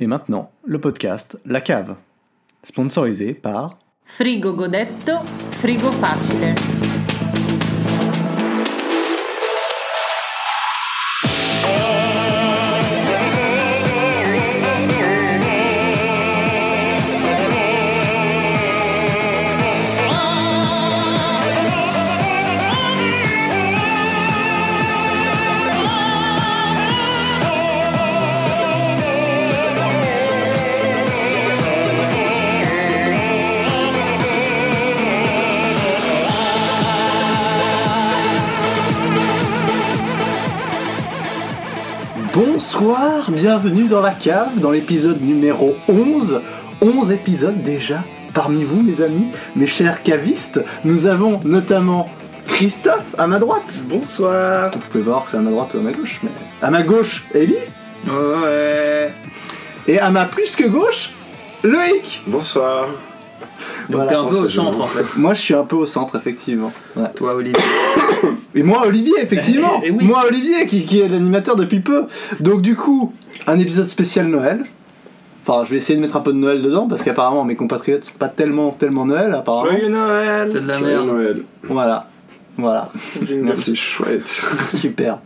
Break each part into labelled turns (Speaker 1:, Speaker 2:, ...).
Speaker 1: Et maintenant, le podcast La Cave, sponsorisé par
Speaker 2: Frigo godetto, frigo facile.
Speaker 1: Bonsoir, bienvenue dans La Cave, dans l'épisode numéro 11. 11 épisodes déjà parmi vous, mes amis, mes chers cavistes. Nous avons notamment Christophe à ma droite.
Speaker 3: Bonsoir
Speaker 1: Vous pouvez voir que c'est à ma droite ou à ma gauche, mais. À ma gauche, Ellie.
Speaker 3: Ouais
Speaker 1: Et à ma plus que gauche, Loïc.
Speaker 4: Bonsoir.
Speaker 3: Donc
Speaker 1: Voilà.
Speaker 3: t'es un peu au
Speaker 4: Oh, ça,
Speaker 3: centre
Speaker 4: je-
Speaker 3: en fait,
Speaker 1: Moi, je suis un peu au centre, effectivement. Ouais.
Speaker 3: toi Olivier.
Speaker 1: Et moi, Olivier, effectivement.
Speaker 3: Eh oui.
Speaker 1: Moi, Olivier, qui, qui est l'animateur depuis peu. Donc, du coup, un épisode spécial Noël. Enfin, je vais essayer de mettre un peu de Noël dedans, parce qu'apparemment, mes compatriotes, c'est pas tellement, tellement Noël, apparemment.
Speaker 4: Joyeux Noël
Speaker 3: C'est de la
Speaker 4: Joyeux
Speaker 3: merde.
Speaker 4: Noël.
Speaker 1: Voilà. Voilà.
Speaker 4: C'est chouette.
Speaker 1: Super.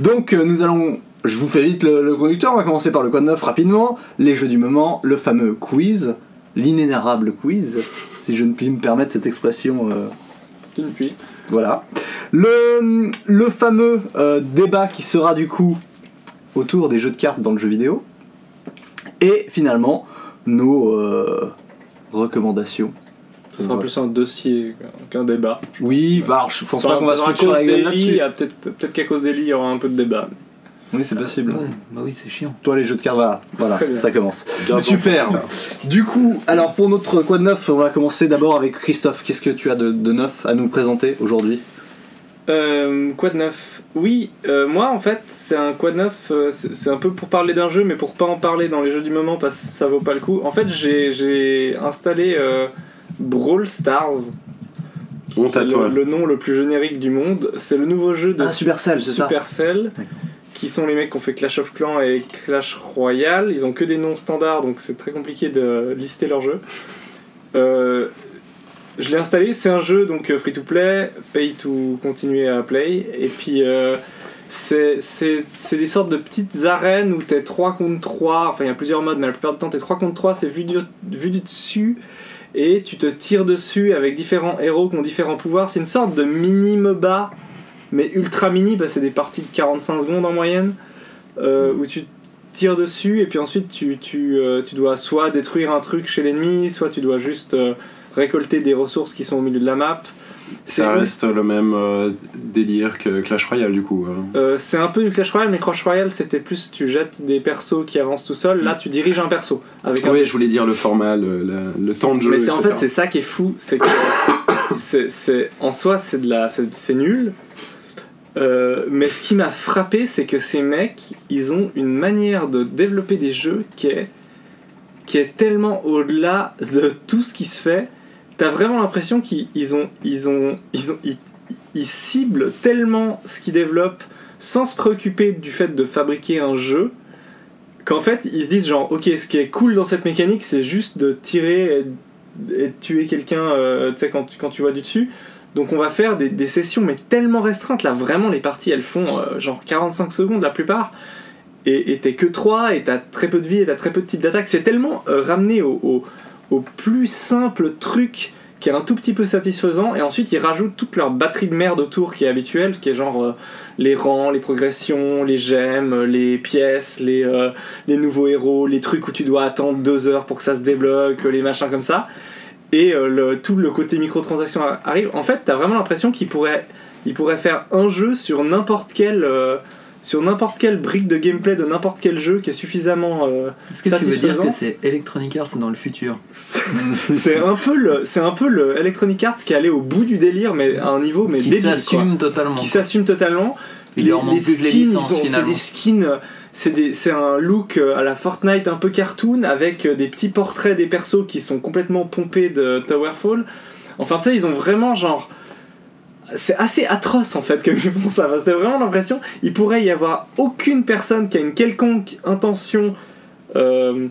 Speaker 1: Donc, euh, nous allons. Je vous fais vite le, le conducteur. On va commencer par le code 9 rapidement. Les jeux du moment, le fameux quiz, l'inénarrable quiz, si je ne puis me permettre cette expression. euh,
Speaker 4: Tu le puis.
Speaker 1: Voilà. Le, le fameux euh, débat qui sera du coup autour des jeux de cartes dans le jeu vidéo. Et finalement, nos euh, recommandations.
Speaker 5: Ce sera plus un dossier qu'un débat.
Speaker 1: Oui, bah, alors, je pense
Speaker 5: Enfin,
Speaker 1: pas qu'on va se
Speaker 5: peut-être à
Speaker 1: structurer
Speaker 5: cause
Speaker 1: avec-
Speaker 5: des lits,
Speaker 1: là-dessus.
Speaker 5: il y a Peut-être peut qu'à cause des lits, il y aura un peu de débat.
Speaker 1: Oui, c'est possible.
Speaker 3: Ouais, bah oui, c'est chiant.
Speaker 1: Toi, les jeux de cartes, voilà, voilà
Speaker 5: Très bien.
Speaker 1: ça commence.
Speaker 4: Bien
Speaker 1: Super.
Speaker 4: bon.
Speaker 1: Du coup, alors pour notre Quad neuf, on va commencer d'abord avec Christophe. Qu'est-ce que tu as de, de neuf à nous présenter aujourd'hui
Speaker 5: Euh, quoi de neuf Oui, euh, moi en fait, c'est un quoi de neuf. euh, c'est c'est un peu pour parler d'un jeu, mais pour pas en parler dans les jeux du moment parce que ça vaut pas le coup. En fait, j'ai- j'ai installé euh, Brawl Stars. qui
Speaker 4: Honte à
Speaker 5: est le,
Speaker 4: toi.
Speaker 5: le nom le plus générique du monde. C'est le nouveau jeu de
Speaker 1: Ah, Supercell, c'est ça
Speaker 5: Supercell,
Speaker 1: D'accord.
Speaker 5: qui sont les mecs qui ont fait Clash of Clans et Clash Royale. Ils ont que des noms standards, donc c'est très compliqué de lister leur jeu. Euh, je l'ai installé, c'est un jeu donc free to play, pay to continuer à play, et puis euh, c'est c'est- c'est des sortes de petites arènes où t'es 3 contre 3, enfin il y a plusieurs modes, mais la plupart du temps t'es 3 contre 3, c'est vu du, vu du dessus, et tu te tires dessus avec différents héros qui ont différents pouvoirs. C'est une sorte de mini MOBA, mais ultra mini, parce que c'est des parties de 45 secondes en moyenne, euh, où tu tires dessus, et puis ensuite tu, tu, euh, tu dois soit détruire un truc chez l'ennemi, soit tu dois juste euh, récolter des ressources qui sont au milieu de la map. C'est
Speaker 4: Ça reste le même euh, délire que Clash Royale du coup. hein.
Speaker 5: Euh, c'est un peu du Clash Royale, mais Clash Royale c'était plus tu jettes des persos qui avancent tout seul. Là, tu diriges un perso avec un
Speaker 4: Oui,
Speaker 5: geste.
Speaker 4: Ah je voulais dire le format, le, la- le temps de jeu.
Speaker 5: Mais c'est en
Speaker 4: etc.
Speaker 5: fait c'est ça qui est fou, c'est que c'est, c'est- en soi c'est de la c'est, c'est nul. Euh, mais ce qui m'a frappé, c'est que ces mecs, ils ont une manière de développer des jeux qui est qui est tellement au-delà de tout ce qui se fait. T'as vraiment l'impression qu'ils ils ont ils ont ils ont ils, ils ciblent tellement ce qu'ils développent sans se préoccuper du fait de fabriquer un jeu qu'en fait ils se disent genre ok ce qui est cool dans cette mécanique c'est juste de tirer et, et de tuer quelqu'un euh, tu sais quand, tu- quand tu vois du dessus donc on va faire des, des sessions mais tellement restreintes là vraiment les parties elles font euh, genre 45 secondes la plupart et et t'es que 3 et t'as très peu de vie et t'as très peu de types d'attaque c'est tellement euh, ramené au, au- au plus simple truc qui est un tout petit peu satisfaisant et ensuite ils rajoutent toute leur batterie de merde autour qui est habituelle qui est genre euh, les rangs, les progressions, les gemmes, euh, les pièces, les, euh, les nouveaux héros, les trucs où tu dois attendre deux heures pour que ça se débloque, euh, les machins comme ça. Et euh, le, tout le côté microtransaction a- arrive. En fait, t'as vraiment l'impression qu'ils pourraient, ils pourraient faire un jeu sur n'importe quel. euh, sur n'importe quelle brique de gameplay de n'importe quel jeu qui est suffisamment euh,
Speaker 3: Est-ce que tu veux dire
Speaker 5: Satisfaisant.
Speaker 3: que c'est Electronic Arts dans le futur
Speaker 5: c'est un peu le c'est un peu le Electronic Arts qui est allé au bout du délire mais à un niveau mais
Speaker 3: Qui
Speaker 5: débile, quoi.
Speaker 3: s'assume totalement.
Speaker 5: qui s'assume totalement
Speaker 3: Il
Speaker 5: Les-
Speaker 3: leur manque
Speaker 5: les
Speaker 3: plus que les
Speaker 5: skins,
Speaker 3: licences
Speaker 5: ils ont- C'est
Speaker 3: finalement.
Speaker 5: des skins, euh, c'est des- c'est un look euh, à la Fortnite un peu cartoon avec euh, des petits portraits des persos qui sont complètement pompés de Towerfall. Enfin, tu sais, ils ont vraiment genre. C'est assez atroce en fait comme ils font ça. Parce que t'as vraiment l'impression, il pourrait y avoir aucune personne qui a une quelconque intention euh,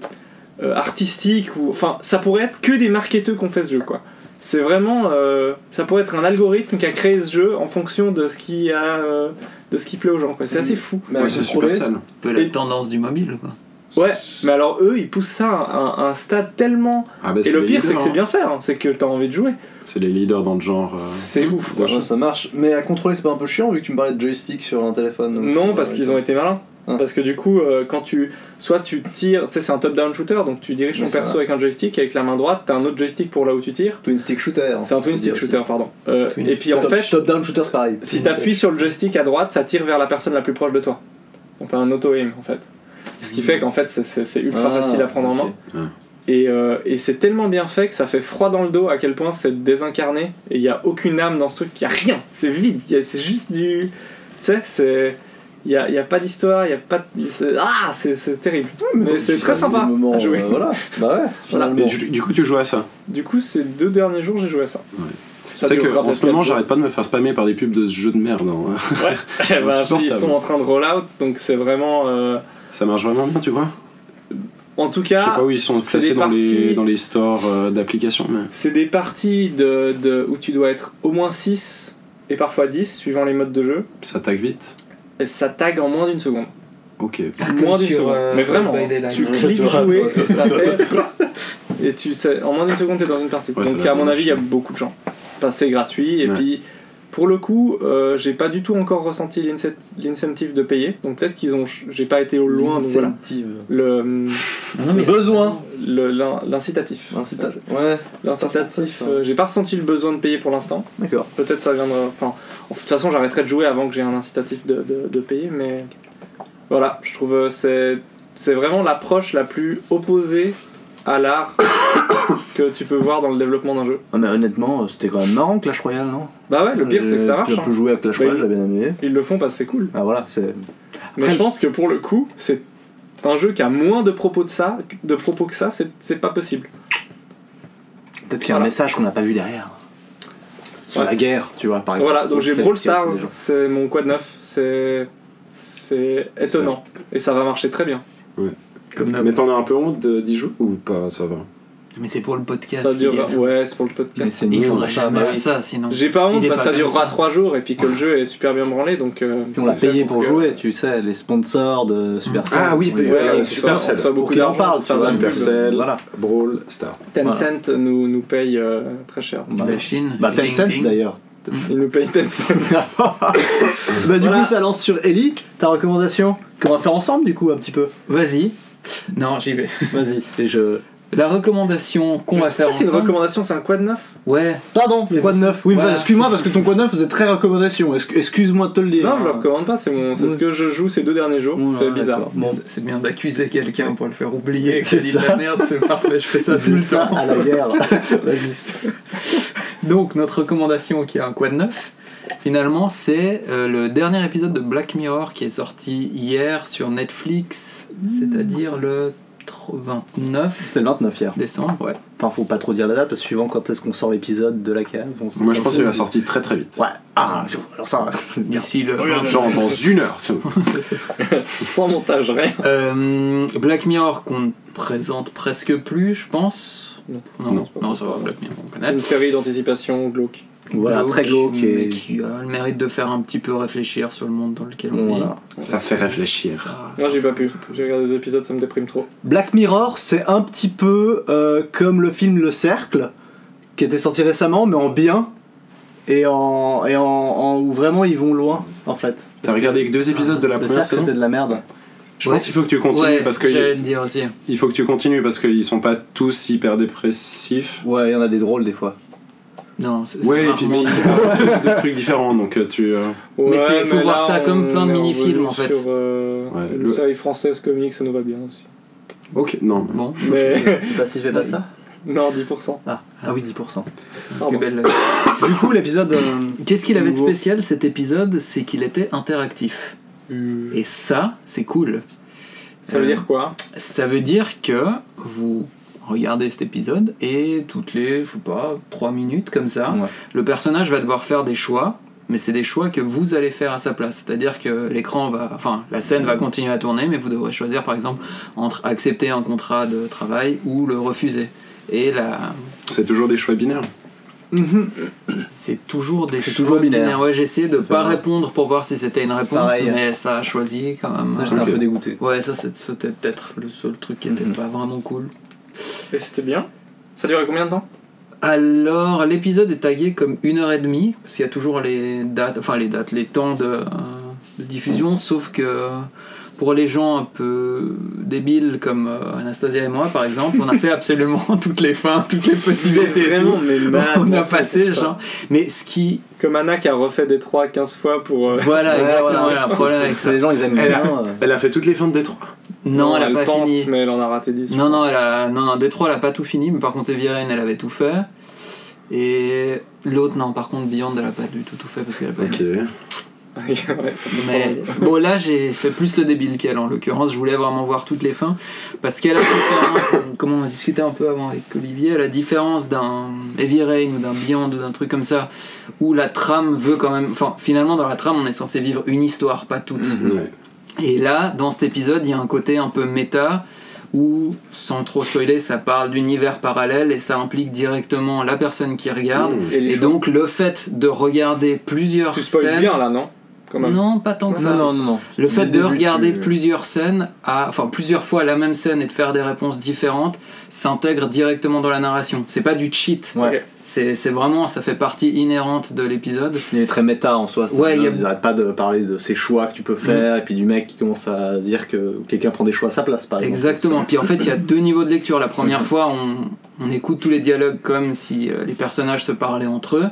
Speaker 5: euh, artistique ou enfin ça pourrait être que des marketeurs qui ont fait ce jeu quoi. C'est vraiment euh, ça pourrait être un algorithme qui a créé ce jeu en fonction de ce qui a euh, de ce qui plaît aux gens quoi.
Speaker 6: Mm.
Speaker 5: C'est assez fou.
Speaker 4: Ouais, c'est super sale.
Speaker 7: Un peu la
Speaker 5: Et-
Speaker 7: tendance du mobile, quoi.
Speaker 5: Ouais, mais alors eux ils poussent ça à un, à un stade tellement
Speaker 4: Ah bah,
Speaker 5: et le
Speaker 4: les
Speaker 5: pire c'est que
Speaker 4: leaders,
Speaker 5: c'est
Speaker 4: hein.
Speaker 5: bien fait, hein, c'est que t'as envie de jouer.
Speaker 4: C'est les leaders dans le genre. euh,
Speaker 5: C'est
Speaker 7: hum.
Speaker 5: ouf.
Speaker 4: de
Speaker 6: Mm. Ouais, ça marche. Mais à contrôler, c'est pas un peu chiant vu que tu me parlais de joystick sur un téléphone. donc,
Speaker 5: Non,
Speaker 6: euh,
Speaker 5: parce qu'ils ont été malins.
Speaker 6: Ah.
Speaker 5: Parce que du coup, euh, quand tu. Soit tu tires, tu sais, c'est un top-down shooter, donc tu diriges
Speaker 6: Oui,
Speaker 5: ton
Speaker 6: c'est
Speaker 5: perso avec un joystick, avec la main droite, t'as un autre joystick pour là où tu tires.
Speaker 6: Twin stick shooter.
Speaker 5: C'est un twin
Speaker 6: on
Speaker 5: stick
Speaker 6: dit aussi.
Speaker 5: shooter, pardon. Euh,
Speaker 7: Twin
Speaker 5: et puis en
Speaker 6: Top-
Speaker 5: fait,
Speaker 6: top-down shooter, c'est pareil.
Speaker 5: si t'appuies sur le joystick à droite, ça tire vers la personne la plus proche de toi. Donc t'as un auto-aim en fait. Ce qui fait qu'en fait, c'est- c'est c'est ultra
Speaker 6: Mm. Ah,
Speaker 5: facile à prendre en main.
Speaker 6: ok.
Speaker 5: Et, euh, et c'est tellement bien fait que ça fait froid dans le dos à quel point c'est désincarné. Et il n'y a aucune âme dans ce truc, il n'y a rien, c'est vide, y a- c'est juste du. Tu sais, c'est. Il n'y a, y a pas d'histoire, il n'y a pas de. c'est- Ah, c'est c'est terrible. Mais c'est très
Speaker 6: des
Speaker 5: sympa
Speaker 6: moments,
Speaker 5: à jouer.
Speaker 6: euh, voilà. Bah ouais,
Speaker 4: Et
Speaker 6: finalement.
Speaker 4: du, du coup, tu joues à ça.
Speaker 5: Du coup, ces deux derniers jours, j'ai joué à ça.
Speaker 4: Ouais.
Speaker 5: Ça
Speaker 4: Tu sais que
Speaker 5: durera
Speaker 4: en
Speaker 5: peut-être
Speaker 4: ce moment,
Speaker 5: quatre jours.
Speaker 4: j'arrête pas de me faire spammer par des pubs de ce jeu de merde. hein.
Speaker 5: Eh ben,
Speaker 4: insupportable.
Speaker 5: Ils sont en train de roll out, donc c'est vraiment. euh,
Speaker 4: Ça marche vraiment bien, tu vois.
Speaker 5: En tout
Speaker 4: Je sais
Speaker 5: cas,
Speaker 4: pas où ils sont
Speaker 5: Ah,
Speaker 4: placés
Speaker 5: c'est des
Speaker 4: dans les,
Speaker 5: parties-
Speaker 4: dans les stores euh, d'applications. Mais...
Speaker 5: c'est des parties de, de- où tu dois être au moins 6 et parfois 10 suivant les modes de jeu.
Speaker 4: Ça tague vite.
Speaker 5: Et ça tag en moins d'une seconde.
Speaker 4: Ok.
Speaker 3: Ah,
Speaker 5: moins d'une seconde.
Speaker 3: euh,
Speaker 5: mais vraiment, hein. tu cliques
Speaker 6: Toi,
Speaker 5: jouer
Speaker 6: toi, toi,
Speaker 5: et euh, ça fait. Et tu sais, en moins d'une seconde, t'es dans une partie.
Speaker 4: Ouais, ça
Speaker 5: Donc,
Speaker 4: va
Speaker 5: à mon
Speaker 4: bien,
Speaker 5: avis, il y a
Speaker 4: je-
Speaker 5: beaucoup de gens. Enfin, c'est gratuit. Et
Speaker 4: Ouais.
Speaker 5: puis, pour le coup, euh, j'ai pas du tout encore ressenti l'incent- l'incentive de payer. Donc, peut-être qu'ils ont. ch- J'ai pas été au loin. Donc, voilà.
Speaker 6: Incentive.
Speaker 5: Le.
Speaker 7: Non, mais-
Speaker 6: Besoin.
Speaker 5: le- l'in- L'incitatif.
Speaker 6: Incita- Ouais,
Speaker 5: L'incitatif.
Speaker 6: Pas
Speaker 5: euh, j'ai pas ressenti le besoin de payer pour l'instant.
Speaker 6: d'accord.
Speaker 5: Peut-être ça viendra. Enfin, en- de toute façon, j'arrêterai de jouer avant que j'ai un incitatif de, de, de payer, mais voilà, je trouve euh, c'est c'est vraiment l'approche la plus opposée à l'art que tu peux voir dans le développement d'un jeu.
Speaker 1: Ah, mais honnêtement, euh, c'était quand même marrant Clash Royale, non
Speaker 5: Bah ouais, le pire c'est que ça marche.
Speaker 1: J'ai un
Speaker 5: hein.
Speaker 1: Euh, peu joué à Clash
Speaker 5: Oui.
Speaker 1: Royale, j'ai bien aimé.
Speaker 5: Ils le font parce que c'est cool.
Speaker 1: Ah voilà, c'est.
Speaker 5: Mais je pense que pour le coup, c'est un jeu qui a moins de propos de ça, de propos que ça, c'est c'est pas possible.
Speaker 1: Peut-être qu'il y a
Speaker 5: Voilà.
Speaker 1: un message qu'on n'a pas vu derrière. Sur
Speaker 5: Ouais.
Speaker 1: la guerre, tu vois, par exemple.
Speaker 5: Voilà, donc j'ai
Speaker 1: Auprès
Speaker 5: Brawl
Speaker 1: des tirs
Speaker 5: Stars,
Speaker 1: sur les gens.
Speaker 5: c'est mon quad neuf, c'est c'est étonnant et ça va marcher très bien.
Speaker 7: Comme
Speaker 4: Mais
Speaker 7: d'hab.
Speaker 4: t'en as un peu honte de- d'y jouer ou pas Ça va.
Speaker 7: Mais c'est pour le podcast.
Speaker 5: Ça dure,
Speaker 7: il est-
Speaker 5: ouais, c'est pour le podcast.
Speaker 1: Mais c'est
Speaker 7: Il
Speaker 1: nul,
Speaker 7: jouerait
Speaker 1: ça,
Speaker 7: jamais
Speaker 1: bah
Speaker 7: à
Speaker 1: oui.
Speaker 7: ça, sinon.
Speaker 5: J'ai pas honte,
Speaker 7: Il est
Speaker 5: bah,
Speaker 7: pas
Speaker 5: ça
Speaker 7: comme
Speaker 5: durera
Speaker 7: ça.
Speaker 5: 3 jours et puis que le jeu est super bien branlé donc. euh,
Speaker 1: Puis on
Speaker 5: c'est
Speaker 1: l'a
Speaker 5: fait
Speaker 1: payé pour
Speaker 5: que-
Speaker 1: jouer, tu sais, les sponsors de Supercell.
Speaker 4: Ah oui,
Speaker 5: Ouais,
Speaker 4: payé. Ouais,
Speaker 5: on
Speaker 4: Supercell.
Speaker 5: reçoit- on reçoit
Speaker 1: Pour
Speaker 5: beaucoup
Speaker 1: qu'il en
Speaker 5: d'argent.
Speaker 1: parle, tu
Speaker 5: Enfin,
Speaker 1: vois.
Speaker 5: de pub.
Speaker 4: Supercell,
Speaker 1: Voilà.
Speaker 4: Brawl, Star.
Speaker 5: Tencent nous, nous paye euh, très cher.
Speaker 1: Bah,
Speaker 7: La Chine.
Speaker 1: bah,
Speaker 7: Xi
Speaker 1: Tencent
Speaker 7: Jinping.
Speaker 1: d'ailleurs.
Speaker 5: Ils nous payent Tencent.
Speaker 1: bah du
Speaker 5: Voilà.
Speaker 1: coup ça lance sur Ellie, ta recommandation qu'on va faire ensemble du coup un petit peu.
Speaker 7: Vas-y. Non, j'y vais.
Speaker 1: Vas-y. Et je.
Speaker 7: La recommandation qu'on
Speaker 5: Je
Speaker 7: va
Speaker 5: sais
Speaker 7: faire
Speaker 5: pas si une
Speaker 7: ensemble.
Speaker 5: recommandation, c'est un quad neuf
Speaker 7: Ouais.
Speaker 1: Pardon,
Speaker 7: C'est
Speaker 1: quoi de neuf Oui,
Speaker 7: Voilà.
Speaker 1: bah, excuse-moi parce que ton quoi de neuf faisait très recommandation. Excu- Excuse-moi de te le dire.
Speaker 5: Non, je le recommande pas, c'est mon... c'est ce que je joue ces deux derniers jours,
Speaker 1: Ouais,
Speaker 5: c'est
Speaker 1: ouais,
Speaker 5: bizarre.
Speaker 1: d'accord. Bon,
Speaker 7: C'est- C'est bien d'accuser quelqu'un pour le faire oublier que
Speaker 1: C'est
Speaker 7: c'est dit de
Speaker 1: ça.
Speaker 7: la merde, c'est parfait, je fais ça tout
Speaker 1: dis
Speaker 7: le
Speaker 1: ça
Speaker 7: temps.
Speaker 1: à la guerre. Vas-y.
Speaker 7: Donc notre recommandation qui est un quad neuf, finalement c'est euh, le dernier épisode de Black Mirror qui est sorti hier sur Netflix, c'est-à-dire le 3 29
Speaker 1: C'est le 29 hier.
Speaker 7: décembre, ouais.
Speaker 1: Enfin, faut pas trop dire la date parce que suivant quand est-ce qu'on sort l'épisode de la cave. on sait
Speaker 4: Moi, je
Speaker 1: pas
Speaker 4: pense
Speaker 1: trop.
Speaker 4: qu'il va sortir très très vite.
Speaker 1: Ouais. Ah, alors ça.
Speaker 7: D'ici le
Speaker 4: Genre dans une heure.
Speaker 5: Sans montage, rien.
Speaker 7: Euh, Black Mirror qu'on ne présente presque plus, je pense.
Speaker 5: Non.
Speaker 4: Non.
Speaker 7: non ça va, Black Mirror, on connaît.
Speaker 5: Une série d'anticipation glauque.
Speaker 1: Voilà, très glauque
Speaker 7: mais
Speaker 1: et.
Speaker 7: qui a le mérite de faire un petit peu réfléchir sur le monde dans lequel on
Speaker 1: Voilà.
Speaker 4: Ça fait
Speaker 7: vit.
Speaker 4: réfléchir.
Speaker 7: Ça-
Speaker 1: Ah,
Speaker 5: Moi,
Speaker 7: ça
Speaker 5: j'ai
Speaker 7: fait
Speaker 5: pas pu. J'ai regardé des épisodes, ça me déprime trop.
Speaker 1: Black Mirror, c'est un petit peu euh, comme le film Le Cercle, qui était sorti récemment, mais en bien, et en, et en, en- où vraiment ils vont loin, en fait.
Speaker 4: T'as regardé que deux épisodes de la
Speaker 7: Ah,
Speaker 1: Le
Speaker 4: première
Speaker 1: Cercle,
Speaker 4: saison
Speaker 1: c'était de la merde.
Speaker 4: Je
Speaker 7: Ouais.
Speaker 4: pense qu'il faut que tu continues
Speaker 7: Ouais,
Speaker 4: parce que
Speaker 7: j'allais le dire aussi.
Speaker 4: il faut que tu continues parce qu'ils sont pas tous hyper dépressifs.
Speaker 1: Ouais, il y en a des drôles des fois.
Speaker 7: Non, c'est c'est
Speaker 4: Ouais, et puis mais
Speaker 7: rarement-
Speaker 4: ils parlent tous de trucs différents donc euh, tu. euh,
Speaker 7: Mais c'est- faut voir
Speaker 5: là,
Speaker 7: ça comme
Speaker 5: on
Speaker 7: plein de
Speaker 5: est
Speaker 7: mini-films,
Speaker 5: revenu
Speaker 7: en fait.
Speaker 5: Sur euh,
Speaker 4: Ouais,
Speaker 5: une
Speaker 4: le-
Speaker 5: série française comique, ça nous va bien aussi.
Speaker 4: Ok, non. mais-
Speaker 7: Bon,
Speaker 5: Mais
Speaker 1: Bah, si fait
Speaker 7: pas
Speaker 1: pas
Speaker 7: ça.
Speaker 1: ça
Speaker 5: non, 10%.
Speaker 1: ah, ah oui, 10%.
Speaker 5: Pardon.
Speaker 7: que belle-
Speaker 1: du coup, l'épisode. euh,
Speaker 7: Qu'est-ce qu'il avait de
Speaker 1: Nouveau.
Speaker 7: spécial cet épisode C'est qu'il était interactif. Et ça, c'est cool.
Speaker 5: Ça veut
Speaker 7: Euh,
Speaker 5: dire quoi
Speaker 7: Ça veut dire que vous regardez cet épisode et toutes les, je sais pas, 3 minutes comme ça,
Speaker 1: Ouais.
Speaker 7: le personnage va devoir faire des choix mais c'est des choix que vous allez faire à sa place. C'est-à-dire que l'écran va, enfin, la scène va continuer à tourner, mais vous devrez choisir par exemple entre accepter un contrat de travail ou le refuser. Et là,
Speaker 4: C'est toujours des choix binaires.
Speaker 1: Mhm.
Speaker 7: c'est toujours des
Speaker 1: C'est
Speaker 7: choix
Speaker 1: toujours binaire.
Speaker 7: binaires. Ouais, j'ai essayé de pas
Speaker 1: vrai.
Speaker 7: répondre pour voir si c'était une réponse,
Speaker 1: Pareil.
Speaker 7: mais ça a choisi quand même.
Speaker 1: Ça, J'étais
Speaker 4: Ok.
Speaker 1: un peu dégoûté.
Speaker 7: Ouais, ça c'est- c'était peut-être le seul truc qui était
Speaker 1: Mhm.
Speaker 7: pas vraiment cool.
Speaker 5: Et c'était bien Ça durait combien de temps
Speaker 7: Alors, l'épisode est tagué comme une heure et demie, parce qu'il y a toujours les dates, enfin les dates, les temps de, euh, de diffusion, sauf que pour les gens un peu débiles comme euh, Anastasia et moi, par exemple, on a fait absolument toutes les fins, toutes les possibilités. et
Speaker 5: vraiment,
Speaker 7: tout.
Speaker 5: mais
Speaker 1: hein,
Speaker 7: on a
Speaker 5: n'importe
Speaker 7: passé,
Speaker 5: quoi, ça.
Speaker 7: genre. Mais ce qui.
Speaker 5: Comme Anna qui a refait des 3 15 fois pour. euh,
Speaker 7: Voilà,
Speaker 1: Ouais,
Speaker 7: exactement,
Speaker 1: voilà.
Speaker 7: il y a un problème avec ça.
Speaker 1: Les gens, ils aiment
Speaker 4: Elle a-
Speaker 1: bien. euh,
Speaker 4: Elle a fait toutes les fins de Détroit.
Speaker 7: Non, elle a pas
Speaker 5: pense,
Speaker 7: fini.
Speaker 5: mais elle en a raté 10.
Speaker 7: Non, non, elle a... non, non, Détroit, elle a pas tout fini, mais par contre, Evirene, elle avait tout fait. Et l'autre, non, par contre, Beyond, elle a pas du tout tout fait parce qu'elle a pas
Speaker 4: Ok.
Speaker 5: ouais, ça peut
Speaker 7: Mais
Speaker 5: prendre.
Speaker 7: bon, là j'ai fait plus le débile qu'elle en l'occurrence. Je voulais vraiment voir toutes les fins parce qu'elle a différence, comme on en discutait un peu avant avec Olivier, la différence d'un Heavy Rain ou d'un Beyond ou d'un truc comme ça où la trame veut quand même. Enfin, finalement, dans la trame, on est censé vivre une histoire, pas toutes.
Speaker 4: Ouais.
Speaker 7: Et là, dans cet épisode, il y a un côté un peu méta où, sans trop spoiler, ça parle d'univers parallèle et ça implique directement la personne qui regarde.
Speaker 4: Mmh.
Speaker 5: les
Speaker 7: Et
Speaker 5: choix-
Speaker 7: donc, le fait de regarder plusieurs
Speaker 5: Tu spoil
Speaker 7: scènes.
Speaker 5: bien là, non Quand même.
Speaker 7: Non, pas tant que ça.
Speaker 1: Non, non, non.
Speaker 7: Le fait
Speaker 1: Dès
Speaker 7: de
Speaker 1: début,
Speaker 7: regarder
Speaker 1: tu-
Speaker 7: plusieurs scènes, à, enfin plusieurs fois la même scène et de faire des réponses différentes, s'intègre directement dans la narration. C'est pas du cheat.
Speaker 1: Ouais.
Speaker 5: Ok.
Speaker 7: C'est c'est vraiment, ça fait partie inhérente de l'épisode.
Speaker 1: Il est très méta en soi.
Speaker 7: Ouais,
Speaker 1: c'est-à-dire,
Speaker 7: il y a- Mm.
Speaker 1: Ils arrêtent pas de parler de ses choix que tu peux faire, et puis du mec qui commence à dire que quelqu'un prend des choix à sa place, par exemple.
Speaker 7: Exactement. Puis en fait, il y a deux niveaux de lecture. La première fois, on, on écoute tous les dialogues comme si euh, les personnages se parlaient entre eux.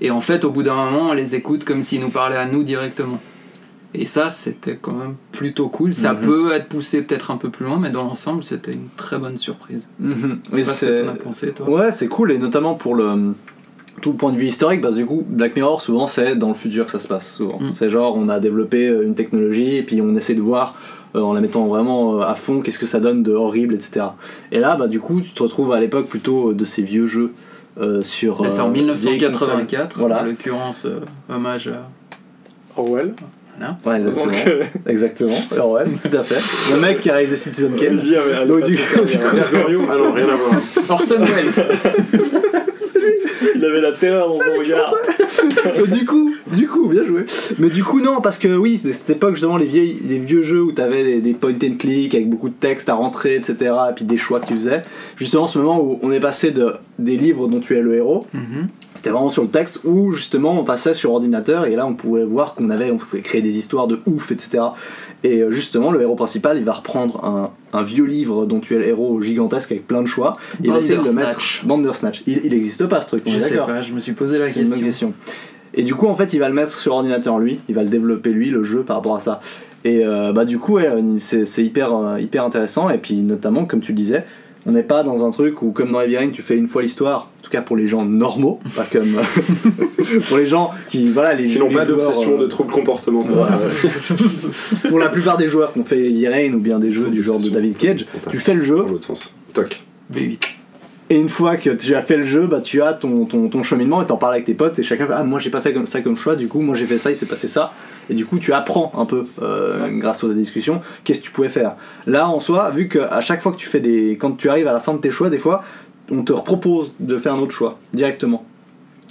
Speaker 7: Et en fait, au bout d'un moment, on les écoute comme s'ils nous parlaient à nous directement. Et ça, c'était quand même plutôt cool. Ça
Speaker 1: Mhm.
Speaker 7: peut être poussé peut-être un peu plus loin, mais dans l'ensemble, c'était une très bonne surprise.
Speaker 1: Mhm.
Speaker 7: Je
Speaker 1: Et
Speaker 7: sais pas ce que
Speaker 1: c'est.
Speaker 7: t'en as pensé, toi.
Speaker 1: Ouais, c'est cool, et notamment pour le. Tout le point de vue historique, parce que du coup, Black Mirror, souvent, c'est dans le futur que ça se passe. Souvent,
Speaker 7: Mm.
Speaker 1: c'est genre, on a développé euh, une technologie et puis on essaie de voir euh, en la mettant vraiment euh, à fond qu'est-ce que ça donne de horrible, etc. Et là, bah du coup, tu te retrouves à l'époque plutôt euh, de ces vieux jeux euh, sur.
Speaker 7: Là, c'est en
Speaker 1: euh, vieilles consoles.
Speaker 7: 1984,
Speaker 1: Voilà.
Speaker 7: en l'occurrence, euh, hommage à.
Speaker 5: Orwell.
Speaker 1: Ouais, exactement.
Speaker 5: Donc, euh,
Speaker 1: Exactement. Alors, ouais, tout à fait. Le mec qui a réalisé Citizen
Speaker 5: quelle
Speaker 1: Kane.
Speaker 5: vie avait-
Speaker 1: Donc,
Speaker 5: avait
Speaker 1: du
Speaker 5: pas
Speaker 1: coup, du
Speaker 5: pu
Speaker 1: coup,
Speaker 5: servir.
Speaker 4: Orion Ah non, rien à voir.
Speaker 7: Orson Welles
Speaker 5: Il avait la terreur dans son regard.
Speaker 1: Mais Euh, du coup, du coup, bien joué. Mais du coup, non, parce que oui, c'est cette époque, justement, les, vieilles, les vieux jeux où t'avais des, des point and click avec beaucoup de texte à rentrer, etc., et puis des choix que tu faisais. Justement, ce moment où on est passé de, des livres dont tu es le héros, c'était vraiment sur le texte, où justement on passait sur ordinateur, et là on pouvait voir qu'on avait, on pouvait créer des histoires de ouf, etc. Et euh, justement, le héros principal, il va reprendre un, un vieux livre dont tu es le héros gigantesque avec plein de choix, et il va essayer de le mettre.
Speaker 7: Bandersnatch.
Speaker 1: Bandersnatch. Il n'existe pas ce truc, on
Speaker 7: Je
Speaker 1: est
Speaker 7: sais
Speaker 1: d'accord.
Speaker 7: pas, je me suis posé la
Speaker 1: C'est une bonne
Speaker 7: question.
Speaker 1: question. Et du coup, en fait, il va le mettre sur ordinateur lui, il va le développer lui, le jeu par rapport à ça. Et euh, bah, du coup, ouais, c'est c'est hyper, euh, hyper intéressant. Et puis, notamment, comme tu le disais, on n'est pas dans un truc où, comme dans Heavy Rain, tu fais une fois l'histoire, en tout cas pour les gens normaux, pas comme. euh, pour les gens qui. Voilà, les
Speaker 4: Ils n'ont
Speaker 1: les
Speaker 4: pas
Speaker 1: joueurs,
Speaker 4: d'obsession
Speaker 1: euh,
Speaker 4: de troubles comportementaux.
Speaker 1: voilà, ouais. pour la plupart des joueurs qui ont fait Heavy Rain ou bien des jeux du genre de David Cage, tu fais le jeu,
Speaker 4: Dans l'autre sens. Toc.
Speaker 7: V8.
Speaker 1: et une fois que tu as fait le jeu, bah, tu as ton, ton, ton cheminement et t'en parles avec tes potes et chacun fait Ah, moi j'ai pas fait comme ça comme choix, du coup, moi j'ai fait ça, il s'est passé ça. Et du coup, tu apprends un peu euh, grâce aux discussions qu'est-ce que tu pouvais faire. Là, en soi, vu que à chaque fois que tu fais des. Quand tu arrives à la fin de tes choix, des fois, on te repropose de faire un autre choix directement.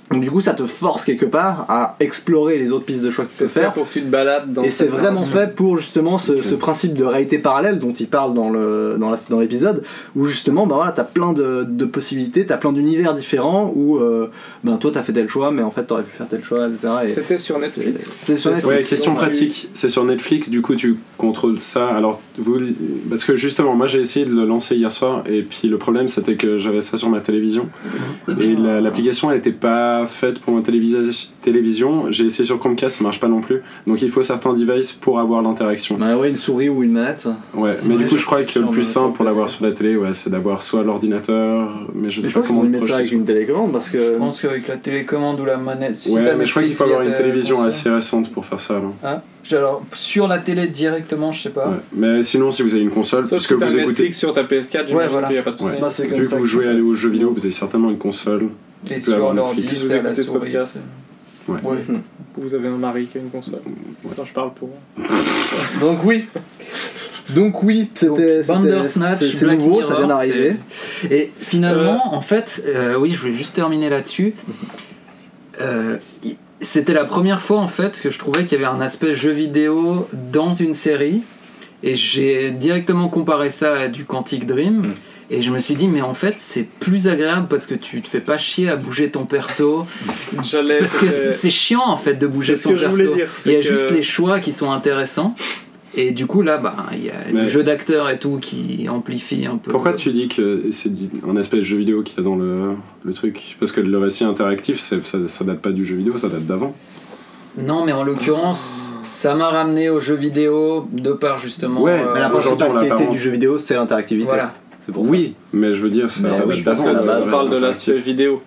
Speaker 1: Donc, du coup, ça te force quelque part à explorer les autres pistes de choix que tu peux
Speaker 5: C'est fait
Speaker 1: faire.
Speaker 5: pour que tu te balades dans
Speaker 1: Et c'est
Speaker 5: cette
Speaker 1: vraiment
Speaker 5: narration.
Speaker 1: fait pour justement ce, ce principe de réalité parallèle dont il parle dans le dans la- dans l'épisode où justement bah voilà t'as plein de, de possibilités t'as plein d'univers différents où euh, ben toi t'as fait tel choix mais en fait t'aurais pu faire tel choix etc
Speaker 5: C'était sur
Speaker 1: et
Speaker 5: Netflix.
Speaker 1: c'est sur Netflix.
Speaker 4: Ouais, question
Speaker 5: Ouais.
Speaker 4: pratique. C'est sur Netflix, du coup, tu contrôles ça. Alors, vous. Parce que justement, moi, j'ai essayé de le lancer hier soir, et puis le problème, c'était que j'avais ça sur ma télévision. Et la- l'application, elle n'était pas faite pour ma télévisa- télévision. J'ai essayé sur Chromecast, ça marche pas non plus. Donc, il faut certains devices pour avoir l'interaction.
Speaker 1: Bah ouais une souris ou une manette
Speaker 4: Ouais, mais du
Speaker 1: Ouais,
Speaker 4: coup, je crois que
Speaker 1: sur
Speaker 4: le plus
Speaker 1: le
Speaker 4: simple pour
Speaker 1: Chromecast,
Speaker 4: l'avoir sur la télé, ouais, c'est d'avoir soit l'ordinateur, mais je
Speaker 1: je
Speaker 4: sais pas
Speaker 1: pense
Speaker 4: comment
Speaker 1: qu'on
Speaker 4: le
Speaker 1: met ça
Speaker 4: projeter
Speaker 1: avec une télécommande parce que
Speaker 7: Je pense qu'avec la télécommande ou la manette. si
Speaker 4: Ouais,
Speaker 7: t'as
Speaker 4: mais je crois qu'il
Speaker 7: Netflix
Speaker 4: faut
Speaker 7: euh,
Speaker 4: avoir
Speaker 7: via
Speaker 4: une
Speaker 7: ta
Speaker 4: télévision
Speaker 7: console.
Speaker 4: assez récente pour faire ça. Là.
Speaker 7: Ah, j'ai- alors, sur la télé directement, je sais pas.
Speaker 4: Ouais. Mais sinon, si vous avez une console,
Speaker 5: Sauf
Speaker 4: parce
Speaker 5: que
Speaker 4: que
Speaker 5: t'as
Speaker 4: vous écoutez.
Speaker 5: Netflix sur ta PS4,
Speaker 7: Ouais,
Speaker 5: j'imagine
Speaker 7: voilà.
Speaker 5: qu'il n'y a pas de souci.
Speaker 4: Ouais.
Speaker 1: Bah, c'est comme
Speaker 4: Vu que
Speaker 1: ça
Speaker 4: vous
Speaker 1: que-
Speaker 4: jouez à- aux jeux vidéo, vous avez certainement une console.
Speaker 7: Et
Speaker 4: peux avoir
Speaker 7: sur l'ordi,
Speaker 4: Netflix.
Speaker 5: Vous
Speaker 7: c'est à la
Speaker 5: écoutez ce
Speaker 7: souris.
Speaker 5: podcast.
Speaker 7: c'est-
Speaker 8: Ouais.
Speaker 5: Vous avez un mari qui a une console. Attends, je parle pour.
Speaker 8: Donc oui.
Speaker 1: Donc oui, c'était c'était-
Speaker 7: Bandersnatch,
Speaker 1: c'est c'est
Speaker 7: Black
Speaker 1: nouveau, ça
Speaker 7: Mirror,
Speaker 1: vient d'arriver.
Speaker 7: c'est- Et finalement, en fait, euh, oui, je voulais juste terminer là-dessus. Euh, y- C'était la première fois en fait que je trouvais qu'il y avait un aspect jeu vidéo dans une série. Et j'ai directement comparé ça à du Quantic Dream.
Speaker 4: Mm.
Speaker 7: Et je me suis dit, mais en fait, c'est plus agréable parce que tu te fais pas chier à bouger ton perso.
Speaker 5: J'allais.
Speaker 7: Parce que c'est
Speaker 5: euh,
Speaker 7: c'est chiant en fait de bouger
Speaker 5: c'est ce
Speaker 7: son
Speaker 5: que je
Speaker 7: perso.
Speaker 5: voulais dire,
Speaker 7: Il y a
Speaker 5: c'est que-
Speaker 7: juste les choix qui sont intéressants. Et du coup là, bah, il y a le
Speaker 4: Mais-
Speaker 7: jeu d'acteur et tout qui amplifie un peu.
Speaker 4: Pourquoi
Speaker 7: le-
Speaker 4: tu dis que c'est du- un aspect jeu vidéo qu'il y a dans le, le truc Parce que le récit interactif, c'est- ça, ça date pas du jeu vidéo, ça date d'avant.
Speaker 7: Non, mais en l'occurrence, ça m'a ramené au jeu vidéo de par justement.
Speaker 4: Ouais,
Speaker 1: Mais la
Speaker 4: Euh, aujourd'hui,
Speaker 1: principale
Speaker 4: on l'a pas
Speaker 1: qualité
Speaker 4: en-
Speaker 1: du jeu vidéo, c'est l'interactivité.
Speaker 7: voilà.
Speaker 1: C'est pour ça.
Speaker 4: Oui, mais je veux dire, ça,
Speaker 1: Mais
Speaker 4: ça
Speaker 1: oui,
Speaker 4: date
Speaker 5: Je pense
Speaker 4: d'avant.
Speaker 5: que
Speaker 1: la
Speaker 5: ça
Speaker 1: base,
Speaker 5: parle de l'aspect
Speaker 4: l'interactif.
Speaker 5: vidéo.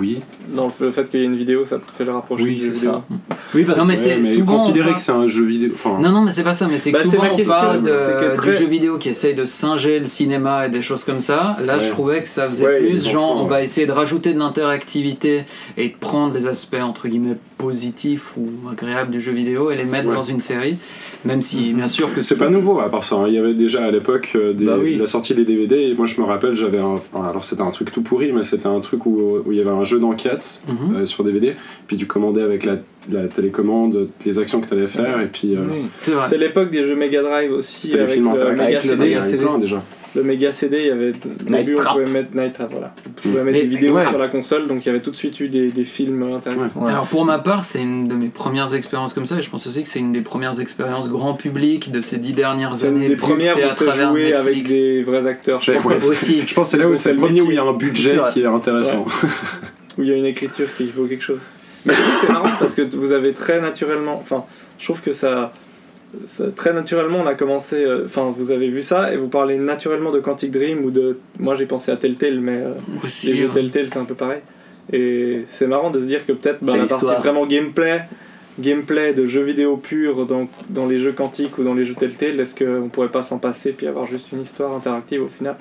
Speaker 4: Oui,
Speaker 5: Dans le fait qu'il y ait une vidéo, ça te fait le rapprocher.
Speaker 1: Oui,
Speaker 5: du
Speaker 1: c'est
Speaker 5: jeu vidéo.
Speaker 1: ça. Oui, parce
Speaker 7: Non, mais
Speaker 1: que
Speaker 7: c'est
Speaker 4: Ouais, mais
Speaker 7: souvent. on
Speaker 4: considérer
Speaker 7: parle-
Speaker 4: que c'est un jeu vidéo. Enfin,
Speaker 7: Non, non, mais c'est pas ça, mais c'est que
Speaker 5: Bah, c'est
Speaker 7: souvent
Speaker 5: ma
Speaker 7: on
Speaker 5: question,
Speaker 7: parle
Speaker 5: c'est
Speaker 7: de,
Speaker 5: que très-
Speaker 7: du jeu vidéo qui essaye de singer le cinéma et des choses comme ça. Là,
Speaker 4: Ouais.
Speaker 7: je trouvais que ça faisait
Speaker 4: Ouais,
Speaker 7: plus
Speaker 4: ils ont
Speaker 7: genre,
Speaker 4: fait,
Speaker 7: on
Speaker 4: ouais.
Speaker 7: va essayer de rajouter de l'interactivité et de prendre les aspects entre guillemets positifs ou agréables du jeu vidéo et les mettre
Speaker 4: Ouais.
Speaker 7: dans une série. Même
Speaker 5: Mhm.
Speaker 7: si, bien sûr, que
Speaker 4: C'est pas nouveau à part ça. hein. Il y avait déjà à l'époque euh, des-
Speaker 1: Bah oui.
Speaker 4: la sortie des DVD. Et moi, je me rappelle, j'avais un. enfin, alors, c'était un truc tout pourri, mais c'était un truc où, où il y avait un jeu d'enquête
Speaker 7: Mhm.
Speaker 4: euh, sur DVD. Puis tu commandais avec la, la télécommande les actions que t'allais faire. Et puis. euh,
Speaker 1: Mm.
Speaker 7: C'est vrai.
Speaker 5: C'est l'époque des jeux Mega Drive aussi.
Speaker 4: C'était euh, les
Speaker 5: Avec
Speaker 4: films
Speaker 5: le Mega
Speaker 4: interactifs.
Speaker 1: le
Speaker 5: CD.
Speaker 4: Il y en avait
Speaker 1: CD.
Speaker 4: plein, déjà.
Speaker 5: Le Mega CD, il y avait. Au
Speaker 1: Night
Speaker 5: début, on
Speaker 1: Trap.
Speaker 5: pouvait mettre Night Trap, voilà. On pouvait mettre
Speaker 7: Mais-
Speaker 5: des vidéos
Speaker 4: ouais.
Speaker 5: sur la console, donc il y avait tout de suite eu des des films interactifs.
Speaker 4: Ouais.
Speaker 1: Ouais.
Speaker 7: Alors pour ma part, c'est une de mes premières expériences comme ça, et je pense aussi que c'est une des premières expériences grand public de ces dix dernières
Speaker 5: C'est une
Speaker 7: années.
Speaker 5: des
Speaker 7: vu que
Speaker 5: premières
Speaker 7: c'est
Speaker 5: où
Speaker 7: à
Speaker 5: c'est
Speaker 7: travers
Speaker 5: joué avec
Speaker 7: Netflix
Speaker 5: des vrais acteurs, je
Speaker 4: C'est-
Speaker 5: crois,
Speaker 4: ouais, c'est-
Speaker 7: aussi.
Speaker 4: Je pense que c'est là où
Speaker 5: Donc,
Speaker 4: c'est le
Speaker 5: c'est
Speaker 4: premier
Speaker 5: le
Speaker 4: où il y a un budget
Speaker 1: C'est vrai.
Speaker 4: qui est intéressant.
Speaker 5: où il y a une écriture qui vaut quelque chose. Mais du coup, c'est marrant parce que vous avez très naturellement. Enfin, je trouve que ça. ça- très naturellement, on a commencé. euh, Enfin, vous avez vu ça et vous parlez naturellement de Quantic Dream ou de. Moi, j'ai pensé à Telltale, mais euh,
Speaker 7: Aussi,
Speaker 5: les jeux
Speaker 7: ouais.
Speaker 5: Telltale, c'est un peu pareil. Et c'est marrant de se dire que peut-être bah,
Speaker 1: Quelle
Speaker 5: la partie
Speaker 1: histoire.
Speaker 5: vraiment gameplay, gameplay de jeux vidéo pur dans, dans les jeux quantiques ou dans les jeux Telltale, est-ce qu'on pourrait pas s'en passer puis avoir juste une histoire interactive au final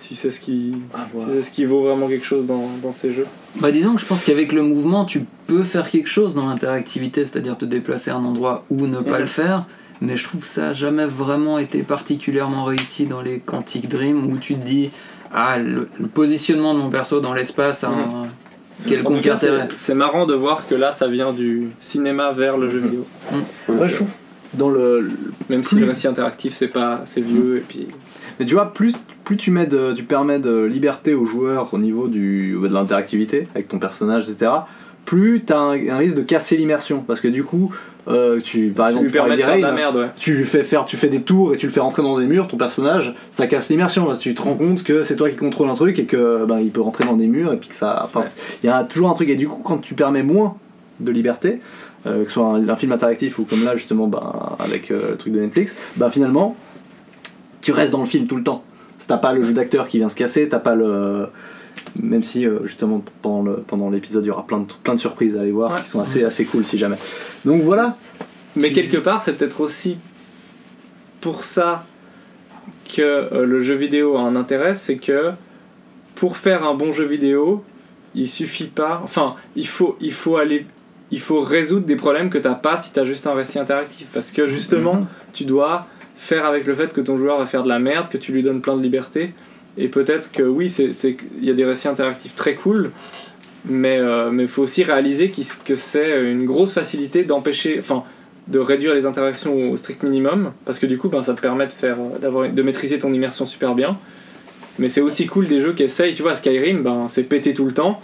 Speaker 5: Si c'est ce qui,
Speaker 4: Ah,
Speaker 5: si c'est ce qui vaut vraiment quelque chose dans, dans ces jeux.
Speaker 7: Bah disons que je pense qu'avec le mouvement, tu peux faire quelque chose dans l'interactivité, c'est-à-dire te déplacer à un endroit ou ne pas
Speaker 5: Mhm.
Speaker 7: le faire. Mais je trouve que ça n'a jamais vraiment été particulièrement réussi dans les Quantic Dream où tu te dis ah le, le positionnement de mon perso dans l'espace a un
Speaker 5: En tout
Speaker 7: quelconque
Speaker 5: cas,
Speaker 7: intérêt.
Speaker 5: c'est- C'est marrant de voir que là, ça vient du cinéma vers le jeu
Speaker 7: Mm.
Speaker 5: vidéo.
Speaker 1: Après, je trouve dans le.
Speaker 5: Même si
Speaker 1: Plus-
Speaker 5: le récit interactif, c'est pas, c'est vieux et puis.
Speaker 1: Mais tu vois, plus, plus tu, mets de- tu permets de liberté aux joueurs au niveau du, de l'interactivité avec ton personnage, etc., plus t'as un, un risque de casser l'immersion. Parce que du coup, euh, tu,
Speaker 7: Ah,
Speaker 1: par
Speaker 5: Tu
Speaker 1: exemple,
Speaker 5: lui
Speaker 1: prends
Speaker 5: permet de
Speaker 1: Heavy
Speaker 5: faire de la
Speaker 1: Rain,
Speaker 5: merde, ouais.
Speaker 1: tu lui fais faire, tu fais des tours et tu le fais rentrer dans des murs, ton personnage, ça casse l'immersion parce que tu te rends compte que c'est toi qui contrôle un truc et que ben, il peut rentrer dans des murs et puis que ça, enfin, il y a toujours un truc et du coup quand tu permets moins de liberté, euh, que ce soit un, un film interactif ou comme là justement ben, avec euh, le truc de Netflix, ben finalement tu restes dans le film tout le temps. T'as pas le jeu d'acteur qui vient se casser, t'as pas le même si euh, justement pendant le- pendant l'épisode il y aura plein de, plein de surprises à aller voir
Speaker 5: Ouais.
Speaker 1: qui sont assez assez cool si jamais. Donc voilà,
Speaker 5: Mais quelque part, c'est peut-être aussi pour ça que euh, le jeu vidéo a un intérêt, c'est que pour faire un bon jeu vidéo, il suffit pas. Enfin, il faut, il faut aller, il faut résoudre des problèmes que t'as pas si t'as juste un récit interactif, parce que justement, tu dois faire avec le fait que ton joueur va faire de la merde, que tu lui donnes plein de liberté. Et peut-être que oui, c'est- c'est- il y a des récits interactifs très cool, mais il faut aussi réaliser qu'il- que c'est une grosse facilité d'empêcher, enfin, de réduire les interactions au strict minimum, parce que du coup, ben, ça te permet de, faire, d'avoir, de maîtriser ton immersion super bien. Mais c'est aussi cool des jeux qui essayent, tu vois, Skyrim, ben, c'est pété tout le temps.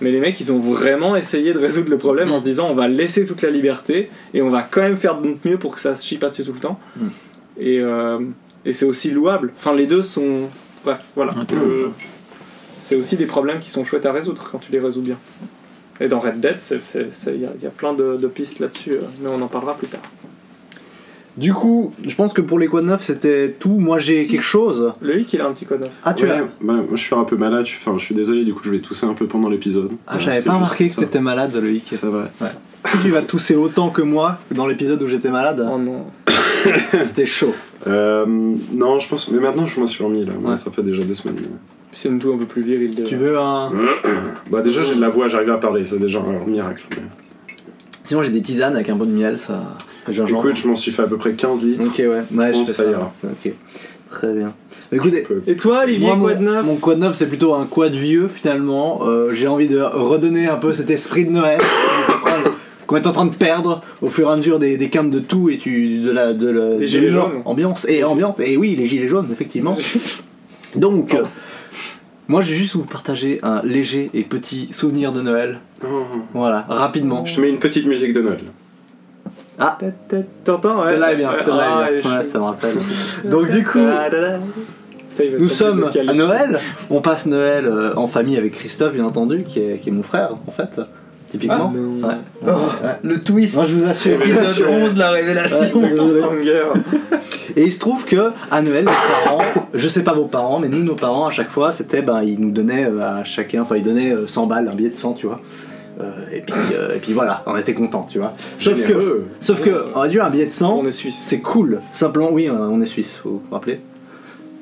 Speaker 5: Mais les mecs, ils ont vraiment essayé de résoudre le problème en se disant on va laisser toute la liberté et on va quand même faire de notre mieux pour que ça se chie pas dessus tout le temps.
Speaker 1: Mm.
Speaker 5: Et, euh, et c'est aussi louable. Enfin, les deux sont. Bref, voilà.
Speaker 7: Intéressant.
Speaker 5: Euh, c'est aussi des problèmes qui sont chouettes à résoudre quand tu les résous bien. Et dans Red Dead, il y, a- y a plein de, de pistes là-dessus, euh, mais on en parlera plus tard.
Speaker 1: Du coup, je pense que pour les quad 9, c'était tout. Moi, j'ai quelque chose.
Speaker 5: Loïc, il a un petit code neuf.
Speaker 1: Ah, tu
Speaker 4: Ouais,
Speaker 1: as.
Speaker 4: bah, moi, je suis un peu malade, je, suis- enfin, je suis désolé, du coup je vais tousser un peu pendant l'épisode.
Speaker 1: Ah,
Speaker 4: Voilà,
Speaker 1: j'avais
Speaker 4: c'était
Speaker 1: pas
Speaker 4: juste
Speaker 1: remarqué que
Speaker 4: ça.
Speaker 1: t'étais malade, Loïc.
Speaker 4: C'est vrai.
Speaker 1: tu vas tousser autant que moi dans l'épisode où j'étais malade.
Speaker 5: Oh non.
Speaker 1: C'était chaud.
Speaker 4: Euh, non, je pense. Mais maintenant je m'en suis remis là, Moi,
Speaker 1: Ouais.
Speaker 4: ça fait déjà deux semaines. mais-
Speaker 5: C'est une tout un peu plus viril déjà.
Speaker 1: Tu veux un.
Speaker 4: Bah déjà j'ai de la voix, j'arrive à parler, c'est déjà un miracle. mais-
Speaker 1: Sinon, j'ai des tisanes avec un peu de miel, ça. Gingembre.
Speaker 4: Écoute, je m'en suis fait à peu près 15 litres.
Speaker 1: Ok, ouais, ouais, je fais
Speaker 4: pense que ça
Speaker 1: ça.
Speaker 4: ira.
Speaker 1: ça, Ok, très bien. Bah, écoutez,
Speaker 5: Et toi, Olivier,
Speaker 1: moi,
Speaker 5: quoi
Speaker 1: mon-
Speaker 5: de neuf
Speaker 1: Mon quad neuf, c'est plutôt un quad vieux finalement. Euh, J'ai envie de redonner un peu cet esprit de Noël qu'on est en train de- qu'on est en train de perdre au fur et à mesure des, des quintes de tout et tu, de la, de la
Speaker 5: Des
Speaker 1: de
Speaker 5: gilets
Speaker 1: l'humeur,
Speaker 5: jaunes.
Speaker 1: ambiance et ambiance et oui les gilets jaunes effectivement. Donc
Speaker 5: Oh.
Speaker 1: euh, moi je vais juste vous partager un léger et petit souvenir de Noël.
Speaker 4: Oh.
Speaker 1: Voilà rapidement.
Speaker 4: Ah.
Speaker 5: Oh.
Speaker 4: Je te mets une petite musique de Noël.
Speaker 5: Ta- ta- T'entends ouais.
Speaker 1: Celle-là est bien,
Speaker 5: Ouais,
Speaker 1: celle-là
Speaker 5: ah,
Speaker 1: est bien.
Speaker 5: je-
Speaker 1: hein.
Speaker 5: Ah,
Speaker 1: Ouais, ça me rappelle. Donc du coup.
Speaker 5: Ta- ta- ta. Ça, il va
Speaker 1: Nous
Speaker 5: taper
Speaker 1: sommes
Speaker 5: le calme.
Speaker 1: à Noël, on passe Noël euh, en famille avec Christophe, bien entendu, qui est, qui est mon frère, en fait, typiquement.
Speaker 5: Ah,
Speaker 9: non.
Speaker 1: Ouais.
Speaker 9: Le twist
Speaker 1: Moi, je vous assure.
Speaker 9: Épisode 11, la
Speaker 1: Ouais,
Speaker 9: révélation
Speaker 1: désolé.
Speaker 5: Cliffhanger.
Speaker 1: Et il se trouve que à Noël, nos parents, je sais pas vos parents, mais nous, nos parents, à chaque fois, c'était, ben, ils nous donnaient euh, à chacun, enfin, ils donnaient euh, 100 balles, un billet de 100, tu vois. Euh, et, puis, euh, et puis voilà, on était contents, tu vois. Sauf que,
Speaker 4: Généreux.
Speaker 1: sauf que, on a dû un billet de 100,
Speaker 5: On est suisse.
Speaker 1: c'est cool. Simplement, oui, on est suisse, faut vous rappeler.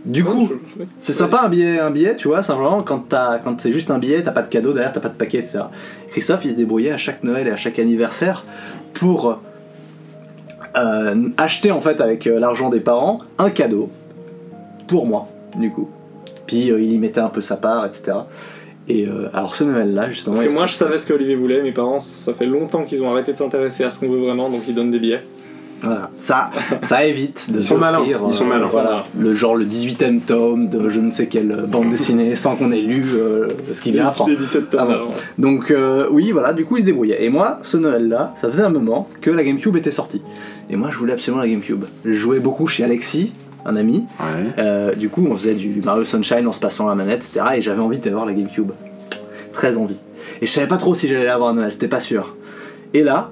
Speaker 1: Du coup, C'est sympa un billet, un billet, tu vois, simplement quand, t'as- quand c'est juste un billet, t'as pas de cadeau derrière, t'as pas de paquet, etc. Christophe, il se débrouillait à chaque Noël et à chaque anniversaire pour euh, acheter en fait avec euh, l'argent des parents un cadeau pour moi, du coup. Puis euh, il y mettait un peu sa part, etc. Et euh, alors ce Noël-là, justement.
Speaker 5: Parce que
Speaker 1: il
Speaker 5: moi,
Speaker 1: se-
Speaker 5: je savais ce que Olivier voulait. Mes parents, ça fait longtemps qu'ils ont arrêté de s'intéresser à ce qu'on veut vraiment, donc ils donnent des billets.
Speaker 1: Voilà, ça, ça évite de
Speaker 4: Ils sont malins,
Speaker 1: s'offrir,
Speaker 4: ils sont malins.
Speaker 1: voilà, le genre le 18ème tome de je ne sais quelle euh, bande dessinée sans qu'on ait lu euh, ce qu'il vient apprendre.
Speaker 5: Des 17 tonnes
Speaker 1: Ah bon.
Speaker 5: avant.
Speaker 1: Donc euh, oui, voilà, du coup il se débrouillait. Et moi, ce Noël-là, ça faisait un moment que la GameCube était sortie. Et moi, je voulais absolument la GameCube. Je jouais beaucoup chez Alexis, un ami.
Speaker 4: Ouais.
Speaker 1: Euh, du coup, on faisait du Mario Sunshine en se passant la manette, etc. Et j'avais envie d'avoir la GameCube. Très envie. Et je savais pas trop si j'allais l'avoir à Noël, c'était pas sûr. Et là,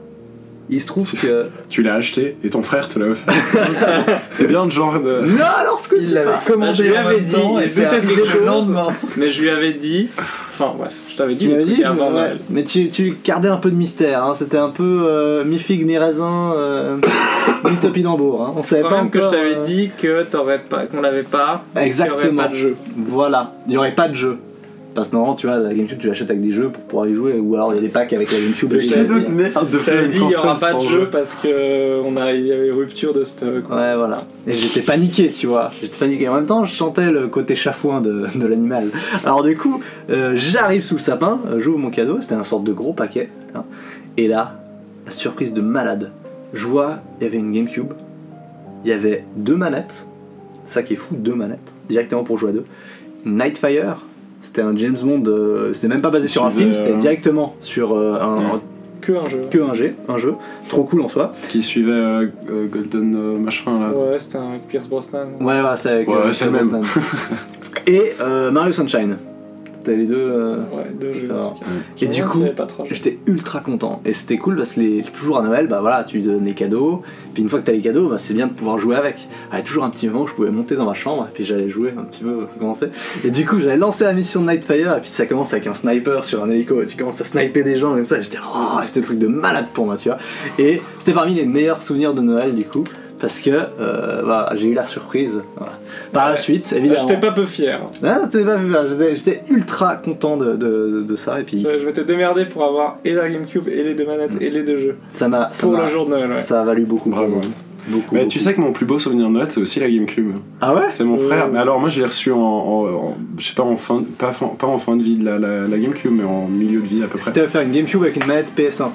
Speaker 1: il se trouve que...
Speaker 4: Tu l'as acheté et ton frère te l'a offert. c'est bien le genre de.
Speaker 1: non, alors ce que
Speaker 9: Il
Speaker 1: c'est
Speaker 9: l'avait
Speaker 1: pas
Speaker 5: Ah, je lui
Speaker 9: commandé en
Speaker 5: avais
Speaker 9: même
Speaker 5: dit,
Speaker 9: temps
Speaker 5: il
Speaker 9: et c'est
Speaker 5: doutait de
Speaker 9: arrivé
Speaker 5: quelque
Speaker 9: le
Speaker 5: chose.
Speaker 9: lendemain.
Speaker 5: Mais je lui avais dit. Enfin, bref, je t'avais
Speaker 1: Tu
Speaker 5: dit des
Speaker 1: m'avais
Speaker 5: trucs
Speaker 1: dit, je-
Speaker 5: avant
Speaker 1: ouais,
Speaker 5: Noël.
Speaker 1: mais tu, tu gardais un peu de mystère, hein, c'était un peu euh, mi figue mi raisin, euh, mi topinambour. Hein. On savait
Speaker 5: Quand
Speaker 1: pas
Speaker 5: même que je
Speaker 1: encore,
Speaker 5: t'avais
Speaker 1: euh,
Speaker 5: dit que t'aurais pas, qu'on l'avait pas, qu'il y aurait
Speaker 1: Exactement.
Speaker 5: pas de jeu.
Speaker 1: Voilà, il n'y aurait pas de jeu. Parce que normalement, tu vois, la GameCube, tu l'achètes avec des jeux pour pouvoir y jouer, ou alors il y a des packs avec la GameCube.
Speaker 4: Le
Speaker 1: et des-
Speaker 4: cadeau de merde de
Speaker 5: Je t'avais
Speaker 4: faire
Speaker 5: dit
Speaker 4: une
Speaker 5: il y aura
Speaker 4: console
Speaker 5: pas de
Speaker 4: sans
Speaker 5: jeu parce que euh, on a, il y avait rupture de euh, stock.
Speaker 1: Ouais, voilà. Et j'étais paniqué, tu vois. J'étais paniqué. En même temps, je sentais le côté chafouin de, de l'animal. Alors du coup, euh, j'arrive sous le sapin, euh, j'ouvre mon cadeau, c'était un sorte de gros paquet. hein. et là, la surprise de malade. Je vois, il y avait une GameCube, il y avait deux manettes, ça qui est fou, deux manettes, directement pour jouer à deux. Nightfire, c'était un James Bond, euh, c'était même pas basé sur un
Speaker 4: Sur
Speaker 1: film,
Speaker 4: des,
Speaker 1: c'était
Speaker 4: euh,
Speaker 1: directement sur euh, un,
Speaker 4: Ouais.
Speaker 5: Que un jeu.
Speaker 1: que un jeu, un jeu, trop cool en soi.
Speaker 4: Qui suivait euh, euh, Golden euh, machin là.
Speaker 5: Ouais, c'était un Pierce Brosnan.
Speaker 1: Ouais, ouais, c'est avec
Speaker 4: Ouais,
Speaker 1: euh,
Speaker 4: c'est
Speaker 1: Pierce
Speaker 4: le même.
Speaker 1: Brosnan. Et euh, Mario Sunshine. C'était les deux. euh,
Speaker 5: Ouais, deux jeux.
Speaker 1: Alors,
Speaker 5: en tout cas.
Speaker 1: Et
Speaker 5: Je
Speaker 1: du
Speaker 5: pense
Speaker 1: coup,
Speaker 5: qu'il y avait pas trois jeux.
Speaker 1: J'étais ultra content. Et c'était cool parce que les- toujours à Noël, bah voilà, tu donnes les cadeaux. Puis une fois que t'as les cadeaux, bah, c'est bien de pouvoir jouer avec. Ah, et toujours un petit moment où je pouvais monter dans ma chambre et puis j'allais jouer un petit peu, commencer. Et du coup, j'avais lancé la mission de Nightfire et puis ça commence avec un sniper sur un hélico et tu commences à sniper des gens comme ça. et J'étais, oh, c'était un truc de malade pour moi, tu vois. Et c'était parmi les meilleurs souvenirs de Noël du coup. Parce que euh, bah, j'ai eu la surprise. voilà. Par la
Speaker 5: Ouais.
Speaker 1: suite,
Speaker 5: Ah,
Speaker 1: évidemment.
Speaker 5: J'étais pas peu fier.
Speaker 1: Ah, c'était pas vu, j'étais- j'étais ultra content de, de- de- de ça et puis
Speaker 5: Ouais, Je m'étais démerdé pour avoir et la GameCube et les deux manettes et les deux jeux.
Speaker 1: ça m'a ça
Speaker 5: Pour
Speaker 1: m'a-
Speaker 5: le jour de Noël, ouais.
Speaker 1: ça a valu beaucoup
Speaker 4: Bravo.
Speaker 1: beaucoup,
Speaker 4: Mais
Speaker 1: beaucoup.
Speaker 4: tu sais que mon plus beau souvenir de Noël, c'est aussi la GameCube.
Speaker 1: ah ouais
Speaker 4: C'est mon
Speaker 5: Euh.
Speaker 4: frère. Mais alors moi, j'ai reçu en, en- en- je sais pas en fin, pas, fin- pas en fin de vie de la, la- la GameCube, mais en milieu de vie à peu
Speaker 1: Est-ce que
Speaker 4: près.
Speaker 1: t'avais faire une GameCube avec une manette PS1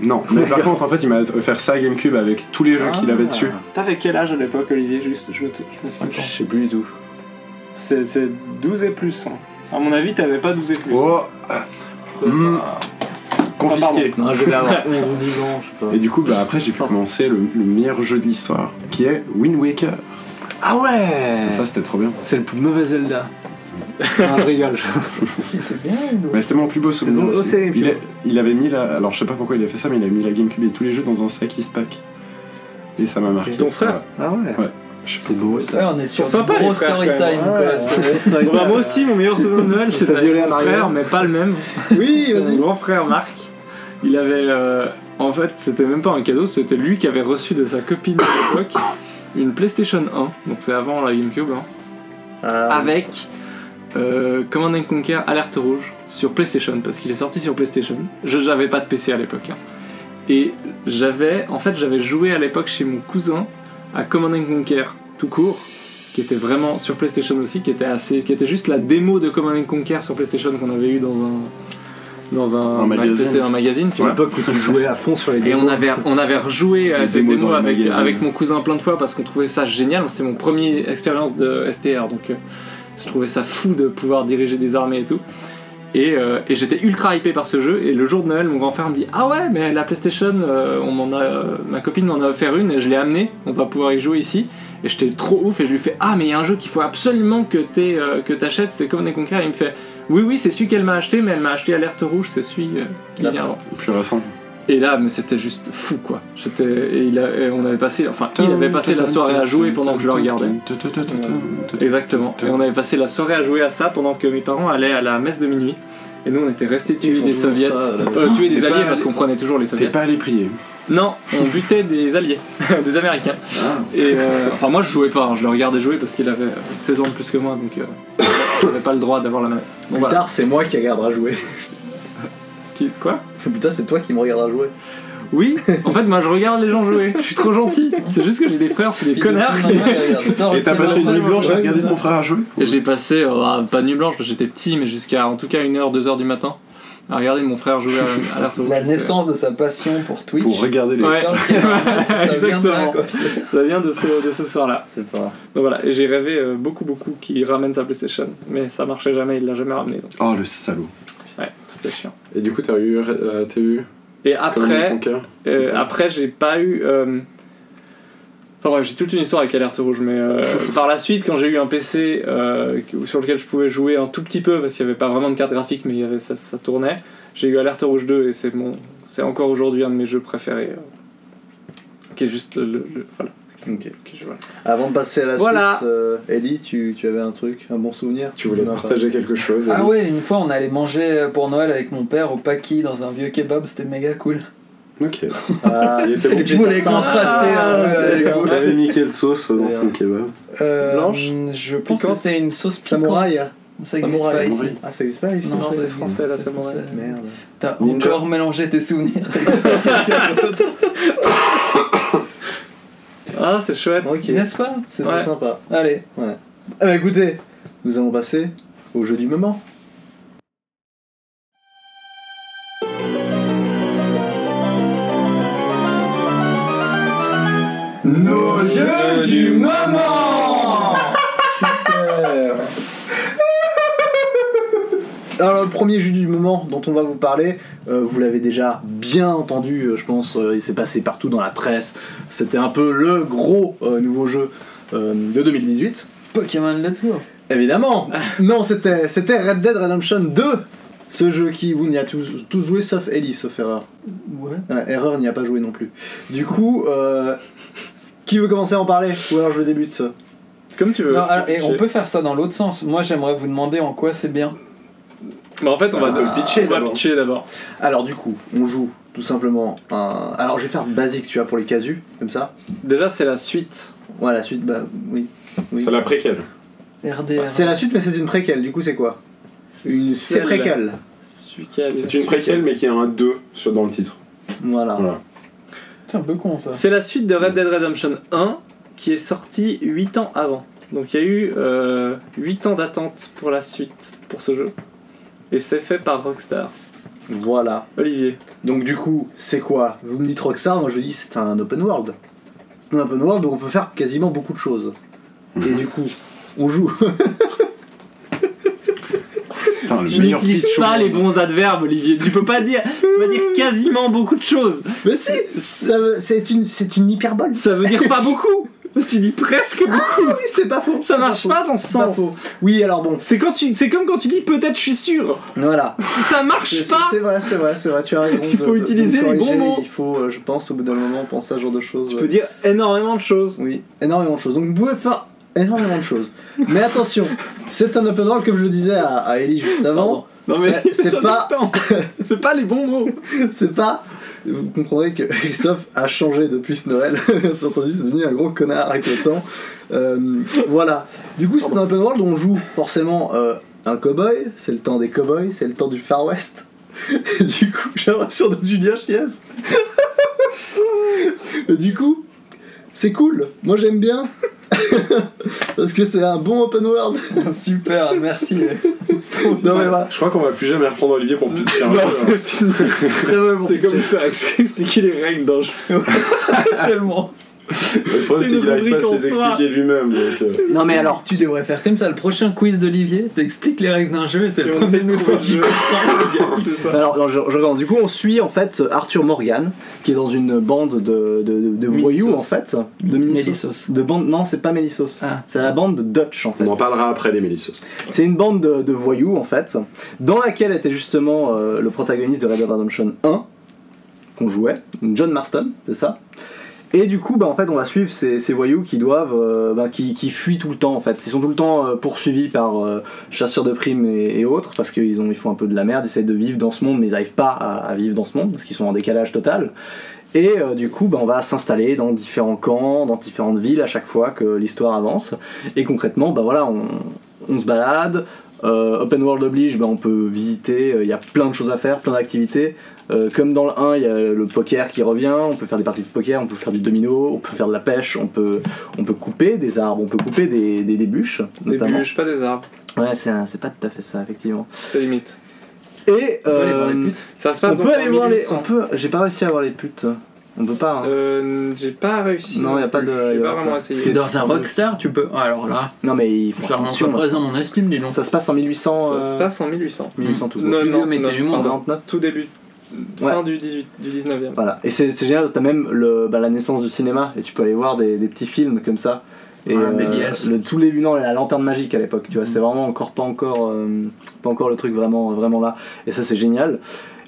Speaker 4: Non. Mais par contre, en fait, il m'a offert sa GameCube avec tous les jeux qu'il avait dessus.
Speaker 5: T'avais quel âge à l'époque, Olivier Juste, je me, je me
Speaker 1: Ah, Je sais plus du tout.
Speaker 5: C'est c'est 12 et plus. hein. À mon avis, t'avais pas 12 et plus.
Speaker 4: Oh,
Speaker 5: T'avais
Speaker 4: hmm.
Speaker 5: pas-
Speaker 4: confisqué.
Speaker 1: Non, je devais avoir 11 ou 12 ans, je sais pas.
Speaker 4: Et du coup, bah, après, j'ai pu commencer le, le meilleur jeu de l'histoire, qui est Wind Waker.
Speaker 1: Ah ouais
Speaker 4: Et ça, c'était trop bien.
Speaker 1: C'est le plus mauvais Zelda. non, je rigole.
Speaker 9: C'est bien, Uno.
Speaker 4: Mais c'était mon plus beau souvenir.
Speaker 1: C'est-
Speaker 4: aussi.
Speaker 1: oh, c'est-
Speaker 4: Il, a- il avait mis la. Alors, je sais pas pourquoi il a fait ça, mais il a mis la GameCube et tous les jeux dans un sac pack. Et ça m'a marqué.
Speaker 5: Ton frère
Speaker 1: Ah ouais
Speaker 4: Je sais pas.
Speaker 1: C'est beau ça.
Speaker 9: Ouais, on est sur
Speaker 5: Ils sont
Speaker 9: une
Speaker 5: sympas, les
Speaker 9: grosse
Speaker 5: frères,
Speaker 9: story
Speaker 5: quand
Speaker 9: time.
Speaker 5: même.
Speaker 1: Ah
Speaker 9: quoi.
Speaker 1: ouais,
Speaker 9: C'est-
Speaker 1: c'est vrai.
Speaker 5: Bon, bah, moi aussi, mon meilleur souvenir de Noël, c'était
Speaker 1: T'as violé
Speaker 5: avec mon
Speaker 1: à Mario.
Speaker 5: frère, mais pas le même.
Speaker 1: Oui,
Speaker 5: Euh, Mon
Speaker 1: vas-y.
Speaker 5: grand frère Marc, il avait. euh, en fait, c'était même pas un cadeau, c'était lui qui avait reçu de sa copine de l'époque une PlayStation 1, donc c'est avant la GameCube, hein,
Speaker 1: Ah,
Speaker 5: avec euh, Command and Conquer Alerte Rouge sur PlayStation parce qu'il est sorti sur PlayStation. Je n'avais pas de PC à l'époque. hein. Et j'avais, en fait, j'avais joué à l'époque chez mon cousin à Command and Conquer tout court, qui était vraiment sur PlayStation aussi, qui était assez, qui était juste la démo de Command and Conquer sur PlayStation qu'on avait eu dans un dans un,
Speaker 4: Un magazine.
Speaker 5: PC, un magazine, tu
Speaker 4: Ouais.
Speaker 5: vois.
Speaker 10: À l'époque où tu jouais à fond sur les
Speaker 5: Et
Speaker 10: démos.
Speaker 5: on avait, on avait rejoué euh, à
Speaker 4: Les
Speaker 5: cette
Speaker 4: démos
Speaker 5: démo
Speaker 4: dans les
Speaker 5: avec,
Speaker 4: magazines.
Speaker 5: avec mon cousin plein de fois parce qu'on trouvait ça génial. C'était mon premier expérience de STR, donc euh, je trouvais ça fou de pouvoir diriger des armées et tout. Et, euh, et j'étais ultra hypé par ce jeu. Et le jour de Noël, mon grand frère me dit Ah ouais, mais la PlayStation, euh, on m'en a, euh, ma copine m'en a offert une et je l'ai amenée. On va pouvoir y jouer ici. Et j'étais trop ouf et je lui fais Ah, mais il y a un jeu qu'il faut absolument que t'aies, euh, que t'achètes, c'est comme des conquêtes. Et il me fait Oui, oui, c'est celui qu'elle m'a acheté, mais elle m'a acheté Alerte Rouge, c'est celui euh, qui vient avant.
Speaker 4: Plus récent.
Speaker 5: Et là, mais c'était juste fou quoi. J'étais, et il a- et on avait passé, enfin, il avait passé la soirée à jouer pendant que je le regardais. Exactement. Et on avait passé la soirée à jouer à ça pendant que mes parents allaient à la messe de minuit. Et nous, on était restés tuer
Speaker 1: font
Speaker 5: des
Speaker 1: toujours
Speaker 5: soviets,
Speaker 1: ça, là.
Speaker 5: Euh, tuer des
Speaker 4: T'es
Speaker 5: alliés
Speaker 4: pas-
Speaker 5: parce qu'on prenait toujours les
Speaker 4: T'es
Speaker 5: soviets.
Speaker 4: pas allé prier.
Speaker 5: Non, on butait des alliés, des américains.
Speaker 4: Ah.
Speaker 5: Et euh, enfin, moi, je jouais pas. hein. Je le regardais jouer parce qu'il avait euh, 16 ans de plus que moi, donc euh, j'avais pas le droit d'avoir la manette. Donc
Speaker 1: Plus
Speaker 5: voilà.
Speaker 1: tard, c'est moi qui regardera jouer.
Speaker 5: Qui- quoi
Speaker 1: C'est plus tard, c'est toi qui me regarderas jouer.
Speaker 5: Oui, en fait, moi je regarde les gens jouer, je suis trop gentil. C'est juste que j'ai des frères, c'est des connards.
Speaker 4: Et t'as passé une nuit blanche à regarder ton frère à jouer
Speaker 5: Et j'ai passé, euh, ah, pas nuit blanche, j'étais petit, mais jusqu'à en tout cas 1h, 2h du matin à regarder mon frère jouer à, à l'Arte Rouge.
Speaker 7: La naissance de sa passion pour Twitch.
Speaker 4: Pour regarder les.
Speaker 5: Ouais,
Speaker 7: Putain, c'est- ça vient de là,
Speaker 5: Exactement.
Speaker 7: quoi. C'est-
Speaker 5: ça vient de ce, de ce soir-là.
Speaker 7: C'est pas.
Speaker 5: Donc voilà, et j'ai rêvé euh, beaucoup, beaucoup qu'il ramène sa PlayStation, mais ça marchait jamais, il l'a jamais ramené. Donc
Speaker 4: Oh le salaud.
Speaker 5: ouais, c'était chiant.
Speaker 4: Et du coup, t'as eu. euh, T'as eu.
Speaker 5: Et
Speaker 4: Command
Speaker 5: après,
Speaker 4: Conquer
Speaker 5: Euh,
Speaker 4: Putain.
Speaker 5: après, j'ai pas eu. euh, Enfin bref, j'ai toute une histoire avec Alerte Rouge, mais euh, par la suite, quand j'ai eu un PC euh, sur lequel je pouvais jouer un tout petit peu, parce qu'il n'y avait pas vraiment de carte graphique, mais il y avait, ça, ça tournait, j'ai eu Alerte Rouge 2 et c'est mon, c'est encore aujourd'hui un de mes jeux préférés, euh, qui est juste le, le- voilà.
Speaker 1: Ok.
Speaker 5: qui je- voilà.
Speaker 1: Avant de passer à la
Speaker 5: Voilà.
Speaker 1: suite, euh, Ellie, tu, tu avais un truc, un bon souvenir
Speaker 4: Tu voulais
Speaker 1: m'as
Speaker 4: partager quelque chose.
Speaker 7: Ah ouais, une fois on allait manger pour Noël avec mon père au Paki dans un vieux kebab, c'était méga cool.
Speaker 4: Ok.
Speaker 1: pas. Ah,
Speaker 4: Il était
Speaker 1: c'est
Speaker 4: bon.
Speaker 1: les
Speaker 7: Je voulais
Speaker 1: plaisirs
Speaker 7: contraster un peu
Speaker 1: simples.
Speaker 7: avec-
Speaker 1: C'est cool.
Speaker 4: T'avais mis quelle sauce dans ton kebab
Speaker 7: Euh,
Speaker 5: Blanche,
Speaker 7: Je pense que
Speaker 5: piquante.
Speaker 7: c'était une sauce piquante.
Speaker 1: Samouraï. hein.
Speaker 7: Ça existe pas
Speaker 1: Samouraï.
Speaker 7: ici.
Speaker 1: Ah, ça existe pas ici
Speaker 7: Non,
Speaker 5: Non,
Speaker 7: c'est
Speaker 5: c'est
Speaker 7: français,
Speaker 5: français, la
Speaker 7: c'est
Speaker 5: samouraï.
Speaker 7: français.
Speaker 1: Merde.
Speaker 7: T'as
Speaker 4: Ninja.
Speaker 7: encore mélangé tes souvenirs.
Speaker 5: Ah, c'est chouette.
Speaker 1: Ok,
Speaker 7: N'est-ce pas
Speaker 1: c'était
Speaker 5: Ouais.
Speaker 1: sympa.
Speaker 7: Allez.
Speaker 1: Eh ben, écoutez, nous allons passer au jeu du moment.
Speaker 10: Nos jeux du moment
Speaker 1: Alors le premier jeu du moment dont on va vous parler, euh, vous l'avez déjà bien entendu, euh, je pense, euh, il s'est passé partout dans la presse. C'était un peu le gros euh, nouveau jeu euh, de 2018.
Speaker 7: Pokémon Let's Go.
Speaker 1: Évidemment Non, c'était c'était Red Dead Redemption 2 Ce jeu qui, vous n'y a tous, tous joué sauf Ellie, sauf erreur.
Speaker 7: Ouais.
Speaker 1: Ouais, erreur n'y a pas joué non plus. Du coup, euh, qui veut commencer à en parler Ou alors je débute ça.
Speaker 5: Comme tu veux.
Speaker 7: Non, alors, et on
Speaker 5: Euh, J'ai-
Speaker 7: peut faire ça dans l'autre sens. Moi, j'aimerais vous demander en quoi c'est bien.
Speaker 5: Bah, en fait, on va
Speaker 1: Ah,
Speaker 5: le pitcher. On va
Speaker 1: d'abord.
Speaker 5: pitcher d'abord.
Speaker 1: Alors du coup, on joue tout simplement un... Alors je vais faire basique, tu vois, pour les casus, comme ça.
Speaker 5: Déjà, c'est la suite.
Speaker 1: Ouais, la suite, bah oui. Oui.
Speaker 4: C'est la préquelle.
Speaker 7: RDR.
Speaker 1: C'est la suite, mais c'est une préquelle, du coup c'est quoi Une
Speaker 5: C'est
Speaker 1: c'est préquelle.
Speaker 5: Suicale.
Speaker 4: C'est une préquelle, mais qui a un 2 sur- dans le titre.
Speaker 1: Voilà.
Speaker 4: Voilà.
Speaker 7: C'est un peu con ça.
Speaker 5: C'est la suite de Red Dead Redemption 1 qui est sortie 8 ans avant. Donc il y a eu euh, 8 ans d'attente pour la suite, pour ce jeu. Et c'est fait par Rockstar.
Speaker 1: Voilà.
Speaker 5: Olivier.
Speaker 1: Donc du coup, c'est quoi Vous me dites Rockstar, moi je vous dis c'est un open world. C'est un open world où on peut faire quasiment beaucoup de choses. Et du coup, on joue.
Speaker 4: Putain, le
Speaker 5: Tu
Speaker 4: meilleur
Speaker 5: n'utilises
Speaker 4: pitch au
Speaker 5: pas
Speaker 4: monde.
Speaker 5: les bons adverbes, Olivier. Tu peux pas dire, tu peux dire quasiment beaucoup de choses.
Speaker 1: Mais si ça veut- C'est une, c'est une hyperbole.
Speaker 5: Ça veut dire pas beaucoup. Tu dis presque beaucoup.
Speaker 1: Oui, c'est pas faux.
Speaker 5: Ça marche Ah pas dans ce
Speaker 1: C'est pas
Speaker 5: sens.
Speaker 1: faux. Oui, alors bon,
Speaker 5: C'est quand tu, c'est comme quand tu dis peut-être je suis sûr.
Speaker 1: voilà.
Speaker 5: Ça marche
Speaker 1: C'est
Speaker 5: pas.
Speaker 1: c'est vrai, c'est vrai, c'est vrai. Tu as raison. de-
Speaker 5: Il faut
Speaker 1: de- de
Speaker 5: utiliser
Speaker 1: me
Speaker 5: les bons
Speaker 1: corriger.
Speaker 5: mots.
Speaker 1: Il faut, euh, je pense, au bout d'un moment, penser à ce genre de choses.
Speaker 5: Tu
Speaker 1: ouais.
Speaker 5: peux dire énormément de choses.
Speaker 1: Oui, énormément de choses. Donc vous pouvez faire énormément de choses. Mais attention, c'est un open world comme je le disais à, à Ellie juste avant.
Speaker 5: Pardon. Non mais
Speaker 1: C'est- c'est
Speaker 5: ça
Speaker 1: pas-
Speaker 5: m'étonne. C'est pas les bons mots.
Speaker 1: C'est pas. Vous comprendrez que Christophe a changé depuis ce Noël. Bien sûr, entendu, c'est devenu un gros connard avec le temps. Euh, voilà. Du coup, c'est un open world où on joue forcément euh, un cowboy, c'est le temps des cowboys, c'est le temps du Far West. du coup, j'ai l'impression de Julien Chies. Et du coup, c'est cool. Moi, j'aime bien. Parce que c'est un bon open world.
Speaker 7: Super, merci.
Speaker 1: non, mais voilà.
Speaker 4: Je crois qu'on va plus jamais reprendre Olivier pour pitcher un
Speaker 1: Non,
Speaker 4: jeu. hein.
Speaker 1: c'est fini. Très bon pour
Speaker 5: C'est
Speaker 1: pitcher.
Speaker 5: comme faire ex- expliquer les règles d'un jeu.
Speaker 7: Tellement.
Speaker 4: Le problème,
Speaker 5: c'est
Speaker 4: c'est
Speaker 5: une
Speaker 4: qu'il arrive pas à se
Speaker 5: rubrique
Speaker 4: les
Speaker 5: en soi.
Speaker 4: expliquer lui-même. donc, euh,
Speaker 1: Non, mais alors,
Speaker 7: Ah, Tu devrais faire comme ça le prochain quiz d'Olivier. T'expliques les règles d'un jeu et c'est le
Speaker 5: Et on
Speaker 7: premier
Speaker 5: sait
Speaker 7: de
Speaker 5: trouver le jeu.
Speaker 7: C'est ça.
Speaker 1: Alors, non, je, je regarde. du coup, on suit en fait Arthur Morgan, qui est dans une bande de, de- de- de voyous en
Speaker 7: Mélissos.
Speaker 1: fait. De
Speaker 7: Mélissos.
Speaker 1: De bande, non, c'est pas Mélissos.
Speaker 7: Ah.
Speaker 1: C'est la bande de Dutch en fait.
Speaker 4: On en parlera après des Mélissos.
Speaker 1: C'est une bande de, de voyous en fait, dans laquelle était justement euh, le protagoniste de Red Dead Redemption 1, qu'on jouait, John Marston, c'est ça. Et du coup, bah, en fait, on va suivre ces, ces voyous qui doivent, euh, bah, qui, qui fuient tout le temps en fait. Ils sont tout le temps euh, poursuivis par euh, chasseurs de primes et, et autres parce qu'ils ont, ils font un peu de la merde, ils essayent de vivre dans ce monde, mais ils n'arrivent pas à, à vivre dans ce monde parce qu'ils sont en décalage total. Et euh, du coup, bah, on va s'installer dans différents camps, dans différentes villes à chaque fois que l'histoire avance. Et concrètement, bah voilà, on, on se balade. Euh, Open World oblige, bah, on peut visiter, euh, il y a plein de choses à faire, plein d'activités. Euh, comme dans le 1, il y a le poker qui revient, on peut faire des parties de poker, on peut faire du domino, on peut faire de la pêche, on peut, on peut couper des arbres, on peut couper des, des, des bûches.
Speaker 5: Des
Speaker 1: notamment.
Speaker 5: bûches, pas des arbres.
Speaker 1: Ouais, c'est un- c'est pas tout à fait ça, effectivement.
Speaker 5: C'est limite.
Speaker 1: Et.
Speaker 7: On peut aller voir les
Speaker 1: euh,
Speaker 7: putes.
Speaker 5: Ça se passe
Speaker 1: on
Speaker 5: donc
Speaker 1: peut
Speaker 5: en
Speaker 1: aller voir les.
Speaker 5: 1800.
Speaker 1: On peut... J'ai pas réussi à voir les putes. On peut pas. hein.
Speaker 5: Euh, j'ai pas réussi.
Speaker 1: Non, y a pas de- y
Speaker 5: J'ai
Speaker 1: a
Speaker 5: pas
Speaker 1: pas
Speaker 5: vraiment
Speaker 1: ça.
Speaker 5: essayé.
Speaker 7: Dans un rockstar, tu peux. Ah, alors là,
Speaker 1: Non, mais il faut.
Speaker 7: ça remonte pas
Speaker 1: attention,
Speaker 7: présent mon estime, dis donc.
Speaker 1: Ça se passe en 1800.
Speaker 5: Ça se
Speaker 1: euh,
Speaker 5: passe en 1800.
Speaker 1: 1800 tout court.
Speaker 5: Non,
Speaker 7: plus
Speaker 5: non,
Speaker 7: vieux métier
Speaker 5: non,
Speaker 7: du monde,
Speaker 5: pardon.
Speaker 1: 49.
Speaker 5: Tout début. Fin du 18, du 19e.
Speaker 1: Voilà. Et c'est c'est génial, parce que t'as même le, bah, la naissance du cinéma, et tu peux aller voir des, des petits films comme ça. Et euh,
Speaker 7: Ah, mais yes.
Speaker 1: le, tous les non, la lanterne magique à l'époque, tu
Speaker 7: Mm.
Speaker 1: vois, c'est vraiment encore pas encore, euh, pas encore le truc vraiment, vraiment là. Et ça, c'est génial.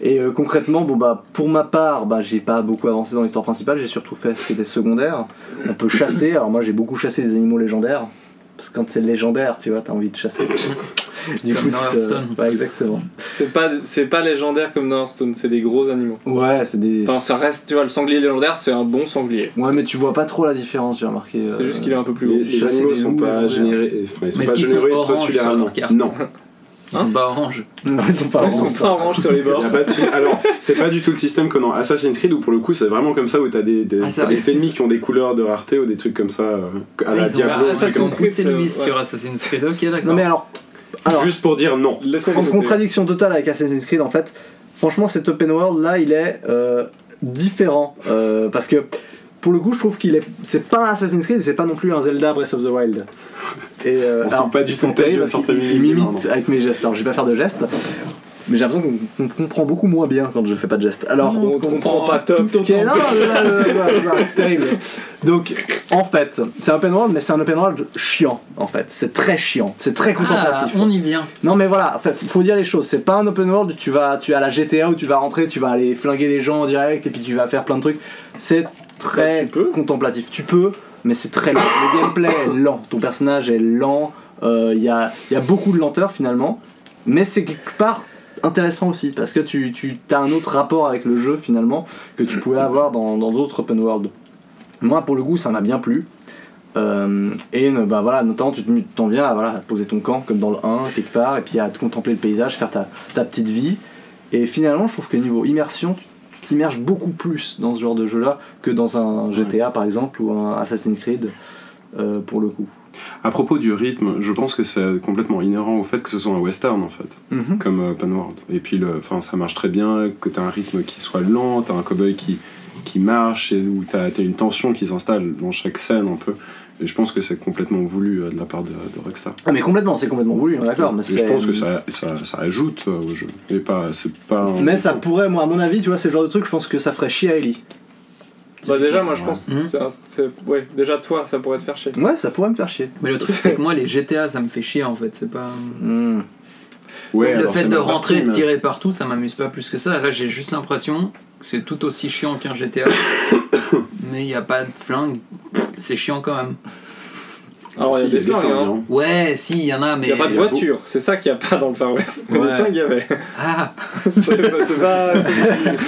Speaker 1: Et euh, concrètement, bon bah pour ma part, bah j'ai pas beaucoup avancé dans l'histoire principale, j'ai surtout fait ce qui était secondaire. On peut chasser, alors moi j'ai beaucoup chassé des animaux légendaires, parce que quand c'est légendaire, tu vois, t'as envie de chasser. du
Speaker 7: Comme
Speaker 1: coup,
Speaker 7: dans
Speaker 1: tu te-
Speaker 7: Hearthstone.
Speaker 1: ouais, exactement.
Speaker 5: C'est pas, c'est pas légendaire comme dans Hearthstone, c'est des gros animaux.
Speaker 1: Ouais, c'est des.
Speaker 5: Enfin, ça reste, tu vois, le sanglier légendaire, c'est un bon sanglier.
Speaker 1: Ouais, mais tu vois pas trop la différence, j'ai remarqué. euh,
Speaker 5: C'est juste qu'il est un peu plus gros.
Speaker 4: Les, les
Speaker 1: Ça, c'est
Speaker 4: animaux
Speaker 1: des
Speaker 4: sont
Speaker 1: loups,
Speaker 4: pas
Speaker 1: ouais.
Speaker 4: générés, enfin, ils sont
Speaker 7: Mais
Speaker 4: pas
Speaker 7: est-ce qu'ils sont
Speaker 4: générés
Speaker 7: oranges sur
Speaker 4: postulairement.
Speaker 7: leur carte
Speaker 4: Non.
Speaker 7: Ils sont pas orange.
Speaker 1: Non, ils sont pas
Speaker 5: Ils sont pas orange sur les
Speaker 4: Y
Speaker 5: bords.
Speaker 4: a pas de- Alors, c'est pas du tout le système que dans Assassin's Creed où pour le coup c'est vraiment comme ça où t'as des, des,
Speaker 7: Ah, c'est
Speaker 4: t'as
Speaker 7: vrai.
Speaker 4: des ennemis qui ont des couleurs de rareté ou des trucs comme ça euh, à la
Speaker 7: Ah, ils ont
Speaker 4: Diablo.
Speaker 7: la-
Speaker 4: un truc comme
Speaker 7: Assassin's
Speaker 4: ça.
Speaker 7: Creed, c'est
Speaker 5: ça.
Speaker 7: lui
Speaker 5: Ouais.
Speaker 7: sur Assassin's Creed. Ok,
Speaker 1: Non,
Speaker 7: d'accord.
Speaker 1: mais euh, alors. Alors,
Speaker 4: Juste pour dire non.
Speaker 5: Laissez-les
Speaker 1: en
Speaker 5: voter.
Speaker 1: contradiction totale avec Assassin's Creed, en fait, franchement, cet open world là, il est euh, différent. euh, parce que. Pour le coup, je trouve qu'il est. C'est pas un Assassin's Creed et c'est pas non plus un Zelda Breath of the Wild. Et euh,
Speaker 4: On se fout pas du
Speaker 1: ils sont
Speaker 4: contenu,
Speaker 1: terribles
Speaker 4: on sort
Speaker 1: parce
Speaker 4: ta
Speaker 1: qu'ils-
Speaker 4: mini-
Speaker 1: ils m'imitent
Speaker 4: maintenant.
Speaker 1: avec mes gestes. Alors, je vais pas faire de gestes, mais j'ai l'impression qu'on qu'on comprend beaucoup moins bien quand je fais pas de gestes. Alors,
Speaker 5: On comprend pas top.
Speaker 1: Ce qui est- non, non, non, non, non, non, c'est terrible. Donc, en fait, c'est un open world, mais c'est un open world chiant, en fait. C'est très chiant, c'est très
Speaker 7: Ah,
Speaker 1: contemplatif.
Speaker 7: on y vient.
Speaker 1: Non, mais voilà, enfin, faut faut dire les choses. C'est pas un open world où tu vas, tu as la GTA où tu vas rentrer, tu vas aller flinguer des gens en direct et puis tu vas faire plein de trucs. C'est très
Speaker 5: Bah, tu peux.
Speaker 1: contemplatif. Tu peux, mais c'est très lent. Le gameplay est lent. Ton personnage est lent. Euh, Il y, a, il y a beaucoup de lenteur finalement, mais c'est quelque part intéressant aussi parce que tu, tu as un autre rapport avec le jeu finalement que tu pouvais avoir dans dans d'autres open world. Moi, pour le coup, ça m'a bien plu. Euh, et ne- bah voilà, notamment tu te- t'en viens à voilà, à poser ton camp comme dans le 1 quelque part et puis à te contempler le paysage, faire ta, ta petite vie. Et finalement, je trouve que niveau immersion, tu tu t'immerges beaucoup plus dans ce genre de jeu là que dans un GTA par exemple ou un Assassin's Creed euh, pour le coup.
Speaker 4: À propos du rythme, je pense que c'est complètement inhérent au fait que ce soit un western en fait,
Speaker 1: Mhm.
Speaker 4: comme euh, open world. Et puis, le- enfin, ça marche très bien que t'as un rythme qui soit lent, t'as un cowboy qui qui marche et où t'as as une tension qui s'installe dans chaque scène un peu. Et je pense que c'est complètement voulu euh, de la part de, de Rockstar.
Speaker 1: Ah, mais complètement, c'est complètement voulu, on est d'accord. Mais
Speaker 4: Et je
Speaker 1: Bah, c'est-
Speaker 4: pense que ça, ça, ça ajoute euh, au jeu. Et pas, c'est pas. un-
Speaker 1: Mais ça pourrait, moi à mon avis, tu vois, c'est le genre de truc, je pense que ça ferait chier à Ellie.
Speaker 5: Bah, déjà, moi je
Speaker 4: Ouais.
Speaker 5: pense. que
Speaker 7: Mhm.
Speaker 5: c'est un- c'est- Ouais, déjà toi, ça pourrait te faire chier.
Speaker 1: Ouais, ça pourrait me faire chier.
Speaker 7: Mais le truc, c'est que moi, les GTA, ça me fait chier en fait. C'est pas.
Speaker 1: Hmm.
Speaker 4: Ouais,
Speaker 7: le
Speaker 4: alors,
Speaker 7: fait
Speaker 4: c'est
Speaker 7: de
Speaker 4: même pas
Speaker 7: rentrer et
Speaker 4: cool,
Speaker 7: de
Speaker 4: mais-
Speaker 7: tirer partout, ça m'amuse pas plus que ça. Là, j'ai juste l'impression que c'est tout aussi chiant qu'un GTA. mais il n'y a pas de flingue. C'est chiant quand même.
Speaker 5: Alors, il y a
Speaker 4: Si,
Speaker 5: des flingues, hein.
Speaker 4: hein.
Speaker 3: Ouais, si, il y en a, mais.
Speaker 5: Il n'y a pas de
Speaker 4: y a
Speaker 5: voiture, c'est ça qu'il n'y a pas dans le Far West. Mais
Speaker 1: Ouais.
Speaker 5: des flingues, il y avait.
Speaker 3: Ah,
Speaker 5: c'est pas- c'est pas-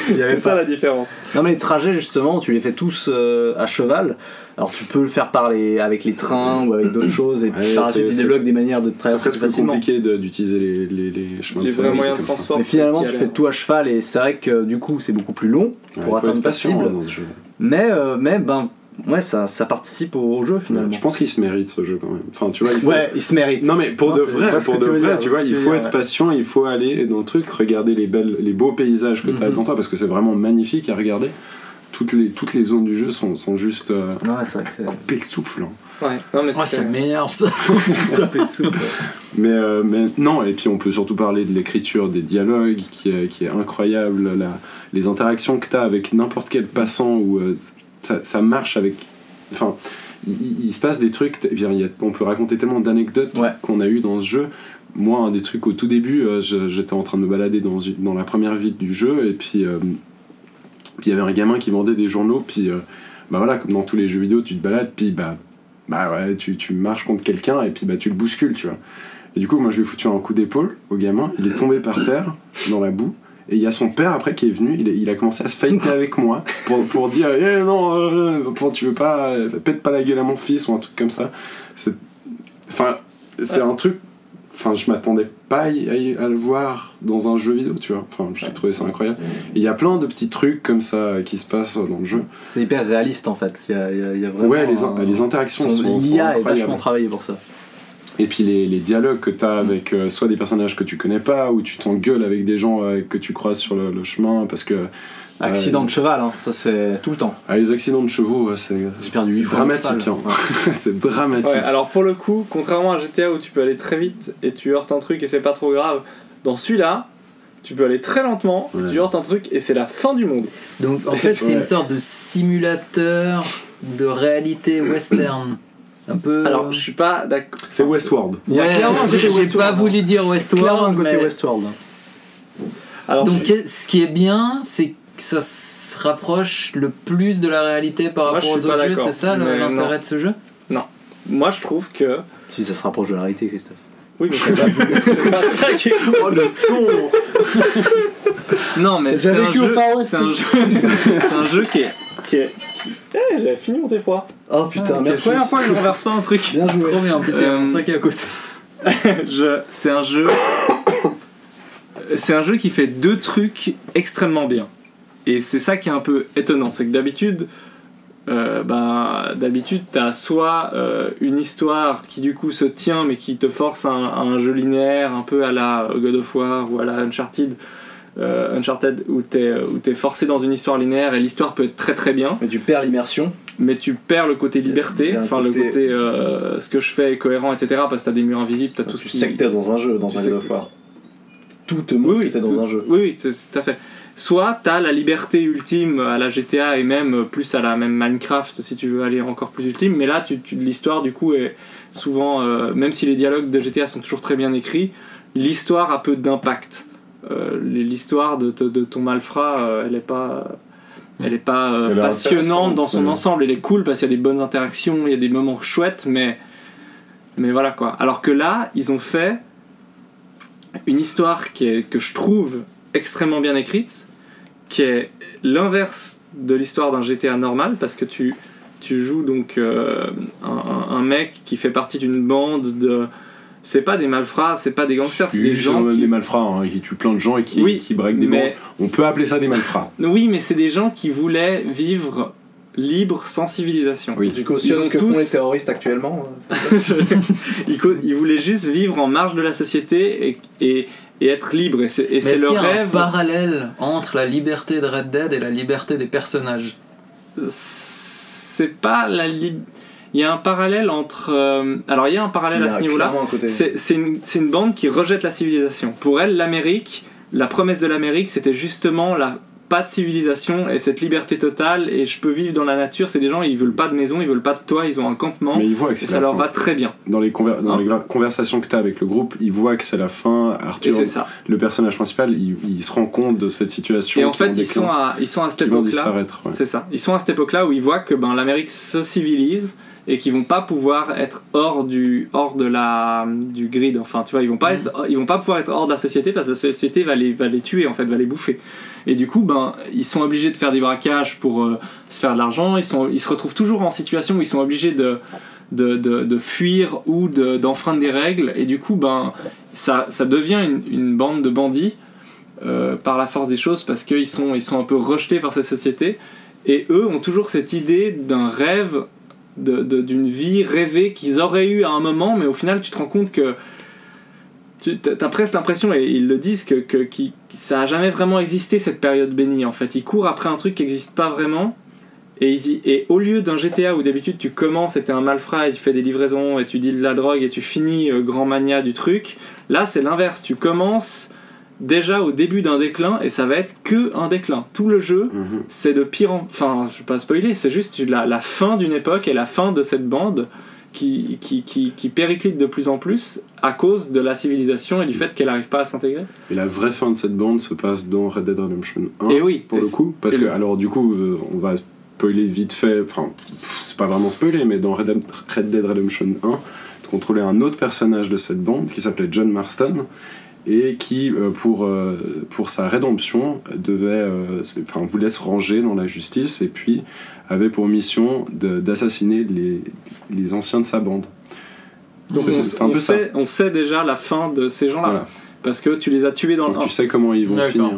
Speaker 1: Il y avait
Speaker 5: c'est ça
Speaker 1: pas.
Speaker 5: la différence.
Speaker 1: Non mais les trajets justement, tu les fais tous euh, à cheval. Alors tu peux le faire par les, avec les trains ou avec d'autres choses et puis
Speaker 4: Ouais,
Speaker 1: par la suite
Speaker 4: c'est-
Speaker 1: tu
Speaker 4: c'est-
Speaker 1: débloques des manières de
Speaker 4: Ça
Speaker 1: traverser
Speaker 4: serait
Speaker 1: plus
Speaker 4: plus
Speaker 1: facilement.
Speaker 4: compliqué de- d'utiliser les, les, les chemins
Speaker 5: Les
Speaker 4: de fer,
Speaker 5: vrais
Speaker 4: des
Speaker 5: moyens de
Speaker 4: trucs comme ça.
Speaker 5: transport.
Speaker 1: Mais finalement tu
Speaker 5: c'est
Speaker 1: fais tout à cheval et c'est vrai que du coup c'est beaucoup plus long
Speaker 4: Ouais,
Speaker 1: pour
Speaker 4: faut
Speaker 1: atteindre
Speaker 4: être
Speaker 1: ta
Speaker 4: patient,
Speaker 1: cible.
Speaker 4: hein, dans ce jeu.
Speaker 1: Mais, euh, mais ben ouais ça, ça participe au, au jeu finalement.
Speaker 4: Je pense qu'il se mérite ce jeu quand même. Enfin, tu vois, il faut-
Speaker 1: Ouais, il se mérite.
Speaker 4: Non mais pour
Speaker 1: Non,
Speaker 4: de
Speaker 1: c'est- je vois
Speaker 4: vrai,
Speaker 1: ce
Speaker 4: pour
Speaker 1: que
Speaker 4: de
Speaker 1: tu veux
Speaker 4: vrai,
Speaker 1: dire,
Speaker 4: tu
Speaker 1: je vois
Speaker 4: vois,
Speaker 1: ce
Speaker 4: il
Speaker 1: que tu
Speaker 4: faut
Speaker 1: veux
Speaker 4: être
Speaker 1: dire,
Speaker 4: patient, il faut aller dans le truc, regarder les belles, les beaux paysages que t'as
Speaker 1: Mhm.
Speaker 4: devant toi parce que c'est vraiment magnifique à regarder. Toutes les toutes les zones du jeu sont sont juste euh,
Speaker 1: Ouais, c'est vrai que c'est-
Speaker 4: coupées le souffle. hein.
Speaker 5: Ouais, non, mais
Speaker 3: oh,
Speaker 5: c'est
Speaker 3: ça m'énerve ça.
Speaker 4: Mais euh, mais non et puis on peut surtout parler de l'écriture des dialogues qui est, qui est incroyable, la, les interactions que t'as avec n'importe quel passant ou euh, ça, ça marche avec, enfin. il- Il, il se passe des trucs, t- il y a- on peut raconter tellement d'anecdotes
Speaker 1: Ouais.
Speaker 4: qu'on a eu dans ce jeu moi, un des trucs au tout début, euh, je- j'étais en train de me balader dans, une- dans la première ville du jeu, et puis euh, puis il y avait un gamin qui vendait des journaux, puis euh, bah voilà, comme dans tous les jeux vidéo, tu te balades, puis bah, bah ouais, tu, tu marches contre quelqu'un, et puis bah tu le bouscules, tu vois. Et du coup, moi, je lui ai foutu un coup d'épaule au gamin, il est tombé par terre, dans la boue, et il y a son père après qui est venu, il, est- il a commencé à se fighter avec moi pour, pour dire Eh non, euh, pour- tu veux pas, euh, pète pas la gueule à mon fils ou un truc comme ça. C'est- Enfin, c'est un truc Enfin, je m'attendais pas à, y- à le voir dans un jeu vidéo, tu vois. Enfin, j'ai trouvé ça incroyable. Et Il y a plein de petits trucs comme ça qui se passent dans le jeu.
Speaker 1: C'est hyper réaliste en fait. Il y a, il y a- il y a vraiment
Speaker 4: ouais, les, in-
Speaker 1: un-
Speaker 4: les interactions
Speaker 1: son-
Speaker 4: sont, sont
Speaker 1: L'IA est
Speaker 4: incroyables.
Speaker 1: vachement travaillée pour ça.
Speaker 4: Et puis les, les dialogues que t'as
Speaker 5: Mm.
Speaker 4: avec euh, soit des personnages que tu connais pas, ou tu t'engueules avec des gens euh, que tu croises sur le, le chemin, parce que
Speaker 1: Accident de cheval, hein, ça c'est tout le temps.
Speaker 4: ah, les accidents de chevaux, ouais, c'est
Speaker 1: J'ai perdu
Speaker 4: c'est
Speaker 1: 8 fois. mon
Speaker 4: dramatique.
Speaker 1: cheval.
Speaker 4: hein. c'est dramatique.
Speaker 5: Ouais, alors pour le coup, contrairement à GTA où tu peux aller très vite et tu heurtes un truc et c'est pas trop grave, dans celui-là, tu peux aller très lentement,
Speaker 4: Ouais.
Speaker 5: tu heurtes un truc et c'est la fin du monde.
Speaker 3: Donc en fait, c'est
Speaker 5: Ouais.
Speaker 3: une sorte de simulateur de réalité western. Un
Speaker 7: Euh,
Speaker 3: peu.
Speaker 5: Alors je suis pas d'accord.
Speaker 4: C'est Westworld.
Speaker 1: Il y a
Speaker 3: Ouais,
Speaker 1: clairement un côté
Speaker 3: j'ai j'ai
Speaker 1: Westworld,
Speaker 3: pas
Speaker 1: hein.
Speaker 3: voulu dire
Speaker 1: Clairement un
Speaker 3: Westworld.
Speaker 1: côté
Speaker 3: mais-
Speaker 1: Westworld.
Speaker 5: hein. Alors
Speaker 3: Donc
Speaker 5: je-
Speaker 3: qu'est- ce qui est bien, c'est que ça se rapproche le plus de la réalité par
Speaker 5: Moi,
Speaker 3: rapport
Speaker 5: je
Speaker 3: aux
Speaker 5: suis pas
Speaker 3: autres jeux,
Speaker 5: d'accord,
Speaker 3: c'est ça le-
Speaker 5: mais
Speaker 3: l'intérêt
Speaker 5: non.
Speaker 3: de ce jeu
Speaker 5: moi je trouve que.
Speaker 1: Si ça se rapproche de la réalité, Christophe.
Speaker 5: Oui, mais c'est pas, c'est pas ça qui est.
Speaker 1: Oh le ton
Speaker 5: Non, mais
Speaker 1: J'ai
Speaker 5: c'est un,
Speaker 1: vécu au
Speaker 5: jeu,
Speaker 1: Far West.
Speaker 5: c'est un jeu. C'est un jeu qui est. Qui est... Eh, j'avais fini mon défroid.
Speaker 1: Oh putain,
Speaker 5: C'est la
Speaker 1: merci.
Speaker 5: première fois que je renverse pas un truc.
Speaker 1: Bien joué.
Speaker 3: Trop bien, en plus il y a
Speaker 5: Euh,
Speaker 3: un sac à côté.
Speaker 5: Je- C'est un jeu. C'est un jeu qui fait deux trucs extrêmement bien. Et c'est ça qui est un peu étonnant, c'est que d'habitude, euh, ben, d'habitude, t'as soit euh, une histoire qui du coup se tient, mais qui te force à un, à un jeu linéaire, un peu à la God of War ou à la Uncharted, euh, Uncharted où t'es où t'es forcé dans une histoire linéaire et l'histoire peut être très très bien
Speaker 1: Mais tu perds l'immersion.
Speaker 5: mais tu perds le côté liberté,
Speaker 1: Il y a un
Speaker 5: enfin le
Speaker 1: côté-
Speaker 5: côté euh, ce que je fais est cohérent, etc. Parce que t'as des murs invisibles, t'as tout ce
Speaker 1: Tu
Speaker 5: qui.
Speaker 1: sais que t'es dans un jeu, dans
Speaker 5: Tu
Speaker 1: un
Speaker 5: sais
Speaker 1: God
Speaker 5: que-
Speaker 1: of War. Tout te montre que t'es
Speaker 5: tout-
Speaker 1: dans un jeu.
Speaker 5: Oui, oui, c'est c'est tout à fait. Soit t'as la liberté ultime à la GTA et même euh, plus à la même Minecraft si tu veux aller encore plus ultime, mais là tu, tu- l'histoire du coup est souvent, euh, même si les dialogues de GTA sont toujours très bien écrits, l'histoire a peu d'impact. Euh, l'histoire de, te- de ton malfrat, euh, elle est pas. Elle est pas euh,
Speaker 4: Elle est
Speaker 5: passionnante dans son
Speaker 4: intéressante,
Speaker 5: ensemble, elle est cool parce qu'il y a des bonnes interactions, il y a des moments chouettes, mais, mais voilà quoi. Alors que là, ils ont fait une histoire qui est, que je trouve extrêmement bien écrite, qui est l'inverse de l'histoire d'un GTA normal, parce que tu, tu joues donc euh, un, un- un mec qui fait partie d'une bande de. C'est pas des malfrats, c'est pas des gangsters, c'est des
Speaker 4: Ils sont
Speaker 5: gens
Speaker 4: même
Speaker 5: qui.
Speaker 4: des malfrats hein, qui tuent plein de gens et qui,
Speaker 5: Oui,
Speaker 4: qui break des
Speaker 5: mais-
Speaker 4: bancs. On peut appeler ça des malfrats.
Speaker 5: Oui, mais c'est des gens qui voulaient vivre libre sans civilisation.
Speaker 4: Oui.
Speaker 1: Tu
Speaker 5: Ils
Speaker 1: cautionnes
Speaker 5: ont
Speaker 1: ce que
Speaker 5: tous-
Speaker 1: font les terroristes actuellement euh.
Speaker 5: ils, co- ils voulaient juste vivre en marge de la société et, et, et être libre. Et c'est et
Speaker 3: Mais
Speaker 5: c'est
Speaker 3: est-ce
Speaker 5: leur
Speaker 3: qu'il y a un
Speaker 5: rêve.
Speaker 3: parallèle entre la liberté de Red Dead et la liberté des personnages
Speaker 5: c'est pas la lib- Il y a un parallèle entre. euh, Alors, il y a un parallèle
Speaker 1: Il y
Speaker 5: à
Speaker 1: a
Speaker 5: ce niveau-là.
Speaker 1: clairement un côté-
Speaker 5: C'est c'est une, c'est une bande qui rejette la civilisation. Pour elle, l'Amérique, la promesse de l'Amérique, c'était justement la pas de civilisation et cette liberté totale. Et je peux vivre dans la nature. C'est des gens, ils veulent pas de maison, ils veulent pas de toit, ils ont un campement.
Speaker 4: Mais ils voient que
Speaker 5: et
Speaker 4: c'est
Speaker 5: ça
Speaker 4: la
Speaker 5: leur
Speaker 4: fin.
Speaker 5: va très bien.
Speaker 4: dans les, conver- dans
Speaker 5: Hein
Speaker 4: les gra- conversations que tu as avec le groupe, ils voient que c'est la fin.
Speaker 5: Et
Speaker 4: Arthur,
Speaker 5: c'est ça.
Speaker 4: le personnage principal, il, il se rend compte de cette situation.
Speaker 5: Et en
Speaker 4: qui
Speaker 5: fait,
Speaker 4: en
Speaker 5: ils
Speaker 4: déclin,
Speaker 5: sont à, ils sont à cette
Speaker 4: qui vont
Speaker 5: époque-là.
Speaker 4: disparaître. ouais.
Speaker 5: C'est ça. Ils sont à cette époque-là où ils voient que ben, l'Amérique se civilise et qui vont pas pouvoir être hors du hors de la du grid enfin tu vois ils vont pas
Speaker 3: Mhm.
Speaker 5: être ils vont pas pouvoir être hors de la société parce que la société va les va les tuer en fait va les bouffer et du coup ben ils sont obligés de faire des braquages pour euh, se faire de l'argent ils sont ils se retrouvent toujours en situation où ils sont obligés de de, de- de fuir ou de- d'enfreindre des règles et du coup ben ça, ça devient une, une bande de bandits euh, par la force des choses parce qu'ils sont, ils sont un peu rejetés par cette société et eux ont toujours cette idée d'un rêve de- de- d'une vie rêvée qu'ils auraient eu à un moment mais au final tu te rends compte que tu as presque l'impression et ils le disent que, que qui- ça a jamais vraiment existé cette période bénie en fait ils courent après un truc qui n'existe pas vraiment et, ils y- et au lieu d'un GTA où d'habitude tu commences et t'es un malfrat et tu fais des livraisons et tu deals de la drogue et tu finis euh, grand mania du truc, là c'est l'inverse. Tu commences déjà au début d'un déclin et ça va être que un déclin. Tout le jeu,
Speaker 4: Mhm.
Speaker 5: c'est de pire en... Enfin, je vais pas spoiler, c'est juste la, la fin d'une époque et la fin de cette bande qui, qui, qui, qui périclite de plus en plus à cause de la civilisation et du fait qu'elle n'arrive pas à s'intégrer.
Speaker 4: Et la vraie fin de cette bande se passe dans Red Dead Redemption 1.
Speaker 5: Et oui,
Speaker 4: pour
Speaker 5: et
Speaker 4: le
Speaker 5: c'est-
Speaker 4: coup. Parce
Speaker 5: et
Speaker 4: que,
Speaker 5: le-
Speaker 4: alors, du coup, euh, on va spoiler vite fait. Enfin, pff, c'est pas vraiment spoiler, mais dans Red Dead, Red Dead Redemption 1, tu contrôlais un autre personnage de cette bande qui s'appelait John Marston et qui, euh, pour, euh, pour sa rédemption, devait, euh, c'est- enfin, voulait se ranger dans la justice et puis avait pour mission de- d'assassiner les, les anciens de sa bande.
Speaker 5: Donc
Speaker 4: C'était-
Speaker 5: on,
Speaker 4: c'était un
Speaker 5: on
Speaker 4: peu ça.
Speaker 5: sait, on sait déjà la fin de ces gens-là.
Speaker 4: Voilà.
Speaker 5: Parce que tu les as tués dans le
Speaker 4: Donc tu
Speaker 5: 1.
Speaker 4: sais comment ils vont
Speaker 3: D'accord.
Speaker 4: finir.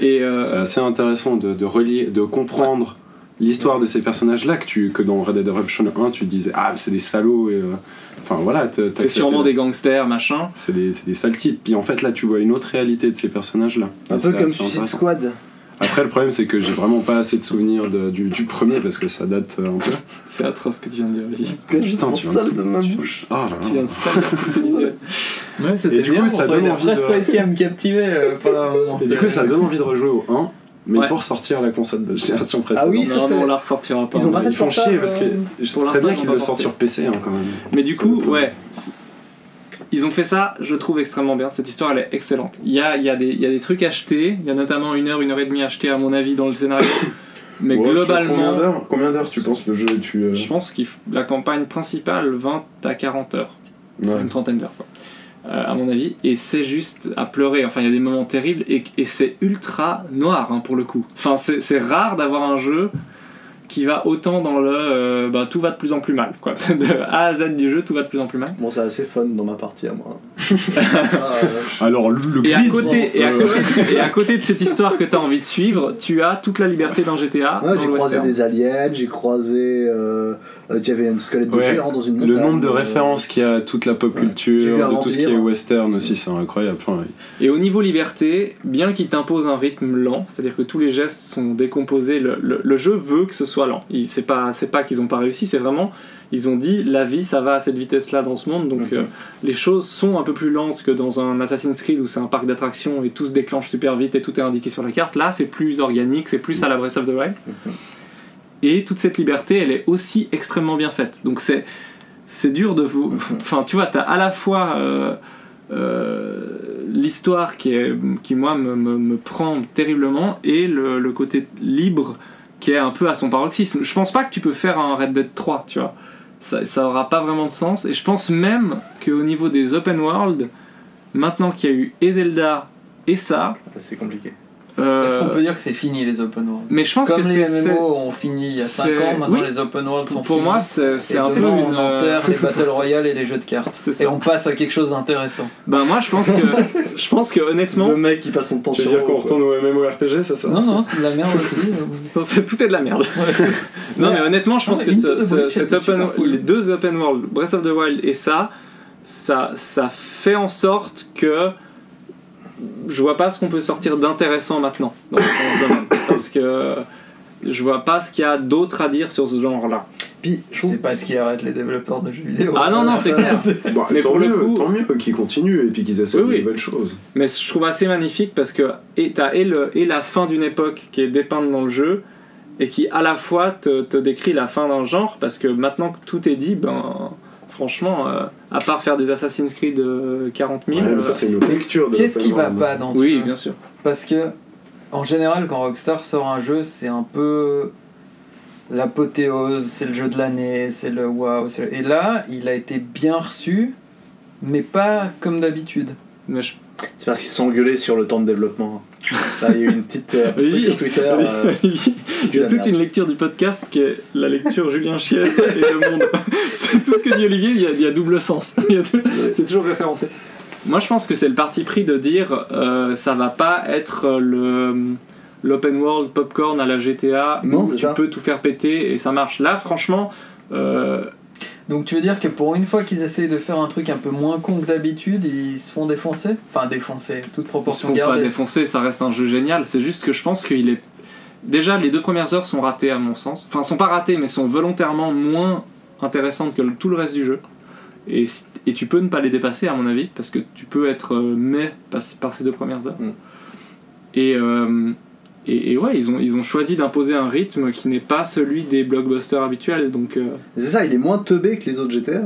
Speaker 5: Et euh,
Speaker 4: C'est assez intéressant de, de relier, de comprendre l'histoire de ces personnages-là que, tu- que dans Red Dead Redemption 1, tu disais Ah, c'est des salauds. Et, euh, enfin voilà, t'as- t'as
Speaker 5: c'est sûrement
Speaker 4: accepté.
Speaker 5: des gangsters, machin.
Speaker 4: C'est des, c'est des sales types. Puis en fait, là, tu vois une autre réalité de ces personnages-là.
Speaker 9: Un
Speaker 4: Et
Speaker 9: peu
Speaker 4: c'est
Speaker 9: comme
Speaker 4: assez
Speaker 9: Suicide
Speaker 4: intéressant.
Speaker 9: Squad.
Speaker 4: Après, le problème, c'est que j'ai vraiment pas assez de souvenirs de- du, du premier parce que ça date euh, un peu.
Speaker 5: C'est atroce ce que tu viens de dire, Olivier.
Speaker 4: Putain, tu viens de
Speaker 9: sale de ma
Speaker 4: tu-
Speaker 9: bouche.
Speaker 4: Oh là là.
Speaker 5: Tu viens de salir tout ce que tu disais.
Speaker 3: Ouais,
Speaker 4: Et
Speaker 3: c'était
Speaker 4: du
Speaker 3: bien.
Speaker 4: coup,
Speaker 3: pour
Speaker 4: ça
Speaker 3: toi,
Speaker 4: donne
Speaker 3: il a
Speaker 4: envie
Speaker 3: presque
Speaker 4: de-
Speaker 3: réussi à me captiver euh, pendant un moment.
Speaker 4: Et du coup, ça donne envie de rejouer au 1, mais
Speaker 5: Ouais.
Speaker 4: il faut ressortir la console de génération
Speaker 9: Ah
Speaker 4: précédente.
Speaker 9: oui, ça
Speaker 5: Non, mais
Speaker 9: c'est.
Speaker 5: on la ressortira pas.
Speaker 9: Ils ont pas fait
Speaker 4: Ils
Speaker 9: de
Speaker 4: font
Speaker 9: portable,
Speaker 4: chier parce que
Speaker 9: euh,
Speaker 4: je
Speaker 5: pour
Speaker 4: serait
Speaker 5: l'instant,
Speaker 4: bien
Speaker 5: ils
Speaker 4: qu'ils
Speaker 5: l'ont
Speaker 4: le
Speaker 5: pas
Speaker 4: sortent sur PC hein, quand même.
Speaker 5: Mais du
Speaker 4: C'est le
Speaker 5: coup,
Speaker 4: problème.
Speaker 5: ouais, c'est- ils ont fait ça, je trouve extrêmement bien. Cette histoire, elle est excellente. Il y a, il y a des, il y a des trucs achetés. Il y a notamment une heure, une heure et demie achetée, à mon avis, dans le scénario. Mais
Speaker 4: Ouais, sur Combien
Speaker 5: globalement,
Speaker 4: d'heures euh Combien d'heures tu penses le jeu tu, euh,
Speaker 5: je pense que la campagne principale, 20 à 40 heures. Enfin,
Speaker 4: ouais.
Speaker 5: une trentaine d'heures quoi. Euh, à mon avis et c'est juste à pleurer enfin il y a des moments terribles et, et c'est ultra noir hein, pour le coup enfin c'est c'est rare d'avoir un jeu qui va autant dans le euh, bah, tout va de plus en plus mal quoi de A à Z du jeu tout va de plus en plus mal
Speaker 9: Bon, c'est assez fun dans ma partie à moi. Ah, ouais.
Speaker 4: Alors le- le
Speaker 5: et à,
Speaker 4: quiz,
Speaker 5: côté,
Speaker 4: bon,
Speaker 5: et, à
Speaker 4: ça-
Speaker 5: côté, et à côté de cette histoire que tu as envie de suivre, tu as toute la liberté dans GTA.
Speaker 9: Ouais,
Speaker 5: dans
Speaker 9: j'ai
Speaker 5: le
Speaker 9: croisé
Speaker 5: western.
Speaker 9: des aliens, j'ai croisé. euh, euh, J'avais un squelette de
Speaker 4: Ouais.
Speaker 9: géant dans une montagne.
Speaker 4: le nombre de
Speaker 9: euh,
Speaker 4: références qu'il y a à toute la pop
Speaker 9: Ouais. J'ai
Speaker 4: culture,
Speaker 9: vu un
Speaker 4: de tout ce qui est
Speaker 9: vampire.
Speaker 4: western aussi, c'est incroyable. Enfin,
Speaker 5: Et au niveau liberté, bien qu'il t'impose un rythme lent, c'est-à-dire que tous les gestes sont décomposés, le, le- le jeu veut que ce soit lent. Il- C'est pas, c'est pas qu'ils ont pas réussi, c'est vraiment, ils ont dit, la vie, ça va à cette vitesse-là dans ce monde, donc euh, les choses sont un peu plus lentes que dans un Assassin's Creed où c'est un parc d'attractions et tout se déclenche super vite et tout est indiqué sur la carte. Là, c'est plus organique, c'est plus à la Breath of the Wild. Et toute cette liberté, elle est aussi extrêmement bien faite. Donc c'est, c'est dur de vous... Enfin, tu vois, t'as à la fois... euh, euh, l'histoire qui, est, qui moi me, me- me prend terriblement et le, le côté libre qui est un peu à son paroxysme. Je pense pas que tu peux faire un Red Dead 3, tu vois. Ça, ça aura pas vraiment de sens. Et je pense même qu'au niveau des open world, maintenant qu'il y a eu et Zelda et ça.
Speaker 9: C'est compliqué.
Speaker 5: euh,
Speaker 7: Est-ce qu'on peut dire que c'est fini les open world
Speaker 5: Mais je pense
Speaker 7: Comme
Speaker 5: que
Speaker 7: les
Speaker 5: c'est. c'est-
Speaker 7: MMO ont fini il y a 5
Speaker 5: c'est-
Speaker 7: ans, maintenant
Speaker 5: oui.
Speaker 7: les open world sont
Speaker 5: Pour, pour moi,
Speaker 7: finis.
Speaker 5: c'est c'est
Speaker 7: Et
Speaker 5: un peu
Speaker 7: demain,
Speaker 5: une.
Speaker 7: on
Speaker 5: euh,
Speaker 7: enterre les battle royale et les jeux de cartes.
Speaker 5: C'est ça.
Speaker 7: Et on passe à quelque chose d'intéressant.
Speaker 5: Ben moi, je pense que. Je pense que honnêtement.
Speaker 9: Le mec qui passe son temps
Speaker 4: tu
Speaker 9: sur.
Speaker 4: veux dire qu'on
Speaker 9: quoi.
Speaker 4: retourne au MMORPG, c'est ça
Speaker 7: Non, non, c'est de la merde aussi. euh.
Speaker 5: c'est- Tout est de la merde.
Speaker 7: Ouais.
Speaker 5: Non, mais honnêtement, je
Speaker 7: Non,
Speaker 5: pense
Speaker 7: mais
Speaker 5: que
Speaker 7: Into
Speaker 5: ce-
Speaker 7: the
Speaker 5: ce-
Speaker 7: Breach
Speaker 5: cet
Speaker 7: était
Speaker 5: open,
Speaker 7: super cool.
Speaker 5: les deux open world, Breath of the Wild et ça, ça, ça fait en sorte que je vois pas ce qu'on peut sortir d'intéressant maintenant dans dans ce domaine. Parce que je vois pas ce qu'il y a d'autre à dire sur ce genre-là.
Speaker 9: Puis, je trouve
Speaker 7: C'est pas ce qui arrête les développeurs de jeux vidéo.
Speaker 5: Ah non, non, c'est clair.
Speaker 4: Bah,
Speaker 5: Mais
Speaker 4: tant,
Speaker 5: pour le
Speaker 4: mieux,
Speaker 5: coup-
Speaker 4: tant mieux qu'ils continuent et puis qu'ils essaient
Speaker 5: Oui, oui.
Speaker 4: de nouvelles choses.
Speaker 5: Mais je trouve assez magnifique parce que et t'as et, le- et la fin d'une époque qui est dépeinte dans le jeu et qui à la fois te, te décrit la fin d'un genre parce que maintenant que tout est dit, ben franchement, euh, à part faire des Assassin's Creed euh, 40 000,
Speaker 4: Ouais, mais
Speaker 5: euh,
Speaker 4: ça, c'est une autre lecture de
Speaker 7: Qu'est-ce qui va
Speaker 4: l'open world.
Speaker 7: pas dans ce
Speaker 5: oui,
Speaker 7: jeu
Speaker 5: bien sûr.
Speaker 7: Parce que, en général, quand Rockstar sort un jeu, c'est un peu. l'apothéose, c'est le jeu de l'année, c'est le waouh. c'est le- Et là, il a été bien reçu, mais pas comme d'habitude.
Speaker 5: Mais je-
Speaker 1: C'est parce qu'ils se sont engueulés sur le temps de développement. Là, il y a eu une petite, euh, petite
Speaker 5: Oui.
Speaker 1: truc sur Twitter. euh,
Speaker 5: Il y a toute une lecture du podcast qui est la lecture Julien Chiez et le monde. C'est tout ce que dit Olivier, il y a, il y a double sens. Il y a tout- C'est toujours référencé. Moi je pense que c'est le parti pris de dire euh, ça va pas être euh, le l'open world popcorn à la GTA
Speaker 1: Non,
Speaker 5: où
Speaker 1: c'est
Speaker 5: tu
Speaker 1: ça.
Speaker 5: peux tout faire péter et ça marche. Là franchement, euh,
Speaker 7: Donc tu veux dire que pour une fois qu'ils essayent de faire un truc un peu moins con que d'habitude, ils se font défoncer Enfin défoncer, toute
Speaker 5: ils se
Speaker 7: proportion
Speaker 5: font pas
Speaker 7: gardée.
Speaker 5: défoncer, ça reste un jeu génial. C'est juste que je pense qu'il est. Déjà, les deux premières heures sont ratées à mon sens. Enfin, sont pas ratées, mais sont volontairement moins intéressantes que le- tout le reste du jeu. Et, si- et tu peux ne pas les dépasser, à mon avis, parce que tu peux être euh, mais par, par ces deux premières heures.
Speaker 1: Mm.
Speaker 5: Et, euh, et, et ouais, ils ont, ils ont choisi d'imposer un rythme qui n'est pas celui des blockbusters habituels. Donc, euh,
Speaker 1: C'est ça, il est moins teubé que les autres GTA. hein.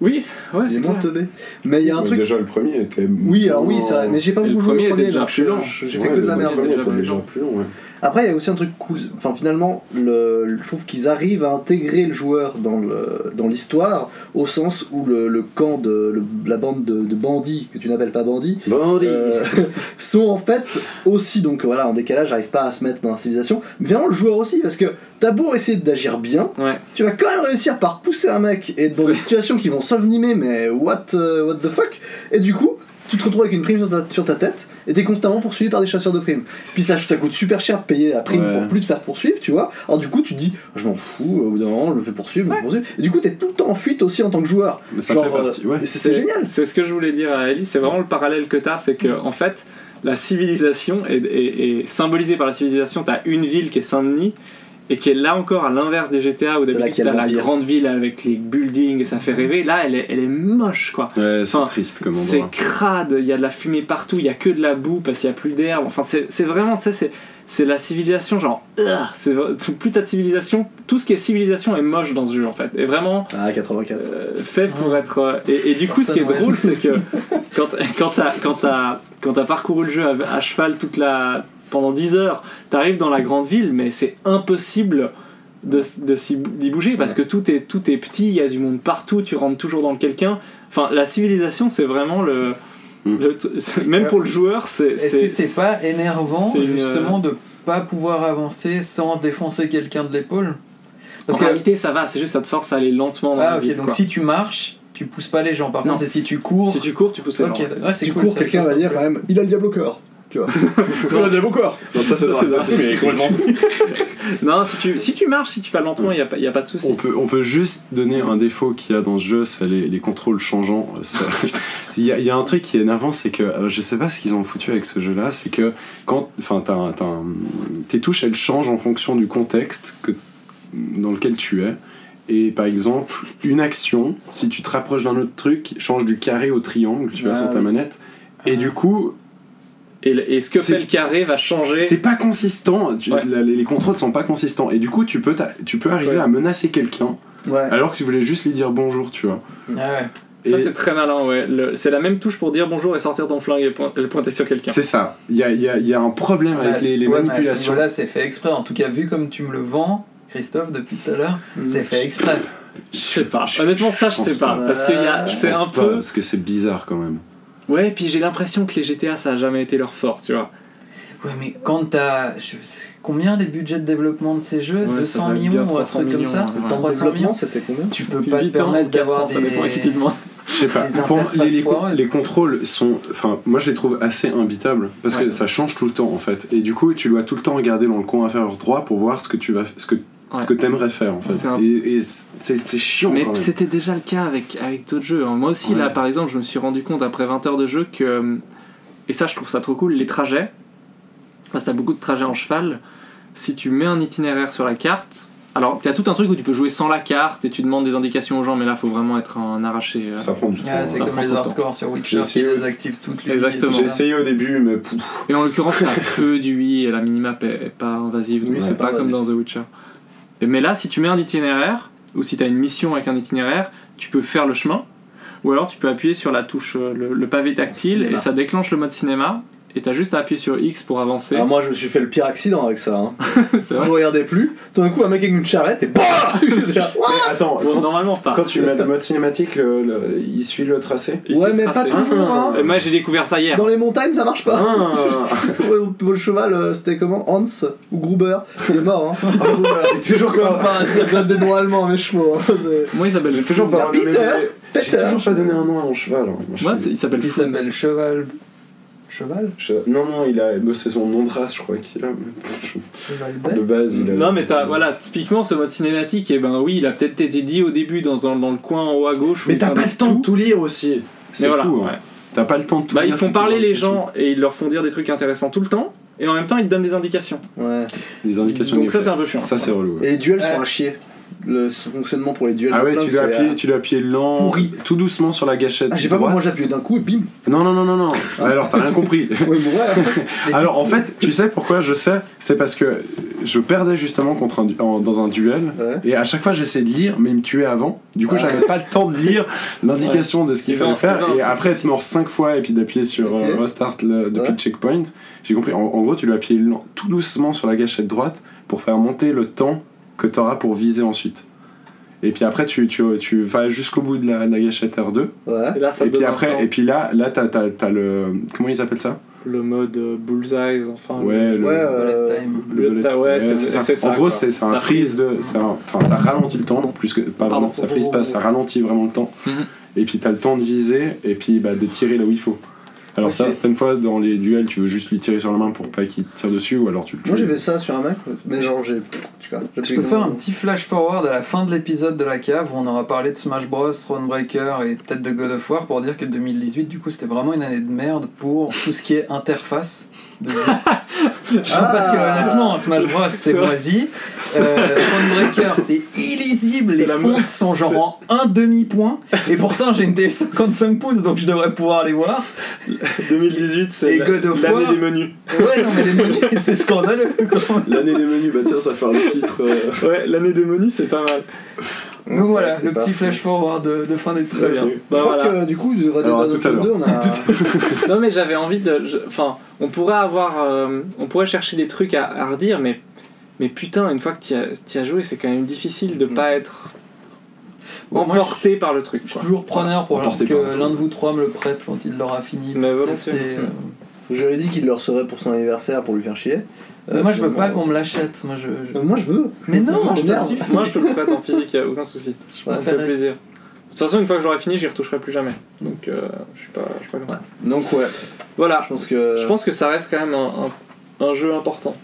Speaker 5: oui, ouais,
Speaker 1: Il est
Speaker 5: c'est
Speaker 1: moins
Speaker 5: clair.
Speaker 1: teubé. Mais il y a un
Speaker 11: Mais
Speaker 1: truc.
Speaker 11: Déjà, le premier était.
Speaker 1: Oui, alors oui, c'est vrai. Mais j'ai pas
Speaker 5: Et le
Speaker 1: beaucoup joué
Speaker 5: premier
Speaker 1: au
Speaker 5: était
Speaker 1: premier.
Speaker 5: déjà
Speaker 1: donc
Speaker 5: plus long.
Speaker 1: je- J'ai fait que de la
Speaker 5: premier
Speaker 1: merde.
Speaker 5: était déjà
Speaker 11: Déjà,
Speaker 5: plus
Speaker 11: déjà
Speaker 5: long.
Speaker 11: plus long, ouais.
Speaker 1: Après, il y a aussi un truc cool. Enfin, finalement, le, le- je trouve qu'ils arrivent à intégrer le joueur dans le dans l'histoire au sens où le, le camp de le- la bande de, de bandits que tu n'appelles pas bandits
Speaker 11: Bandit
Speaker 1: euh, sont en fait aussi donc voilà en décalage, j'arrive pas à se mettre dans la civilisation. Mais vraiment le joueur aussi parce que t'as beau essayer d'agir bien,
Speaker 5: Ouais.
Speaker 1: tu vas quand même réussir par pousser un mec et dans
Speaker 5: C'est-
Speaker 1: des situations qui vont s'envenimer mais what euh, what the fuck et du coup tu te retrouves avec une prime sur ta, sur ta tête et t'es constamment poursuivi par des chasseurs de primes. Puis ça, ça coûte super cher de payer la prime
Speaker 4: Ouais.
Speaker 1: pour plus te faire poursuivre, tu vois. Alors du coup, tu te dis, je m'en fous, au bout d'un moment, je me fais poursuivre, je me fais poursuivre. Et du coup, t'es tout le temps en fuite aussi en tant que joueur.
Speaker 4: Mais ça
Speaker 1: Genre,
Speaker 4: fait partie. Ouais.
Speaker 1: Et c'est- c'est génial.
Speaker 5: C'est ce que je voulais dire à Ellie, c'est vraiment le parallèle que tu as, c'est que en fait, la civilisation est, est- est symbolisée par la civilisation. Tu as une ville qui est Saint-Denis et qui est là encore à l'inverse des GTA où
Speaker 1: C'est là
Speaker 5: d'habitude
Speaker 1: qu'il y
Speaker 5: tu
Speaker 1: a le
Speaker 5: la
Speaker 1: vampire.
Speaker 5: grande ville avec les buildings et ça fait rêver. Là, elle est, elle est moche quoi.
Speaker 4: Ouais, c'est
Speaker 5: Enfin,
Speaker 4: triste comme
Speaker 5: C'est
Speaker 4: endroit.
Speaker 5: crade, il y a de la fumée partout, il y a que de la boue parce qu'il n'y a plus d'herbe. Enfin, c'est c'est vraiment, tu sais, c'est- c'est la civilisation, genre, ugh, c'est vrai- plus t'as de civilisation, tout ce qui est civilisation est moche dans ce jeu en fait. Et vraiment,
Speaker 1: Ah, 84.
Speaker 5: euh, fait pour être. euh, et, et du coup, ce qui est
Speaker 7: Personne, ouais.
Speaker 5: drôle, c'est que quand, quand t'as quand t'as- quand t'as parcouru le jeu à, à cheval toute la, pendant 10 heures, t'arrives dans la grande ville, mais c'est impossible de, s- de s'y bou- d'y bouger parce que tout est, tout est petit, il y a du monde partout, tu rentres toujours dans le quelqu'un. Enfin, la civilisation, c'est vraiment le.
Speaker 11: Hmm.
Speaker 4: Mm.
Speaker 5: le t- c'est- même pour le joueur, c'est.
Speaker 7: Est-ce que c'est pas énervant
Speaker 5: c'est une- euh,
Speaker 7: justement de pas pouvoir avancer sans défoncer quelqu'un de l'épaule Parce
Speaker 5: Parce qu'en
Speaker 7: que
Speaker 5: réalité, ça va, c'est juste ça te force à aller lentement dans la
Speaker 7: ah ok
Speaker 5: ville,
Speaker 7: donc
Speaker 5: quoi.
Speaker 7: si tu marches, tu pousses pas les gens. Par
Speaker 5: Non.
Speaker 7: contre, c'est si tu cours.
Speaker 5: Si tu cours, tu pousses les
Speaker 7: Ok,
Speaker 5: gens.
Speaker 7: ouais, c'est
Speaker 1: Tu
Speaker 7: cool,
Speaker 1: cours,
Speaker 7: ça,
Speaker 1: quelqu'un
Speaker 7: ça,
Speaker 1: va
Speaker 7: ça.
Speaker 1: dire quand même, il a le diable au cœur. Tu vois. il a le diable au cœur.
Speaker 11: Non, ça, c'est
Speaker 5: Ça,
Speaker 11: dans
Speaker 5: c'est
Speaker 11: Assassin's Creed, complètement.
Speaker 5: Non, si tu, si tu marches, si tu vas
Speaker 11: Hmm.
Speaker 5: lentement, il n'y a, pas- y a pas de souci.
Speaker 4: On peut, on peut juste donner un défaut qu'il y a dans ce jeu, c'est les, les contrôles changeants. Euh, Ça- Il y, a- il y a un truc qui est énervant, c'est que euh, je sais pas ce qu'ils ont foutu avec ce jeu-là, c'est que quand, enfin, t'as un- t'as un- tes touches, elles changent en fonction du contexte que, dans lequel tu es. Et par exemple, une action, si tu te rapproches d'un autre truc, change du carré au triangle, tu vois,
Speaker 1: Ah
Speaker 4: sur ta
Speaker 1: oui. Ah.
Speaker 4: manette. Et du coup,
Speaker 5: Et, le- et ce que
Speaker 4: C'est-
Speaker 5: fait le carré va changer.
Speaker 4: c'est pas consistant. tu-
Speaker 5: Ouais.
Speaker 4: la- les, les contrôles sont pas consistants. Et du coup, tu peux, t'a- tu peux arriver
Speaker 1: Ouais.
Speaker 4: à menacer quelqu'un
Speaker 1: Ouais.
Speaker 4: alors que tu voulais juste lui dire bonjour, tu vois.
Speaker 7: Ah ouais.
Speaker 5: Ça,
Speaker 4: Et-
Speaker 5: c'est très malin, ouais. Le- C'est la même touche pour dire bonjour et sortir ton flingue et point- le pointer sur quelqu'un.
Speaker 4: C'est ça. Il y a, il y a- il y a un problème avec les, les manipulations.
Speaker 7: Là, c'est fait exprès. En tout cas, vu comme tu me le vends, Christophe, depuis tout à l'heure,
Speaker 1: Mm.
Speaker 7: c'est fait exprès.
Speaker 5: Je sais pas. Honnêtement, ça, je
Speaker 4: pense
Speaker 5: sais pas.
Speaker 1: pas.
Speaker 5: Parce que y a-
Speaker 1: Je
Speaker 5: c'est
Speaker 4: pense
Speaker 5: un
Speaker 4: pas,
Speaker 5: peu.
Speaker 4: Parce que c'est bizarre quand même.
Speaker 5: Ouais, puis j'ai l'impression que les GTA, ça a jamais été leur fort, tu vois.
Speaker 7: Ouais, mais quand t'as. je sais- Combien les budgets de développement de ces jeux
Speaker 5: Ouais,
Speaker 7: 200
Speaker 5: ça va être bien
Speaker 7: millions ou un
Speaker 5: 300
Speaker 7: truc comme
Speaker 5: millions,
Speaker 7: ça
Speaker 5: ouais.
Speaker 1: Le temps de
Speaker 7: 300 millions
Speaker 1: développement, c'était combien
Speaker 7: Tu peux pas
Speaker 1: hein,
Speaker 7: te
Speaker 5: 8 ans,
Speaker 7: permettre
Speaker 5: 4
Speaker 7: d'avoir
Speaker 5: ans,
Speaker 7: des.
Speaker 5: ça dépend à qui tu demandes.
Speaker 4: Je sais pas.
Speaker 7: Les
Speaker 4: Pour moi, les, les,
Speaker 7: interfaces foireuses.
Speaker 4: les contrôles sont. Enfin, moi je les trouve assez imbitables parce que
Speaker 7: Ouais.
Speaker 4: ça change tout le temps en fait. Et du coup, tu dois tout le temps regarder dans le coin inférieur droit pour voir ce que tu vas, ce que,
Speaker 5: Ouais.
Speaker 4: ce que t'aimerais faire en fait.
Speaker 5: C'est un-
Speaker 4: Et, et c'est c'est chiant
Speaker 5: Mais
Speaker 4: quand même.
Speaker 5: c'était déjà le cas avec, avec d'autres jeux. hein. Moi aussi,
Speaker 4: Ouais.
Speaker 5: là, par exemple, je me suis rendu compte après 20 heures de jeu que. Et ça, je trouve ça trop cool, les trajets. Parce que t'as beaucoup de trajets en cheval. Si tu mets un itinéraire sur la carte. Alors, t'as tout un truc où tu peux jouer sans la carte et tu demandes des indications aux gens, mais là, faut vraiment être un arraché. euh, là.
Speaker 11: Ça prend du temps.
Speaker 7: Ah,
Speaker 11: hein.
Speaker 7: c'est
Speaker 5: Ça
Speaker 7: comme
Speaker 5: prend
Speaker 7: les
Speaker 5: trop de temps.
Speaker 7: hardcore sur Witcher
Speaker 11: J'ai
Speaker 7: qui
Speaker 11: essayé, ouais.
Speaker 7: désactivent toutes les.
Speaker 5: Exactement.
Speaker 11: J'ai essayé au début, mais pouf.
Speaker 5: Et en l'occurrence, t'as peu d'UI et la minimap est, est pas invasive, donc
Speaker 1: Oui,
Speaker 5: c'est
Speaker 1: c'est
Speaker 5: pas,
Speaker 1: pas
Speaker 5: comme dans The Witcher. Et- mais là, si tu mets un itinéraire, ou si t'as une mission avec un itinéraire, tu peux faire le chemin, ou alors tu peux appuyer sur la touche, euh, le, le pavé tactile,
Speaker 1: Cinéma.
Speaker 5: et ça déclenche le mode cinéma, et t'as juste à appuyer sur X pour avancer.
Speaker 4: Ah,
Speaker 1: Alors Ah, moi je me suis fait le pire accident avec ça. Hein.
Speaker 5: c'est
Speaker 1: Je
Speaker 5: vrai.
Speaker 1: regardais plus. Tout d'un coup un mec avec une charrette et BAH BAM J'étais là, What
Speaker 7: Ah
Speaker 4: Mais attends,
Speaker 5: Bon,
Speaker 4: quand-
Speaker 5: normalement pas.
Speaker 7: bah,
Speaker 4: quand
Speaker 7: euh,
Speaker 4: tu mets le mode cinématique, le- le- il suit le tracé
Speaker 5: Ils
Speaker 1: Ouais
Speaker 5: sont
Speaker 1: mais pas
Speaker 5: tracés.
Speaker 1: toujours. hein.
Speaker 5: Euh, Moi j'ai découvert ça hier.
Speaker 1: Dans les montagnes ça marche
Speaker 7: bah.
Speaker 1: pas.
Speaker 4: Ah.
Speaker 1: Ouais, Pour le cheval euh, c'était comment Hans ou Gruber. Il est mort. Hein.
Speaker 12: C'est toujours
Speaker 1: Comme
Speaker 12: pas.
Speaker 1: pas un des noms allemands mes chevaux. hein. C'est-
Speaker 5: Moi il s'appelle
Speaker 4: J'ai toujours pas
Speaker 1: Peter,
Speaker 4: donné- J'ai
Speaker 1: Peter.
Speaker 4: toujours pas donné un nom à mon cheval. hein. Moi, je-
Speaker 5: Moi c'est- il s'appelle
Speaker 7: Il
Speaker 5: Fou.
Speaker 7: s'appelle Cheval. Cheval
Speaker 4: je- Non, non, il a. bah, C'est son nom de race, je crois qu'il a. mais-
Speaker 7: Cheval
Speaker 4: De
Speaker 7: bête
Speaker 4: base, il a.
Speaker 5: Non mais t'as voilà typiquement ce mode cinématique et ben oui il a peut-être été dit au début dans un- dans le coin en haut à gauche. ou
Speaker 4: Mais t'as
Speaker 5: dans
Speaker 4: pas le temps de tout lire aussi. C'est
Speaker 5: Mais voilà,
Speaker 4: fou. hein.
Speaker 5: ouais.
Speaker 4: T'as pas le temps de tout
Speaker 5: Bah
Speaker 4: lire.
Speaker 5: ils font
Speaker 4: toutes
Speaker 5: parler les
Speaker 4: indications.
Speaker 5: gens et ils leur font dire des trucs intéressants tout le temps et en même temps ils te donnent des indications.
Speaker 1: Ouais.
Speaker 4: Les indications
Speaker 5: Donc
Speaker 4: des
Speaker 5: ça c'est
Speaker 4: faits.
Speaker 5: un peu chiant.
Speaker 4: Ça, c'est relou. ouais.
Speaker 1: Et les duels sont
Speaker 7: Ouais.
Speaker 1: à chier. Le ce fonctionnement pour les duels.
Speaker 4: Ah
Speaker 1: de
Speaker 4: ouais,
Speaker 1: flingue,
Speaker 4: tu dois
Speaker 1: c'est,
Speaker 4: appuyer,
Speaker 1: euh,
Speaker 4: tu dois appuyer lent,
Speaker 1: pourri.
Speaker 4: tout doucement sur la gâchette.
Speaker 1: Ah, j'ai pas compris,
Speaker 4: droite.
Speaker 1: moi j'appuyais d'un coup et bim
Speaker 4: Non, non, non, non, non. Alors, t'as rien compris.
Speaker 1: Ouais, mais ouais.
Speaker 4: Alors en fait, tu sais pourquoi je sais C'est parce que je perdais justement contre un du- en- dans un duel.
Speaker 1: Ouais.
Speaker 4: Et à chaque fois, j'essayais de lire, mais il me tuait avant. Du coup, j'avais pas le temps de lire l'indication de ce qu'il
Speaker 5: Ils
Speaker 4: fallait
Speaker 5: ont- ils ont
Speaker 4: faire.
Speaker 5: un
Speaker 4: Et
Speaker 5: petit
Speaker 4: après être
Speaker 5: souci.
Speaker 4: mort 5 fois et puis d'appuyer sur
Speaker 1: Ok.
Speaker 4: euh, restart le- depuis
Speaker 1: Ouais.
Speaker 4: le checkpoint, j'ai compris. En, en gros, tu dois appuyer lent- tout doucement sur la gâchette droite pour faire monter le temps que t'auras pour viser ensuite. Et puis après, tu, tu, tu vas jusqu'au bout de la, de la gâchette R2.
Speaker 1: Ouais.
Speaker 5: Et là ça
Speaker 4: et
Speaker 5: te
Speaker 4: puis
Speaker 5: donne un temps.
Speaker 4: après, et puis là, là t'as t'as- t'as le. Comment ils appellent ça
Speaker 5: le mode euh, bullseye enfin.
Speaker 4: Ouais, le-
Speaker 1: Ouais, euh,
Speaker 7: Bullet time.
Speaker 5: Le
Speaker 4: bullet-
Speaker 5: ta- ouais, c'est- c'est ça,
Speaker 4: En gros,
Speaker 5: quoi.
Speaker 4: c'est c'est un
Speaker 5: Ça
Speaker 4: freeze de. c'est un- Enfin, ça ralentit le temps, plus que. Pas
Speaker 5: Pardon.
Speaker 4: vraiment, ça freeze pas, ça ralentit vraiment le temps.
Speaker 13: Mhm.
Speaker 4: Et puis, t'as le temps de viser, et puis bah, de tirer là où il faut. Alors, ça, certaines fois, dans les duels, tu veux juste lui tirer sur la main pour pas qu'il tire dessus, ou alors tu le
Speaker 1: Moi
Speaker 4: tues.
Speaker 1: j'ai fait ça sur un Mac, mais genre j'ai. Tu vois,
Speaker 7: Je
Speaker 1: j'appuie
Speaker 7: peux
Speaker 1: d'un
Speaker 7: faire
Speaker 1: coup.
Speaker 7: un petit flash forward à la fin de l'épisode de la cave où on aura parlé de Smash Bros, Thronebreaker et peut-être de God of War pour dire que 2018 du coup c'était vraiment une année de merde pour tout ce qui est interface. de jeu. Ah, parce que
Speaker 1: Ah.
Speaker 7: honnêtement Smash Bros c'est
Speaker 5: vrai.
Speaker 7: moisi, euh, Thronebreaker c'est illisible, les
Speaker 5: la mo-
Speaker 7: fontes sont genre en un demi point et pourtant j'ai une télé 55 pouces donc je devrais pouvoir les voir.
Speaker 5: 2018 c'est
Speaker 7: Et God of
Speaker 5: l'année
Speaker 7: War.
Speaker 5: des menus.
Speaker 7: Ouais non mais les menus c'est scandaleux. quoi.
Speaker 12: L'année des menus, bah tiens, ça fait un titre. euh,
Speaker 5: Ouais l'année des menus c'est pas mal.
Speaker 7: Donc voilà
Speaker 1: c'est
Speaker 7: le
Speaker 1: pas
Speaker 7: petit
Speaker 1: fou.
Speaker 7: flash forward de, de fin d'épisode.
Speaker 5: Très bien.
Speaker 1: Je
Speaker 5: Bah
Speaker 1: crois
Speaker 5: voilà.
Speaker 1: que du coup, de Red Dead
Speaker 4: Alors, à tout à
Speaker 1: Redemption
Speaker 4: l'heure.
Speaker 1: 2, on a.
Speaker 5: Non mais j'avais envie de, je- enfin, on pourrait avoir, euh, on pourrait chercher des trucs à, à redire, mais, mais putain, une fois que t'y as, t'y as joué, c'est quand même difficile de pas être
Speaker 7: Mm. Bon, moi,
Speaker 5: emporté par le truc.
Speaker 7: Je suis
Speaker 5: quoi.
Speaker 7: toujours preneur pour
Speaker 4: Emporté
Speaker 7: que
Speaker 4: par le feu.
Speaker 7: l'un de vous trois me le prête quand il l'aura fini.
Speaker 5: Mais
Speaker 7: pour
Speaker 5: volontiers.
Speaker 7: tester, euh.
Speaker 1: Je lui ai dit qu'il leur serait pour son anniversaire pour lui faire chier.
Speaker 7: Mais
Speaker 1: Euh,
Speaker 7: moi je veux
Speaker 1: bon,
Speaker 7: pas
Speaker 1: euh,
Speaker 7: qu'on me l'achète. Moi je. je-
Speaker 1: euh, Moi je veux.
Speaker 7: Mais non,
Speaker 1: Moi,
Speaker 7: je
Speaker 1: je merde.
Speaker 7: t'insulte.
Speaker 5: Moi, je te le prête en physique, y a aucun souci.
Speaker 7: je
Speaker 5: Ça me fait
Speaker 7: préférerais-
Speaker 5: plaisir. De toute façon, une fois que j'aurai fini, j'y retoucherai plus jamais. Donc, euh, je suis pas, je suis pas comme ça.
Speaker 1: Donc ouais,
Speaker 5: Voilà.
Speaker 1: je pense que.
Speaker 5: Je pense que ça reste quand même un, un- un jeu important.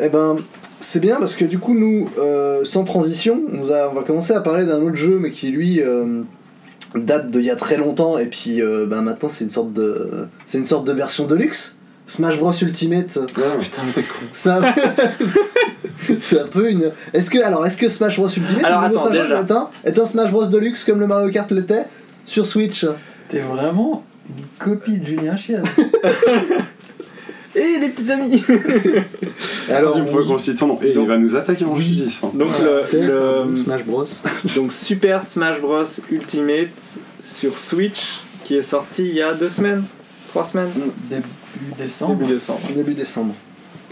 Speaker 1: Eh ben, c'est bien parce que du coup, nous, euh, sans transition, on va, on va commencer à parler d'un autre jeu, mais qui lui euh, date d'il y a très longtemps, et puis euh, ben, maintenant c'est une sorte de, c'est une sorte de version de luxe. Smash Bros Ultimate,
Speaker 5: Putain, mais t'es con.
Speaker 1: c'est un, c'est un peu une. Est-ce que alors, est-ce que Smash Bros Ultimate,
Speaker 5: Alors,
Speaker 1: le nouveau
Speaker 5: attends,
Speaker 1: Smash Bros
Speaker 5: déjà.
Speaker 1: est un, est un Smash Bros de luxe comme le Mario Kart l'était sur Switch
Speaker 7: T'es vraiment une copie de Julien Chiaz.
Speaker 5: Eh les petits amis.
Speaker 1: Alors,
Speaker 4: Troisième fois qu'on cite son nom. Et
Speaker 5: Donc-
Speaker 4: il va nous attaquer en justice. hein.
Speaker 5: Donc
Speaker 1: c'est
Speaker 5: le,
Speaker 1: un
Speaker 5: le,
Speaker 1: Smash Bros.
Speaker 5: Donc Super Smash Bros Ultimate sur Switch qui est sorti il y a deux semaines, trois semaines,
Speaker 7: Début décembre.
Speaker 5: début décembre.
Speaker 1: début décembre.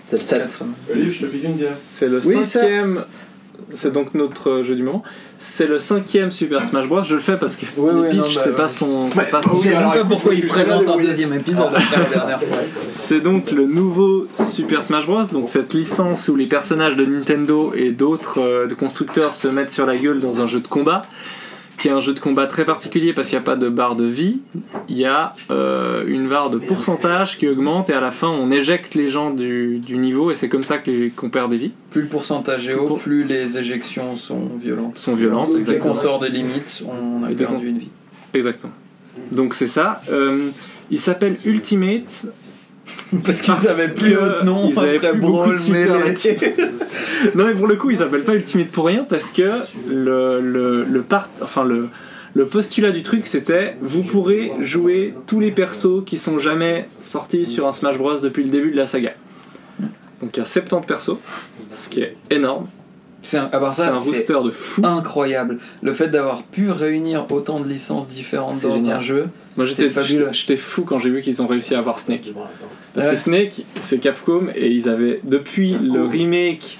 Speaker 1: C'est le
Speaker 7: Quatre
Speaker 1: 7.
Speaker 7: semaines.
Speaker 12: Olive, je te pique une bière.
Speaker 5: C'est le
Speaker 1: Oui, ça.
Speaker 5: cinquième. C'est donc notre jeu du moment. C'est le cinquième Super Smash Bros. Je le fais parce que
Speaker 7: Ouais, ouais,
Speaker 5: Peach,
Speaker 7: non, bah,
Speaker 5: c'est
Speaker 7: ouais.
Speaker 5: pas son. C'est pas son-
Speaker 7: Je sais même pas pourquoi il présente un
Speaker 1: débrouillé.
Speaker 7: deuxième
Speaker 5: Ah.
Speaker 7: épisode après la dernière fois.
Speaker 5: C'est donc le nouveau Super Smash Bros. Donc cette licence où les personnages de Nintendo et d'autres euh, de constructeurs se mettent sur la gueule dans un jeu de combat, qui est un jeu de combat très particulier parce qu'il n'y a pas de barre de vie, il y a euh, une barre de pourcentage qui augmente et à la fin on éjecte les gens du, du niveau et c'est comme ça que les- qu'on perd des vies.
Speaker 7: Plus le pourcentage est
Speaker 5: Plus
Speaker 7: haut,
Speaker 5: pour-
Speaker 7: plus les éjections sont violentes.
Speaker 5: Ils sont violentes,
Speaker 7: Dès
Speaker 5: exactement.
Speaker 7: qu'on sort des limites, on a
Speaker 5: Et dès
Speaker 7: perdu
Speaker 5: qu'on-
Speaker 7: une vie.
Speaker 5: Exactement. Donc c'est ça. Euh, il s'appelle Ultimate.
Speaker 7: Parce
Speaker 5: Parce que euh, Ils avaient plus beaucoup de superlatifs. non mais pour le coup, ils s'appellent pas Ultimate pour rien parce que le le, le part, enfin le le postulat du truc, c'était vous pourrez jouer tous les persos qui sont jamais sortis sur un Smash Bros depuis le début de la saga. Donc il y a 70 persos, ce qui est énorme.
Speaker 7: C'est un, à part
Speaker 5: C'est
Speaker 7: ça,
Speaker 5: un
Speaker 7: c'est
Speaker 5: roster de fou.
Speaker 7: incroyable. Le fait d'avoir pu réunir autant de licences différentes
Speaker 5: C'est
Speaker 7: dans
Speaker 5: génial.
Speaker 7: un jeu,
Speaker 5: Moi
Speaker 7: c'est
Speaker 5: j'étais
Speaker 7: fabuleux.
Speaker 5: j'étais fou quand j'ai vu qu'ils ont réussi à avoir Snake. Parce
Speaker 7: Ouais.
Speaker 5: que Snake, c'est Capcom et ils avaient depuis le remake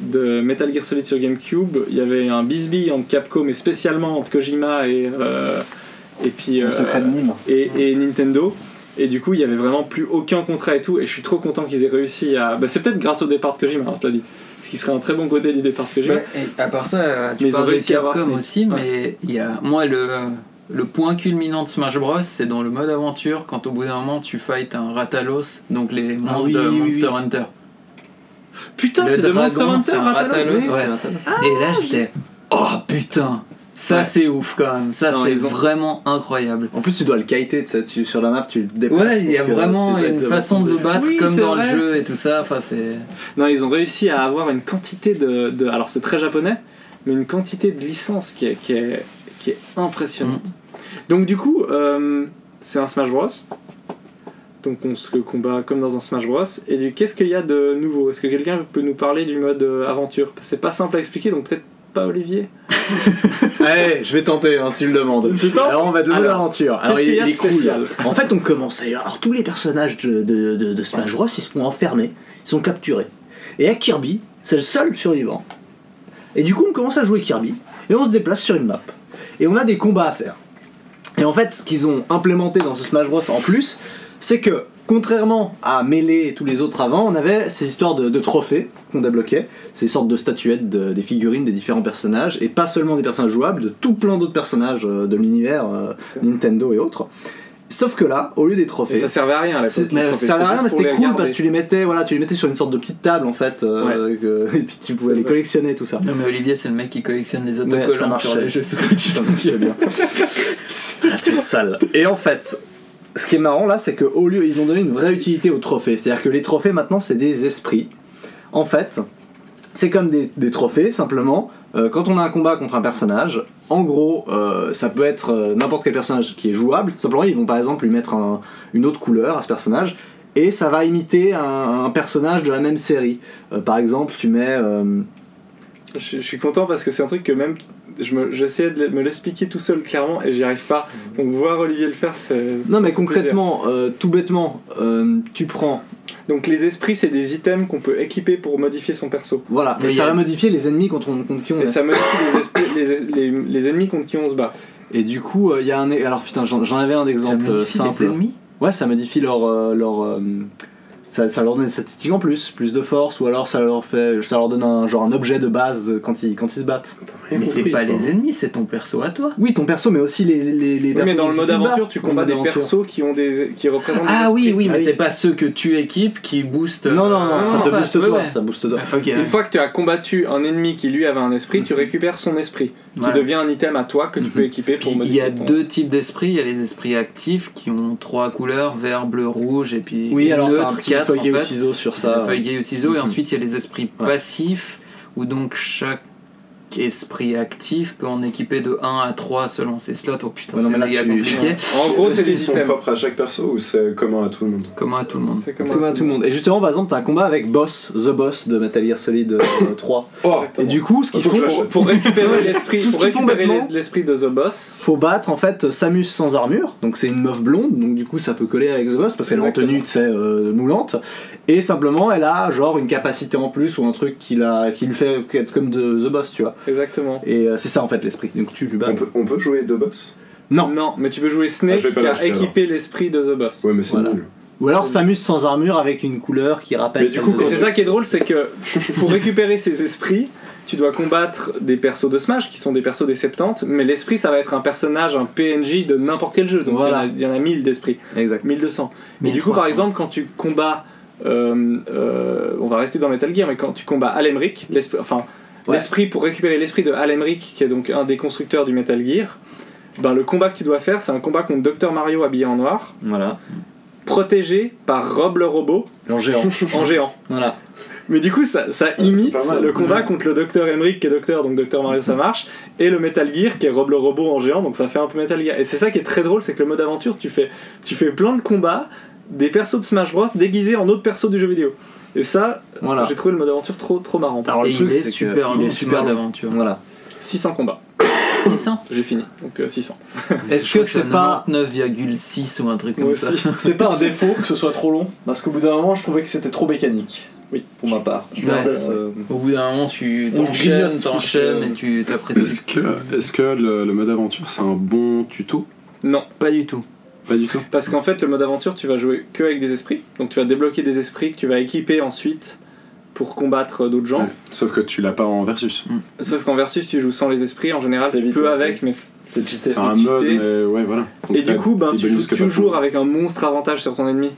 Speaker 5: de Metal Gear Solid sur GameCube, il y avait un bisbille entre Capcom et spécialement entre Kojima et euh, et puis euh,
Speaker 1: Le secret de Nîmes.
Speaker 5: et, et Nintendo. Et du coup, il y avait vraiment plus aucun contrat et tout. Et je suis trop content qu'ils aient réussi à. Bah, c'est peut-être grâce au départ de Kojima, hein, cela dit. Ce qui serait un très bon côté du départ de Kojima.
Speaker 7: Bah, et à part ça, euh, tu
Speaker 5: Mais ils ont
Speaker 7: parles de
Speaker 5: réussi à avoir
Speaker 7: Capcom
Speaker 5: Snake.
Speaker 7: aussi, mais il y a, moi, le, le point culminant de Smash Bros, c'est dans le mode aventure, quand au bout d'un moment, tu fights un Ratalos, donc les
Speaker 5: Ah
Speaker 7: monstres
Speaker 1: oui,
Speaker 7: de
Speaker 1: oui,
Speaker 7: Monster
Speaker 1: oui.
Speaker 7: Hunter.
Speaker 5: Putain,
Speaker 7: Le
Speaker 5: c'est de
Speaker 7: dragon,
Speaker 5: Monster Hunter,
Speaker 7: c'est un
Speaker 5: Rathalos.
Speaker 7: Rathalos. Ouais.
Speaker 5: Ah
Speaker 7: Et là, j'étais, oh putain, ça
Speaker 5: Ouais.
Speaker 7: c'est ouf quand même, ça
Speaker 5: Non,
Speaker 7: c'est
Speaker 5: ils ont-
Speaker 7: vraiment incroyable.
Speaker 1: En plus, tu dois le kiter, tu sais, tu- sur la map, tu le dépasses.
Speaker 7: Ouais, il y a
Speaker 1: donc, euh,
Speaker 7: vraiment
Speaker 1: tu dois
Speaker 7: une
Speaker 1: être-
Speaker 7: façon de le battre
Speaker 5: Oui,
Speaker 7: comme
Speaker 5: c'est
Speaker 7: dans
Speaker 5: vrai.
Speaker 7: le jeu et tout ça. Enfin, c'est.
Speaker 5: Non, ils ont réussi à avoir une quantité de. de- alors, c'est très japonais, mais une quantité de licences qui est, qui est, qui est impressionnante. Donc, du coup, euh, c'est un Smash Bros. Donc, on se combat comme dans un Smash Bros. Et du qu'est-ce qu'il y a de nouveau Est-ce que quelqu'un peut nous parler du mode euh, aventure Parce que C'est pas simple à expliquer, donc peut-être pas Olivier.
Speaker 1: Allez, je vais tenter, hein, si tu le demandes.
Speaker 5: Tu tentes
Speaker 1: Alors, on va devoir
Speaker 5: Alors,
Speaker 1: l'aventure.
Speaker 5: qu'est-ce qu'il y a de spécial
Speaker 1: En fait, on commence à... Alors, tous les personnages de, de- de- de Smash Bros, ils se font enfermer, ils sont capturés. Et à Kirby, c'est le seul survivant. Et du coup, on commence à jouer Kirby, et on se déplace sur une map. Et on a des combats à faire. Et en fait, ce qu'ils ont implémenté dans ce Smash Bros en plus, c'est que, contrairement à Melee et tous les autres avant, on avait ces histoires de, de trophées qu'on débloquait, ces sortes de statuettes, de- des figurines des différents personnages, et pas seulement des personnages jouables, de tout plein d'autres personnages euh, de l'univers euh,
Speaker 5: C'est vrai.
Speaker 1: Nintendo et autres. Sauf que là, au lieu des
Speaker 5: Et
Speaker 1: trophées,
Speaker 5: ça servait à rien là.
Speaker 1: c'est- mais ça servait à rien, mais c'était cool parce que tu les mettais, voilà, tu les mettais sur une sorte de petite table en fait, euh, que- et puis tu pouvais
Speaker 5: C'est
Speaker 1: les
Speaker 5: vrai.
Speaker 1: collectionner et tout ça.
Speaker 7: Non, mais Olivier, c'est le mec qui collectionne les
Speaker 1: Mais ça
Speaker 7: autocollants
Speaker 1: marchait.
Speaker 7: sur les jeux Switch.
Speaker 1: Putain, mais c'est bien. Ah, tu es sale. Et en fait, ce qui est marrant là, c'est qu'au lieu, ils ont donné une vraie utilité aux trophées. C'est-à-dire que les trophées maintenant, c'est des esprits. En fait, c'est comme des, des trophées, simplement. euh, quand on a un combat contre un personnage, en gros, euh, ça peut être euh, n'importe quel personnage qui est jouable. Simplement, ils vont par exemple lui mettre un- une autre couleur à ce personnage. Et ça va imiter un, un personnage de la même série. Euh, par exemple, tu mets. euh,
Speaker 5: Je, je suis content parce que c'est un truc que même je me- j'essayais de me l'expliquer tout seul clairement et j'y arrive pas. Donc voir Olivier le faire, c'est.
Speaker 1: Non, mais
Speaker 5: ça fait plaisir.
Speaker 1: concrètement, euh, tout bêtement, euh, tu prends
Speaker 5: Donc les esprits, c'est des items qu'on peut équiper pour modifier son perso.
Speaker 1: Voilà,
Speaker 7: Mais
Speaker 1: et
Speaker 7: il y
Speaker 1: ça
Speaker 7: a-
Speaker 1: va modifier les ennemis contre, on- contre qui on
Speaker 5: Et
Speaker 1: est.
Speaker 5: ça modifie les, esprits- les, les- les ennemis contre qui on se bat.
Speaker 1: Et du coup, euh, il y a un. Alors putain, j'en j'en avais un
Speaker 7: Ça
Speaker 1: exemple euh,
Speaker 7: modifie les
Speaker 1: simple.
Speaker 7: ennemis
Speaker 1: Ouais, ça modifie leur. euh, leur euh, ça, ça leur donne des statistiques en plus, plus de force, ou alors ça leur fait, ça leur donne un genre un objet de base euh, quand ils, quand ils se battent.
Speaker 7: Mais c'est pas les ennemis, c'est ton perso à toi.
Speaker 1: Oui, ton perso, mais aussi les les, les
Speaker 5: Oui, mais
Speaker 1: personnes
Speaker 5: dans le
Speaker 1: qui
Speaker 5: mode
Speaker 1: te battent.
Speaker 5: aventure, tu
Speaker 1: Dans le
Speaker 5: combats
Speaker 1: mode
Speaker 5: des
Speaker 1: aventure.
Speaker 5: persos qui ont des qui représentent.
Speaker 7: Ah
Speaker 5: des
Speaker 7: oui,
Speaker 5: esprits.
Speaker 7: oui, mais
Speaker 5: Ah
Speaker 7: c'est pas ceux que tu équipes qui boostent.
Speaker 1: Non, non,
Speaker 7: euh,
Speaker 1: non, ça
Speaker 7: en
Speaker 1: te
Speaker 7: face,
Speaker 1: booste
Speaker 7: ouais,
Speaker 1: toi,
Speaker 7: ouais.
Speaker 1: ça booste toi.
Speaker 7: Ah, Ok,
Speaker 5: Une fois que tu as combattu un ennemi qui lui avait un esprit, tu récupères son esprit, qui
Speaker 7: Voilà.
Speaker 5: devient un item à toi que tu
Speaker 7: Mhm.
Speaker 5: peux équiper
Speaker 7: Puis,
Speaker 5: pour
Speaker 7: il y
Speaker 5: modifier.
Speaker 7: a
Speaker 5: ton-
Speaker 7: deux types d'esprits, il y a les esprits actifs qui ont trois couleurs, vert, bleu, rouge, et puis
Speaker 1: Oui,
Speaker 7: et
Speaker 1: alors t'as un
Speaker 7: neutre,
Speaker 1: petit
Speaker 7: quatre en
Speaker 1: feuillet au
Speaker 7: fait.
Speaker 1: ciseau sur
Speaker 7: C'est
Speaker 1: ça.
Speaker 7: le feuillet au ciseau, et
Speaker 1: Mhm.
Speaker 7: ensuite il y a les esprits
Speaker 1: Ouais.
Speaker 7: passifs, où donc chaque esprit actif peut en équiper de 1 à 3 selon ses slots. Oh putain,
Speaker 1: Ouais, non,
Speaker 7: c'est
Speaker 1: mais là,
Speaker 7: méga
Speaker 1: tu-
Speaker 7: compliqué.
Speaker 5: En gros, c'est
Speaker 4: Ils
Speaker 5: des
Speaker 4: sont
Speaker 5: items.
Speaker 4: propres à chaque perso ou c'est commun à tout le monde
Speaker 7: Comment à tout le monde
Speaker 5: C'est
Speaker 1: Comme à tout le monde. Et justement, par exemple, t'as un combat avec Boss, The Boss de Metal Gear Solid euh, 3.
Speaker 4: Oh
Speaker 1: Et
Speaker 5: Exactement.
Speaker 1: du coup, ce qu'ils
Speaker 4: Faut que
Speaker 1: font,
Speaker 4: je l'achète.
Speaker 5: Pour- pour récupérer l'esprit
Speaker 1: Tout ce
Speaker 5: pour
Speaker 1: qu'ils font
Speaker 5: récupérer
Speaker 1: bêtement.
Speaker 5: l'es- l'esprit de The Boss
Speaker 1: faut battre en fait Samus sans armure, donc c'est une meuf blonde, donc du coup ça peut coller avec The Boss parce qu'elle est en
Speaker 5: Exactement.
Speaker 1: tenue tu sais, euh, moulante, et simplement elle a genre une capacité en plus ou un truc qui, la, qui lui fait être comme de The Boss, tu vois.
Speaker 5: exactement
Speaker 1: Et euh, c'est ça en fait l'esprit, donc tu lui bats.
Speaker 4: on peut, on peut jouer deux boss
Speaker 1: Non,
Speaker 5: non mais tu peux jouer
Speaker 4: Ah,
Speaker 5: Snake
Speaker 4: je vais pas
Speaker 5: qui a
Speaker 4: l'acheter,
Speaker 5: équipé l'esprit de The Boss
Speaker 4: Ouais, mais c'est
Speaker 1: Voilà.
Speaker 4: nul.
Speaker 1: ou alors Samus sans armure avec une couleur qui rappelle.
Speaker 4: Mais du coup,
Speaker 1: celle de
Speaker 5: et
Speaker 4: quand-
Speaker 5: c'est ça qui est drôle c'est que pour récupérer ces esprits tu dois combattre des persos de Smash qui sont des persos des 70 mais l'esprit ça va être un personnage un PNJ de n'importe quel jeu donc il y en a-
Speaker 1: Voilà.
Speaker 5: il y, en a 1000 d'esprits
Speaker 1: Exact.
Speaker 5: 1200 mais du coup par
Speaker 7: 1300.
Speaker 5: exemple quand tu combats euh, euh, on va rester dans Metal Gear mais quand tu combats Alemric l'esprit enfin
Speaker 1: Ouais.
Speaker 5: l'esprit pour récupérer l'esprit de Alemric qui est donc un des constructeurs du Metal Gear ben, le combat que tu dois faire c'est un combat contre Dr Mario habillé en noir
Speaker 1: Voilà.
Speaker 5: protégé par Rob le robot
Speaker 1: Genre géant.
Speaker 5: en géant.
Speaker 1: voilà.
Speaker 5: Mais du coup, ça, ça imite
Speaker 4: Ah, pas mal.
Speaker 5: le combat contre le Docteur Emmerich qui est Docteur, donc Docteur Mario ça marche, et le Metal Gear qui est Rob le robot en géant, donc ça fait un peu Metal Gear. Et c'est ça qui est très drôle, c'est que le mode aventure, tu fais, tu fais plein de combats des persos de Smash Bros déguisés en autres persos du jeu vidéo. Et ça,
Speaker 1: Voilà.
Speaker 5: j'ai trouvé le mode aventure trop trop marrant.
Speaker 4: Ah.
Speaker 1: Alors
Speaker 7: Et
Speaker 1: le
Speaker 7: il
Speaker 1: truc,
Speaker 7: est
Speaker 1: c'est que
Speaker 7: super
Speaker 1: il
Speaker 7: long,
Speaker 1: est
Speaker 7: ce
Speaker 1: super
Speaker 7: mode
Speaker 1: long.
Speaker 7: d'aventure.
Speaker 1: Voilà.
Speaker 5: 600 combats,
Speaker 7: 600
Speaker 5: j'ai fini. Donc euh, 600.
Speaker 1: Est-ce
Speaker 7: Je
Speaker 1: que
Speaker 7: crois je
Speaker 1: c'est
Speaker 7: suis à
Speaker 1: pas
Speaker 7: 99,6 ou un truc
Speaker 5: Moi
Speaker 7: comme ça
Speaker 5: aussi.
Speaker 14: C'est pas un défaut que ce soit trop long, parce qu'au bout d'un moment, je trouvais que c'était trop mécanique. Oui, pour ma part.
Speaker 7: Ouais.
Speaker 14: Euh,
Speaker 7: Au bout d'un moment, tu
Speaker 14: On grignote
Speaker 7: t'enchaînes,
Speaker 14: ce
Speaker 7: t'enchaînes
Speaker 14: que-
Speaker 7: et tu t'apprécies.
Speaker 4: Est-ce que, est-ce que le, le mode aventure c'est un bon tuto
Speaker 5: Non,
Speaker 7: Pas du tout.
Speaker 4: Pas du tout.
Speaker 5: parce qu'en fait, le mode aventure, tu vas jouer que avec des esprits. Donc tu vas débloquer des esprits que tu vas équiper ensuite pour combattre d'autres gens.
Speaker 4: Ouais. Sauf que tu l'as pas en versus.
Speaker 5: Sauf qu'en versus, tu joues sans les esprits. En général, tu
Speaker 14: T'habites
Speaker 5: peux
Speaker 14: le
Speaker 5: avec,
Speaker 14: texte.
Speaker 5: mais
Speaker 14: C'est cheaté.
Speaker 4: C'est un
Speaker 5: cheaté.
Speaker 4: mode, mais ouais, voilà. Donc
Speaker 5: et
Speaker 4: t'as
Speaker 5: du coup, ben,
Speaker 4: des
Speaker 5: tu
Speaker 4: bonus
Speaker 5: joues
Speaker 4: que t'as
Speaker 5: toujours
Speaker 4: pas.
Speaker 5: avec un monstre avantage sur ton ennemi.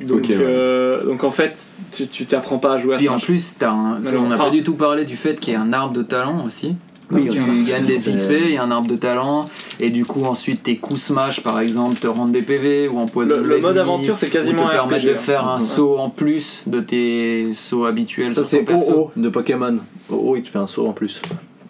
Speaker 5: Donc,
Speaker 4: Ok, ouais.
Speaker 5: euh, donc en fait, tu tu t'apprends pas à jouer à
Speaker 7: Puis
Speaker 5: ça.
Speaker 7: en plus, t'as un-
Speaker 5: Mais non,
Speaker 7: on n'a
Speaker 5: enfin-
Speaker 7: pas du tout parlé du fait qu'il y a un arbre de talent aussi.
Speaker 1: Oui,
Speaker 7: tu
Speaker 1: on sait.
Speaker 7: gagnes des
Speaker 1: C'est-
Speaker 7: XP, il y a un arbre de talent, et du coup, ensuite tes coups smash par exemple te rendent des PV ou empoisonnent
Speaker 5: Le, le
Speaker 7: l'ennemi,
Speaker 5: mode aventure, c'est
Speaker 7: ou
Speaker 5: quasiment
Speaker 7: te
Speaker 5: un
Speaker 7: permettent
Speaker 5: RPG. hein.
Speaker 7: de faire un saut en plus de tes sauts habituels
Speaker 1: Ça,
Speaker 7: sur ton
Speaker 1: c'est
Speaker 7: perso.
Speaker 1: OO de Pokémon. OO, il te fait un saut en plus.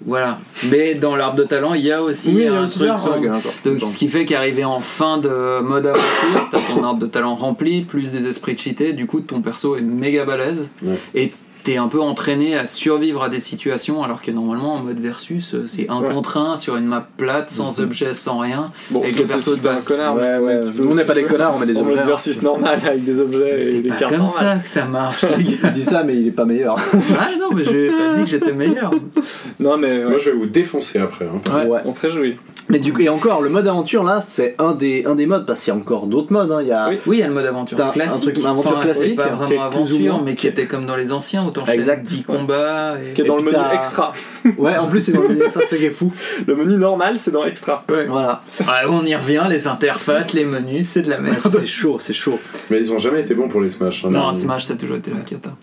Speaker 7: Voilà. Mais dans l'arbre de talent, il y a aussi
Speaker 1: Oui, il y a
Speaker 7: un
Speaker 1: aussi
Speaker 7: truc
Speaker 1: ça,
Speaker 7: sans-
Speaker 1: ok, d'accord.
Speaker 7: Donc,
Speaker 1: Attends.
Speaker 7: ce qui fait qu'arrivé en fin de mode aventure, t'as ton arbre de talent rempli, plus des esprits cheatés, du coup ton perso est méga balèze.
Speaker 4: Ouais.
Speaker 7: Et t'es un peu entraîné à survivre à des situations alors que normalement en mode versus, euh, c'est un
Speaker 5: Ouais.
Speaker 7: contre un sur une map plate,
Speaker 1: Mhm.
Speaker 7: sans objet, sans rien.
Speaker 5: Bon,
Speaker 7: avec
Speaker 5: ça,
Speaker 7: le
Speaker 5: c'est
Speaker 7: perso
Speaker 5: si
Speaker 7: de
Speaker 5: t'es un
Speaker 7: base.
Speaker 5: connard.
Speaker 14: Ouais, ouais.
Speaker 5: tu peux
Speaker 14: Nous, on n'est
Speaker 5: aussi
Speaker 14: pas des
Speaker 5: jouer
Speaker 14: connards, on met des
Speaker 5: en mode
Speaker 14: objets. hein.
Speaker 5: versus normal avec des
Speaker 1: Euh,
Speaker 5: objets et
Speaker 7: C'est
Speaker 5: des
Speaker 7: pas
Speaker 5: cartes
Speaker 7: comme
Speaker 5: normales.
Speaker 7: ça que ça marche, les gars.
Speaker 1: Il dit ça, mais il est pas meilleur.
Speaker 7: Ah non, mais j'ai pas dit que j'étais meilleur.
Speaker 5: Non, mais ouais,
Speaker 4: Moi, je vais vous défoncer après. hein.
Speaker 7: Ouais.
Speaker 1: Ouais.
Speaker 5: on se réjouit.
Speaker 1: Mais du coup, et encore, le mode aventure là, c'est un des, un des modes, parce qu'il y a encore d'autres modes. hein. Il y a.
Speaker 5: Oui.
Speaker 7: Oui, il y a le mode aventure
Speaker 1: T'as un
Speaker 7: classique.
Speaker 1: truc- une aventure
Speaker 7: Enfin, c'est
Speaker 1: classique,
Speaker 7: pas
Speaker 1: qui est
Speaker 7: vraiment
Speaker 1: plus ou
Speaker 7: aventure,
Speaker 1: moins-
Speaker 7: mais qui était comme dans les anciens où t'enchaînes
Speaker 1: Exact.
Speaker 7: 10 combats. et-
Speaker 5: Qui est
Speaker 1: Et
Speaker 5: dans le
Speaker 1: puis
Speaker 5: menu
Speaker 1: t'as-
Speaker 5: extra.
Speaker 1: Ouais, en plus, c'est dans le ça, c'est qui est fou.
Speaker 5: Le menu normal, c'est dans extra.
Speaker 1: Voilà.
Speaker 7: Ah, on y revient, les interfaces, les menus, c'est de la
Speaker 1: Ouais,
Speaker 7: merde.
Speaker 1: c'est chaud, c'est chaud.
Speaker 4: Mais ils ont jamais été bons pour les Smash. hein,
Speaker 7: Non,
Speaker 4: les-
Speaker 7: Smash, ça a toujours été la hein. cata.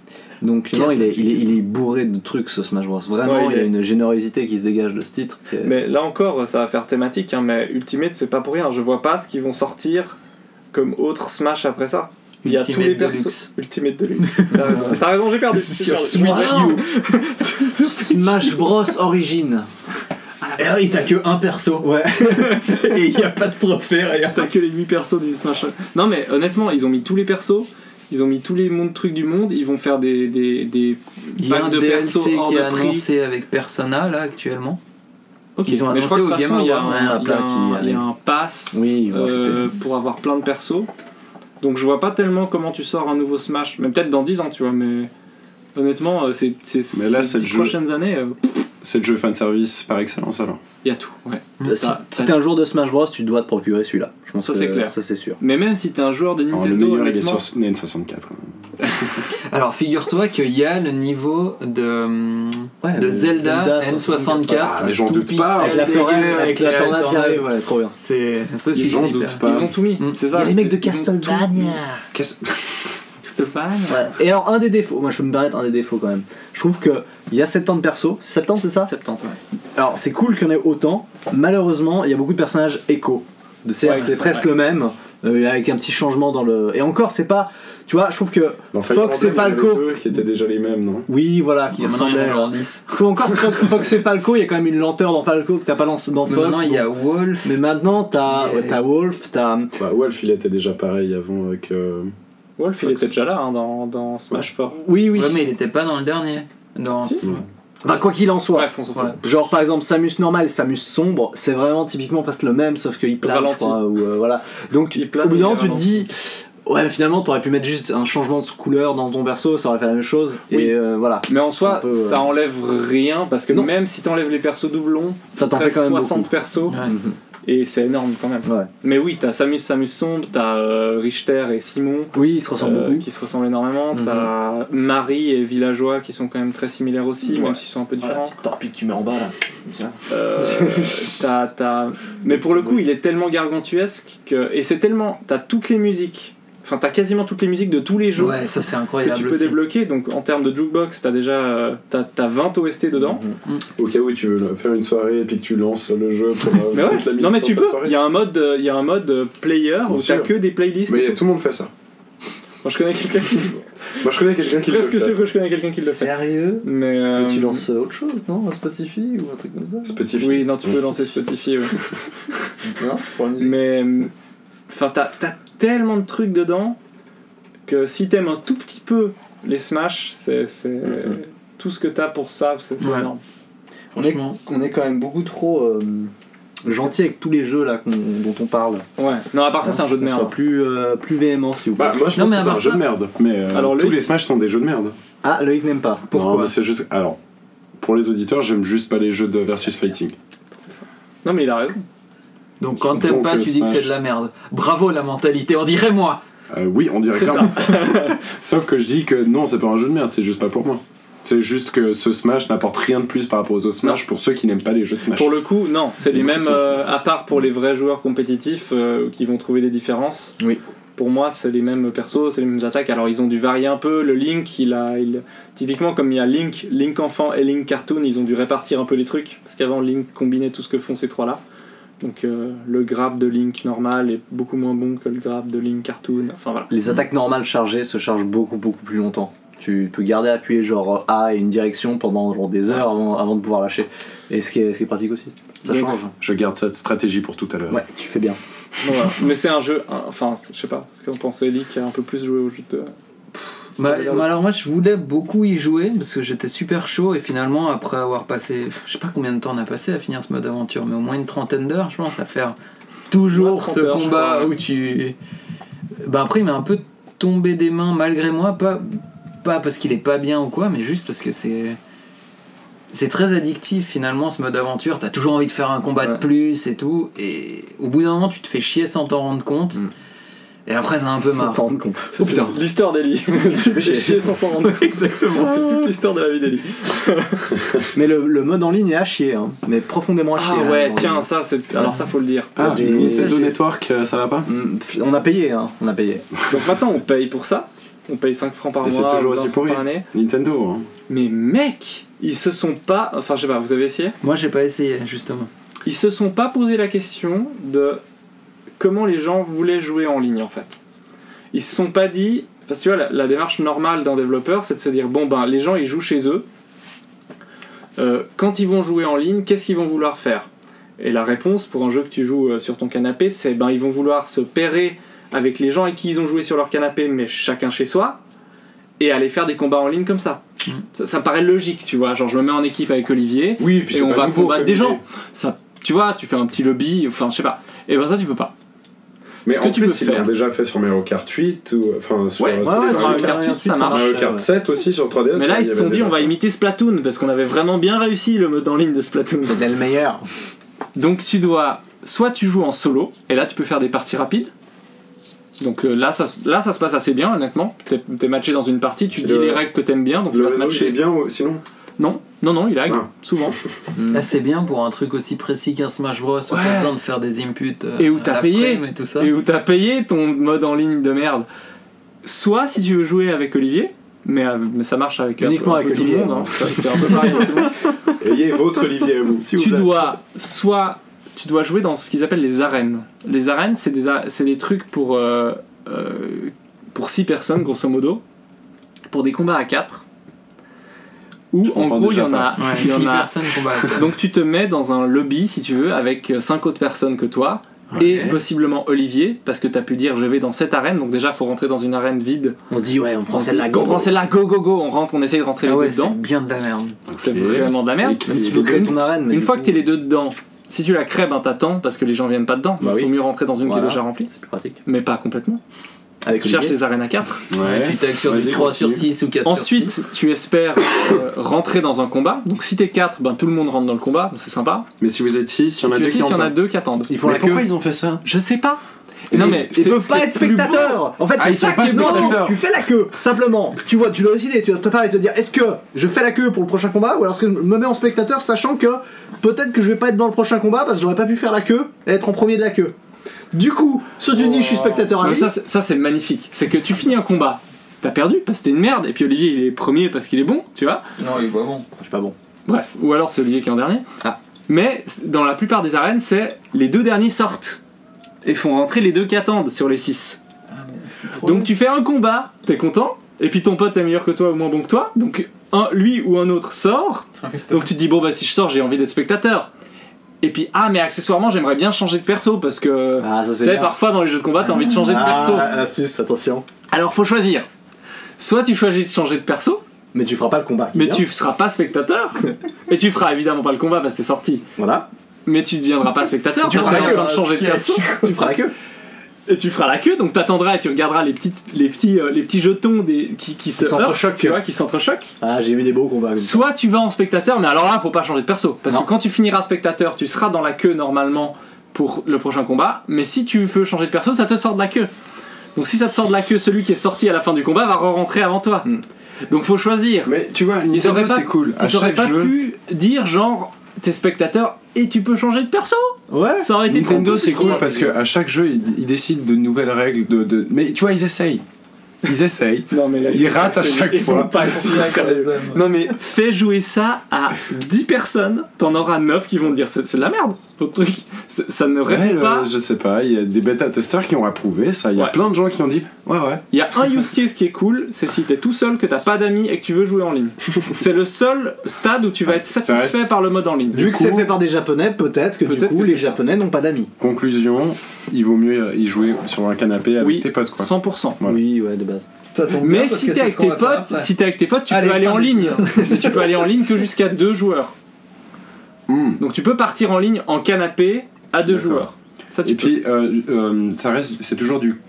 Speaker 1: Donc, non, il est, il, est, il est bourré de trucs ce Smash Bros. Vraiment,
Speaker 5: Ouais, il
Speaker 1: il, y a
Speaker 5: est-
Speaker 1: une générosité qui se dégage de ce titre. qui est-
Speaker 5: Mais là encore, ça va faire thématique, hein, mais Ultimate, c'est pas pour rien. Je vois pas ce qu'ils vont sortir comme autre Smash après ça. Il y a tous les
Speaker 7: Ultimate
Speaker 5: persos.
Speaker 7: Deluxe.
Speaker 5: Ultimate Deluxe. T'as raison, T'as raison, j'ai perdu.
Speaker 7: Sur
Speaker 5: J'ai perdu.
Speaker 7: Switch
Speaker 5: Ah,
Speaker 7: U.
Speaker 1: Smash Bros. Origin.
Speaker 7: Eh oui, t'as que un perso.
Speaker 1: Ouais.
Speaker 7: Et il n'y a pas de trophée, regarde.
Speaker 5: T'as que les 8 persos du Smash. Non, mais honnêtement, ils ont mis tous les persos. Ils ont mis tous les mondes trucs du monde, ils vont faire des, des, des
Speaker 7: Il y a
Speaker 5: packs
Speaker 7: un
Speaker 5: de
Speaker 7: DLC
Speaker 5: persos hors
Speaker 7: qui est
Speaker 5: de prix.
Speaker 7: annoncé avec Persona, là, actuellement.
Speaker 5: Ok,
Speaker 7: Ils ont
Speaker 5: mais je crois que de
Speaker 7: annoncé
Speaker 5: toute
Speaker 7: au
Speaker 5: façon,
Speaker 7: Game
Speaker 5: il y a
Speaker 1: il
Speaker 7: Awards,
Speaker 1: y en a
Speaker 5: un- il y a
Speaker 1: plein
Speaker 5: un-
Speaker 1: qui-
Speaker 5: il y a un pass
Speaker 1: Oui, ils vont
Speaker 5: euh,
Speaker 1: ajouter.
Speaker 5: pour avoir plein de persos. Donc je vois pas tellement comment tu sors un nouveau Smash, mais peut-être dans 10 ans, tu vois, mais honnêtement, euh, c'est c'est-
Speaker 4: Mais là,
Speaker 5: ces
Speaker 4: c'est le
Speaker 5: 10
Speaker 4: jeu.
Speaker 5: prochaines années, euh, il
Speaker 4: C'est le jeu fanservice par excellence alors.
Speaker 5: y a tout. ouais.
Speaker 1: Si,
Speaker 5: T'as-
Speaker 1: si t'es un joueur de Smash Bros, tu dois te procurer celui-là. Je pense
Speaker 5: Ça,
Speaker 1: que
Speaker 5: c'est clair.
Speaker 1: Ça, c'est sûr.
Speaker 5: Mais même si t'es un joueur de
Speaker 4: Alors, le
Speaker 5: Nintendo,
Speaker 4: meilleur, il est
Speaker 5: honnêtement,
Speaker 4: sur N64.
Speaker 7: Alors, figure-toi qu'il y a le niveau de, hum,
Speaker 1: Ouais,
Speaker 7: de
Speaker 1: le
Speaker 7: Zelda,
Speaker 1: Zelda
Speaker 7: N64.
Speaker 4: Ah, mais j'en
Speaker 7: tout
Speaker 4: doute pas.
Speaker 1: Avec
Speaker 7: pixel,
Speaker 1: la tornade,
Speaker 7: dégueu,
Speaker 1: avec la tornade qui
Speaker 7: tornade.
Speaker 1: arrive, ouais, trop bien.
Speaker 7: C'est ça aussi,
Speaker 4: J'en
Speaker 7: c'est hyper.
Speaker 4: doute pas.
Speaker 5: ils ont tout mis.
Speaker 7: Mm.
Speaker 5: C'est
Speaker 1: Il y
Speaker 5: ça.
Speaker 1: a les mecs de
Speaker 5: c'est- ils ont tout mis.
Speaker 2: Castlevania.
Speaker 4: Qu'est-ce-
Speaker 5: Castlevania.
Speaker 1: Ouais. Et alors, un des défauts, moi je peux me permettre un des défauts quand même. Je trouve que il y a 70 persos, 70 c'est ça
Speaker 5: 70, ouais.
Speaker 1: Alors, c'est cool qu'il y en ait autant. Malheureusement, il y a beaucoup de personnages échos. De ces-
Speaker 5: Ouais,
Speaker 1: c'est
Speaker 5: c'est
Speaker 1: presque le même, euh, avec un petit changement dans le. Et encore, c'est pas. Tu vois, je trouve que.
Speaker 4: Dans Fire
Speaker 1: Fox et
Speaker 4: Emblem, il y en avait
Speaker 1: Falco.
Speaker 4: deux Qui étaient déjà les mêmes, non
Speaker 1: Oui, voilà, qui
Speaker 7: Maintenant, il y en
Speaker 1: ressemblait.
Speaker 7: a genre 10.
Speaker 1: Faut encore Fox, Fox et Falco, il y a quand même une lenteur dans Falco que t'as pas dans, dans Fox.
Speaker 7: Maintenant, il y a Wolf.
Speaker 1: Mais maintenant, t'as
Speaker 7: Qui est-
Speaker 1: t'as Wolf, t'as.
Speaker 4: Bah, Wolf, il était déjà pareil avant avec. euh,
Speaker 5: Wolf, il était déjà là hein, dans, dans Smash 4.
Speaker 1: Oui, oui.
Speaker 7: Ouais, mais il était pas dans le dernier. Dans...
Speaker 1: Bah, quoi qu'il en soit.
Speaker 5: Bref, on s'en fout.
Speaker 7: Ouais.
Speaker 1: Genre par exemple Samus normal, Samus sombre, c'est vraiment typiquement presque le même, sauf qu'il plane, je
Speaker 5: Ralenti.
Speaker 1: crois, ou euh, voilà. Donc
Speaker 5: Il plane,
Speaker 1: au bout
Speaker 5: il
Speaker 1: d'un moment, tu te
Speaker 5: ralentit.
Speaker 1: dis, ouais, mais finalement, t'aurais pu mettre juste un changement de couleur dans ton perso, ça aurait fait la même chose.
Speaker 5: Oui.
Speaker 1: Et euh, voilà,
Speaker 5: Mais en soi,
Speaker 1: Un peu,
Speaker 5: ça
Speaker 1: euh,
Speaker 5: enlève rien parce que
Speaker 1: Non.
Speaker 5: même si t'enlèves les persos doublons,
Speaker 1: ça t'en fait
Speaker 5: presque
Speaker 1: quand même
Speaker 5: 60
Speaker 1: beaucoup.
Speaker 5: persos
Speaker 7: Ouais.
Speaker 1: Mhm.
Speaker 5: et c'est énorme quand même.
Speaker 1: Ouais.
Speaker 5: Mais oui, t'as Samus, Samus Sombre, t'as euh, Richter et Simon
Speaker 1: Oui, ils se ressemblent
Speaker 5: euh,
Speaker 1: beaucoup.
Speaker 5: qui se ressemblent énormément,
Speaker 1: Mhm.
Speaker 5: t'as Marie et Villageois qui sont quand même très similaires aussi, même s'ils sont un peu différents.
Speaker 1: torpille que tu mets en bas là.
Speaker 5: Euh, t'as- t'as- Mais pour le coup, il est tellement gargantuesque que. Et c'est tellement. T'as toutes les musiques, enfin t'as quasiment toutes les musiques de tous les jeux.
Speaker 7: Ouais, ça c'est
Speaker 5: Que
Speaker 7: incroyable
Speaker 5: tu peux
Speaker 7: aussi.
Speaker 5: débloquer, donc en termes de jukebox, t'as déjà euh, t'as t'as 20 OST dedans.
Speaker 1: Mhm.
Speaker 4: Au cas où tu veux faire une soirée et puis que tu lances le jeu pour. euh,
Speaker 5: Mais ouais,
Speaker 4: foutre la musique
Speaker 5: non mais
Speaker 4: dans
Speaker 5: tu
Speaker 4: ta
Speaker 5: peux.
Speaker 4: soirée.
Speaker 5: Il y a un mode, euh, il y a un mode euh, player où t'as
Speaker 4: sûr.
Speaker 5: que des playlists.
Speaker 4: Mais tout le monde fait ça.
Speaker 5: Moi, je connais quelqu'un qui.
Speaker 4: Moi, je connais quelqu'un qui le
Speaker 5: Presque
Speaker 4: fait.
Speaker 5: sûr que je connais quelqu'un qui le fait.
Speaker 14: Sérieux
Speaker 5: Mais, euh,
Speaker 14: Mais tu lances autre chose, non Spotify ou un truc comme ça
Speaker 4: Ce petit
Speaker 5: Oui, non, tu peux lancer Spotify. ouais.
Speaker 14: Non Pour la musique
Speaker 5: mais euh, enfin, t'as t'as tellement de trucs dedans que si t'aimes un tout petit peu les Smash, c'est c'est-
Speaker 4: Mhm.
Speaker 14: Mm-hmm.
Speaker 5: tout ce que t'as pour ça, c'est c'est
Speaker 3: Ouais.
Speaker 5: énorme.
Speaker 3: Franchement,
Speaker 1: On est quand même beaucoup trop euh, gentil avec tous les jeux là qu'on- dont on parle.
Speaker 5: Ouais. Non, à part Ah, ça, c'est un jeu de
Speaker 1: Qu'on soit
Speaker 5: merde.
Speaker 1: plus, euh, plus véhément, s'il vous plaît.
Speaker 4: Bah, moi je
Speaker 3: Non,
Speaker 4: pense
Speaker 3: mais
Speaker 4: que
Speaker 3: à
Speaker 4: c'est un
Speaker 3: part
Speaker 4: jeu
Speaker 3: ça-
Speaker 4: de merde. Mais euh,
Speaker 5: Alors,
Speaker 4: tous
Speaker 5: le-
Speaker 4: les Smash sont des jeux de merde.
Speaker 1: Ah, Loïc n'aime pas.
Speaker 4: Non,
Speaker 3: pourquoi
Speaker 4: mais c'est juste. Alors, pour les auditeurs, j'aime juste pas les jeux de versus fighting.
Speaker 5: Non, mais il a raison.
Speaker 3: Donc quand t'aimes
Speaker 4: Donc,
Speaker 3: pas,
Speaker 4: euh,
Speaker 3: tu dis que
Speaker 4: Smash.
Speaker 3: c'est de la merde. Bravo la mentalité, on dirait moi
Speaker 4: Euh, oui, on dirait
Speaker 5: C'est
Speaker 4: clairement. Sauf que je dis que non, c'est pas un jeu de merde, c'est juste pas pour moi. C'est juste que ce Smash n'apporte rien de plus par rapport aux autres Smash pour ceux qui n'aiment pas les jeux de Smash.
Speaker 5: Pour le coup, non, c'est les
Speaker 4: Non,
Speaker 5: mêmes,
Speaker 4: ça, je
Speaker 5: euh,
Speaker 4: pense.
Speaker 5: à part pour les vrais joueurs compétitifs euh, qui vont trouver des différences.
Speaker 1: Oui.
Speaker 5: Pour moi, c'est les mêmes persos, c'est les mêmes attaques. Alors, ils ont dû varier un peu. Le Link, il a. il- Typiquement, comme il y a Link, Link enfant et Link cartoon, ils ont dû répartir un peu les trucs. Parce qu'avant, Link combinait tout ce que font ces trois-là. Donc, euh, le grab de Link normal est beaucoup moins bon que le grab de Link cartoon. Enfin, voilà.
Speaker 1: Les attaques normales chargées se chargent beaucoup beaucoup plus longtemps. Tu peux garder appuyé genre A et une direction pendant genre des heures avant, avant de pouvoir lâcher. Et ce qui est, ce qui est pratique aussi. Ça
Speaker 5: Donc- bah,
Speaker 1: change.
Speaker 4: Je garde cette stratégie pour tout à l'heure.
Speaker 1: Ouais, tu fais bien.
Speaker 5: Donc, voilà. Mais c'est un jeu. hein, Enfin, c'est- je sais pas. Parce qu'on pensait Link qui a un peu plus joué au jeu de.
Speaker 3: Bah, bah, alors moi je voulais beaucoup y jouer parce que j'étais super chaud et finalement après avoir passé je sais pas combien de temps on a passé à finir ce mode aventure mais au moins une trentaine d'heures je pense à faire
Speaker 5: Ouais,
Speaker 3: toujours
Speaker 5: 30
Speaker 3: ce
Speaker 5: heures, je
Speaker 3: combat
Speaker 5: crois, ouais.
Speaker 3: où tu bah après il m'a un peu tombé des mains malgré moi pas pas parce qu'il est pas bien ou quoi mais juste parce que c'est c'est très addictif finalement ce mode aventure t'as toujours envie de faire un combat de
Speaker 5: Ouais.
Speaker 3: plus et tout et au bout d'un moment tu te fais chier sans t'en rendre compte
Speaker 1: Mm.
Speaker 3: et après t'as un peu marre
Speaker 1: Tant de con. Oh putain.
Speaker 5: L'histoire d'Eli. J'ai chié sans s'en rendre compte. Exactement. C'est toute l'histoire de la vie d'Eli.
Speaker 1: Mais le, le mode en ligne est à chier, hein. mais profondément à chier.
Speaker 5: Ah
Speaker 1: hein,
Speaker 5: ouais,
Speaker 1: en
Speaker 5: tiens,
Speaker 1: ligne.
Speaker 5: ça, c'est. Alors, ça, faut le dire.
Speaker 4: Ah,
Speaker 1: Des-
Speaker 4: du coup, c'est
Speaker 3: Ça,
Speaker 4: deux
Speaker 3: j'ai-
Speaker 4: network, euh, ça va pas
Speaker 1: Mm, On a payé, hein. on a payé.
Speaker 5: Donc maintenant, on paye pour ça. On paye 5 francs par
Speaker 4: Et c'est
Speaker 5: mois.
Speaker 4: toujours
Speaker 5: 20
Speaker 4: aussi
Speaker 5: francs par
Speaker 4: pourri.
Speaker 5: année.
Speaker 4: Nintendo, hein.
Speaker 5: Mais mec, ils se sont pas. Enfin, je sais pas, vous avez essayé
Speaker 3: moi j'ai pas essayé justement
Speaker 5: Ils se sont pas posé la question de comment les gens voulaient jouer en ligne en fait. Ils se sont pas dit. Parce que tu vois, la, la démarche normale d'un développeur, c'est de se dire bon ben, les gens ils jouent chez eux. Euh, quand ils vont jouer en ligne, qu'est-ce qu'ils vont vouloir faire Et la réponse pour un jeu que tu joues euh, sur ton canapé, c'est ben ils vont vouloir se pairer avec les gens avec qui ils ont joué sur leur canapé, mais chacun chez soi, et aller faire des combats en ligne comme ça.
Speaker 3: Mhm.
Speaker 5: Ça, ça paraît logique, tu vois. Genre je me mets en équipe avec Olivier,
Speaker 4: Oui, puis
Speaker 5: et on va combattre des gens. Ça, tu vois, tu fais un petit lobby, enfin je sais pas. Et ben ça tu peux pas.
Speaker 4: Mais
Speaker 5: Ce que
Speaker 4: en
Speaker 5: tu
Speaker 4: plus,
Speaker 5: peux
Speaker 4: ils l'ont
Speaker 5: faire.
Speaker 4: déjà fait sur Mario Kart 8, ou euh, enfin sur
Speaker 5: Ouais,
Speaker 1: ouais,
Speaker 5: ouais,
Speaker 4: sur
Speaker 1: sur
Speaker 4: Mario
Speaker 1: Mario
Speaker 4: Kart-
Speaker 1: Kart,
Speaker 5: ça marche.
Speaker 4: Mario Kart
Speaker 1: ouais.
Speaker 4: 7 aussi sur 3DS.
Speaker 5: Mais là
Speaker 4: il
Speaker 5: ils
Speaker 4: y
Speaker 5: se sont
Speaker 4: avait
Speaker 5: dit
Speaker 4: déjà
Speaker 5: on va
Speaker 4: ça.
Speaker 5: imiter Splatoon parce qu'on avait vraiment bien réussi le mode en ligne de Splatoon.
Speaker 1: C'était le meilleur.
Speaker 5: Donc tu dois soit tu joues en solo et là tu peux faire des parties rapides. Donc euh, là ça, se- là ça se passe assez bien honnêtement. T'es es matché dans une partie, tu dis
Speaker 4: Le-
Speaker 5: les règles que t'aimes bien donc tu
Speaker 4: Le
Speaker 5: vas te
Speaker 4: réseau, il est
Speaker 5: matcher.
Speaker 4: bien ou- sinon
Speaker 5: Non, non non, il lag
Speaker 4: Ah.
Speaker 5: souvent.
Speaker 7: Mm.
Speaker 3: Là, c'est bien pour un truc aussi précis qu'un Smash Bros. où
Speaker 5: Ouais.
Speaker 3: t'as besoin de faire des inputs. euh,
Speaker 5: Et où
Speaker 3: à
Speaker 5: t'as
Speaker 3: la
Speaker 5: payé.
Speaker 3: frame Et tout ça.
Speaker 5: et où t'as payé ton mode en ligne de merde. Soit si tu veux jouer avec Olivier, mais, euh, mais ça marche avec un peu-
Speaker 1: Uniquement
Speaker 5: un
Speaker 1: avec
Speaker 5: peu tout le
Speaker 1: Olivier,
Speaker 5: monde,
Speaker 1: hein.
Speaker 5: hein. Ça, c'est un peu pareil avec tout le monde.
Speaker 4: Ayez votre Olivier à vous.
Speaker 5: tu dois soit tu dois jouer dans ce qu'ils appellent les arènes. Les arènes, c'est des, a- c'est des trucs pour, euh, euh, pour 6 personnes, grosso modo, pour des combats à 4. Où
Speaker 4: Je
Speaker 5: en
Speaker 4: comprends
Speaker 5: gros, il y
Speaker 4: déjà
Speaker 5: en a.
Speaker 3: Ouais,
Speaker 5: il y en
Speaker 3: six
Speaker 5: a-
Speaker 3: personnes combattent.
Speaker 5: Donc tu te mets dans un lobby, si tu veux, avec 5 autres personnes que toi. Et
Speaker 3: Ouais.
Speaker 5: possiblement Olivier, parce que t'as pu dire je vais dans cette arène, donc déjà faut rentrer dans une arène vide.
Speaker 1: On se dit, ouais, on prend
Speaker 5: On
Speaker 1: celle-là,
Speaker 5: dit,
Speaker 1: go.
Speaker 5: On prend celle-là, go go go, on rentre, on essaye de rentrer
Speaker 3: Ah
Speaker 5: les
Speaker 3: ouais,
Speaker 5: deux
Speaker 3: c'est
Speaker 5: dedans.
Speaker 3: bien de la merde.
Speaker 5: C'est
Speaker 4: Ok.
Speaker 5: vraiment de la merde.
Speaker 4: Et-
Speaker 1: Même si tu peux créer ton arène. mais
Speaker 5: Une
Speaker 1: du
Speaker 5: fois
Speaker 1: coup,
Speaker 5: que t'es les deux dedans, si tu la crées, ben t'attends parce que les gens viennent pas dedans.
Speaker 1: Bah oui.
Speaker 5: Faut mieux rentrer dans une qui
Speaker 1: Voilà.
Speaker 5: est déjà remplie.
Speaker 1: C'est plus pratique.
Speaker 5: Mais pas complètement.
Speaker 1: Avec
Speaker 5: Tu cherches
Speaker 1: Olivier.
Speaker 5: les arènes à 4.
Speaker 3: Ouais, tu tacs sur du
Speaker 4: Vas-y,
Speaker 3: 3 sur
Speaker 4: continue.
Speaker 3: 6 ou 4 sur 6.
Speaker 5: Ensuite, tu espères euh, rentrer dans un combat. Donc si t'es 4, ben tout le monde rentre dans le combat, donc c'est sympa.
Speaker 4: Mais si vous êtes 6, il y en
Speaker 5: Si
Speaker 4: a
Speaker 5: tu
Speaker 4: deux
Speaker 5: es
Speaker 4: qui
Speaker 5: 6, il y en a deux qui attendent.
Speaker 1: Ils font la queue.
Speaker 4: ils ont fait ça
Speaker 5: Je sais pas.
Speaker 1: Ils-
Speaker 5: non mais
Speaker 1: ils
Speaker 5: c'est-
Speaker 1: peuvent pas
Speaker 5: c'est
Speaker 1: être
Speaker 5: plus beau.
Speaker 1: spectateurs. En fait,
Speaker 4: Ah,
Speaker 1: c'est
Speaker 4: ils sont
Speaker 1: ça
Speaker 4: pas
Speaker 1: qui est marrant.
Speaker 4: spectateurs.
Speaker 1: Tu fais la queue, simplement. Tu vois, tu dois décider, tu dois te préparer et te dire est-ce que je fais la queue pour le prochain combat ou alors est-ce que je me mets en spectateur sachant que peut-être que je vais pas être dans le prochain combat parce que j'aurais pas pu faire la queue et être en premier de la queue. Du coup, soit tu dis je suis spectateur à
Speaker 5: Non, mais
Speaker 1: vie,
Speaker 5: ça, c'est- ça c'est magnifique. C'est que tu finis un combat, t'as perdu parce que t'es une merde, et puis Olivier il est premier parce qu'il est bon, tu vois.
Speaker 7: Non, il est pas bon.
Speaker 1: je suis pas bon.
Speaker 5: Bref, ou alors c'est Olivier qui est en dernier.
Speaker 1: Ah.
Speaker 5: Mais c- dans la plupart des arènes, c'est les deux derniers sortent et font rentrer les deux qui attendent sur les six.
Speaker 1: Ah,
Speaker 5: Donc tu fais un combat, t'es content, et puis ton pote est meilleur que toi ou moins bon que toi, donc un, lui ou un autre sort, donc tu te dis bon bah si je sors j'ai envie d'être spectateur. Et puis ah mais accessoirement j'aimerais bien changer de perso parce que
Speaker 1: Ah, ça Ah.
Speaker 5: Ah, tu sais parfois dans les jeux de combat t'as envie de changer de perso.
Speaker 1: l'astuce, attention.
Speaker 5: Alors faut choisir. soit tu choisis de changer de perso,
Speaker 15: Mais tu feras pas le combat. qui
Speaker 5: mais
Speaker 15: vient.
Speaker 5: tu seras pas spectateur, et tu feras évidemment pas le combat parce que t'es sorti,
Speaker 15: Voilà.
Speaker 5: mais tu deviendras pas spectateur
Speaker 15: Tu
Speaker 5: parce que
Speaker 15: feras
Speaker 5: t'es en
Speaker 15: que
Speaker 5: train de changer de perso.
Speaker 15: Tu feras la queue.
Speaker 5: Et tu feras la queue, donc t'attendras et tu regarderas les, petites, les, petits, euh, les petits jetons des, qui, qui se heurtent,
Speaker 15: s'entrechoquent.
Speaker 5: tu vois, qui s'entrechoquent.
Speaker 15: Ah, j'ai vu des beaux combats. comme ça.
Speaker 5: Soit tu vas en spectateur, mais alors là, faut pas changer de perso. Parce
Speaker 15: Non.
Speaker 5: que quand tu finiras spectateur, tu seras dans la queue normalement pour le prochain combat, mais si tu veux changer de perso, ça te sort de la queue. Donc si ça te sort de la queue, celui qui est sorti à la fin du combat va re-rentrer avant toi.
Speaker 15: Hmm.
Speaker 5: Donc faut choisir.
Speaker 4: Mais tu vois,
Speaker 5: auraient
Speaker 4: Nintendo
Speaker 5: pas-
Speaker 4: c'est cool. À
Speaker 5: Ils auraient
Speaker 4: chaque
Speaker 5: pas
Speaker 4: jeu,
Speaker 5: pu dire genre, t'es spectateur et tu peux changer de perso
Speaker 15: Ouais.
Speaker 5: Ça aurait été
Speaker 4: Nintendo c'est cool
Speaker 5: compliqué.
Speaker 4: parce que à chaque jeu ils, ils décident de nouvelles règles de, de- mais tu vois ils essayent ils essayent
Speaker 16: Non, mais là,
Speaker 4: ils ratent à chaque
Speaker 5: Ils sont
Speaker 4: fois
Speaker 5: pas si sérieux. Non mais fais jouer ça à 10 personnes, t'en auras 9 qui vont te dire c'est c'est de la merde, votre truc. C'est- Ça ne
Speaker 4: Ouais,
Speaker 5: répond
Speaker 4: euh,
Speaker 5: pas.
Speaker 4: je sais pas il y a des bêta testeurs qui ont approuvé ça il y a
Speaker 5: Ouais.
Speaker 4: plein de gens qui ont dit ouais ouais
Speaker 5: Il y a un use case qui est cool, c'est si t'es tout seul, que t'as pas d'amis et que tu veux jouer en ligne. C'est le seul stade où tu vas être satisfait par le mode en ligne.
Speaker 15: Vu que c'est
Speaker 4: coup-
Speaker 15: fait par des japonais, peut-être que du
Speaker 5: Peut-être
Speaker 15: coup
Speaker 5: que
Speaker 15: les
Speaker 5: c'est-
Speaker 15: japonais n'ont pas d'amis.
Speaker 4: conclusion il vaut mieux euh, y jouer sur un canapé avec
Speaker 5: Oui.
Speaker 4: tes potes quoi
Speaker 5: 100%.
Speaker 4: Voilà.
Speaker 15: Oui, ouais, de base.
Speaker 7: Ça tombe bien
Speaker 5: Mais
Speaker 7: parce
Speaker 5: si
Speaker 7: que
Speaker 5: t'es
Speaker 7: c'est
Speaker 5: avec
Speaker 7: ce qu'on
Speaker 5: tes
Speaker 7: va faire
Speaker 5: potes,
Speaker 7: après.
Speaker 5: si t'es avec tes potes, tu
Speaker 7: Allez,
Speaker 5: peux aller
Speaker 7: fin
Speaker 5: en
Speaker 7: de
Speaker 5: ligne.
Speaker 7: l'épisode.
Speaker 5: Si tu peux aller en ligne que jusqu'à deux joueurs.
Speaker 4: Hmm.
Speaker 5: Donc tu peux partir en ligne en canapé à deux
Speaker 4: D'accord.
Speaker 5: joueurs. Ça tu
Speaker 4: et
Speaker 5: peux.
Speaker 4: puis euh, euh, ça reste c'est toujours du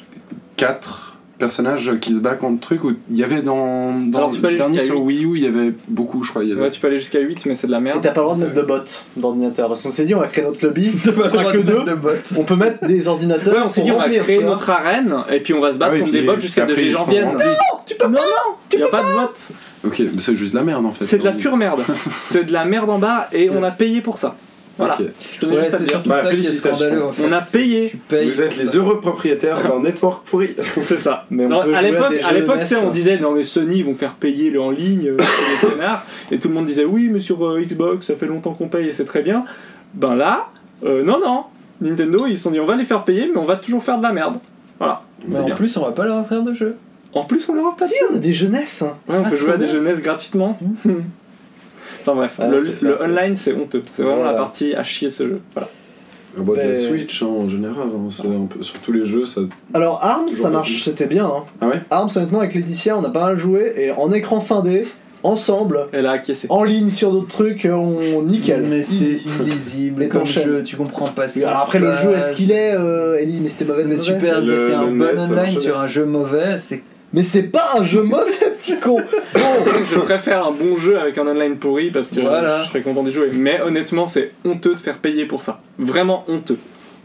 Speaker 4: 4 personnages qui se battent contre truc où il y avait dans, dans
Speaker 16: Alors, tu peux
Speaker 4: le
Speaker 16: aller
Speaker 4: dernier
Speaker 16: jusqu'à
Speaker 4: sur Wii
Speaker 16: huit.
Speaker 4: U il y avait beaucoup je crois il y avait
Speaker 16: Ouais, tu peux aller jusqu'à 8, mais c'est de la
Speaker 1: Et
Speaker 16: merde.
Speaker 1: t'as pas le droit de mettre de bots d'ordinateur. Parce qu'on s'est dit, on va créer notre lobby, on sera que deux. On peut mettre des ordinateurs.
Speaker 5: Ouais, on s'est
Speaker 1: pour
Speaker 5: dit on va
Speaker 1: remplir,
Speaker 5: créer
Speaker 1: tu vois.
Speaker 5: notre arène et puis on va se
Speaker 4: Ah
Speaker 5: battre
Speaker 4: oui,
Speaker 5: contre
Speaker 4: puis
Speaker 5: des bots jusqu'à
Speaker 4: après,
Speaker 5: des
Speaker 4: ils
Speaker 5: gens
Speaker 4: sont
Speaker 5: viennent.
Speaker 4: remplis.
Speaker 5: Non, non, y a pas de bots.
Speaker 4: ok mais c'est juste de la merde en fait
Speaker 5: C'est de la pure merde. C'est de la merde en bas et on a payé pour ça. Voilà.
Speaker 4: Ok.
Speaker 5: Je tenais
Speaker 7: Ouais,
Speaker 5: juste à te
Speaker 7: c'est
Speaker 5: dire.
Speaker 7: surtout
Speaker 4: Bah,
Speaker 7: ça qui est
Speaker 4: félicitations.
Speaker 7: scandaleux. en fait.
Speaker 5: On a payé,
Speaker 7: Tu payes
Speaker 17: Vous êtes
Speaker 7: pour
Speaker 17: les
Speaker 7: ça.
Speaker 17: heureux propriétaires d'un network pourri.
Speaker 5: c'est ça.
Speaker 1: Mais on
Speaker 5: Non,
Speaker 1: peut
Speaker 5: à
Speaker 1: jouer
Speaker 5: l'époque,
Speaker 1: des
Speaker 5: à
Speaker 1: jeux E
Speaker 5: l'époque,
Speaker 1: NES.
Speaker 5: tu sais, on disait non mais Sony ils vont faire payer le en ligne, euh, c'est des connards. Et tout le monde disait oui mais sur euh, Xbox ça fait longtemps qu'on paye et c'est très bien. Ben là, euh, non non, Nintendo ils se sont dit on va les faire payer mais on va toujours faire de la merde. Voilà.
Speaker 7: Mais
Speaker 5: C'est
Speaker 7: en
Speaker 5: bien.
Speaker 7: plus, on va pas leur offrir de jeu.
Speaker 5: En plus on leur a pas
Speaker 1: Si, on a des jeunesses. hein.
Speaker 5: Ouais, on
Speaker 7: Ah,
Speaker 5: peut jouer à
Speaker 7: trop
Speaker 5: des
Speaker 7: bien.
Speaker 5: jeunesses gratuitement. enfin bref,
Speaker 1: Mmh. Ah,
Speaker 5: le,
Speaker 1: c'est fait,
Speaker 5: le
Speaker 1: fait.
Speaker 5: online c'est honteux. C'est vraiment
Speaker 1: Voilà.
Speaker 5: la partie à chier de ce jeu. Voilà.
Speaker 4: Ah bah, de la
Speaker 1: Ben-
Speaker 4: Switch hein, en général, hein, c'est un peu- sur tous les jeux ça.
Speaker 1: Alors, Arms, ça
Speaker 4: Toujours
Speaker 1: marche,
Speaker 4: pas
Speaker 1: c'était bien. hein.
Speaker 4: Ah ouais
Speaker 1: Arms, honnêtement, avec Laetitia, on a pas mal joué. Et en écran scindé, ensemble,
Speaker 5: Elle a acquiescé.
Speaker 1: en ligne sur d'autres trucs, euh, on nickel.
Speaker 7: Mais c'est
Speaker 1: Easy.
Speaker 7: illisible
Speaker 1: Et
Speaker 7: comme
Speaker 1: t'enchaînes.
Speaker 7: jeu, tu comprends pas ce
Speaker 1: Et Alors après, le jeu, est-ce qu'il est, euh, Ellie Mais c'était mauvais, de
Speaker 7: Mais
Speaker 1: mauvais.
Speaker 7: super, dire
Speaker 4: Le-
Speaker 7: qu'il y a un
Speaker 4: le net,
Speaker 7: bon
Speaker 4: ça
Speaker 7: online
Speaker 4: marche
Speaker 7: sur un jeu mauvais, c'est
Speaker 1: Mais c'est pas un jeu mauvais, petit con.
Speaker 5: je préfère un bon jeu avec un online pourri parce que
Speaker 7: Voilà.
Speaker 5: je serais content d'y jouer. Mais honnêtement, c'est honteux de faire payer pour ça. Vraiment honteux.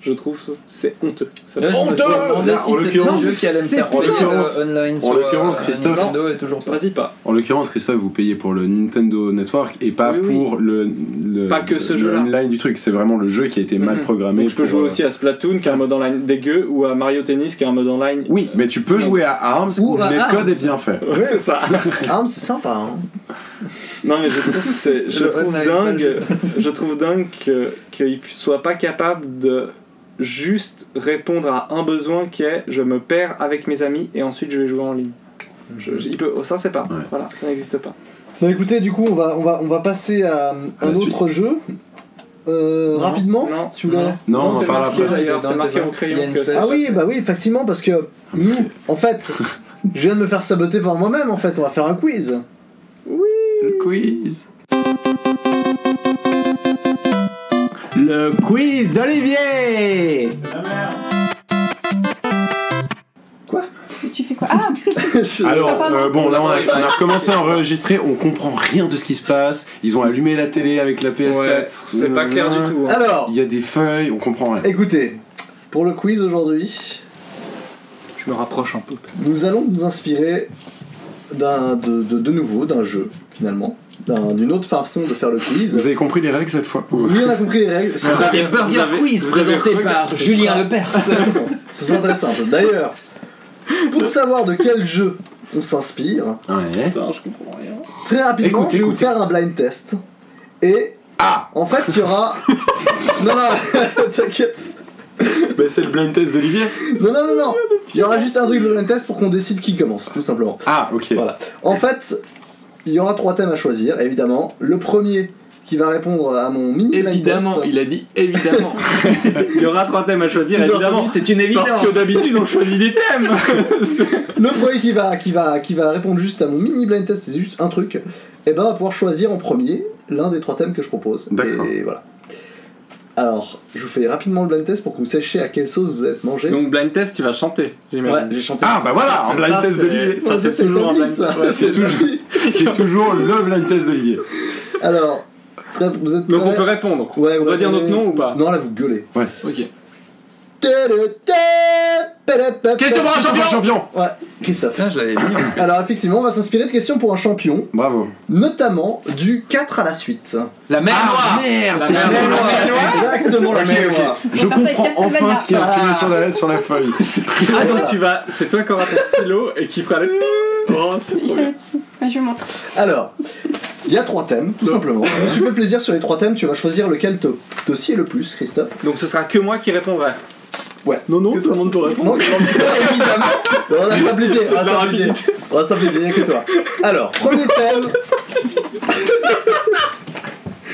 Speaker 5: Je trouve que c'est honteux. Ça-
Speaker 7: Là, je me suis demandé
Speaker 4: Là,
Speaker 7: si
Speaker 4: en
Speaker 7: c'était
Speaker 4: l'occurrence,
Speaker 7: le jeu qui allait me
Speaker 5: c'est
Speaker 7: faire payer
Speaker 5: putain,
Speaker 7: le
Speaker 4: l'occurrence-
Speaker 7: online sur
Speaker 4: l'occurrence,
Speaker 7: euh,
Speaker 4: Christophe.
Speaker 7: Nintendo est toujours pas.
Speaker 5: Vas-y pas.
Speaker 4: En l'occurrence, Christophe, vous payez pour le Nintendo Network et pas
Speaker 5: Oui, oui.
Speaker 4: pour le, le-
Speaker 5: Pas que ce
Speaker 4: le
Speaker 5: jeu-là.
Speaker 4: online du truc. C'est vraiment le jeu qui a été mal
Speaker 5: Mhm.
Speaker 4: programmé.
Speaker 5: Donc je peux
Speaker 4: pour,
Speaker 5: jouer
Speaker 4: euh,
Speaker 5: aussi à Splatoon qui a un mode online dégueu ou à Mario Tennis qui a un mode online.
Speaker 4: Oui, mais tu peux jouer à Arms
Speaker 7: Ou
Speaker 4: où le
Speaker 7: à Arms.
Speaker 4: netcode est bien fait.
Speaker 5: Ouais, c'est ça.
Speaker 1: Arms, c'est sympa. Hein.
Speaker 5: Non mais je trouve que c'est- je
Speaker 7: Le
Speaker 5: trouve
Speaker 7: online
Speaker 5: dingue je trouve dingue que qu'il soit pas capable de juste répondre à un besoin qui est je me perds avec mes amis et ensuite je vais jouer en ligne. Je- je- il peut- oh, ça c'est pas
Speaker 4: Mhm. Ouais.
Speaker 5: voilà ça n'existe pas.
Speaker 1: Bah écoutez, du coup, on va, on va, on va passer à euh,
Speaker 4: À la
Speaker 1: un autre jeu. Euh, rapidement
Speaker 5: Non.
Speaker 1: Tu voulais-
Speaker 7: Non.
Speaker 4: Non,
Speaker 5: Non,
Speaker 4: on en
Speaker 5: c'est
Speaker 4: parle
Speaker 5: marqué.
Speaker 4: après.
Speaker 5: d'ailleurs, c'est marqué au crayon que
Speaker 1: Ah oui, bah oui, effectivement, parce que nous, en fait, je viens de me faire saboter par moi-même, en fait, on va faire un quiz.
Speaker 4: Le quiz.
Speaker 15: Le quiz d'Olivier
Speaker 18: Tu fais quoi Ah,
Speaker 4: Alors,
Speaker 18: Papa, non.
Speaker 4: euh, bon, là, on a, on a recommencé à enregistrer. On comprend rien de ce qui se passe. Ils ont allumé la télé avec la PS4.
Speaker 5: Ouais, c'est pas clair du tout. hein.
Speaker 1: Alors,
Speaker 4: Il y a des feuilles, on comprend rien.
Speaker 1: écoutez, pour le quiz aujourd'hui,
Speaker 5: Je me rapproche un peu. parce
Speaker 1: nous allons nous inspirer d'un, de, de, de nouveau d'un jeu, finalement, d'un- d'une autre façon de faire le quiz.
Speaker 4: Vous avez compris les règles cette fois
Speaker 1: Oui, on a compris les règles. Ce sera,
Speaker 5: que- Vous avez-
Speaker 7: Quiz
Speaker 5: vous avez
Speaker 7: présenté
Speaker 5: regardé-
Speaker 7: par Julien Lepers.
Speaker 1: ce sera très simple. D'ailleurs, pour savoir de quel jeu on s'inspire,
Speaker 4: Ouais.
Speaker 5: Putain, je comprends rien.
Speaker 1: Très rapidement,
Speaker 4: Écoute,
Speaker 1: je vais vous
Speaker 4: écoute.
Speaker 1: faire un blind test. Et.
Speaker 5: Ah
Speaker 1: En fait, il y aura. non, non, t'inquiète.
Speaker 4: Bah, c'est le blind test d'Olivier.
Speaker 1: Non, non, non, non. Il y aura juste un truc, le blind test, pour qu'on décide qui commence, tout simplement.
Speaker 4: Ah, ok.
Speaker 1: Voilà. En fait, il y aura trois thèmes à choisir, évidemment. Le premier, qui va répondre à mon mini blind
Speaker 16: Évidemment,
Speaker 1: test.
Speaker 16: il a dit évidemment. il y aura trois thèmes à choisir, évidemment.
Speaker 7: C'est une évidence.
Speaker 16: Parce que d'habitude, on choisit des thèmes.
Speaker 1: Le premier qui va, qui, va, qui va répondre juste à mon mini blind test, c'est juste un truc, et ben va pouvoir choisir en premier l'un des trois thèmes que je propose.
Speaker 4: D'accord.
Speaker 1: Et voilà. Alors, je vous fais rapidement le blind test pour que vous sachiez à quelle sauce vous êtes mangé.
Speaker 16: Donc, blind test, tu vas chanter,
Speaker 1: Ouais,
Speaker 16: j'imagine.
Speaker 1: j'ai chanté.
Speaker 4: Ah bah voilà, en blind
Speaker 16: ça,
Speaker 4: test
Speaker 16: c'est-
Speaker 4: d'Olivier.
Speaker 16: ça,
Speaker 1: Ouais,
Speaker 16: c'est toujours un
Speaker 1: établi,
Speaker 16: blind
Speaker 1: ça.
Speaker 16: test, ouais.
Speaker 1: C'est toujours.
Speaker 4: C'est toujours le blind test d'Olivier.
Speaker 1: Alors, très- vous êtes prêts
Speaker 16: Donc, on peut répondre.
Speaker 1: Ouais,
Speaker 16: on
Speaker 1: vous
Speaker 16: doit dire
Speaker 1: répondez.
Speaker 16: notre nom ou pas
Speaker 1: Non, là, vous gueulez.
Speaker 16: Ok.
Speaker 1: Question
Speaker 16: pour un champion
Speaker 4: Champion
Speaker 1: Ouais, Christophe.
Speaker 7: Ça, je l'avais dit.
Speaker 1: Alors, effectivement, on va s'inspirer de questions pour un champion,
Speaker 4: Bravo.
Speaker 1: notamment du 4 à la suite.
Speaker 7: La mer noire.
Speaker 4: merde
Speaker 16: c'est la mer noire.
Speaker 1: Exactement la
Speaker 4: Ok,
Speaker 1: même
Speaker 4: ok.
Speaker 1: loi.
Speaker 4: Je
Speaker 19: On va faire ça
Speaker 4: comprends
Speaker 19: avec
Speaker 4: enfin
Speaker 19: Castlevania.
Speaker 4: ce qui est imprimé sur la, sur la feuille.
Speaker 16: Ah, donc, tu vas. C'est toi qui auras ton stylo et qui fera le. Oh, c'est
Speaker 19: Il
Speaker 16: trop
Speaker 19: fait
Speaker 16: bien.
Speaker 19: le petit. Ouais, Je vous montre.
Speaker 1: Alors, il y a trois thèmes, tout simplement. Je me suis fait plaisir sur les trois thèmes, tu vas choisir lequel te, te sied le plus, Christophe.
Speaker 16: Donc, ce sera que moi qui répondrai.
Speaker 1: Ouais.
Speaker 16: Non, non,
Speaker 1: Que
Speaker 16: tout le monde peut répondre.
Speaker 1: Non, évidemment On va simplifier, on va simplifier. On va simplifier, rien que toi. Alors, premier thème.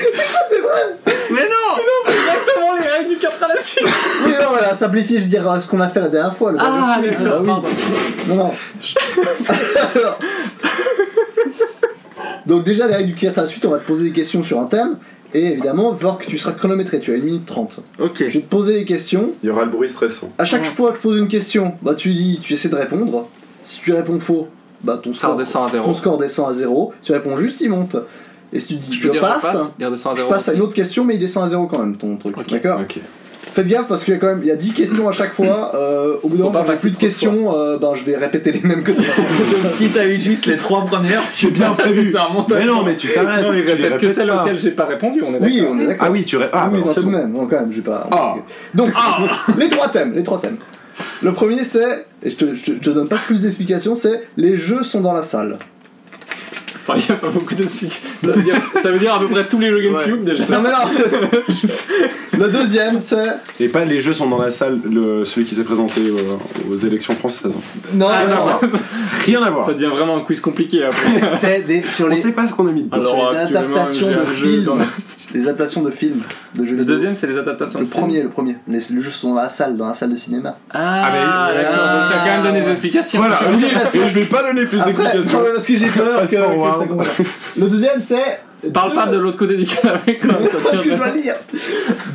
Speaker 1: Ah, C'est vrai
Speaker 16: Mais non Mais non, c'est exactement les règles du 4 à la suite
Speaker 1: Oui, non, voilà, simplifier, je veux dire euh, ce qu'on a fait la dernière fois. Le
Speaker 16: Ah,
Speaker 1: le-
Speaker 16: d'accord,
Speaker 1: oui. Non, non. Alors. Donc, déjà, les règles du clear à la suite, on va te poser des questions sur un thème. Et évidemment, voir que tu seras chronométré, tu as 1 minute 30.
Speaker 16: Ok.
Speaker 1: Je vais te poser des questions.
Speaker 4: Il y aura le bruit stressant.
Speaker 1: À chaque fois que je pose une question, bah, tu dis, tu essaies de répondre. Si tu réponds faux, bah, ton
Speaker 16: Ça
Speaker 1: score,
Speaker 16: redescend à
Speaker 1: ton
Speaker 16: 0.
Speaker 1: score descend à 0. Si tu réponds juste, il monte. Et si tu dis, je, passe,
Speaker 16: il redescend à
Speaker 1: je
Speaker 16: 0.
Speaker 1: passe à une autre question, mais il descend à 0 quand même, ton truc. D'accord
Speaker 4: Ok.
Speaker 1: Faites gaffe parce qu'il y a quand même il y a 10 questions à chaque fois. euh, au bout d'un moment,
Speaker 16: Faut pas
Speaker 1: quand j'ai
Speaker 16: passer
Speaker 1: plus de
Speaker 16: trop de
Speaker 1: questions, euh, ben, je vais répéter les mêmes que toi.
Speaker 7: Si t'as eu juste les trois premières, tu
Speaker 4: C'est bien prévu.
Speaker 7: C'est un montage.
Speaker 4: Mais non, mais tu t'arrêtes.
Speaker 16: Non,
Speaker 4: tu
Speaker 16: il
Speaker 4: les
Speaker 16: répète que
Speaker 4: répètes
Speaker 16: celle
Speaker 4: pas.
Speaker 16: auquel j'ai pas répondu, on est
Speaker 1: oui,
Speaker 16: d'accord.
Speaker 1: on est d'accord.
Speaker 4: Ah oui, tu ré- Ah,
Speaker 1: oui,
Speaker 4: bah,
Speaker 1: ben,
Speaker 4: c'est
Speaker 1: tout de
Speaker 4: bon.
Speaker 1: même. Bon, quand même, j'ai pas.
Speaker 4: Ah.
Speaker 1: Donc, les trois thèmes, les trois thèmes. Le premier c'est, et je te, je te- je te donne pas plus d'explications, c'est les jeux sont dans la salle.
Speaker 16: Enfin, il n'y a pas beaucoup d'explications. Ça, veut dire- ça veut dire à peu près tous les jeux GameCube déjà.
Speaker 1: Non mais non. le deuxième c'est
Speaker 4: Et pas les jeux sont dans la salle, le, celui qui s'est présenté euh, aux élections françaises.
Speaker 1: non,
Speaker 4: Ah,
Speaker 1: non, non.
Speaker 4: Rien à voir.
Speaker 16: Ça devient vraiment un quiz compliqué hein. après.
Speaker 1: c'est des sur
Speaker 4: On
Speaker 1: les,
Speaker 4: sait pas ce qu'on a mis dedans.
Speaker 16: Alors,
Speaker 1: sur les
Speaker 16: actuellement,
Speaker 1: adaptations
Speaker 16: j'ai
Speaker 1: de
Speaker 16: un jeu
Speaker 1: films,
Speaker 16: dans la-
Speaker 1: les adaptations de films de jeux
Speaker 16: Le
Speaker 1: vidéo.
Speaker 16: deuxième, c'est les adaptations.
Speaker 1: Le
Speaker 16: de films.
Speaker 1: premier, le premier. Les, les jeux sont dans la salle, dans la salle de cinéma.
Speaker 16: Ah,
Speaker 4: Ah, mais-
Speaker 16: d'accord. Donc t'as quand même donné des explications.
Speaker 4: Voilà,
Speaker 1: Oui,
Speaker 4: ok.
Speaker 1: parce que-
Speaker 4: Et je vais pas donner plus
Speaker 1: Après,
Speaker 4: d'explications.
Speaker 1: non, mais parce que j'ai peur que,
Speaker 4: Passe
Speaker 1: que
Speaker 4: forward.
Speaker 1: ça commence. Le deuxième, c'est.
Speaker 16: Parle pas de l'autre côté du canapé quand même. ça
Speaker 1: Parce que je
Speaker 16: tient
Speaker 1: dois lire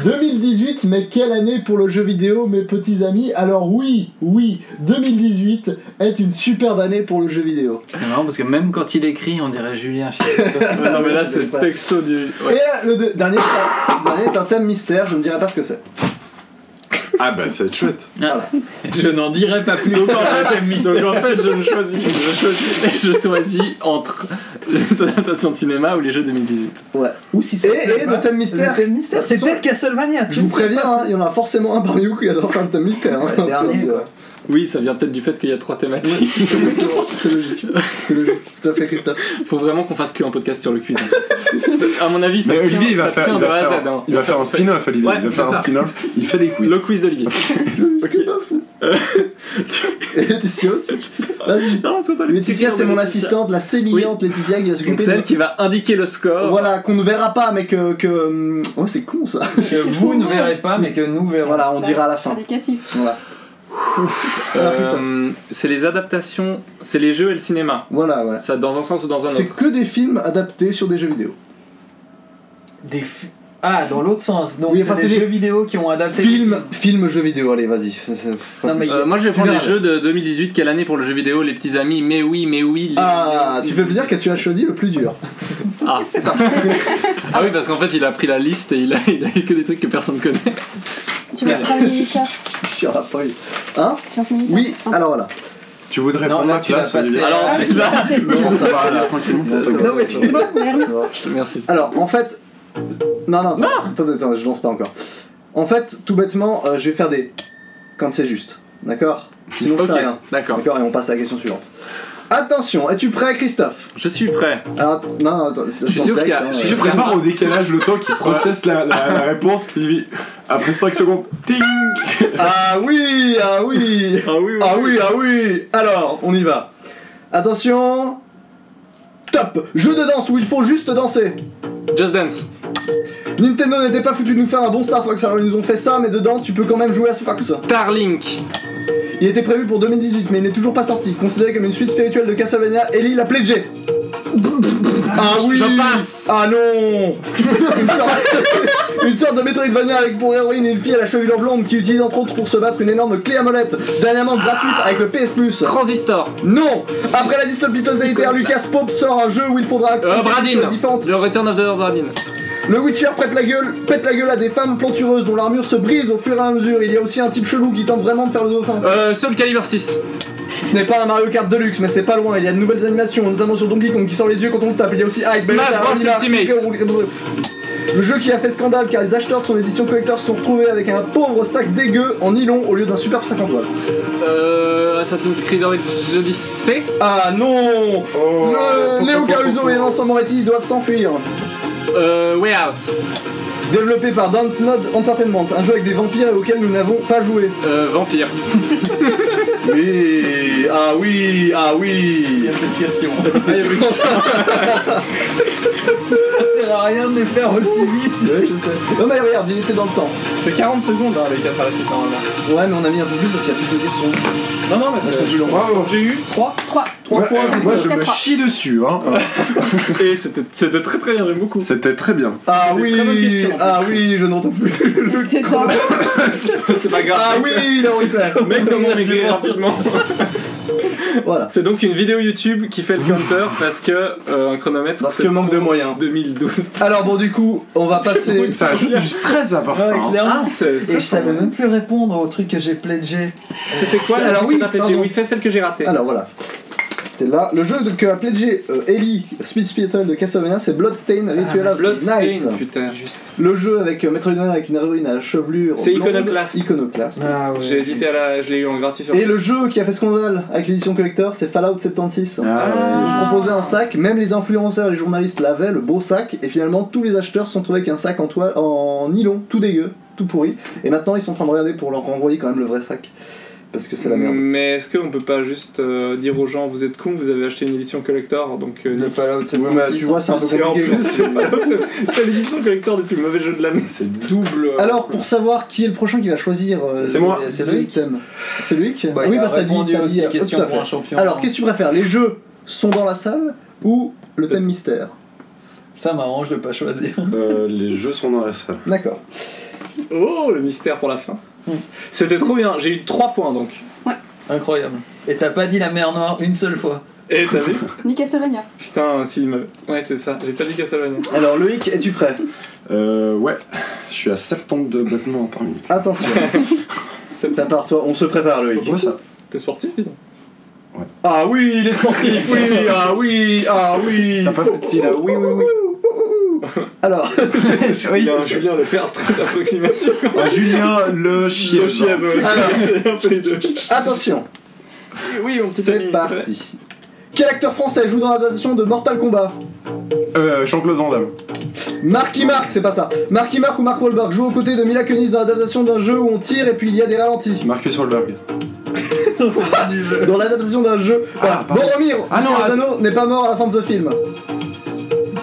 Speaker 1: 2018, mais quelle année pour le jeu vidéo, mes petits amis Alors oui, oui, 2018 est une superbe année pour le jeu vidéo.
Speaker 7: C'est marrant parce que même quand il écrit, on dirait Julien Chier.
Speaker 16: pas. Ouais, Non, mais là,
Speaker 1: Ça
Speaker 16: c'est le
Speaker 1: doit pas.
Speaker 16: texto du. Ouais.
Speaker 1: Et là, le deux- dernier, le dernier est un thème mystère, je ne dirai pas ce que c'est.
Speaker 4: Ah bah c'est chouette.
Speaker 7: Je n'en dirai pas plus.
Speaker 16: Donc en, fait, donc en fait, je me choisis, je choisis, je choisis entre les adaptations de cinéma ou les jeux 2018.
Speaker 1: Ouais.
Speaker 20: Ou si
Speaker 1: Et, et le thème mystère,
Speaker 20: thème mystère, c'est
Speaker 1: Sont-
Speaker 20: peut-être Castlevania.
Speaker 1: je vous préviens, hein, il y en a forcément un parmi vous qui adore faire le thème mystère. hein. euh,
Speaker 20: Ouais, le dernier, quoi.
Speaker 16: Oui, ça vient peut-être du fait qu'il y a trois thématiques.
Speaker 1: c'est logique. C'est logique. Tout à fait, Christophe.
Speaker 16: Faut vraiment qu'on fasse qu'un podcast sur le quiz. à mon avis, ça
Speaker 4: Mais
Speaker 16: tient-
Speaker 4: Olivier, il va
Speaker 16: ça
Speaker 4: faire,
Speaker 16: tient
Speaker 4: il
Speaker 16: de
Speaker 4: va
Speaker 16: A à
Speaker 4: faire-
Speaker 16: Z, hein.
Speaker 4: il va faire un spin-off, Olivier.
Speaker 16: Ouais,
Speaker 4: il va faire
Speaker 16: c'est
Speaker 4: un
Speaker 16: ça.
Speaker 4: spin-off. Il fait des quiz.
Speaker 16: Le quiz d'Olivier.
Speaker 1: Et Laetitia aussi. Vas-y.
Speaker 16: Non, c'est pas le
Speaker 1: Laetitia,
Speaker 16: quiz
Speaker 1: c'est
Speaker 16: de
Speaker 1: mon assistante, la sémillante Laetitia qui va
Speaker 16: Donc
Speaker 1: s'occuper de
Speaker 16: celle qui va indiquer le score.
Speaker 1: Voilà, qu'on ne verra pas, mais que. que... hum, Oh, c'est con ça!
Speaker 20: Que vous ne verrez pas, mais que nous verrons.
Speaker 1: Voilà, on dira à la
Speaker 19: C'est
Speaker 1: fin.
Speaker 19: indicatif.
Speaker 1: Voilà, Voilà, Christophe.
Speaker 16: Euh, c'est les adaptations, c'est les jeux et le cinéma.
Speaker 1: Voilà, ouais.
Speaker 16: Ça dans un sens ou dans un
Speaker 1: C'est
Speaker 16: autre.
Speaker 1: que des films adaptés sur des jeux vidéo.
Speaker 20: Des fi- Ah, dans l'autre sens. Donc,
Speaker 1: Oui,
Speaker 20: c'est
Speaker 1: enfin,
Speaker 20: des
Speaker 1: c'est
Speaker 20: jeux vidéo qui ont adapté.
Speaker 1: Film, film, jeux vidéo, allez, vas-y. C'est- c'est-
Speaker 20: Non, mais-
Speaker 16: Euh, moi je vais prendre les
Speaker 1: verras.
Speaker 16: jeux de 2018, quelle année pour le jeu vidéo, les petits amis, mais oui, mais oui. les-
Speaker 1: Ah, tu fais plaisir que tu as choisi le plus dur.
Speaker 16: Ah. Ah oui, parce qu'en fait il a pris la liste et il a, il a eu que des trucs que personne connaît.
Speaker 19: Tu veux prendre militaire
Speaker 1: Sur la feuille. Hein?
Speaker 19: Tu lances militaire
Speaker 1: Oui, alors voilà.
Speaker 4: Tu voudrais
Speaker 20: Non,
Speaker 4: prendre
Speaker 20: là,
Speaker 4: ma
Speaker 20: tu l'as
Speaker 4: place,
Speaker 20: passé.
Speaker 4: Olivier.
Speaker 16: Alors
Speaker 19: Ah,
Speaker 16: déjà.
Speaker 19: c'est bon.
Speaker 1: Non, ça va,
Speaker 4: Allez, tranquillement.
Speaker 1: Non, mais tu-
Speaker 19: Merde.
Speaker 16: Merci.
Speaker 5: Ah,
Speaker 1: Alors, en fait. Non, non, attends,
Speaker 16: Ah
Speaker 1: attends, attends, je lance pas encore. En fait, tout bêtement, euh, je vais faire des. Quand c'est juste. D'accord? Sinon, je
Speaker 16: Ok,
Speaker 1: fais
Speaker 5: hein.
Speaker 1: rien.
Speaker 16: d'accord.
Speaker 1: D'accord, et on passe à la question suivante. Attention, es-tu prêt, Christophe
Speaker 16: Je suis prêt.
Speaker 1: Alors, att- non, non, attends, je
Speaker 16: suis sûr qu'il y a-
Speaker 1: hein,
Speaker 16: je suis
Speaker 4: Je
Speaker 1: euh,
Speaker 16: sûr-
Speaker 4: prépare au décalage le temps qu'il processe la, la- la réponse. Olivier. Après 5 secondes, ting
Speaker 1: Ah oui, ah oui
Speaker 16: Ah oui,
Speaker 1: Ah oui, ah oui Alors, on y va. Attention Top Jeu de danse où il faut juste danser.
Speaker 16: Just Dance.
Speaker 1: Nintendo n'était pas foutu de nous faire un bon Star Fox, alors ils nous ont fait ça, mais dedans tu peux quand même jouer à ce Fox.
Speaker 16: Starlink.
Speaker 1: Il était prévu pour 2018, mais il n'est toujours pas sorti. Considéré comme une suite spirituelle de Castlevania, Ellie l'a pledgé. Ah oui
Speaker 16: je passe.
Speaker 1: Ah non une, sorte, une sorte de Metroidvania avec pour héroïne une fille à la chevelure blonde qui utilise entre autres pour se battre une énorme clé à molette, dernièrement gratuite avec le PS Plus.
Speaker 16: Transistor.
Speaker 1: Non Après la dystopie totalitaire, Lucas Pope sort un jeu où il faudra...
Speaker 16: Euh,
Speaker 1: activer des choses
Speaker 16: Bradin.
Speaker 1: différentes.
Speaker 16: Le Return of the Lord Bradin.
Speaker 1: Le Witcher pète la gueule, pète la gueule à des femmes plantureuses dont l'armure se brise au fur et à mesure. Il y a aussi un type chelou qui tente vraiment de faire le dauphin.
Speaker 16: Euh, Soul Calibur 6.
Speaker 1: Ce n'est pas un Mario Kart de luxe, mais c'est pas loin. Il y a de nouvelles animations, notamment sur Donkey Kong qui sort les yeux quand on le tape. Il y a aussi Hype,
Speaker 16: Smash
Speaker 1: Bayonetta,
Speaker 16: Bros
Speaker 1: Vanilla,
Speaker 16: Ultimate.
Speaker 1: Kicker, Le jeu qui a fait scandale car les acheteurs de son édition collector se sont retrouvés avec un pauvre sac dégueu en nylon au lieu d'un superbe 50 doigts.
Speaker 16: Euh, Assassin's Creed Odyssey.
Speaker 1: Ah non Le-
Speaker 16: Oh.
Speaker 1: Neo Caruso et Vincent Moretti doivent s'enfuir.
Speaker 16: Euh, Way Out.
Speaker 1: Développé par Dontnod Entertainment, un jeu avec des vampires et auquel nous n'avons pas joué.
Speaker 16: Euh, Vampire.
Speaker 1: Oui, ah oui, ah oui. Ah,
Speaker 7: Ça sert à rien de les faire aussi vite.
Speaker 1: je sais. Non mais regarde, il était dans le temps.
Speaker 5: C'est 40 secondes hein, les 4 à la suite normalement.
Speaker 1: Ouais, mais on a mis un peu plus parce qu'il y a plus de questions.
Speaker 5: Non, non, mais c'est plus long. J'ai eu 3
Speaker 19: 3.
Speaker 1: 3
Speaker 4: Ouais,
Speaker 1: points.
Speaker 4: euh,
Speaker 1: Christophe.
Speaker 4: moi je me
Speaker 19: Quatre.
Speaker 4: chie dessus. Hein.
Speaker 5: et c'était c'était très très bien, j'aime beaucoup.
Speaker 4: C'était très bien.
Speaker 1: Ah
Speaker 5: des très bonnes
Speaker 1: oui,
Speaker 5: questions.
Speaker 1: ah oui, je n'entends plus.
Speaker 19: C'est dans le
Speaker 5: C'est pas
Speaker 1: Ah oui, là on y plaît.
Speaker 5: Mec, comment on est rapidement
Speaker 1: Voilà.
Speaker 5: C'est donc une vidéo YouTube qui fait le counter parce que euh, un chronomètre.
Speaker 1: Parce
Speaker 5: c'est
Speaker 1: que manque
Speaker 5: trop
Speaker 1: de moyens.
Speaker 5: 2012.
Speaker 1: Alors bon, du coup, on va passer.
Speaker 4: Ça ajoute du stress à part ça.
Speaker 7: Ouais,
Speaker 4: hein.
Speaker 7: clairement.
Speaker 5: Ah, c'est.
Speaker 7: Ah, Et je savais même plus répondre au truc que j'ai pledgé.
Speaker 5: C'était quoi
Speaker 1: Alors
Speaker 5: Alors
Speaker 1: oui,
Speaker 5: oui,
Speaker 1: pardon.
Speaker 5: oui, fais celle que j'ai ratée.
Speaker 1: Alors voilà. C'était là. Le jeu de- que a pledgé euh, Ellie Speed Spiritual de Castlevania, c'est Bloodstain Ritual of the Night.
Speaker 5: Ah, Bloodstain, putain.
Speaker 1: Le jeu avec euh, Metroidvania avec une héroïne à la chevelure.
Speaker 5: C'est
Speaker 1: blonde,
Speaker 5: Iconoclast.
Speaker 1: Iconoclast.
Speaker 7: Ah ouais.
Speaker 5: J'ai hésité à la. Je l'ai eu en gratuit sur.
Speaker 1: Et le jeu qui a fait scandale avec l'édition collector, c'est Fallout 76.
Speaker 4: Ah,
Speaker 1: Ils ont proposé un sac, même les influenceurs et les journalistes l'avaient, le beau sac, et finalement tous les acheteurs se sont trouvés avec un sac en toile, en nylon, tout dégueu, tout pourri, et maintenant ils sont en train de regarder pour leur renvoyer quand même le vrai sac. Parce que c'est la
Speaker 7: Mm,
Speaker 1: merde.
Speaker 5: Mais est-ce qu'on peut pas juste euh, dire aux gens vous êtes cons, vous avez acheté une édition collector donc. euh,
Speaker 7: Le Fallout, c'est
Speaker 1: Ouais,
Speaker 7: bon,
Speaker 1: mais bah,
Speaker 7: si,
Speaker 1: tu vois, c'est un peu
Speaker 5: Et en
Speaker 1: compliqué.
Speaker 5: plus, c'est pas- c'est- c'est l'édition collector depuis le mauvais jeu de l'année. C'est double. euh,
Speaker 1: Alors, pour savoir qui est le prochain qui va choisir euh,
Speaker 4: C'est moi.
Speaker 1: les-
Speaker 7: C'est
Speaker 1: les
Speaker 7: Loïc.
Speaker 1: thèmes. C'est lui
Speaker 7: Bah, il
Speaker 1: Oui,
Speaker 7: a
Speaker 1: parce que t'as dit.
Speaker 7: répondu
Speaker 1: t'as
Speaker 7: aussi
Speaker 1: dit-
Speaker 7: euh, à
Speaker 1: oh,
Speaker 7: question
Speaker 1: tout à
Speaker 7: pour un
Speaker 1: fait.
Speaker 7: champion.
Speaker 1: Alors, qu'est-ce que tu préfères Les jeux sont dans la salle ou le thème mystère
Speaker 7: Ça m'arrange de pas choisir.
Speaker 4: euh, les jeux sont dans la salle.
Speaker 1: D'accord.
Speaker 5: Oh, le mystère pour la fin. C'était trop bien, j'ai eu 3 points donc.
Speaker 7: Incroyable. Et t'as pas dit la mer noire une seule fois.
Speaker 5: Et t'as vu
Speaker 19: Ni Castlevania.
Speaker 5: Putain, s'il m'avait. Ouais, c'est ça, j'ai pas dit Castlevania.
Speaker 1: Alors, Loïc, es-tu prêt
Speaker 4: Euh, ouais, je suis à 72 battements par minute.
Speaker 1: Attention.
Speaker 5: C'est
Speaker 1: T'as part toi, on se prépare, Loïc.
Speaker 4: Pourquoi ça
Speaker 5: T'es sportif, dis donc.
Speaker 1: Ah oui, les sportifs, oui, ah oui, ah oui.
Speaker 4: T'as pas fait petit là Oui, oui, oui.
Speaker 1: Alors,
Speaker 5: Julien, Julien, le faire, c'est très approximatif.
Speaker 4: Ah, Julien le chien.
Speaker 5: Le chien, ouais, c'est un peu les deux.
Speaker 1: attention,
Speaker 5: Oui, mon petit ami.
Speaker 1: c'est parti. Quel acteur français joue dans l'adaptation de Mortal Kombat
Speaker 4: Euh, Jean-Claude Van Damme.
Speaker 1: Marky Mark, c'est pas ça. Marky Mark ou Mark Wahlberg joue aux côtés de Mila Kunis dans l'adaptation d'un jeu où on tire et puis il y a des ralentis.
Speaker 4: Marcus Wahlberg.
Speaker 1: Dans l'adaptation d'un jeu.
Speaker 4: Ah, pardon.
Speaker 1: Boromir
Speaker 4: Ah
Speaker 1: du
Speaker 4: non,
Speaker 1: Seigneur des Anneaux n'est pas mort à la fin de ce film.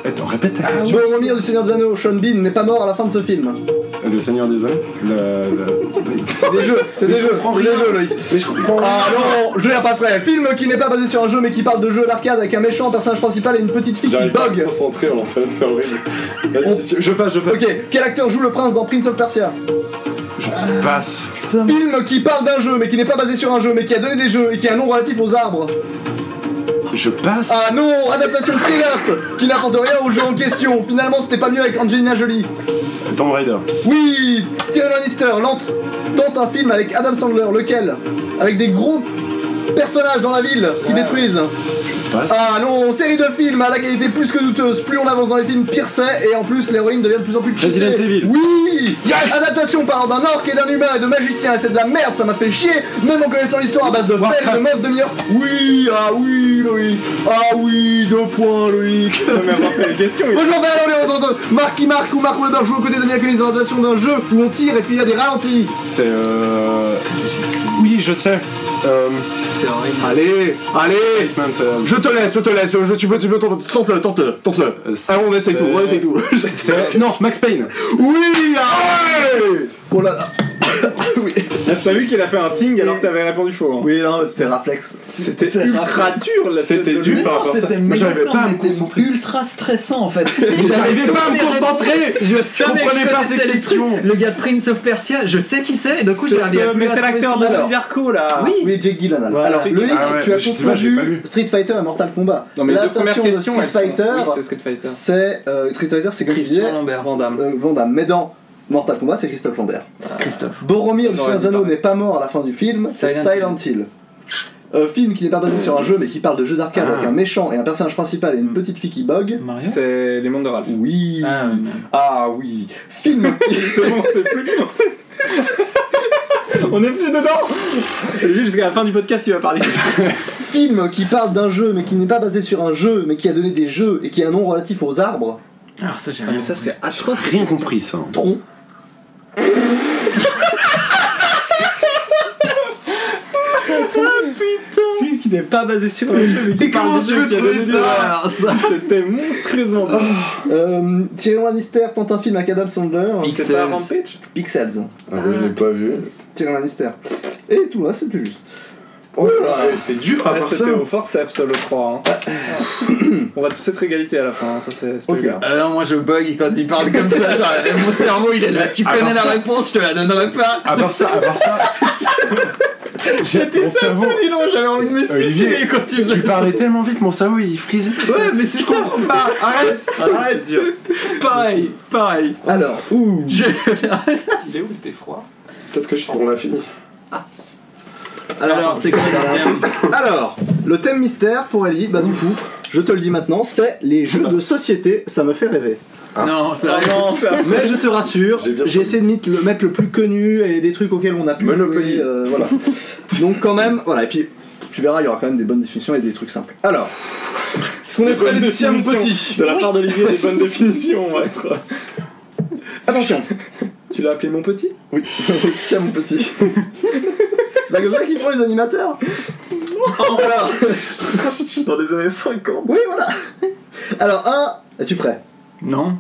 Speaker 4: Attends, répète Eh, ta question.
Speaker 1: Boromir du Seigneur des Anneaux, Sean Bean n'est pas mort à la fin de ce film.
Speaker 4: Le Seigneur des Hommes. La, la-
Speaker 1: C'est des jeux, c'est des
Speaker 4: je
Speaker 1: jeux,
Speaker 4: comprends
Speaker 1: c'est des
Speaker 4: rien.
Speaker 1: jeux, Loïc.
Speaker 4: Mais je comprends.
Speaker 1: Ah non, je la passerai. Film qui n'est pas basé sur un jeu mais qui parle de jeu d'arcade avec un méchant, personnage principal et une petite fille qui
Speaker 4: J'arrive pas à me
Speaker 1: bug.
Speaker 4: concentrer en fait, c'est horrible. Vas-y, je passe, je passe.
Speaker 1: Ok, quel acteur joue le prince dans Prince of Persia
Speaker 4: Je passe.
Speaker 1: Film qui parle d'un jeu mais qui n'est pas basé sur un jeu mais qui a donné des jeux et qui a un nom relatif aux arbres.
Speaker 4: Je passe.
Speaker 1: Ah non, adaptation Trilas qui n'apporte rien au jeu en question. Finalement, c'était pas mieux avec Angelina Jolie.
Speaker 4: Tomb Raider.
Speaker 1: Oui, Tyrion Lannister lente, tente un film avec Adam Sandler, lequel Avec des gros personnages dans la ville qui détruisent.
Speaker 4: Je passe.
Speaker 1: Ah non, série de films à la qualité plus que douteuse. Plus on avance dans les films, pire c'est. Et en plus, l'héroïne devient de plus en plus cheatée.
Speaker 4: Resident Evil.
Speaker 1: Oui Adaptation par d'un orc et d'un humain et de magicien. Et c'est de la merde, ça m'a fait chier. Même en connaissant l'histoire à base de
Speaker 4: Warcraft.
Speaker 1: pelles, de meufs, de meilleurs. Oui, ah oui, Loïc. Ah oui, deux points, Loïc.
Speaker 5: Mais avoir fait les questions, il-
Speaker 1: Bonjour, ben, allez, on entend Marky Mark ou Mark Wahlberg jouent aux côtés de Mia Kunis dans l'adaptation d'un jeu où on tire et puis il y a des ralentis.
Speaker 4: C'est euh... Oui, je sais. Euh,
Speaker 3: C'est horrible.
Speaker 1: Allez, allez
Speaker 4: Hitman, c'est-
Speaker 1: Je te laisse, je te laisse, je- tu peux, tu peux, tente- tente-le, tente-le, tente-le.
Speaker 4: euh, c'est-
Speaker 1: Allons, on essaye tout, on essaye tout.
Speaker 4: c'est- Non, Max Payne
Speaker 1: Oui, allez Oh là là
Speaker 16: T'as vu qu'il a fait un ting alors que t'avais répondu faux. hein.
Speaker 1: Oui, non, c'est réflexe.
Speaker 16: C'était ultra dur la
Speaker 4: C'était
Speaker 16: scène de-
Speaker 4: dur par rapport à ça.
Speaker 7: C'était
Speaker 4: Moi,
Speaker 7: méga
Speaker 4: j'arrivais
Speaker 7: simple,
Speaker 4: pas à me
Speaker 7: mais c'était
Speaker 4: concentrer.
Speaker 7: ultra stressant en fait.
Speaker 4: J'arrivais pas à me concentrer
Speaker 7: Je
Speaker 4: savais que je connaissais les trucs.
Speaker 7: Le gars de Prince of Persia, je sais qui c'est, et du coup j'ai
Speaker 16: C'est- Mais c'est l'acteur de
Speaker 1: Alors.
Speaker 16: Darko là.
Speaker 7: Oui.
Speaker 1: Oui, Jake Gyllenhaal.
Speaker 7: Voilà,
Speaker 1: Alors,
Speaker 16: Jake
Speaker 1: Loïc,
Speaker 4: Gyllenhaal. Ah ouais,
Speaker 1: tu as
Speaker 4: je sais pas, j'ai pas
Speaker 1: confondu
Speaker 4: vu.
Speaker 1: Street Fighter et Mortal Kombat.
Speaker 16: Non mais les deux
Speaker 1: L'adaptation
Speaker 16: premières
Speaker 1: de
Speaker 16: questions,
Speaker 1: Street
Speaker 16: elles sont.
Speaker 1: Fighter,
Speaker 16: Oui, c'est Street Fighter.
Speaker 1: c'est euh, Street Fighter, c'est comme tu disais,
Speaker 7: Christian Lambert.
Speaker 16: Van Damme.
Speaker 1: euh, Van Damme. Mais dans Mortal Kombat, c'est Christophe Lambert.
Speaker 7: Christophe.
Speaker 1: Boromir du Seigneur
Speaker 16: J'aurais dit
Speaker 1: des Anneaux
Speaker 16: pareil.
Speaker 1: n'est pas mort à la fin du film, c'est Silent
Speaker 7: Silent
Speaker 1: Hill. Euh, film qui n'est pas basé sur un jeu mais qui parle de jeu d'arcade
Speaker 4: Ah.
Speaker 1: avec un méchant et un personnage principal et une petite fille qui bug.
Speaker 7: Mario
Speaker 16: C'est les mondes de Ralph.
Speaker 1: Oui.
Speaker 7: Ah, ouais, mais-
Speaker 1: Ah oui. Film.
Speaker 16: C'est bon, c'est plus. On est plus dedans Je te dis, Jusqu'à la fin du podcast, tu vas parler.
Speaker 1: film qui parle d'un jeu mais qui n'est pas basé sur un jeu mais qui a donné des jeux et qui a un nom relatif aux arbres.
Speaker 7: Alors ça j'ai
Speaker 16: Ah,
Speaker 7: rien.
Speaker 16: mais ça, c'est atroce.
Speaker 4: Rien compris ça.
Speaker 1: Tronc.
Speaker 16: Qui n'est pas basé sur un jeu, mais qui
Speaker 7: Et
Speaker 16: parle
Speaker 7: comment
Speaker 16: de
Speaker 7: tu
Speaker 16: jeu
Speaker 7: veux
Speaker 16: qui a
Speaker 7: trouver
Speaker 16: donné
Speaker 7: ça Alors ça
Speaker 16: des- C'était monstrueusement bon.
Speaker 1: Euh, Thierry Lannister tente un film avec Adam Sandler.
Speaker 16: euh, C'est pas
Speaker 7: Pixels.
Speaker 16: Rampage
Speaker 1: Pixels.
Speaker 21: je l'ai Ah pas vu.
Speaker 1: Thierry Lannister. Et tout là, c'est tout juste.
Speaker 21: Oh là là, c'était dur
Speaker 4: Ah,
Speaker 21: à
Speaker 5: hein,
Speaker 16: Ouais,
Speaker 21: part ça.
Speaker 16: Ah, C'était au forceps le 3. Ah. On va tous être égalité à la fin, hein, ça c'est c'est pas
Speaker 1: Ok.
Speaker 16: grave.
Speaker 7: Ah non, moi je bug et quand il parle comme ça, genre, euh, mon cerveau il est là. Bah, Tu
Speaker 4: Ah,
Speaker 7: connais
Speaker 4: non,
Speaker 7: la
Speaker 4: ça-
Speaker 7: réponse, je te la donnerai pas.
Speaker 4: À part ça, à part ça. ah, j'ai- mon cerveau.
Speaker 7: Oh, Dis donc, j'avais envie de me
Speaker 4: Olivier,
Speaker 7: suicider quand tu
Speaker 4: Tu
Speaker 7: faisais.
Speaker 4: parlais tellement vite, mon cerveau il frisait.
Speaker 7: Ouais, mais c'est ça.
Speaker 4: Arrête Arrête
Speaker 7: Pareil, pareil.
Speaker 1: Alors,
Speaker 7: Je...
Speaker 16: Il est où T'es froid
Speaker 21: Peut-être que je... on l'a fini.
Speaker 7: Ah. Alors, c'est quoi le terme
Speaker 1: Alors, le thème mystère pour Ellie, bah du coup, je te le dis maintenant, c'est les jeux de société, ça me fait rêver.
Speaker 7: Non,
Speaker 5: Ah.
Speaker 7: c'est vrai.
Speaker 16: Ah, Non, ça
Speaker 1: Mais je te rassure,
Speaker 21: J'ai bien
Speaker 1: j'ai essayé de mit- le- mettre le plus connu et des trucs auxquels on a pu
Speaker 21: Monopoly.
Speaker 1: jouer, euh, voilà. Donc quand même, voilà, et puis tu verras, il y aura quand même des bonnes définitions et des trucs simples. Alors, ce qu'on est
Speaker 16: bonne
Speaker 1: connu de Siam
Speaker 16: définition.
Speaker 1: Petit.
Speaker 16: De la part d'Olivier, des bonnes définitions on va être. euh,
Speaker 1: Attention,
Speaker 16: Tu l'as appelé mon petit
Speaker 1: oui, Siam Petit. Bah comme ça qu'ils font les animateurs. Alors,
Speaker 16: Dans les années 50.
Speaker 1: oui voilà. Alors un, es-tu prêt
Speaker 7: Non.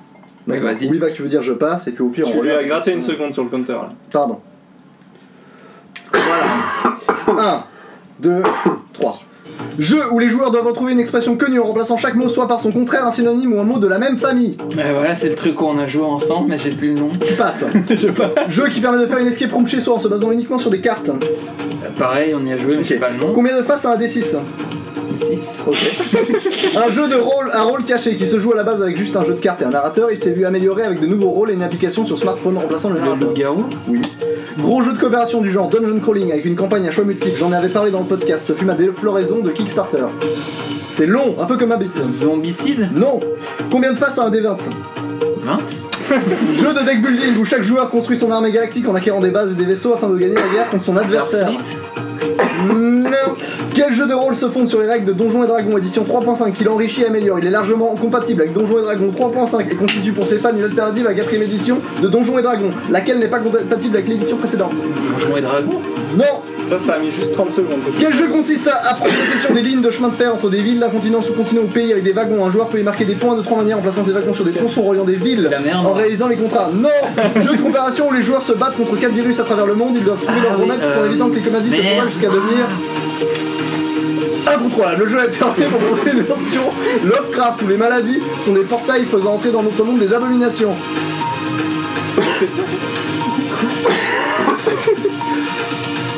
Speaker 7: Mais
Speaker 1: D'accord.
Speaker 7: vas-y.
Speaker 1: Oui bah tu veux dire je passe et puis au pire on
Speaker 16: Tu lui
Speaker 1: regarde.
Speaker 16: as gratté une seconde sur le compteur là.
Speaker 1: Pardon. Voilà. 1, 2, 3. Jeu où les joueurs doivent retrouver une expression connue en remplaçant chaque mot soit par son contraire, un synonyme ou un mot de la même famille.
Speaker 7: Euh, voilà, c'est le truc qu'on a joué ensemble, mais j'ai plus le nom.
Speaker 1: Qui passe. Hein Jeu qui permet de faire une escape room chez soi en se basant uniquement sur des cartes.
Speaker 7: Euh, pareil, on y a joué, mais j'ai
Speaker 1: Ok.
Speaker 7: pas le nom.
Speaker 1: Combien de faces a un D6
Speaker 7: Six.
Speaker 1: Ok. un jeu de rôle, un rôle caché qui se joue à la base avec juste un jeu de cartes et un narrateur. Il s'est vu améliorer avec de nouveaux rôles et une application sur smartphone remplaçant le
Speaker 7: Le
Speaker 1: narrateur.
Speaker 7: loup-garou
Speaker 1: Oui. Gros jeu de coopération du genre Dungeon Crawling avec une campagne à choix multiples, j'en avais parlé dans le podcast, ce film a des floraisons de Kickstarter. C'est long, un peu comme ma bite.
Speaker 7: Zombicide
Speaker 1: Non Combien de faces à un D20
Speaker 7: 20
Speaker 1: Jeu de deck building où chaque joueur construit son armée galactique en acquérant des bases et des vaisseaux afin de gagner la guerre contre son adversaire.
Speaker 7: Starfleet
Speaker 1: Non Quel jeu de rôle se fonde sur les règles de Donjons et Dragons édition 3.5 Il enrichit et améliore, il est largement compatible avec Donjons et Dragons 3.5 et constitue pour ses fans une alternative à la quatrième édition de Donjons et Dragons, laquelle n'est pas compatible avec l'édition précédente.
Speaker 7: Donjons et Dragons
Speaker 1: Non
Speaker 16: Ça, ça a mis juste 30 secondes.
Speaker 1: Quel jeu consiste à, à prendre possession des lignes de chemin de fer entre des villes, d'un continent, sous-continent ou pays avec des wagons Un joueur peut y marquer des points de trois manières en plaçant ses wagons sur des tronçons reliant des villes
Speaker 7: La merde.
Speaker 1: en réalisant les contrats. Non Jeu de comparaison où les joueurs se battent contre quatre virus à travers le monde, ils doivent trouver
Speaker 7: Ah
Speaker 1: leur
Speaker 7: oui,
Speaker 1: remède tout en
Speaker 7: euh,
Speaker 1: évitant que les comédies se
Speaker 7: merde.
Speaker 1: propagent jusqu'à devenir. Incontrôlable, le jeu a été arrêté pour montrer une version Lovecraft où les maladies sont des portails faisant entrer dans notre monde des abominations.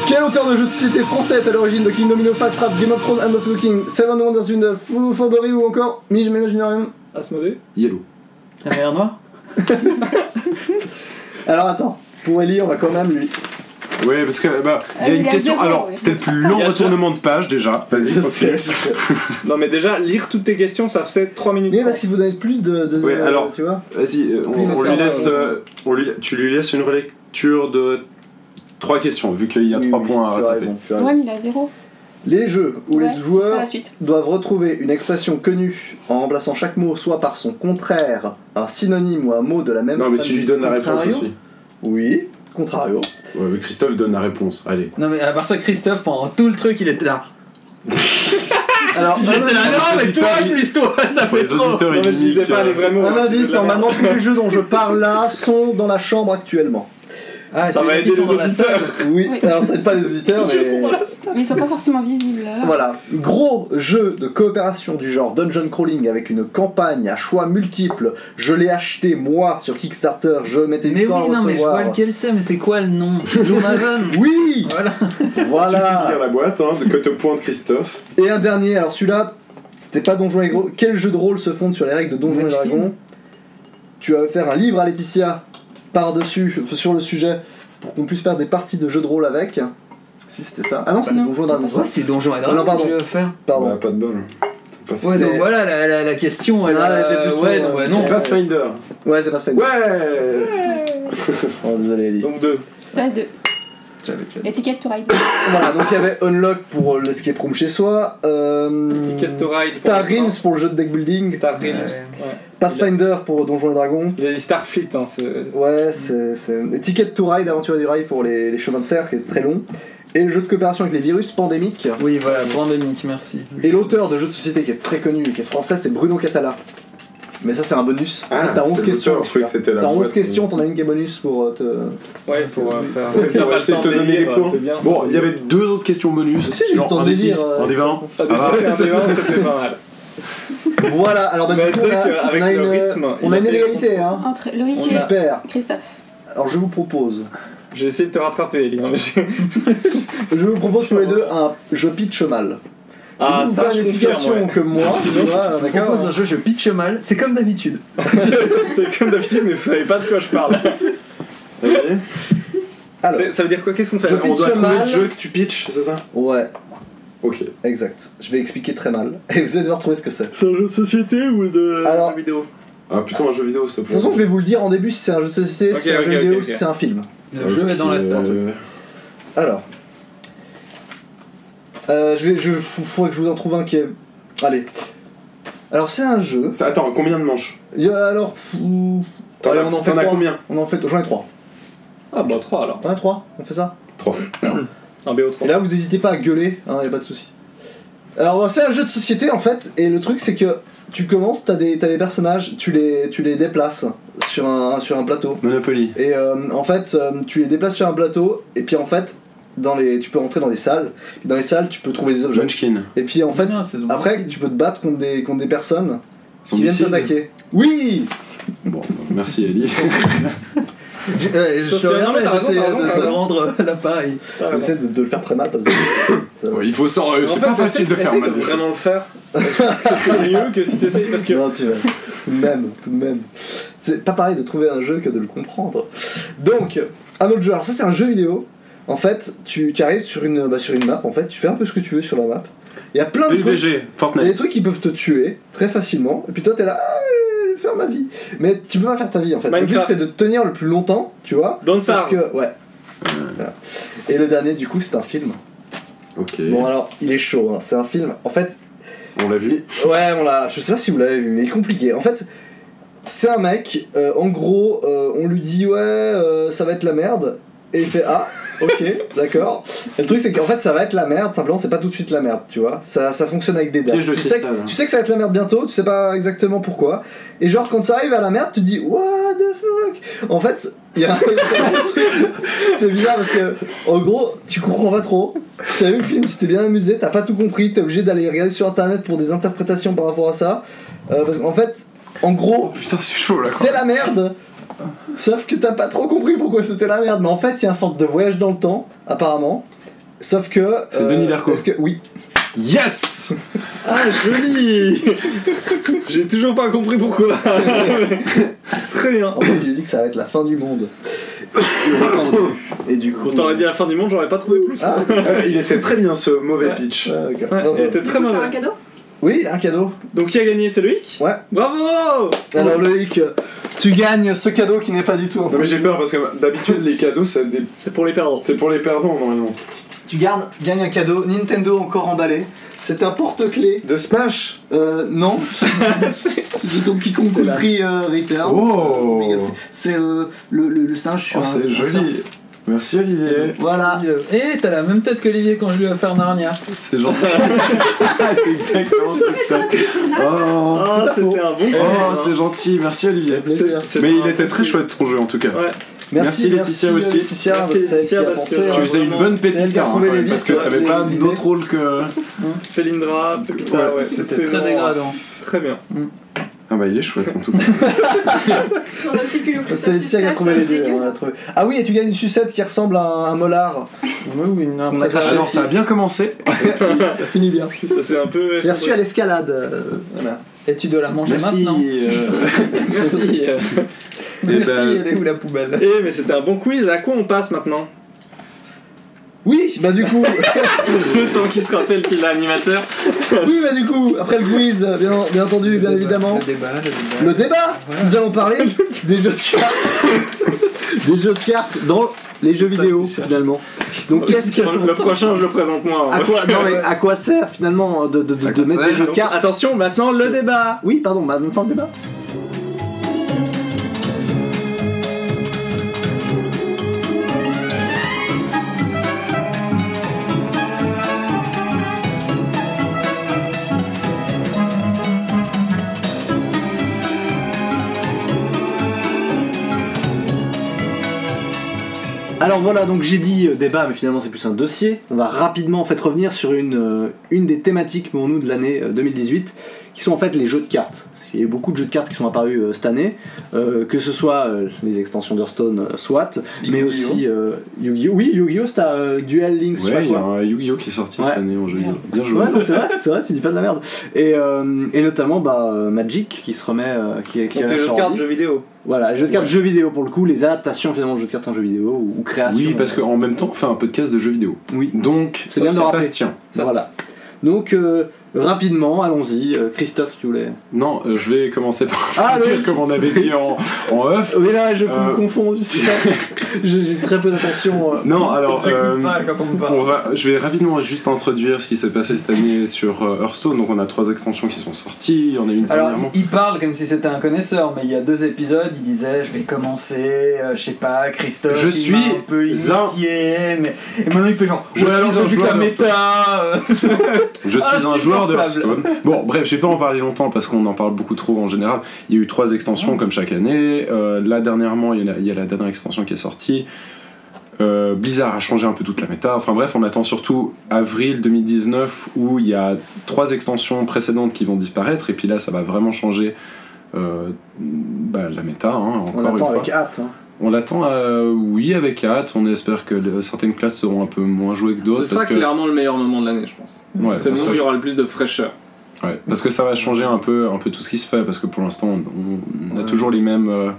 Speaker 1: Quel auteur de jeux de société français est à l'origine de Kingdom Hearts, Five Trap, Game of Thrones, and of the King, Seven Wonders in the Full Furbery ou encore Mais je m'imagine rien.
Speaker 16: Asmodée
Speaker 4: Yellow.
Speaker 7: La mer noire
Speaker 1: Alors attends, pour Ellie, on va quand même lui.
Speaker 4: Ouais, parce que bah, il y a
Speaker 19: Ah, il
Speaker 4: une
Speaker 19: a
Speaker 4: question.
Speaker 19: zéro,
Speaker 4: Alors,
Speaker 19: ouais.
Speaker 4: c'était le plus long
Speaker 16: Il y a
Speaker 4: retournement de page déjà. Vas-y, ok.
Speaker 16: Non, mais déjà, lire toutes tes questions, ça faisait 3 minutes.
Speaker 1: Mais parce qu'il vous donner plus de. de-
Speaker 4: Ouais,
Speaker 1: de-
Speaker 4: alors.
Speaker 1: Tu vois
Speaker 4: Vas-y, euh, on,
Speaker 1: Oui, ça
Speaker 4: on
Speaker 1: sert
Speaker 4: lui
Speaker 1: à-
Speaker 4: laisse, euh, on lui- tu lui laisses une relecture de trois questions, vu qu'il y a
Speaker 1: Oui,
Speaker 4: trois
Speaker 1: oui,
Speaker 4: points à
Speaker 1: tu as
Speaker 4: rattraper.
Speaker 1: raison, tu as raison.
Speaker 19: Ouais, mais il a zéro.
Speaker 1: Les jeux où
Speaker 19: Ouais,
Speaker 1: les
Speaker 19: c'est pas
Speaker 1: joueurs
Speaker 19: la suite.
Speaker 1: doivent retrouver une expression connue en remplaçant chaque mot soit par son contraire, un synonyme ou un mot de la même
Speaker 4: Non, mais si je lui
Speaker 1: famille.
Speaker 4: donne la réponse
Speaker 7: Contrario
Speaker 4: aussi.
Speaker 1: Oui. Contrario.
Speaker 4: Ouais, mais Christophe donne la réponse. Allez.
Speaker 7: Non, mais à part ça, Christophe, pendant tout le truc, il était là.
Speaker 1: Alors,
Speaker 7: J'étais là, non, mais toi, plus toi, ça
Speaker 4: Pour
Speaker 7: fait
Speaker 4: les
Speaker 7: trop.
Speaker 4: auditeurs,
Speaker 5: Non,
Speaker 4: il
Speaker 5: mais je disais
Speaker 4: nique,
Speaker 5: pas
Speaker 4: euh,
Speaker 5: les vrais
Speaker 1: un
Speaker 5: mots. hein, c'est
Speaker 1: indice,
Speaker 5: de la merde.
Speaker 1: normalement tous les jeux dont je parle là sont dans la chambre actuellement.
Speaker 7: Ah,
Speaker 5: Ça
Speaker 7: tu
Speaker 5: va
Speaker 7: veux
Speaker 5: aider
Speaker 7: dire qu'ils
Speaker 5: les
Speaker 7: sont dans la
Speaker 5: auditeurs.
Speaker 7: salle
Speaker 1: Oui,
Speaker 19: Oui.
Speaker 1: alors c'est pas les auditeurs, mais.
Speaker 19: Mais ils sont pas forcément visibles. Là.
Speaker 1: Voilà, gros jeu de coopération du genre dungeon crawling avec une campagne à choix multiples. Je l'ai acheté moi sur Kickstarter, je mettais
Speaker 7: Mais
Speaker 1: du temps
Speaker 7: oui,
Speaker 1: à
Speaker 7: non, mais je
Speaker 1: recevoir.
Speaker 7: vois lequel c'est, mais c'est quoi le nom Gloomhaven
Speaker 1: Oui
Speaker 7: Voilà.
Speaker 21: Il suffit de lire
Speaker 1: Voilà
Speaker 21: la boîte, hein, de que te pointe Christophe.
Speaker 1: Et un dernier, alors celui-là, c'était pas Donjons et Dragons. Quel jeu de rôle se fonde sur les règles de Donjons et
Speaker 7: Munchkin.
Speaker 1: Dragons Tu as offert un livre à Laetitia par-dessus, euh, sur le sujet, pour qu'on puisse faire des parties de jeux de rôle avec. Si c'était ça. Ah non, c'était
Speaker 19: Non,
Speaker 1: Donjons et
Speaker 19: c'est
Speaker 1: Dragons.
Speaker 19: pas
Speaker 1: ça.
Speaker 7: Ouais, c'est Donjon et
Speaker 1: Oh non,
Speaker 7: Dragon
Speaker 1: pardon.
Speaker 7: que je vais faire.
Speaker 1: Pardon.
Speaker 21: Bah, pas de bol. C'est pas ça.
Speaker 7: Ouais,
Speaker 1: C'est-
Speaker 7: donc voilà la, la, la question. Elle,
Speaker 1: Ah,
Speaker 7: a-
Speaker 1: elle était plus
Speaker 7: ouais,
Speaker 1: loin,
Speaker 7: donc, bah,
Speaker 1: ouais.
Speaker 7: non.
Speaker 1: Pas-
Speaker 4: Pathfinder.
Speaker 1: Ouais, c'est pas Sphinx.
Speaker 4: Ouais.
Speaker 1: Oh, désolé, Ellie.
Speaker 4: Donc deux.
Speaker 19: T'as deux.
Speaker 7: J'avais déjà dit.
Speaker 19: L'étiquette to ride.
Speaker 1: Voilà, donc il y avait Unlock pour euh, ce qui est prompt chez soi. euh,
Speaker 5: Ticket to Ride.
Speaker 1: Star
Speaker 5: Rims.
Speaker 1: Realms pour le jeu de deck building.
Speaker 5: Star Rims.
Speaker 7: Ouais.
Speaker 5: ouais.
Speaker 1: Pathfinder pour Donjons et Dragons.
Speaker 5: Il a dit Starfleet, hein, c'est-
Speaker 1: Ouais, c'est. c'est- et Ticket to Ride, Aventure du Rail pour les, les chemins de fer, qui est très long. Et le jeu de coopération avec les virus pandémiques.
Speaker 7: Oui, voilà, pandémique, merci.
Speaker 1: Et l'auteur de jeux de société qui est très connu, qui est français, c'est Bruno Catala. Mais ça, c'est un bonus.
Speaker 21: Ah, c'est
Speaker 1: T'as 11
Speaker 21: l'auteur,
Speaker 1: questions.
Speaker 21: je croyais que c'était la
Speaker 1: T'as 11
Speaker 21: boîte.
Speaker 1: questions, t'en as une qui est bonus pour euh, te.
Speaker 5: Ouais, pour euh, faire.
Speaker 21: Ouais, pour essayer de te donner les points.
Speaker 5: C'est bien.
Speaker 4: Bon, il y avait deux autres questions bonus.
Speaker 1: Si, j'ai eu le
Speaker 4: genre
Speaker 1: temps
Speaker 4: un
Speaker 1: de
Speaker 4: des
Speaker 1: les lire,
Speaker 4: six,
Speaker 1: euh,
Speaker 4: un des vingt.
Speaker 5: Ah,
Speaker 4: Ça
Speaker 5: mais ça,
Speaker 4: va.
Speaker 5: c'est un débat, ça fait pas mal.
Speaker 1: Voilà, alors bah,
Speaker 5: Mais
Speaker 1: du coup, on
Speaker 5: tu sais
Speaker 1: a,
Speaker 5: qu'avec
Speaker 1: on a
Speaker 5: le
Speaker 1: une,
Speaker 5: rythme,
Speaker 1: on
Speaker 5: il
Speaker 1: a
Speaker 5: a
Speaker 1: une
Speaker 5: fait les
Speaker 1: égalité, hein.
Speaker 19: Entre Loïc et
Speaker 1: Super.
Speaker 19: Christophe.
Speaker 1: Alors je vous propose,
Speaker 5: J'ai essayé de te rattraper, Eli. hein, mais j'ai-
Speaker 1: je vous propose pour les deux un je pitch mal.
Speaker 5: Ah,
Speaker 1: vous
Speaker 5: ça,
Speaker 1: faire une
Speaker 5: je
Speaker 1: explication
Speaker 5: confirme.
Speaker 1: que moi, tu vois,
Speaker 7: Je
Speaker 1: d'accord. hein.
Speaker 7: propose un jeu, je pitche mal, c'est comme d'habitude.
Speaker 5: ouais. C'est comme d'habitude, mais vous savez pas de quoi je parle.
Speaker 4: Ok.
Speaker 1: Alors,
Speaker 5: C'est- Ça veut dire quoi Qu'est-ce qu'on fait
Speaker 1: Je
Speaker 5: alors
Speaker 1: pitch
Speaker 21: On doit trouver
Speaker 1: mal.
Speaker 21: le jeu que tu pitches, c'est ça
Speaker 1: ouais,
Speaker 21: Ok.
Speaker 1: exact. Je vais expliquer très mal. Et vous allez devoir trouver ce que c'est.
Speaker 5: C'est un jeu de société ou de
Speaker 1: Alors-
Speaker 5: jeu vidéo
Speaker 21: Ah putain, un jeu vidéo, s'il te
Speaker 1: De
Speaker 21: plaît.
Speaker 1: toute façon, je vais vous le dire en début si c'est un jeu de société,
Speaker 5: Ok,
Speaker 1: si c'est un
Speaker 5: ok,
Speaker 1: jeu
Speaker 5: ok,
Speaker 1: vidéo,
Speaker 5: ok.
Speaker 1: si c'est un film.
Speaker 7: Le jeu est dans la salle.
Speaker 21: Euh,
Speaker 1: Alors. Euh, je vais. Je, faut- faudrait que je vous en trouve un qui est. Allez. Alors, c'est un jeu.
Speaker 21: ça- Attends, combien de manches
Speaker 1: Il y a- alors. pff,
Speaker 21: T'en
Speaker 1: Allez,
Speaker 21: as-
Speaker 1: on en fait
Speaker 21: t'en as
Speaker 1: trois.
Speaker 21: combien
Speaker 1: On en fait. J'en ai trois.
Speaker 5: Ah, bah 3 alors.
Speaker 1: J'en ai trois On fait ça
Speaker 5: Un BO3.
Speaker 1: Et là, vous n'hésitez pas à gueuler, hein, y a pas de souci. Alors, c'est un jeu de société en fait, et le truc c'est que tu commences, t'as des, t'as des personnages, tu les, tu les déplaces sur un, sur un plateau.
Speaker 4: Monopoly.
Speaker 1: Et euh, en fait, euh, tu les déplaces sur un plateau, et puis en fait, dans les, tu peux rentrer dans des salles, puis dans les salles, tu peux trouver des objets.
Speaker 4: Munchkin.
Speaker 1: Et puis en fait,
Speaker 7: Non, c'est donc-
Speaker 1: après, tu peux te battre contre des, contre des personnes qui viennent
Speaker 4: Zombicide.
Speaker 1: t'attaquer. Oui
Speaker 4: Bon, bah, merci Ellie.
Speaker 1: J'ai- euh, Je suis
Speaker 5: Non, mais t'as raison,
Speaker 1: j'essaie
Speaker 5: t'as raison, t'as
Speaker 1: de-
Speaker 7: De
Speaker 1: de-
Speaker 7: rendre l'appareil.
Speaker 5: Ah,
Speaker 1: j'essaie de, de le faire très mal parce que.
Speaker 4: Ouais, il faut s'en. euh,
Speaker 5: En
Speaker 4: C'est
Speaker 5: fait,
Speaker 4: pas
Speaker 5: essaye-
Speaker 4: facile de faire
Speaker 5: essaye
Speaker 4: mal. les
Speaker 5: vraiment le faire. Je pense que c'est mieux que si t'essayes parce que.
Speaker 1: Non, tu vas. Tout de même, tout de même. C'est pas pareil de trouver un jeu que de le comprendre. Donc, un autre jeu. Alors, ça, c'est un jeu vidéo. En fait, tu, tu arrives sur une, bah, sur une map, en fait, tu fais un peu ce que tu veux sur la map. Il y a plein de
Speaker 4: choses.
Speaker 1: trucs.
Speaker 4: BBG,
Speaker 1: Il y a
Speaker 4: Fortnite.
Speaker 1: des trucs qui peuvent te tuer très facilement, et puis toi t'es là, ah, je vais faire ma vie. Mais tu peux pas faire ta vie en fait. Le but
Speaker 5: Minecraft.
Speaker 1: c'est de tenir le plus longtemps, tu vois.
Speaker 5: Don't
Speaker 1: Sauf
Speaker 5: starve.
Speaker 1: que, ouais. Voilà. Et le dernier du coup c'est un film.
Speaker 4: Ok.
Speaker 1: Bon alors il est chaud, hein. c'est un film. En fait,
Speaker 4: On l'a vu.
Speaker 1: Ouais, on l'a. Je sais pas si vous l'avez vu, mais il est compliqué. En fait, c'est un mec. euh, en gros, euh, on lui dit ouais, euh, ça va être la merde, et il fait ah, ok, d'accord. Et le truc c'est qu'en fait, ça va être la merde. Simplement, c'est pas tout de suite la merde, tu vois. Ça, ça fonctionne avec des dates.
Speaker 4: Piège de
Speaker 1: Tu sais,
Speaker 4: cristal, hein.
Speaker 1: que, tu sais que ça va être la merde bientôt. Tu sais pas exactement pourquoi. Et genre quand ça arrive à la merde, tu dis what the fuck. En fait, il y a un truc. C'est bizarre parce que en gros, tu comprends pas trop. T'as vu le film, tu t'es bien amusé, t'as pas tout compris, t'es obligé d'aller regarder sur internet pour des interprétations par rapport à ça. Euh, parce qu'en fait, en gros,
Speaker 4: Putain, c'est chaud là.
Speaker 1: c'est la merde. Sauf que t'as pas trop compris pourquoi c'était la merde. Mais en fait, il y a un sorte de voyage dans le temps, apparemment. Sauf que. euh,
Speaker 4: C'est Denis Darko.
Speaker 1: est-ce que- oui.
Speaker 4: Yes
Speaker 5: Ah, joli J'ai toujours pas compris pourquoi. Très bien.
Speaker 1: En fait, il lui dit que ça va être la fin du monde. Et du coup. euh,
Speaker 5: On t'aurait dit à la fin du monde, j'aurais pas trouvé plus.
Speaker 1: Ah,
Speaker 21: Euh, Il était très bien ce mauvais pitch.
Speaker 1: ouais, d'accord.
Speaker 5: Ouais,
Speaker 1: Non,
Speaker 5: il
Speaker 1: bah,
Speaker 5: était
Speaker 19: Du
Speaker 5: très
Speaker 19: coup, t'as un
Speaker 5: mauvais.
Speaker 19: cadeau
Speaker 1: Oui, il a un cadeau.
Speaker 5: Donc qui a gagné C'est Loïc
Speaker 1: Ouais.
Speaker 5: Bravo
Speaker 1: Alors, Loïc, tu gagnes ce cadeau qui n'est pas du tout un
Speaker 21: Non mais j'ai peur parce que d'habitude les cadeaux c'est des-
Speaker 5: C'est pour les perdants.
Speaker 21: c'est pour les perdants normalement.
Speaker 1: Tu gardes, gagne un cadeau, Nintendo encore emballé. C'est un porte-clés,
Speaker 21: De Smash
Speaker 1: euh, non, c'est Donkey Kong Country euh, Return.
Speaker 21: Oh
Speaker 1: C'est euh, le, le, le singe sur
Speaker 21: Oh,
Speaker 1: un.
Speaker 21: c'est
Speaker 1: sur un-
Speaker 21: joli
Speaker 4: Merci Olivier.
Speaker 22: Voilà.
Speaker 7: Et Ah. Eh, t'as la même tête qu'Olivier quand je lui ai offert Narnia.
Speaker 4: C'est gentil. c'est exactement ça. putain. Oh,
Speaker 5: Ah, c'était un bon.
Speaker 4: oh, c'est gentil. Merci Olivier. Mais il était très chouette ton jeu en tout cas.
Speaker 5: Ouais.
Speaker 4: Merci, Laetitia aussi.
Speaker 1: euh, Laetitia,
Speaker 5: Merci,
Speaker 1: c'est elle qui a
Speaker 5: Laetitia, parce
Speaker 1: pensé,
Speaker 5: que-
Speaker 1: euh,
Speaker 4: Tu faisais une
Speaker 5: vraiment,
Speaker 4: bonne
Speaker 1: elle
Speaker 4: pépite
Speaker 1: qui a
Speaker 4: hein,
Speaker 1: trouvé
Speaker 4: quand
Speaker 1: les
Speaker 4: même, parce que
Speaker 1: listes,
Speaker 4: t'avais
Speaker 1: les-
Speaker 4: pas
Speaker 1: les-
Speaker 4: d'autre rôle que.
Speaker 5: Felindra, Pepita, ouais,
Speaker 7: C'était
Speaker 5: c'est
Speaker 7: très
Speaker 5: vraiment
Speaker 7: dégradant.
Speaker 5: Très bien.
Speaker 4: Ah bah il est chouette en tout cas.
Speaker 19: J'aurais aussi pu lui offrir
Speaker 1: C'est
Speaker 19: sa
Speaker 1: Laetitia qui a
Speaker 19: sucette,
Speaker 1: trouvé les deux.
Speaker 19: dégueu.
Speaker 1: on l'a trouvé. Ah oui, et tu gagnes une sucette qui ressemble à un, un molar.
Speaker 7: Oui, oui, non,
Speaker 1: On a
Speaker 7: après,
Speaker 1: craché.
Speaker 4: Alors ça a bien commencé.
Speaker 1: Ça finit bien.
Speaker 5: Ça, c'est un peu.
Speaker 1: J'ai reçu à l'escalade. euh, voilà.
Speaker 7: Et tu dois la manger
Speaker 4: Merci.
Speaker 7: maintenant.
Speaker 4: euh,
Speaker 5: Merci. euh.
Speaker 7: Merci,
Speaker 4: ben-
Speaker 7: elle est où la poubelle
Speaker 5: Eh, mais c'était un bon quiz. À quoi on passe maintenant
Speaker 1: Oui, bah du coup,
Speaker 5: Le temps qu'il se rappelle qu'il est animateur.
Speaker 1: oui, bah du coup, après le quiz, euh, bien, bien
Speaker 7: Eh
Speaker 1: entendu, bien évidemment.
Speaker 7: Le débat, le débat.
Speaker 1: Le débat Nous allons parler des jeux de cartes. des jeux de cartes dans les jeux vidéo, finalement. Donc qu'est-ce que.
Speaker 5: Le prochain, je le présente moi. hein,
Speaker 1: À
Speaker 5: parce
Speaker 1: quoi,
Speaker 5: que-
Speaker 1: non, mais à quoi sert finalement de, de- de- de mettre des jeux de
Speaker 5: Donc,
Speaker 1: cartes
Speaker 5: Attention, maintenant le débat.
Speaker 1: Oui, pardon, bah, en même temps le débat. Alors voilà, donc j'ai dit euh, débat, mais finalement c'est plus un dossier. On va rapidement en fait revenir sur une, euh, une des thématiques, pour nous, de l'année euh, 2018, qui sont en fait les jeux de cartes. Il y a eu beaucoup de jeux de cartes qui sont apparus euh, cette année, euh, que ce soit euh, les extensions d'Hearthstone, euh, soit, mais aussi euh, Yu-Gi-Oh! Oui, Yu-Gi-Oh! c'est euh, Duel Links, je sais pas
Speaker 4: Ouais, il y
Speaker 1: quoi.
Speaker 4: a un Yu-Gi-Oh qui est sorti
Speaker 1: Ouais.
Speaker 4: cette année en jeu. vidéo. Bien joué.
Speaker 1: Ouais, non, c'est vrai, c'est vrai, tu dis pas de la merde. Et, euh, et notamment bah, euh, Magic qui se remet. euh, qui, qui
Speaker 5: Donc
Speaker 1: revient
Speaker 5: les jeux
Speaker 1: sur
Speaker 5: de cartes,
Speaker 1: ordi.
Speaker 5: jeux vidéo.
Speaker 1: Voilà, les jeux de cartes jeux vidéo pour le coup, les adaptations finalement de jeux de cartes en jeux vidéo ou, ou créations.
Speaker 4: Oui, parce qu'en même temps, on fait un podcast de jeux vidéo.
Speaker 1: Oui.
Speaker 4: Donc,
Speaker 1: C'est
Speaker 4: ça,
Speaker 1: bien de le
Speaker 4: ça
Speaker 1: rappeler.
Speaker 4: se tient.
Speaker 7: Ça,
Speaker 1: voilà. Donc, euh, rapidement, allons-y. Euh, Christophe, tu voulais.
Speaker 4: Non, euh, je vais commencer par
Speaker 1: Ah,
Speaker 4: dire,
Speaker 1: Loïc.
Speaker 4: comme on avait dit en, en off.
Speaker 1: Oui, là, je
Speaker 4: Euh,
Speaker 1: me confonds, tu sais. Je- J'ai très peu d'attention. euh.
Speaker 4: Non, alors, euh,
Speaker 7: Pas quand on parle.
Speaker 4: on va, je vais rapidement juste introduire ce qui s'est passé cette année sur euh, Hearthstone. Donc, on a trois extensions qui sont sorties. Il y en a une
Speaker 7: Ah, Alors,
Speaker 4: dernièrement.
Speaker 7: il il parle comme si c'était un connaisseur, mais il y a deux épisodes, il disait je vais commencer, euh, je sais pas, Christophe,
Speaker 4: Je
Speaker 7: il
Speaker 4: suis
Speaker 7: m'a un peu initié, mais et maintenant il fait genre
Speaker 4: Je
Speaker 7: ouais,
Speaker 4: suis
Speaker 7: alors,
Speaker 4: un
Speaker 7: c'est plus que la
Speaker 4: joueur
Speaker 7: méta. euh.
Speaker 4: Je
Speaker 1: Ah,
Speaker 4: suis un joueur de Hearthstone.
Speaker 7: Insupportable.
Speaker 4: Bon, bref, je vais pas en parler longtemps parce qu'on en parle beaucoup trop en général. Il y a eu trois extensions comme chaque année. Euh, là, dernièrement, il y, en a, il y a la dernière extension qui est sortie. Euh, Blizzard a changé un peu toute la méta. Enfin bref, on attend surtout avril 2019 où il y a trois extensions précédentes qui vont disparaître et puis là, ça va vraiment changer euh, bah, la méta. hein, encore
Speaker 1: On
Speaker 4: une
Speaker 1: attend
Speaker 4: fois.
Speaker 1: avec hâte. hein.
Speaker 4: On l'attend, euh, oui, avec hâte. On espère que euh, certaines classes seront un peu moins jouées que d'autres.
Speaker 16: Ce sera
Speaker 4: parce que-
Speaker 16: clairement le meilleur moment de l'année, je pense.
Speaker 4: Ouais,
Speaker 16: C'est
Speaker 4: parce
Speaker 16: le moment où
Speaker 4: que
Speaker 16: il y aura le plus de fraîcheur.
Speaker 4: Ouais, parce que ça va changer un peu, un peu tout ce qui se fait, parce que pour l'instant, on, on a toujours les mêmes, euh,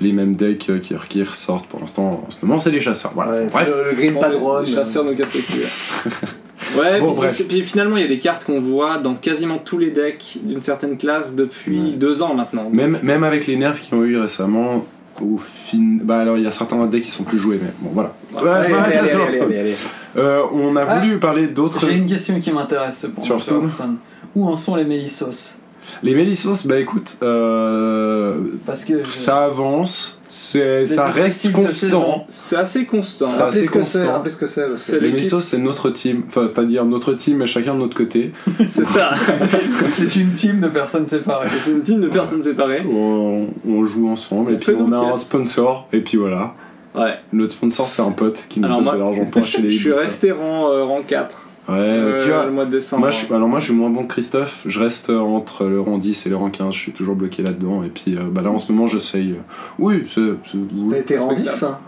Speaker 4: les mêmes decks euh, qui, qui ressortent. Pour l'instant, en ce moment, c'est les chasseurs. Voilà.
Speaker 1: Ouais,
Speaker 4: Bref,
Speaker 1: Le, le Green Padron.
Speaker 16: Les chasseurs nous cassent les couilles. Ouais,
Speaker 4: Bon,
Speaker 16: puis,
Speaker 4: bref.
Speaker 16: c'est- puis finalement, il y a des cartes qu'on voit dans quasiment tous les decks d'une certaine classe depuis
Speaker 4: Ouais.
Speaker 16: deux ans maintenant.
Speaker 4: même, même avec les nerfs qu'ils ont eu récemment, au fin... Bah alors, il y a certains decks qui sont plus joués, mais bon, voilà. Ouais, je
Speaker 1: Allez,
Speaker 4: m'arrête
Speaker 1: allez,
Speaker 4: là
Speaker 1: allez,
Speaker 4: sur
Speaker 1: allez,
Speaker 4: Hearthstone.
Speaker 1: allez, allez.
Speaker 4: Euh, on a
Speaker 7: Ah.
Speaker 4: voulu parler d'autres...
Speaker 7: J'ai une question qui m'intéresse cependant.
Speaker 4: Sur
Speaker 7: sur
Speaker 4: Stone.
Speaker 7: Hearthstone. Où en sont les Mélissos
Speaker 4: Les Mélissos, bah écoute, euh,
Speaker 7: Parce que je-
Speaker 4: ça avance, c'est-
Speaker 7: Les
Speaker 4: ça reste
Speaker 7: objectifs de saison.
Speaker 4: constant.
Speaker 16: C'est assez constant.
Speaker 4: Ça,
Speaker 1: Rappelez
Speaker 4: c'est
Speaker 1: ce hein. que c'est,
Speaker 4: constant.
Speaker 1: rappelez ce que c'est. parce que-
Speaker 16: C'est
Speaker 4: Les
Speaker 16: l'équipe.
Speaker 4: Mélissos, c'est notre team, enfin, c'est-à-dire notre team, mais chacun de notre côté.
Speaker 16: C'est ça.
Speaker 7: c'est une team de personnes séparées.
Speaker 16: C'est une team de personnes séparées.
Speaker 4: on, on joue ensemble et
Speaker 16: On
Speaker 4: puis
Speaker 16: fait
Speaker 4: on
Speaker 16: nos
Speaker 4: a un
Speaker 16: quêtes.
Speaker 4: sponsor et puis voilà.
Speaker 16: Ouais.
Speaker 4: Notre sponsor c'est un pote qui nous
Speaker 16: Alors
Speaker 4: donne
Speaker 16: moi,
Speaker 4: de l'argent pour acheter des
Speaker 16: Je suis
Speaker 5: hein.
Speaker 16: Euh,
Speaker 4: livres, ça.
Speaker 16: resté rang, euh, rang 4
Speaker 4: Ouais,
Speaker 5: Euh,
Speaker 4: mais tu vois.
Speaker 16: le mois de décembre.
Speaker 4: Moi, je suis, alors moi je suis moins bon que Christophe, je reste euh, entre le rang 10 et le rang 15, je suis toujours bloqué là-dedans et puis euh, bah là en ce moment j'essaye... euh, Oui, c'est... c'est- oui.
Speaker 1: T'as été rendu ça.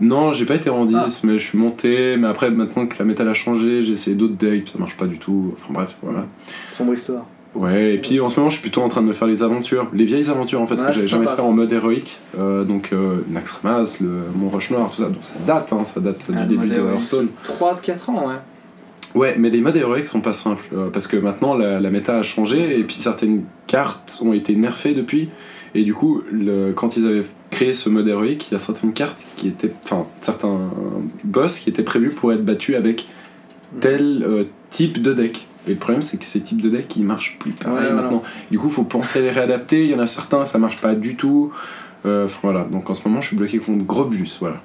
Speaker 4: Non, j'ai pas été rang 10
Speaker 16: Ah.
Speaker 4: mais je suis monté, mais après maintenant que la métal a changé, j'ai essayé d'autres decks, ça marche pas du tout, enfin bref, voilà.
Speaker 1: Sombre histoire.
Speaker 4: Ouais, et puis en ce moment, je suis plutôt en train de me faire les aventures, les vieilles aventures en fait,
Speaker 1: Ouais,
Speaker 4: que j'avais
Speaker 1: c'est
Speaker 4: jamais
Speaker 1: sympa.
Speaker 4: fait en mode héroïque. Euh, donc, euh, Naxxramas, le Mont Roche Noir, tout ça, donc ça date, hein, ça date
Speaker 7: Ah,
Speaker 4: du
Speaker 7: le
Speaker 4: début
Speaker 7: mode
Speaker 4: de
Speaker 7: héroïque.
Speaker 4: Hearthstone.
Speaker 16: 3-4 ans, ouais.
Speaker 4: Ouais, mais les modes héroïques sont pas simples, euh, parce que maintenant la, la méta a changé, et puis certaines cartes ont été nerfées depuis. Et du coup, le- quand ils avaient créé ce mode héroïque, il y a certaines cartes qui étaient. Enfin, certains boss qui étaient prévus pour être battus avec tel euh, type de deck. Et le problème, c'est que ces types de decks, ils marchent plus pareil
Speaker 1: Ouais, voilà.
Speaker 4: maintenant. Du coup, faut penser à les réadapter. Il y en a certains, ça marche pas du tout. Euh, enfin, voilà, donc en ce moment, je suis bloqué contre Grobus. Voilà.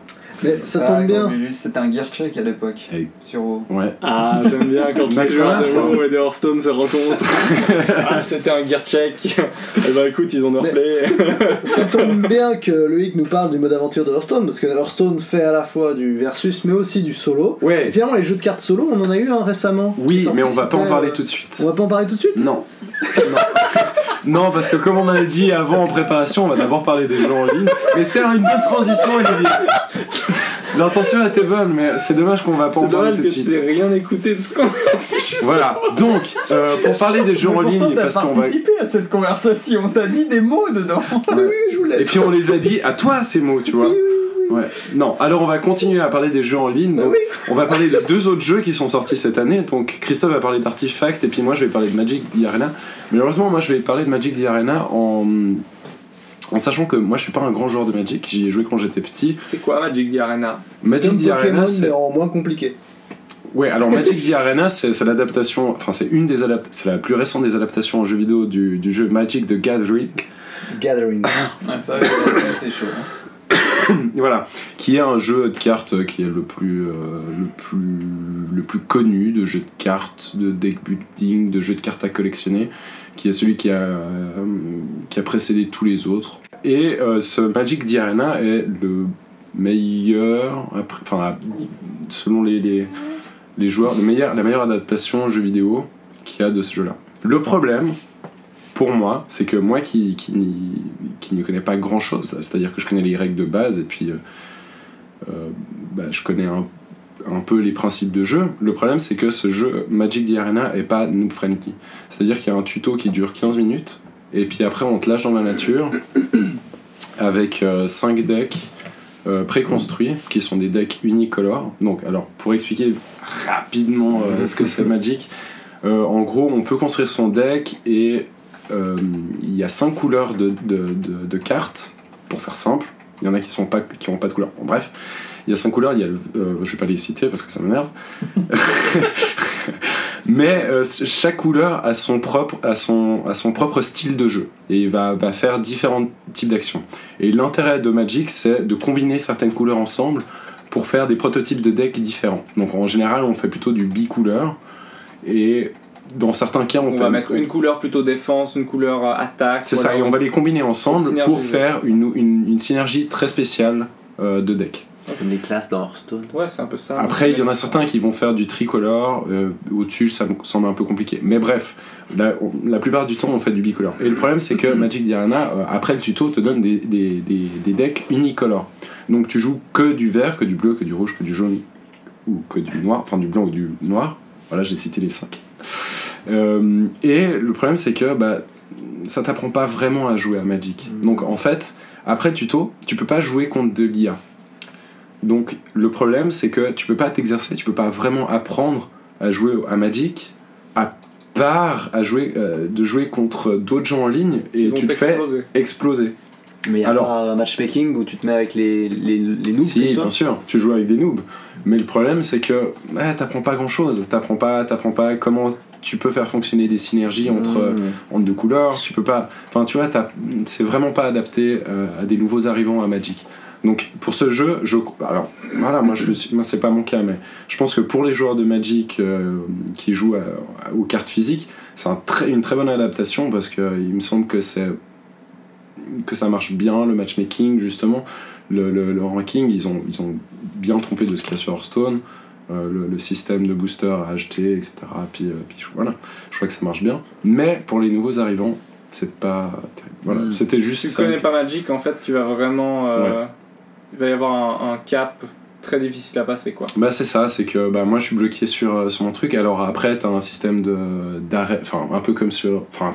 Speaker 9: Mais ça tombe bien.
Speaker 7: Romulus, Ah, c'était un gear check à l'époque.
Speaker 4: Hey.
Speaker 7: Sur WoW.
Speaker 4: Ouais.
Speaker 5: Ah, j'aime bien quand
Speaker 16: Bah,
Speaker 5: les
Speaker 4: Maxwell,
Speaker 5: joueurs de
Speaker 4: ça.
Speaker 5: WoW et de Hearthstone se rencontrent. ah, c'était un gear check. Eh ben écoute, ils ont leur
Speaker 9: Mais-
Speaker 5: play.
Speaker 9: ça tombe bien que Loïc nous parle du mode aventure de Hearthstone, parce que Hearthstone fait à la fois du versus, mais aussi du solo. Et
Speaker 4: Ouais.
Speaker 9: finalement, les jeux de cartes solo, on en a eu un récemment.
Speaker 4: Oui, mais on va pas en parler
Speaker 1: euh,
Speaker 4: tout de
Speaker 9: euh, On
Speaker 4: suite.
Speaker 9: va pas en parler tout de suite
Speaker 4: Non. non, parce que comme on a dit avant en préparation, on va d'abord parler des jeux en ligne. Mais c'était une bonne transition, Olivier. L'intention était bonne, mais c'est dommage qu'on va pas en
Speaker 5: C'est
Speaker 4: parler
Speaker 5: dommage
Speaker 4: tout de
Speaker 5: que
Speaker 4: suite.
Speaker 5: t'aies rien écouté de ce qu'on a dit juste
Speaker 4: Voilà. Donc, euh, pour parler des jeux en ligne, parce qu'on va
Speaker 7: participé à cette conversation, t'as dit des mots dedans.
Speaker 9: Ah
Speaker 4: Et puis on les a dit à toi ces mots, tu vois. Ouais. Non, alors on va continuer à parler des jeux en ligne.
Speaker 9: Ah
Speaker 4: donc On va parler de deux autres jeux qui sont sortis cette année. Donc Christophe va parler d'Artifact et puis moi je vais parler de Magic the Arena. Mais heureusement, moi je vais parler de Magic the Arena en, en sachant que moi je suis pas un grand joueur de Magic. J'y ai joué quand j'étais petit.
Speaker 5: C'est quoi Magic the Arena
Speaker 4: Magic
Speaker 9: Comme
Speaker 4: the
Speaker 9: Pokémon,
Speaker 4: Arena, c'est
Speaker 9: mais en moins compliqué.
Speaker 4: Ouais, alors Magic the Arena, c'est c'est l'adaptation, enfin c'est une des adaptations, c'est la plus récente des adaptations en jeu vidéo du, du jeu Magic the Gathering.
Speaker 9: Gathering.
Speaker 1: Ah,
Speaker 7: Ouais, c'est vrai que c'est chaud. hein.
Speaker 4: voilà, qui est un jeu de cartes qui est le plus, euh, le plus, le plus connu de jeu de cartes, de deck building, de jeu de cartes à collectionner, qui est celui qui a, euh, qui a précédé tous les autres. Et euh, ce Magic the Arena est le meilleur, après- enfin la- selon les, les, les joueurs, le meilleur, la meilleure adaptation jeu vidéo qu'il y a de ce jeu-là. Le problème, pour moi, c'est que moi qui, qui, n'y- qui ne connais pas grand chose, c'est-à-dire que je connais les règles de base et puis euh, euh, bah, je connais un, un peu les principes de jeu, le problème c'est que ce jeu Magic the Arena est pas noob friendly. C'est-à-dire qu'il y a un tuto qui dure 15 minutes et puis après on te lâche dans la nature avec 5 decks euh, préconstruits qui sont des decks unicolores. Donc, alors pour expliquer rapidement euh, ce que c'est Magic. euh, en gros, on peut construire son deck et euh, il y a cinq couleurs de, de- de- de cartes, pour faire simple. Il y en a qui sont pas qui ont pas de couleur. Bon, bref, il y a cinq couleurs. Il y a, le- euh, je vais pas les citer parce que ça m'énerve. Mais euh, chaque couleur a son propre a son a son propre style de jeu et va va faire différents types d'actions. Et l'intérêt de Magic, c'est de combiner certaines couleurs ensemble pour faire des prototypes de decks différents. Donc en général, on fait plutôt du bicouleur et dans certains cas, on,
Speaker 5: On
Speaker 4: fait
Speaker 5: va mettre une couleur plutôt défense, une couleur euh, attaque.
Speaker 4: c'est
Speaker 5: voilà.
Speaker 4: ça, et on va les combiner ensemble
Speaker 5: Pour
Speaker 4: pour
Speaker 5: synergiser.
Speaker 4: faire une, une, une synergie très spéciale euh, de deck.
Speaker 1: Comme les classes dans Hearthstone.
Speaker 5: Ouais, c'est un peu
Speaker 16: Ah,
Speaker 5: ça.
Speaker 4: Après, il y en a certains qui vont faire du tricolore. euh, Au-dessus, ça me semble un peu compliqué. Mais bref, la, on- la plupart du temps, on fait du bicolore. Et le problème, c'est que Magic Diana, après le tuto, te donne des, des, des, des decks unicolores. Donc tu joues que du vert, que du bleu, que du rouge, que du jaune, ou que du noir, enfin du blanc ou du noir. Voilà, j'ai cité les cinq. Euh, et le problème, c'est que bah, ça t'apprend pas vraiment à jouer à Magic.
Speaker 1: Mm.
Speaker 4: Donc en fait, après le tuto, tu peux pas jouer contre de l'IA. Donc le problème, c'est que tu peux pas t'exercer, tu peux pas vraiment apprendre à jouer à Magic, à part à jouer, euh, de jouer contre d'autres gens en ligne et tu te fais exploser.
Speaker 1: Mais y a
Speaker 4: Alors-
Speaker 1: pas un matchmaking où tu te mets avec les, les, les noobs
Speaker 4: si,
Speaker 1: comme toi
Speaker 4: bien sûr, tu joues avec des noobs. Mais le problème, c'est que ah, t'apprends pas grand chose. T'apprends pas, t'apprends pas comment tu peux faire fonctionner des synergies entre,
Speaker 1: Mmh.
Speaker 9: Hmm.
Speaker 4: entre deux couleurs. Tu peux pas. Enfin, tu vois, t'as- c'est vraiment pas adapté euh, à des nouveaux arrivants à Magic. Donc, pour ce jeu, je. bah, Alors, voilà, moi, je suis- moi, c'est pas mon cas, mais je pense que pour les joueurs de Magic euh, qui jouent à- aux cartes physiques, c'est un très- une très bonne adaptation parce que euh, il me semble que c'est que ça marche bien le matchmaking justement le, le- le ranking ils ont, ils ont bien trompé de ce qu'il y a sur Hearthstone euh, le, le système de booster à acheter etc puis, euh, puis voilà je crois que ça marche bien mais pour les nouveaux arrivants c'est pas terrible. voilà
Speaker 1: Mm.
Speaker 4: c'était juste
Speaker 5: Si Hmm. tu
Speaker 4: ça.
Speaker 5: connais pas Magic, en fait, tu vas vraiment. euh, Il va y avoir un, un cap très difficile à passer, quoi.
Speaker 4: Bah c'est ça, c'est que bah moi je suis bloqué sur, euh, sur mon truc. Alors après t'as un système de d'arrêt, enfin un peu comme sur, enfin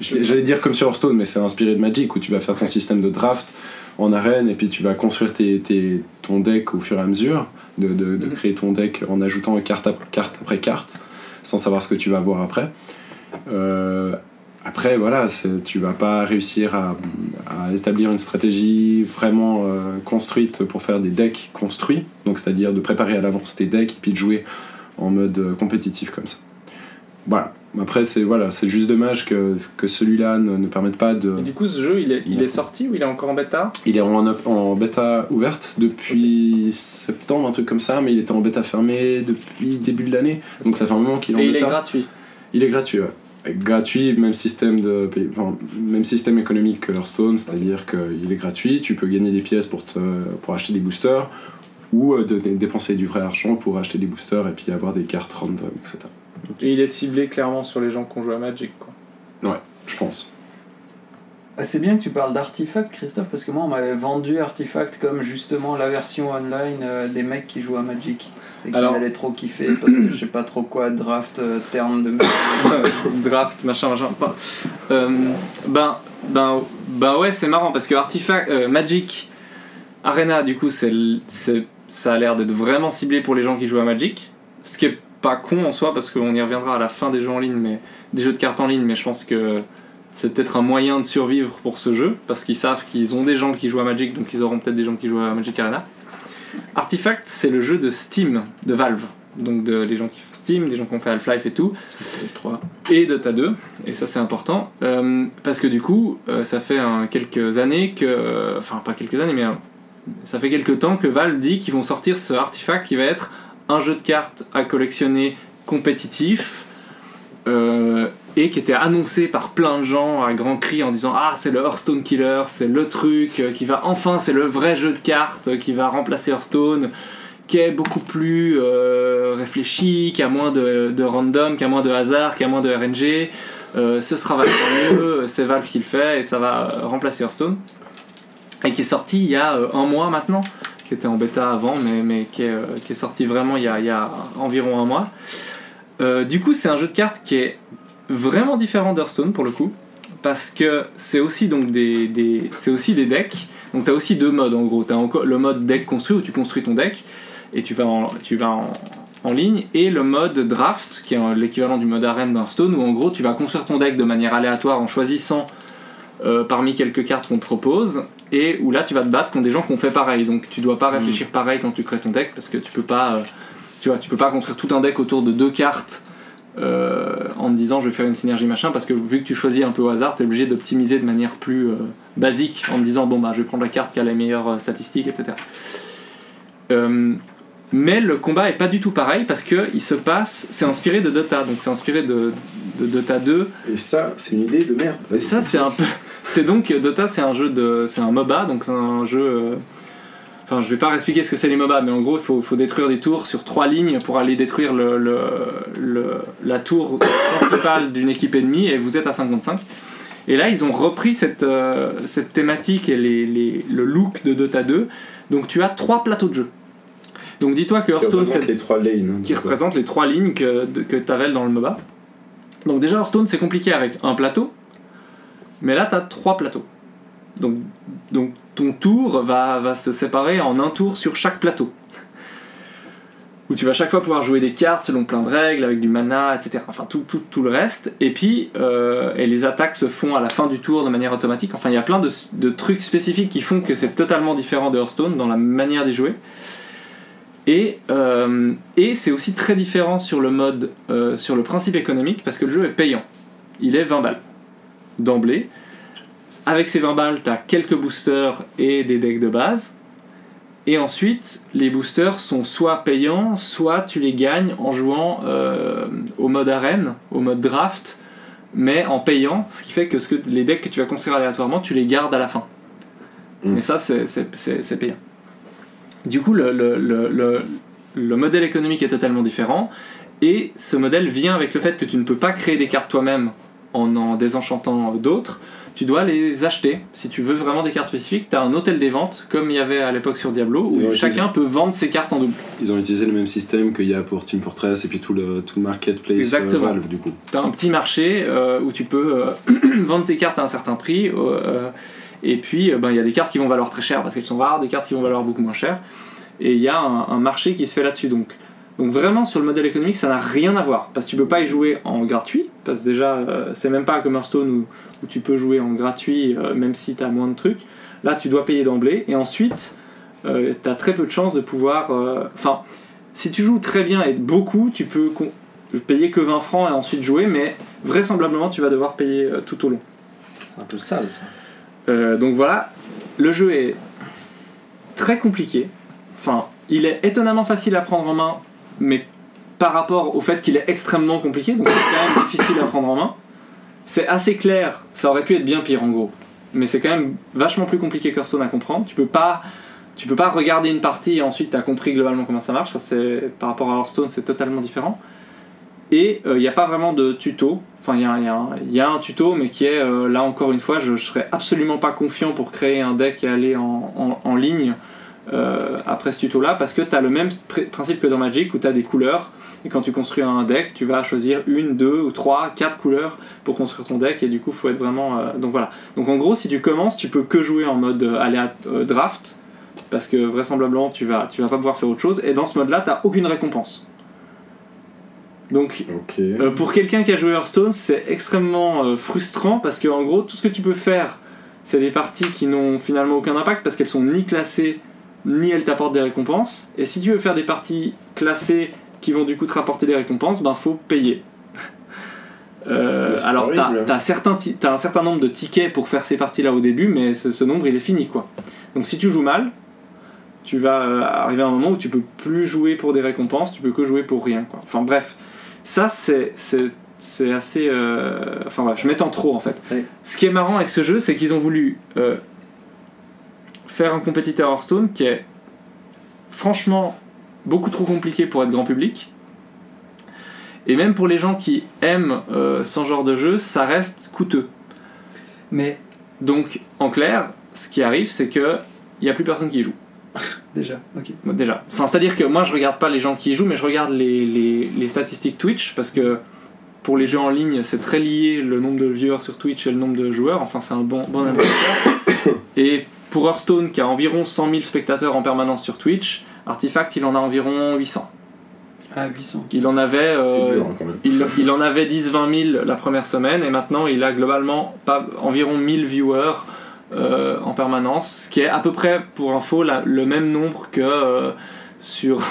Speaker 4: j- j'allais dire comme sur Hearthstone, mais c'est inspiré de Magic où tu vas faire ton système de draft en arène et puis tu vas construire tes, tes- ton deck au fur et à mesure, de, de- de créer ton deck en ajoutant carte après carte après carte, sans savoir ce que tu vas avoir après. Euh, après voilà, c'est- tu vas pas réussir à, à établir une stratégie vraiment euh, construite pour faire des decks construits, donc c'est-à-dire de préparer à l'avance tes decks et puis de jouer en mode euh, compétitif comme ça. Voilà. Après, c'est voilà, c'est juste dommage que, que celui-là ne, ne permette pas de.
Speaker 16: Et du coup, ce jeu, il est, il est sorti ou il est encore en bêta
Speaker 4: Il est en, op- en bêta ouverte depuis septembre, un truc comme ça, mais il était en bêta fermée depuis début de l'année. Donc ça fait un moment qu'il est en
Speaker 16: Et il
Speaker 4: bêta.
Speaker 16: est gratuit.
Speaker 4: Il est gratuit, ouais. Et Gratuit, même système, de, paye- enfin, même système économique que Hearthstone, c'est-à-dire qu'il est gratuit, tu peux gagner des pièces pour, te, pour acheter des boosters ou euh, de- de- dépenser du vrai argent pour acheter des boosters et puis avoir des cartes random, etc.
Speaker 16: Et il est ciblé clairement sur les gens qui ont joué à Magic. Quoi.
Speaker 4: Je pense.
Speaker 7: Ah, c'est bien que tu parles d'Artifact, Christophe, parce que moi, on m'avait vendu Artifact comme justement la version online euh, des mecs qui jouent à Magic. Et qui
Speaker 16: Alors-
Speaker 7: allaient trop kiffer parce que je sais pas trop quoi, draft, euh, terme de.
Speaker 16: Euh, draft, machin, machin. Pas- Euh, ben, ben, ben ouais, c'est marrant parce que Artifact, euh, Magic Arena, du coup, c'est, l- c'est, ça a l'air d'être vraiment ciblé pour les gens qui jouent à Magic. Ce qui est pas con en soi parce qu'on y reviendra à la fin des jeux en ligne, mais des jeux de cartes en ligne, mais je pense que c'est peut-être un moyen de survivre pour ce jeu parce qu'ils savent qu'ils ont des gens qui jouent à Magic, donc ils auront peut-être des gens qui jouent à Magic Arena. Artifact, c'est le jeu de Steam, de Valve. Donc de, les gens qui font Steam, des gens qui ont fait Half-Life et tout
Speaker 3: F3.
Speaker 16: et Dota 2, et ça c'est important, euh, parce que du coup, euh, ça fait hein, quelques années que. euh, Enfin, pas quelques années, mais euh, ça fait quelques temps que Valve dit qu'ils vont sortir ce artefact qui va être un jeu de cartes à collectionner compétitif, euh, et qui était annoncé par plein de gens à grands cris en disant Ah, c'est le Hearthstone Killer, c'est le truc euh, qui va enfin, c'est le vrai jeu de cartes euh, qui va remplacer Hearthstone qui est beaucoup plus euh, réfléchi, qui a moins de, de random, qui a moins de hasard, qui a moins de RNG. Euh, ce sera vachement mieux, euh, c'est Valve qui le fait et ça va euh, remplacer Hearthstone. Et qui est sorti il y a euh, un mois maintenant, qui était en bêta avant, mais, mais qui, est, euh, qui est sorti vraiment il y a, il y a environ un mois. Euh, du coup, c'est un jeu de cartes qui est vraiment différent d'Hearthstone pour le coup, parce que c'est aussi, donc des, des- c'est aussi des decks. Donc, tu as aussi deux modes en gros. Tu as le mode deck construit où tu construis ton deck, et tu vas en, tu vas en, en ligne, et le mode draft, qui est euh, l'équivalent du mode arène d'Hearthstone, où en gros tu vas construire ton deck de manière aléatoire en choisissant euh, parmi quelques cartes qu'on te propose, et où là tu vas te battre contre des gens qui ont fait pareil. Donc tu dois pas réfléchir pareil quand tu crées ton deck, parce que tu peux pas, euh, tu vois, tu peux pas construire tout un deck autour de deux cartes. euh, en te disant je vais faire une synergie machin parce que vu que tu choisis un peu au hasard t'es obligé d'optimiser de manière plus euh, basique en te disant bon bah je vais prendre la carte qui a les meilleures euh, statistiques etc euh, mais le combat est pas du tout pareil parce que il se passe, c'est inspiré de Dota, donc c'est inspiré de, de Dota 2.
Speaker 21: Et ça, c'est une idée de merde.
Speaker 16: Et ça c'est un peu, c'est donc Dota, c'est un jeu de, c'est un MOBA, donc c'est un jeu. euh, Enfin, je vais pas expliquer ce que c'est les MOBA, mais en gros, il faut, faut détruire des tours sur trois lignes pour aller détruire le, le, le- la tour principale d'une équipe ennemie et vous êtes à 55. Et là, ils ont repris cette, euh, cette thématique et les, les- le look de Dota 2. Donc, tu as trois plateaux de jeu. Donc, dis-toi que Hearthstone, c'est
Speaker 21: représente les trois lanes. hein,
Speaker 16: qui
Speaker 21: donc,
Speaker 16: représente les trois lignes que, de- que t'avais dans le MOBA. Donc déjà Hearthstone c'est compliqué avec un plateau, mais là t'as trois plateaux. Donc, donc ton tour va, va se séparer en un tour sur chaque plateau. Où tu vas chaque fois pouvoir jouer des cartes selon plein de règles, avec du mana, etc. Enfin tout, tout, tout le reste. Et puis euh, et les attaques se font à la fin du tour de manière automatique. Enfin il y a plein de, de trucs spécifiques qui font que c'est totalement différent de Hearthstone dans la manière d'y jouer. Et, euh, et c'est aussi très différent sur le mode, euh, sur le principe économique, parce que le jeu est payant. Il est 20 balles d'emblée. Avec ces 20 balles, t'as quelques boosters et des decks de base. Et ensuite, les boosters sont soit payants, soit tu les gagnes en jouant euh, au mode arène, au mode draft, mais en payant, ce qui fait que, ce que les decks que tu vas construire aléatoirement, tu les gardes à la fin.
Speaker 4: Mm.
Speaker 16: Mais ça, c'est- c'est c'est- c'est payant. Du coup, le, le, le, le, le modèle économique est totalement différent. Et ce modèle vient avec le fait que tu ne peux pas créer des cartes toi-même en en désenchantant d'autres. Tu dois les acheter. Si tu veux vraiment des cartes spécifiques, tu as un hôtel des ventes, comme il y avait à l'époque sur Diablo, où
Speaker 4: Ils ont
Speaker 16: chacun
Speaker 4: utilisé.
Speaker 16: peut vendre ses cartes en double.
Speaker 4: Ils ont utilisé le même système qu'il y a pour Team Fortress et puis tout le, tout le marketplace euh,
Speaker 16: Exactement.
Speaker 4: Valve du coup.
Speaker 16: T'as un petit marché euh, où tu peux euh, vendre tes cartes à un certain prix. euh, euh, et puis, euh, ben, il y a des cartes qui vont valoir très cher parce qu'elles sont rares, des cartes qui vont valoir beaucoup moins cher. Et il y a un, un marché qui se fait là-dessus. Donc, donc vraiment, sur le modèle économique, ça n'a rien à voir. Parce que tu peux pas y jouer en gratuit. Parce que déjà, euh, c'est même pas comme Hearthstone où, où tu peux jouer en gratuit, euh, même si tu as moins de trucs. Là, tu dois payer d'emblée. Et ensuite, euh, tu as très peu de chances de pouvoir... euh, Enfin, si tu joues très bien et beaucoup, tu peux... con- payer que 20 francs et ensuite jouer, mais vraisemblablement tu vas devoir payer euh, tout au long.
Speaker 21: C'est un peu sale ça.
Speaker 16: Euh, donc voilà, le jeu est très compliqué. Enfin, il est étonnamment facile à prendre en main, mais par rapport au fait qu'il est extrêmement compliqué, donc c'est quand même difficile à prendre en main. C'est assez clair, ça aurait pu être bien pire en gros, mais c'est quand même vachement plus compliqué que Hearthstone à comprendre. Tu peux pas, tu peux pas regarder une partie et ensuite t'as compris globalement comment ça marche. Ça c'est par rapport à Hearthstone, c'est totalement différent. Et euh, il n'y a pas vraiment de tuto. Enfin, il y, a un- y a un- y a un tuto, mais qui est euh, là encore une fois, je ne serais absolument pas confiant pour créer un deck et aller en, en- en ligne euh, après ce tuto-là, parce que tu as le même pr- principe que dans Magic où tu as des couleurs. Et quand tu construis un deck, tu vas choisir une, deux ou trois, quatre couleurs pour construire ton deck. Et du coup, faut être vraiment. euh, donc voilà. Donc en gros, si tu commences, tu peux que jouer en mode euh, aléa euh, draft, parce que vraisemblablement, tu vas, tu vas pas pouvoir faire autre chose. Et dans ce mode-là, t'as aucune récompense. Donc
Speaker 21: Ok.
Speaker 16: euh, pour quelqu'un qui a joué Hearthstone, c'est extrêmement euh, frustrant parce que en gros, tout ce que tu peux faire, c'est des parties qui n'ont finalement aucun impact parce qu'elles sont ni classées ni elles t'apportent des récompenses. Et si tu veux faire des parties classées qui vont du coup te rapporter des récompenses, ben faut payer. Euh,
Speaker 21: Mais c'est
Speaker 16: alors t'as
Speaker 21: horrible.
Speaker 16: t'as certains ti- t'as un certain nombre de tickets pour faire ces parties là au début, mais ce, ce nombre il est fini quoi. Donc si tu joues mal, tu vas euh, arriver à un moment où tu peux plus jouer pour des récompenses, tu peux que jouer pour rien quoi. Enfin bref, ça c'est c'est c'est assez euh, enfin voilà, je m'étends trop en fait.
Speaker 1: Ouais.
Speaker 16: Ce qui est marrant avec ce jeu, c'est qu'ils ont voulu euh, faire un compétiteur Hearthstone qui est franchement beaucoup trop compliqué pour être grand public. Et même pour les gens qui aiment euh, ce genre de jeu, ça reste coûteux.
Speaker 7: Mais
Speaker 16: Donc, en clair, ce qui arrive, c'est que il y a plus personne qui y joue.
Speaker 7: déjà, ok.
Speaker 16: Moi, Déjà. Enfin, c'est-à-dire que moi, je regarde pas les gens qui y jouent, mais je regarde les, les- les statistiques Twitch parce que pour les jeux en ligne, c'est très lié le nombre de viewers sur Twitch et le nombre de joueurs. Enfin, c'est un bon, bon indicateur. Et pour Hearthstone, qui a environ 100 000 spectateurs en permanence sur Twitch, Artifact, il en a environ 800.
Speaker 7: Ah, 800.
Speaker 16: Il en avait euh,
Speaker 21: C'est dur hein, quand même.
Speaker 16: il, il en avait 10-20 000 la première semaine et maintenant il a globalement pas, environ 1000 viewers euh, en permanence, ce qui est à peu près, pour info, la- le même nombre que euh, sur,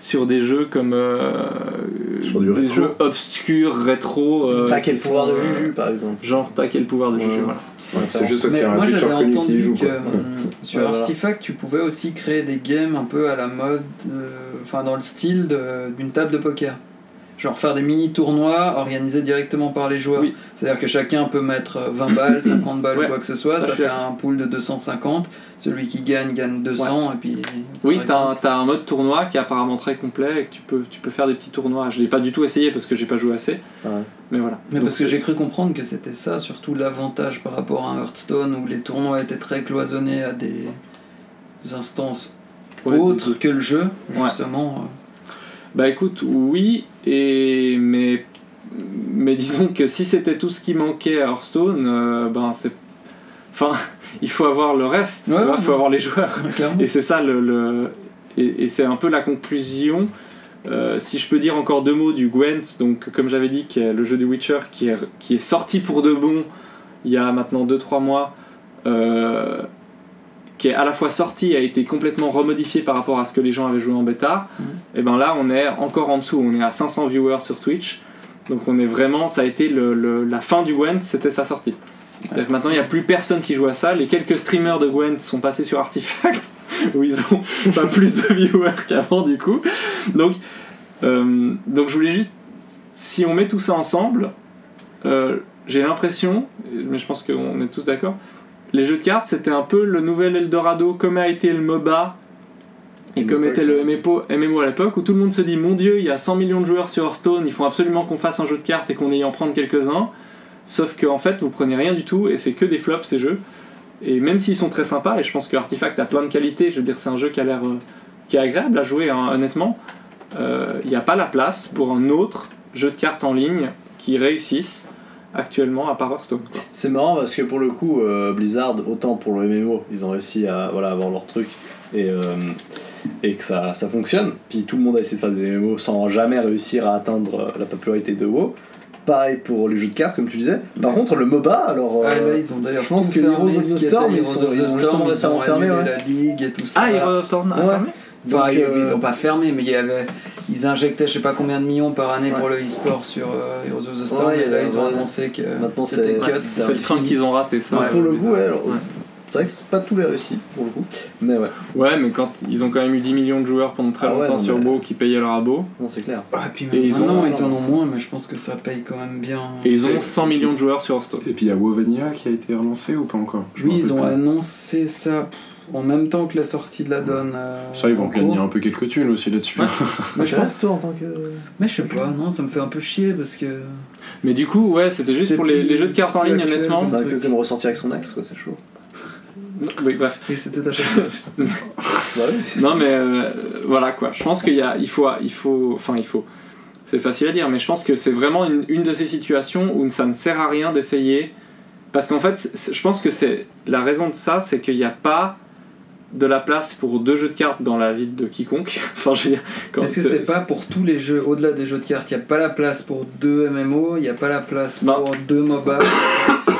Speaker 16: sur des jeux comme euh,
Speaker 21: Sur du
Speaker 16: des
Speaker 21: rétro.
Speaker 16: jeux obscurs, rétro. euh,
Speaker 9: T'as quel
Speaker 16: qui sont,
Speaker 9: pouvoir de
Speaker 16: euh,
Speaker 9: Juju par exemple
Speaker 16: Genre, t'as quel pouvoir de juger,
Speaker 9: Ouais.
Speaker 16: voilà.
Speaker 21: Ouais, c'est juste parce qu'il
Speaker 7: Mais
Speaker 21: y a un
Speaker 7: moi
Speaker 21: Twitcher
Speaker 7: j'avais
Speaker 21: connu qui y
Speaker 7: entendu
Speaker 21: joue.
Speaker 7: que
Speaker 21: quoi.
Speaker 7: euh, sur
Speaker 9: Ouais, voilà.
Speaker 7: Artifact tu pouvais aussi créer des games un peu à la mode, euh, enfin dans le style de- d'une table de poker. Genre faire des mini tournois organisés directement par les joueurs.
Speaker 16: Oui.
Speaker 7: C'est-à-dire que chacun peut mettre euh,
Speaker 21: Mm-hmm.
Speaker 7: 20 balles, 50 balles
Speaker 16: Ouais,
Speaker 7: ou quoi que ce soit,
Speaker 16: ça,
Speaker 7: ça
Speaker 16: je suis
Speaker 7: fait un pool de 250. Celui qui gagne gagne 200 et puis.
Speaker 16: Oui,
Speaker 7: par
Speaker 16: t'as un,
Speaker 7: exemple.
Speaker 16: t'as un mode tournoi qui est apparemment très complet et que tu peux, tu peux faire des petits tournois. Je l'ai pas du tout essayé parce que j'ai pas joué assez, mais voilà.
Speaker 7: Mais
Speaker 16: Donc
Speaker 7: parce que j'ai cru comprendre que c'était ça surtout l'avantage par rapport à un Hearthstone où les tournois étaient très cloisonnés à des instances
Speaker 16: Ouais, des-
Speaker 7: autres que le jeu
Speaker 16: Ouais.
Speaker 7: justement. euh,
Speaker 16: Bah écoute, oui, et mais, mais disons que si c'était tout ce qui manquait à Hearthstone, euh, ben c'est. Enfin, il faut avoir le reste, tu
Speaker 7: Ouais,
Speaker 16: vois,
Speaker 7: ouais,
Speaker 16: faut
Speaker 7: ouais.
Speaker 16: avoir les joueurs.
Speaker 7: euh, Clairement.
Speaker 16: Et c'est ça le. le- et, et c'est un peu la conclusion. Euh, si je peux dire encore deux mots du Gwent, donc comme j'avais dit, qui est le jeu du Witcher qui est, qui est sorti pour de bon il y a maintenant 2-3 mois, euh, qui est à la fois sorti et a été complètement remodifié par rapport à ce que les gens avaient joué en bêta, et ben là on est encore en dessous, on est à 500 viewers sur Twitch, donc on est vraiment, ça a été le- le- la fin du Gwent, c'était sa sortie. C'est-à-dire que maintenant il n'y a plus personne qui joue à ça, les quelques streamers de Gwent sont passés sur Artifact, où ils ont pas plus de viewers qu'avant du coup. Donc, euh, donc je voulais juste, si on met tout ça ensemble, euh, j'ai l'impression, mais je pense qu'on est tous d'accord, les jeux de cartes c'était un peu le nouvel Eldorado comme a été le MOBA et comme était le E MMO, MMO à l'époque où tout le monde se dit mon dieu il y a 100 millions de joueurs sur Hearthstone, il faut absolument qu'on fasse un jeu de cartes et qu'on aille en prendre quelques-uns. Sauf que en fait vous prenez rien du tout et c'est que des flops ces jeux. Et même s'ils sont très sympas, et je pense que Artifact a plein de qualités, je veux dire c'est un jeu qui a l'air euh, qui est agréable à jouer hein, honnêtement, euh, il n'y a pas la place pour un autre jeu de cartes en ligne qui réussisse actuellement à part Hearthstone. quoi.
Speaker 9: C'est marrant parce que pour le coup, euh, Blizzard, autant pour le MMO, ils ont réussi à voilà, avoir leur truc et, euh, et que ça, ça fonctionne. Puis tout le monde a essayé de faire des MMO sans jamais réussir à atteindre euh, la popularité de WoW. Pareil pour les jeux de cartes, comme tu disais. Par contre, le MOBA, alors.
Speaker 7: Ah,
Speaker 9: euh,
Speaker 7: là, ils ont d'ailleurs.
Speaker 9: je pense
Speaker 7: tout
Speaker 9: que
Speaker 7: fermé,
Speaker 9: Heroes of
Speaker 7: ce
Speaker 9: the
Speaker 7: qui
Speaker 9: Storm,
Speaker 7: était
Speaker 9: ils
Speaker 7: Heroes
Speaker 9: sont-
Speaker 7: of the
Speaker 9: ils ont
Speaker 7: Storm,
Speaker 9: justement
Speaker 7: ils
Speaker 9: récemment
Speaker 7: ont
Speaker 9: fermé,
Speaker 7: annulé
Speaker 9: ouais.
Speaker 7: la ligue et tout ça.
Speaker 16: Ah, Heroes of Thorn Ah, a
Speaker 9: Ouais.
Speaker 16: fermé
Speaker 9: donc,
Speaker 7: Enfin, ils-
Speaker 9: euh,
Speaker 7: ils ont pas fermé, mais il y avait. Ils injectaient je sais pas combien de millions par année pour le e-sport sur euh, Heroes of the Storm,
Speaker 1: Ouais,
Speaker 7: et là
Speaker 1: ouais,
Speaker 7: ils ont
Speaker 1: ouais.
Speaker 7: annoncé que
Speaker 1: Maintenant,
Speaker 7: c'était
Speaker 1: c'est-
Speaker 7: cut.
Speaker 1: ouais,
Speaker 7: ça
Speaker 16: C'est le
Speaker 7: aurait
Speaker 16: train
Speaker 7: fini.
Speaker 16: qu'ils ont raté, ça.
Speaker 1: pour le coup, ouais, alors,
Speaker 16: Ouais.
Speaker 1: c'est vrai que c'est pas tous les réussis, pour le coup. Mais ouais,
Speaker 16: Ouais, mais quand ils ont quand même eu 10 millions de joueurs pendant très
Speaker 1: Ah ouais,
Speaker 16: longtemps
Speaker 1: non,
Speaker 16: sur
Speaker 1: mais-
Speaker 16: WoW qui payaient leur abo.
Speaker 1: non, c'est clair.
Speaker 7: Ah, puis
Speaker 16: Et ils ont-
Speaker 7: maintenant, ils en ont moins, mais je pense que ça paye quand même bien.
Speaker 16: Et ils ont 100 millions de joueurs sur Hearthstone.
Speaker 4: Et puis il y a Wovania qui a été relancé ou pas encore Je me
Speaker 7: Oui, ils ont
Speaker 4: rappelle
Speaker 7: annoncé ça pff, en même temps que la sortie de la donne. euh,
Speaker 4: pas. Ça, ils vont
Speaker 7: en cours.
Speaker 4: gagner un peu quelques thunes aussi là-dessus.
Speaker 7: Mais je, pense...
Speaker 1: toi en tant que.
Speaker 7: mais je sais pas, non, ça me fait un peu chier parce que.
Speaker 16: Mais du coup, ouais, c'était juste
Speaker 7: C'est
Speaker 16: pour les,
Speaker 7: plus-
Speaker 16: les jeux de cartes en
Speaker 7: c'est plus
Speaker 16: ligne,
Speaker 7: actuel,
Speaker 16: honnêtement.
Speaker 1: C'est un
Speaker 7: truc.
Speaker 1: peu comme ressortir avec son axe, quoi, c'est chaud.
Speaker 16: Oui, bref.
Speaker 7: Oui, c'est tout à fait.
Speaker 1: Bah oui.
Speaker 16: Non, mais euh, voilà quoi. Je pense qu'il y a, il faut, il faut, enfin, il faut. C'est facile à dire, mais je pense que c'est vraiment une, une de ces situations où ça ne sert à rien d'essayer. Parce qu'en fait, c'est- je pense que c'est la raison de ça, c'est qu'il n'y a pas de la place pour deux jeux de cartes dans la vie de quiconque. Enfin, je veux dire, quand
Speaker 7: Est-ce que c'est pas pour tous les jeux, au-delà des jeux de cartes, il n'y a pas la place pour deux MMO, il n'y a pas la place
Speaker 16: Non.
Speaker 7: pour deux MOBA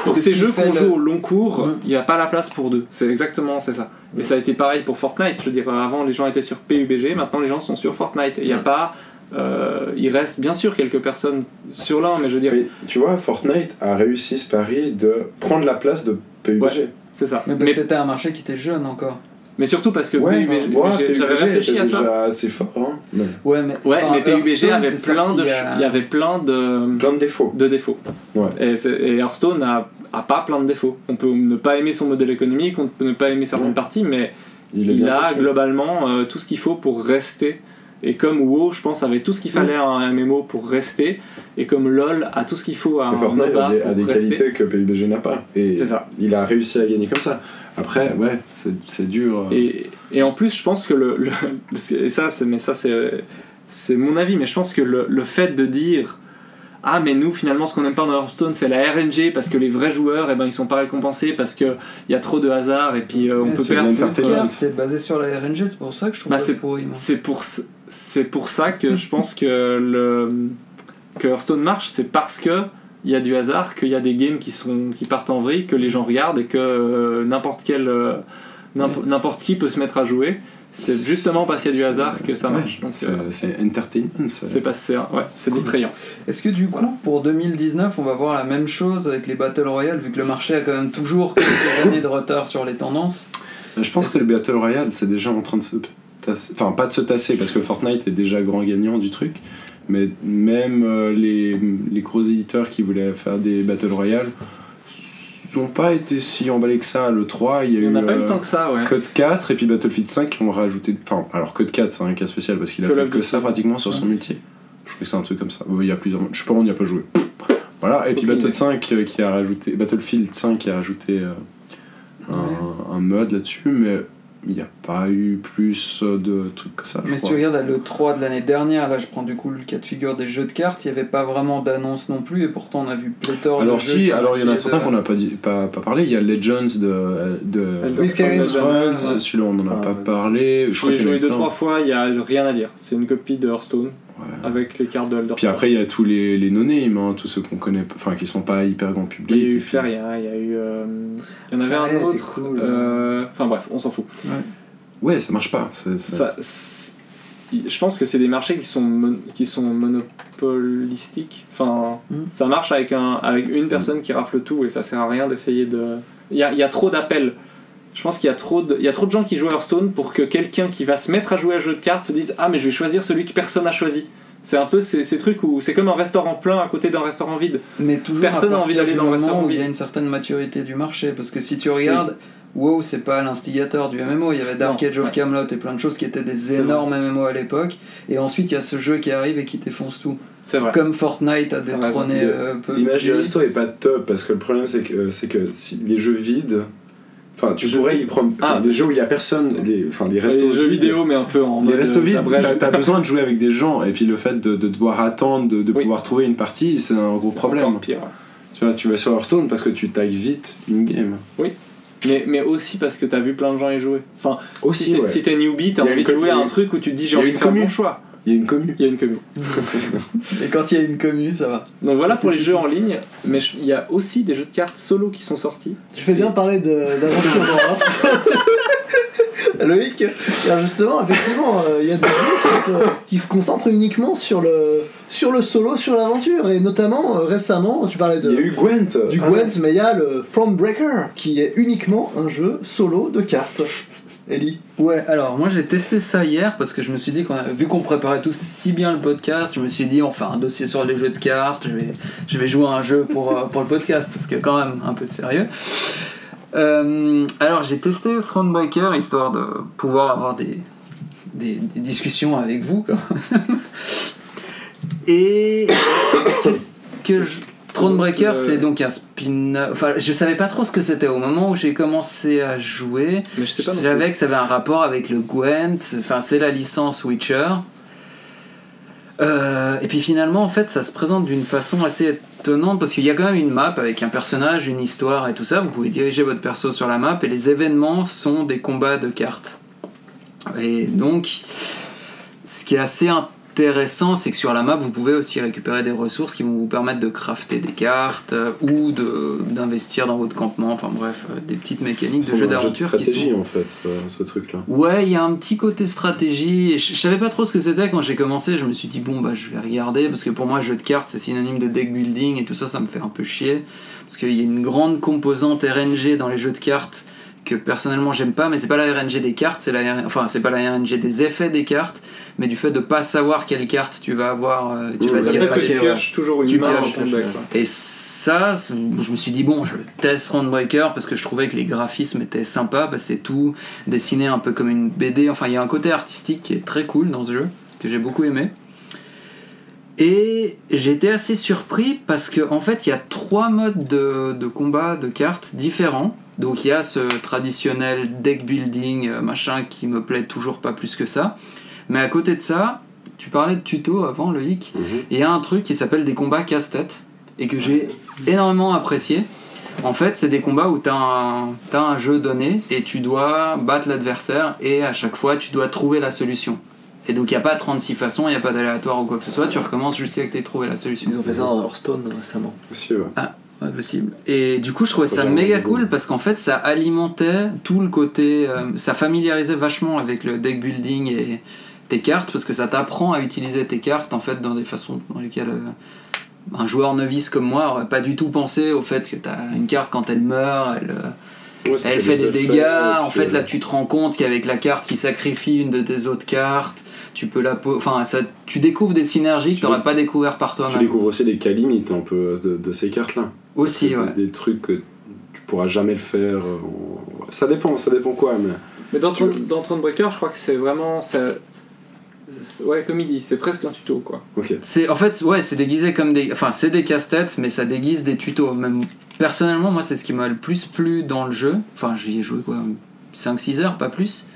Speaker 16: pour
Speaker 7: ce
Speaker 16: ces
Speaker 7: qui
Speaker 16: jeux
Speaker 7: fait
Speaker 16: qu'on
Speaker 7: le-
Speaker 16: joue au long cours,
Speaker 7: Mhm.
Speaker 16: il n'y a pas la place pour deux. C'est exactement c'est ça. Et ça a été pareil pour Fortnite. Je veux dire, avant les gens étaient sur PUBG, maintenant les gens sont sur Fortnite. Et Il n'y a pas. euh, il reste bien sûr quelques personnes sur l'un, mais je veux dire,
Speaker 23: Mais tu vois, Fortnite a réussi ce pari de prendre la place de PUBG.
Speaker 16: Ouais. c'est ça.
Speaker 7: Mais,
Speaker 16: Mais,
Speaker 7: parce que c'était un marché qui était jeune encore.
Speaker 16: mais surtout parce que
Speaker 23: Ouais,
Speaker 16: PUBG,
Speaker 23: non, ouais,
Speaker 16: j'ai- j'avais
Speaker 23: PUBG
Speaker 16: réfléchi
Speaker 23: était
Speaker 16: à ça.
Speaker 23: déjà assez fort. Hein.
Speaker 7: Ouais, mais,
Speaker 16: Ouais,
Speaker 7: enfin,
Speaker 16: mais PUBG
Speaker 7: Hearthstone,
Speaker 16: avait
Speaker 7: c'est
Speaker 16: plein, de,
Speaker 7: sorti il y
Speaker 16: ch-
Speaker 7: a-
Speaker 16: il y avait plein de,
Speaker 23: Plein de défauts.
Speaker 16: de défauts.
Speaker 23: Ouais.
Speaker 16: Et, c'est- et Hearthstone a, a pas plein de défauts. On peut ne pas aimer son modèle économique, on peut ne pas aimer certaines
Speaker 23: Ouais.
Speaker 16: parties, mais
Speaker 23: est
Speaker 16: il
Speaker 23: bien
Speaker 16: a
Speaker 23: foutu.
Speaker 16: globalement euh, tout ce qu'il faut pour rester. Et comme WoW, je pense, avait tout ce qu'il fallait
Speaker 23: Mm.
Speaker 16: à un MMO pour rester. Et comme LoL a tout ce qu'il faut à un
Speaker 23: Mais Fortnite
Speaker 16: MOBA
Speaker 23: a des, a
Speaker 16: pour
Speaker 23: des
Speaker 16: rester.
Speaker 23: qualités que PUBG n'a pas. Et
Speaker 16: C'est ça.
Speaker 23: il a réussi à gagner comme ça. Après, ouais, c'est c'est dur. euh,
Speaker 16: Et, et en plus, je pense que le. le- c'est- et ça, c'est, mais ça, c'est, c'est mon avis, mais je pense que le, le fait de dire. Ah, mais nous, finalement, ce qu'on aime pas dans Hearthstone, c'est la RNG, parce que les vrais joueurs, eh ben, ils sont pas récompensés, parce qu'il y a trop de hasard, et puis euh, on
Speaker 7: Ouais,
Speaker 16: peut
Speaker 23: c'est
Speaker 16: perdre.
Speaker 23: de
Speaker 7: Les jeux de
Speaker 23: Entertainment.
Speaker 7: cartes, C'est basé sur la RNG, c'est pour ça que je trouve
Speaker 16: Bah,
Speaker 7: ça
Speaker 16: c'est-
Speaker 7: pourri. moi.
Speaker 16: C'est pour, ce- c'est pour ça que je pense que, le, que Hearthstone marche, c'est parce que il y a du hasard, qu'il y a des games qui, sont, qui partent en vrille, que les gens regardent et que euh, n'importe quel. euh, n'imp- N'importe qui peut se mettre à jouer. C'est
Speaker 23: C'est-
Speaker 16: justement parce qu'il y a du
Speaker 23: c'est-
Speaker 16: hasard que ça
Speaker 23: ouais,
Speaker 16: marche. Donc,
Speaker 4: C'est
Speaker 16: euh,
Speaker 4: c'est entertainment. ça.
Speaker 16: c'est pas- c'est ouais, c'est distrayant.
Speaker 7: Est-ce que du coup, pour 2019, on va voir la même chose avec les Battle Royale, vu que le marché a quand même toujours quelques années de retard sur les tendances
Speaker 4: Je pense que le Battle Royale, c'est déjà en train de se tasser. Enfin, pas de se tasser, parce que Fortnite est déjà grand gagnant du truc. Mais même euh, les, les gros éditeurs qui voulaient faire des Battle Royale n'ont pas été si emballés que ça. Le 3, il y a
Speaker 16: On
Speaker 4: eu.
Speaker 16: n'a pas eu
Speaker 4: euh,
Speaker 16: tant que ça, ouais.
Speaker 4: Code 4 et puis Battlefield 5 qui ont rajouté. Enfin, alors Code 4, c'est un cas spécial parce qu'il a
Speaker 16: Call
Speaker 4: fait
Speaker 16: of
Speaker 4: que
Speaker 16: Duty.
Speaker 4: ça pratiquement sur son multi. Je crois que c'est un truc comme ça. Ouais, Il y a plusieurs. Je sais pas, on n'y a pas joué. Voilà, et puis
Speaker 16: Aucune
Speaker 4: Battle
Speaker 16: idée.
Speaker 4: 5 euh, qui a rajouté. Battlefield 5 qui a rajouté euh, un, un mode là-dessus, mais il n'y a pas eu plus euh, de trucs que ça. je
Speaker 7: Mais si
Speaker 4: crois.
Speaker 7: tu regardes à l'E3 de l'année dernière, là je prends du coup le cas de figure des jeux de cartes, il n'y avait pas vraiment d'annonce non plus et pourtant on a vu pléthore de
Speaker 4: alors
Speaker 7: jeux.
Speaker 4: si, alors il y en a certains qu'on n'a pas, dit- pas, pas parlé. Il y a Legends de, de
Speaker 1: Oui, Skyrim,
Speaker 16: Legends,
Speaker 4: Legends,
Speaker 7: ouais.
Speaker 4: celui-là on n'en a
Speaker 1: Ah,
Speaker 4: pas
Speaker 1: ouais.
Speaker 4: parlé. Je euh, crois
Speaker 16: J'ai
Speaker 4: qu'il y en a
Speaker 16: joué deux
Speaker 4: plein.
Speaker 16: trois fois, il n'y a rien à dire. C'est une copie de Hearthstone
Speaker 4: Ouais.
Speaker 16: avec les cartes de Elder
Speaker 4: Puis après, il y a tous les, les non-names, hein, tous ceux qu'on connaît, enfin qui sont pas hyper grand
Speaker 16: Il
Speaker 4: public.
Speaker 16: y
Speaker 4: Et
Speaker 16: a eu
Speaker 4: puis-
Speaker 16: Feria, il y a eu. euh, Il y en avait
Speaker 1: Feria
Speaker 16: un
Speaker 1: était
Speaker 16: autre.
Speaker 1: cool.
Speaker 16: euh, Enfin bref, on s'en fout.
Speaker 4: Ouais, ça marche pas. c'est- c'est-
Speaker 16: Ça, c'est- je pense que c'est des marchés qui sont, mon- qui sont monopolistiques. Enfin,
Speaker 4: Hmm.
Speaker 7: Mhm.
Speaker 16: ça marche avec, un, avec une personne qui rafle tout et ça sert à rien d'essayer de. Il y a, il y a trop d'appels. Je pense qu'il y, a trop de- il y a trop de gens qui jouent à Hearthstone pour que quelqu'un qui va se mettre à jouer à un jeu de cartes se dise Ah, mais je vais choisir celui que personne n'a choisi. C'est un peu ces, ces trucs où c'est comme un restaurant plein à côté d'un restaurant vide.
Speaker 7: Mais toujours
Speaker 16: Personne
Speaker 7: à
Speaker 16: n'a envie
Speaker 7: partir
Speaker 16: d'aller
Speaker 7: du
Speaker 16: dans le
Speaker 7: moment
Speaker 16: restaurant
Speaker 7: où Il y a
Speaker 16: vide.
Speaker 7: une certaine maturité du marché parce que si tu regardes, WoW c'est pas l'instigateur du MMO, il y avait Dark
Speaker 16: Non,
Speaker 7: Age of
Speaker 16: ouais.
Speaker 7: Camelot et plein de choses qui étaient des
Speaker 16: C'est
Speaker 7: énormes MMO à l'époque et ensuite il y a ce jeu qui arrive et qui défonce tout.
Speaker 16: C'est vrai.
Speaker 7: Comme Fortnite a
Speaker 16: raison.
Speaker 7: détrôné
Speaker 23: Il-
Speaker 7: euh, peu.
Speaker 23: L'image du resto est pas top parce que le problème c'est que euh, c'est que si les jeux vides, enfin tu pourrais y prendre enfin,
Speaker 16: Ah.
Speaker 23: les jeux où il y a personne, les enfin les restos
Speaker 16: Les jeux
Speaker 23: vides,
Speaker 16: vidéo, mais un peu en.
Speaker 4: Les
Speaker 16: mode,
Speaker 4: restos
Speaker 16: euh,
Speaker 4: vides,
Speaker 16: abrège.
Speaker 4: t'as- t'as besoin de jouer avec des gens, et puis le fait de, de devoir attendre, de, de
Speaker 16: Oui.
Speaker 4: pouvoir trouver une partie, c'est un gros
Speaker 16: C'est
Speaker 4: problème.
Speaker 16: encore pire.
Speaker 4: Tu vois, tu vas sur Hearthstone parce que tu tailles vite une game.
Speaker 16: Mais, mais aussi parce que t'as vu plein de gens y jouer. Enfin, si
Speaker 23: Aussi,
Speaker 16: t'es
Speaker 23: ouais.
Speaker 16: si t'es newbie, t'as
Speaker 23: Il y a
Speaker 16: envie
Speaker 23: une
Speaker 16: de jouer à
Speaker 23: commu-
Speaker 16: un truc où tu te dis
Speaker 4: il
Speaker 16: j'ai
Speaker 4: y a
Speaker 16: envie
Speaker 4: une
Speaker 16: de faire
Speaker 4: commu.
Speaker 16: mon choix.
Speaker 4: Il y a une commu.
Speaker 16: Il y a une commu.
Speaker 7: Et quand il y a une commu, ça va.
Speaker 16: Donc voilà pour les jeux en ligne, mais je- il y a aussi des jeux de cartes solo qui sont sortis.
Speaker 1: Tu fais bien parler de- d'aventure dans Hearthstone. Loïc, alors justement, effectivement, euh, il y a des jeux qui se, qui se concentrent uniquement sur le, sur le solo, sur l'aventure, et notamment euh, récemment, tu parlais de,
Speaker 4: Il y a eu Gwent.
Speaker 1: du Gwent, mais il y a le From Breaker, qui est uniquement un jeu solo de cartes. Ellie
Speaker 7: Ouais, alors moi j'ai testé ça hier parce que je me suis dit qu'on a- vu qu'on préparait tous si bien le podcast, je me suis dit on fait un dossier sur les jeux de cartes, je vais, je vais jouer à un jeu pour, euh, pour le podcast parce que quand même un peu de sérieux. Euh, alors j'ai testé Thronebreaker histoire de pouvoir avoir des, des, des discussions avec vous. Quoi. Et qu'est-ce que je... Thronebreaker,
Speaker 16: Euh,
Speaker 7: c'est donc un spin-off. Enfin, je savais pas trop ce que c'était au moment où j'ai commencé à jouer.
Speaker 16: Mais je sais
Speaker 7: Je
Speaker 16: pas. non
Speaker 7: savais que ça avait un rapport avec le Gwent, enfin c'est la licence Witcher. Euh, et puis finalement, en fait, ça se présente d'une façon assez étonnante parce qu'il y a quand même une map avec un personnage, une histoire et tout ça. Vous pouvez diriger votre perso sur la map et les événements sont des combats de cartes. Et donc, ce qui est assez intéressant, c'est que sur la map, vous pouvez aussi récupérer des ressources qui vont vous permettre de crafter des cartes euh, ou de- d'investir dans votre campement. Enfin bref, euh, des petites mécaniques
Speaker 4: C'est
Speaker 7: de jeu
Speaker 4: un jeu de
Speaker 7: d'aventure qui sont
Speaker 4: stratégie en fait, euh, ce truc-là.
Speaker 7: Ouais, il y a un petit côté stratégie. Et Je, je savais pas trop ce que c'était quand j'ai commencé. Je me suis dit, bon, bah, je vais regarder. Parce que pour moi, jeu de cartes, c'est synonyme de deck building et tout ça, ça me fait un peu chier. Parce qu'il y a une grande composante RNG dans les jeux de cartes que personnellement, j'aime pas. Mais c'est pas la RNG des cartes, c'est la, R- enfin, c'est pas la RNG des effets des cartes, mais du fait de pas savoir quelle carte tu vas avoir. euh, Tu
Speaker 4: Mmh,
Speaker 7: vas
Speaker 4: le
Speaker 16: Le
Speaker 7: tirer
Speaker 16: fait
Speaker 7: pas
Speaker 16: que
Speaker 7: les-
Speaker 16: tu caches toujours une
Speaker 7: Tu
Speaker 16: main dans
Speaker 7: caches,
Speaker 16: ton deck. quoi.
Speaker 7: et ça, c'est- je me suis dit, bon, je teste Roundbreaker parce que je trouvais que les graphismes étaient sympas, parce que c'est tout dessiné un peu comme une BD. Enfin, il y a un côté artistique qui est très cool dans ce jeu, que j'ai beaucoup aimé. Et j'étais assez surpris parce qu'en en fait, il y a trois modes de, de combat de cartes différents. Donc, il y a ce traditionnel deck building, euh, machin, qui me plaît toujours pas plus que ça. Mais à côté de ça, tu parlais de tuto avant, Loïc.
Speaker 4: Mhm.
Speaker 7: Et il y a un truc qui s'appelle des combats casse-tête et que j'ai énormément apprécié. En fait, c'est des combats où tu as, un jeu donné et tu dois battre l'adversaire et à chaque fois tu dois trouver la solution. Et donc il n'y a pas 36 façons, il n'y a pas d'aléatoire ou quoi que ce soit, tu recommences jusqu'à que tu aies trouvé la solution.
Speaker 24: Ils ont fait ça dans Hearthstone récemment.
Speaker 4: Aussi, ouais.
Speaker 7: Pas possible. Et du coup, je trouvais ça
Speaker 4: Genre,
Speaker 7: méga
Speaker 4: euh,
Speaker 7: cool parce qu'en fait, ça alimentait tout le côté. euh, ça familiarisait vachement avec le deck building et tes cartes parce que ça t'apprend à utiliser tes cartes en fait dans des façons dans lesquelles euh, un joueur novice comme moi aurait pas du tout pensé au fait que t'as une carte quand elle meurt, elle. euh,
Speaker 4: Ouais, ça
Speaker 7: elle fait des
Speaker 4: effets,
Speaker 7: dégâts.
Speaker 4: et
Speaker 7: En
Speaker 4: puis, euh,
Speaker 7: fait, là, tu te rends compte qu'avec la carte qui sacrifie une de tes autres cartes, tu peux la. po- Enfin, ça, tu découvres des synergies que
Speaker 4: Tu
Speaker 7: t'aurais
Speaker 4: dé-
Speaker 7: pas découvert par
Speaker 4: tu
Speaker 7: toi-même.
Speaker 4: découvres aussi les cas limites un peu de, de ces cartes-là.
Speaker 7: Aussi,
Speaker 4: Des-
Speaker 7: ouais.
Speaker 4: Des trucs que tu pourras jamais le faire. euh, en- Ça dépend, ça dépend quoi, mais.
Speaker 16: Mais dans, Tron- dans Thronebreaker, je crois que c'est vraiment. Ça... c'est- Ouais, comme il dit, c'est presque un tuto quoi.
Speaker 4: Ok.
Speaker 7: C'est en fait ouais, c'est déguisé comme des enfin c'est des casse-têtes mais ça déguise des tutos même personnellement moi c'est ce qui m'a le plus plu dans le jeu. Enfin, j'y ai joué quoi 5 6 heures pas plus.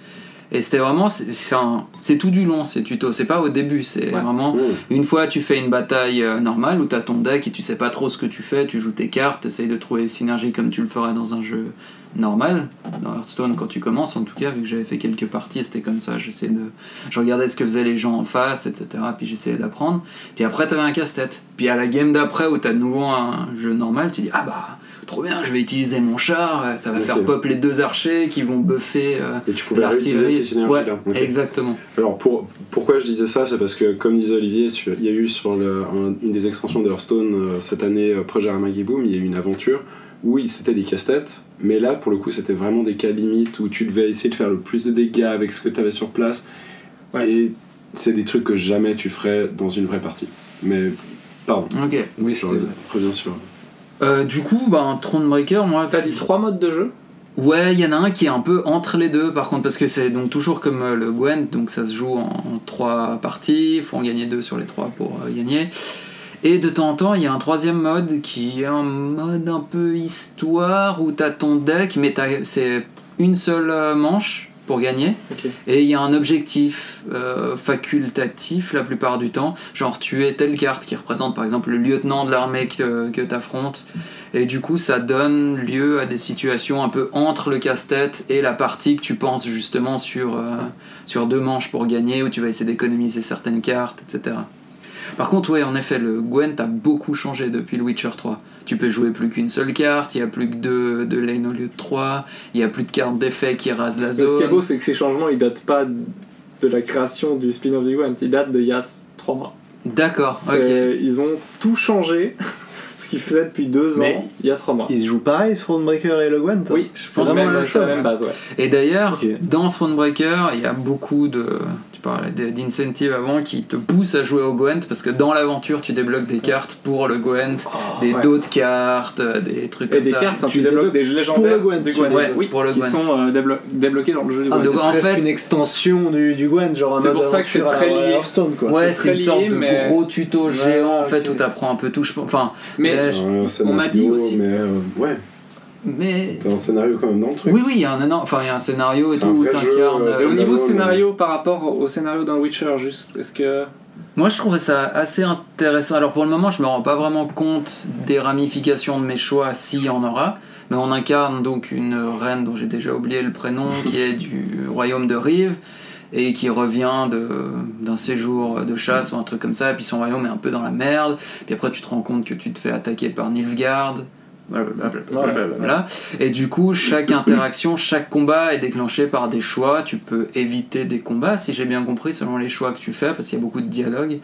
Speaker 7: Et c'était vraiment c'est c'est un- c'est tout du long ces tutos, c'est pas au début, c'est
Speaker 16: Ouais.
Speaker 7: vraiment
Speaker 4: Mmh.
Speaker 7: une fois tu fais une bataille euh, normale où t'as ton deck et tu sais pas trop ce que tu fais, tu joues tes cartes, t'essayes de trouver des synergies comme tu le ferais dans un jeu normal, dans Hearthstone quand tu commences en tout cas, vu que j'avais fait quelques parties, c'était comme ça, j'essayais de... Je regardais ce que faisaient les gens en face, etc. Puis j'essayais d'apprendre. Puis après t'avais un casse-tête. Puis à la game d'après où t'as de nouveau un jeu normal, tu dis ah bah... Trop bien, je vais utiliser mon char, euh, ça va
Speaker 4: Ok.
Speaker 7: faire pop les deux archers qui vont buffer euh,
Speaker 4: Et tu pouvais réutiliser ces
Speaker 7: l'artillerie. Ouais,
Speaker 4: synergies-là. Ok.
Speaker 7: exactement.
Speaker 4: Alors pour, pourquoi je disais ça, c'est parce que comme disait Olivier, sur- il y a eu sur le- un- une des extensions de Hearthstone euh, cette année, euh, Projet Armageddon, il y a eu une aventure où il- c'était des casse-têtes, mais là pour le coup c'était vraiment des cas limites où tu devais essayer de faire le plus de dégâts avec ce que tu avais sur place.
Speaker 16: Ouais.
Speaker 4: Et c'est des trucs que jamais tu ferais dans une vraie partie. Mais pardon,
Speaker 7: Ok.
Speaker 24: Oui,
Speaker 4: je
Speaker 24: c'était vrai.
Speaker 4: reviens sur.
Speaker 7: Euh, du coup, ben, Thronebreaker, moi,
Speaker 16: T'as dit trois modes de jeu
Speaker 7: Ouais, il y en a un qui est un peu entre les deux, par contre, parce que c'est donc toujours comme euh, le Gwent, donc ça se joue en, en trois parties, il faut en gagner deux sur les trois pour euh, gagner. Et de temps en temps, il y a un troisième mode qui est un mode un peu histoire où t'as ton deck, mais t'as- c'est une seule euh, manche pour gagner.
Speaker 16: Ok.
Speaker 7: Et il y a un objectif euh, facultatif la plupart du temps, genre tuer telle carte qui représente par exemple le lieutenant de l'armée que, que t'affrontes. Et du coup, ça donne lieu à des situations un peu entre le casse-tête et la partie que tu penses justement sur, euh, sur deux manches pour gagner, où tu vas essayer d'économiser certaines cartes, etc. Par contre, ouais, en effet, le Gwent a beaucoup changé depuis le Witcher 3. Tu Tu peux jouer plus qu'une seule carte, il n'y a plus que deux, deux lanes au lieu de trois, il n'y a plus de cartes d'effet qui rasent la
Speaker 16: Mais
Speaker 7: zone.
Speaker 16: ce qui est beau, c'est que ces changements, ils datent pas de la création du spin-off du Gwent, ils datent d'il y a 3 mois.
Speaker 7: D'accord, ok.
Speaker 16: C'est- Ils ont tout changé, ce qu'ils faisaient depuis 2
Speaker 1: Mais-
Speaker 16: ans, il y a 3 mois.
Speaker 1: Ils se jouent pareil, Thronebreaker et Le Gwent
Speaker 16: Oui, je
Speaker 7: pense
Speaker 16: pense
Speaker 7: que c'est la
Speaker 16: même c'est la
Speaker 7: chose.
Speaker 16: même base, ouais.
Speaker 7: Et d'ailleurs,
Speaker 1: Ok.
Speaker 7: dans Thronebreaker, il y a beaucoup de. Tu parlais d- d'incentives avant qui te poussent à jouer au Gwent parce que dans l'aventure, tu débloques des cartes pour le Gwent, des
Speaker 16: ouais.
Speaker 7: d'autres cartes, euh, des trucs
Speaker 16: Et
Speaker 7: comme
Speaker 16: des
Speaker 7: ça.
Speaker 16: cartes, hein,
Speaker 1: tu
Speaker 16: tu débloques
Speaker 1: débloques
Speaker 16: des légendaires
Speaker 1: pour le Gwent,
Speaker 16: du
Speaker 1: tu
Speaker 16: Gwent,
Speaker 7: Ouais,
Speaker 16: oui,
Speaker 7: pour le
Speaker 16: qui
Speaker 7: Gwent.
Speaker 16: sont euh, déblo- débloqués dans le jeu du
Speaker 1: Ah,
Speaker 16: Gwent.
Speaker 1: c'est
Speaker 7: Donc, en
Speaker 1: presque
Speaker 7: fait-
Speaker 1: une extension du, du Gwent, genre un
Speaker 16: C'est
Speaker 1: mode
Speaker 16: pour ça que c'est
Speaker 1: aventure à
Speaker 16: très
Speaker 1: la
Speaker 16: lié.
Speaker 1: Hearthstone, quoi.
Speaker 7: Ouais,
Speaker 16: C'est
Speaker 7: c'est une
Speaker 16: très
Speaker 7: sorte
Speaker 16: lié,
Speaker 7: de
Speaker 16: mais-
Speaker 7: gros tuto géant en
Speaker 1: Ouais,
Speaker 7: fait
Speaker 1: ok.
Speaker 7: où t'apprends un peu tout. Je... pense- Enfin,
Speaker 16: Mais
Speaker 7: là, je-
Speaker 4: un scénario,
Speaker 16: m'a dit aussi.
Speaker 4: Mais euh, ouais,
Speaker 7: mais
Speaker 4: t'as un scénario quand même dans le truc.
Speaker 7: oui, oui, il y a un énorme- enfin il y a un scénario et
Speaker 4: C'est
Speaker 7: tout
Speaker 4: un
Speaker 7: où
Speaker 4: vrai jeu,
Speaker 7: t'incarnes.
Speaker 4: euh,
Speaker 16: Et au
Speaker 7: euh,
Speaker 16: niveau
Speaker 4: D'abord, le-
Speaker 16: scénario par rapport au scénario d'un Witcher, juste, est-ce que.
Speaker 7: Moi, je trouvais ça assez intéressant. Alors, pour le moment, je me rends pas vraiment compte des ramifications de mes choix, s'il y en aura. Mais on incarne donc une reine dont j'ai déjà oublié le prénom, qui est du royaume de Rive, et qui revient de- d'un séjour de chasse ou un truc comme ça. Et puis son royaume est un peu dans la merde. Puis après, tu te rends compte que tu te fais attaquer par Nilfgaard. Blablabla, blablabla. Voilà. Et du coup, chaque interaction, chaque combat est déclenché par des choix. Tu peux éviter des combats, si j'ai bien compris, selon les choix que tu fais, parce qu'il y a beaucoup de dialogues.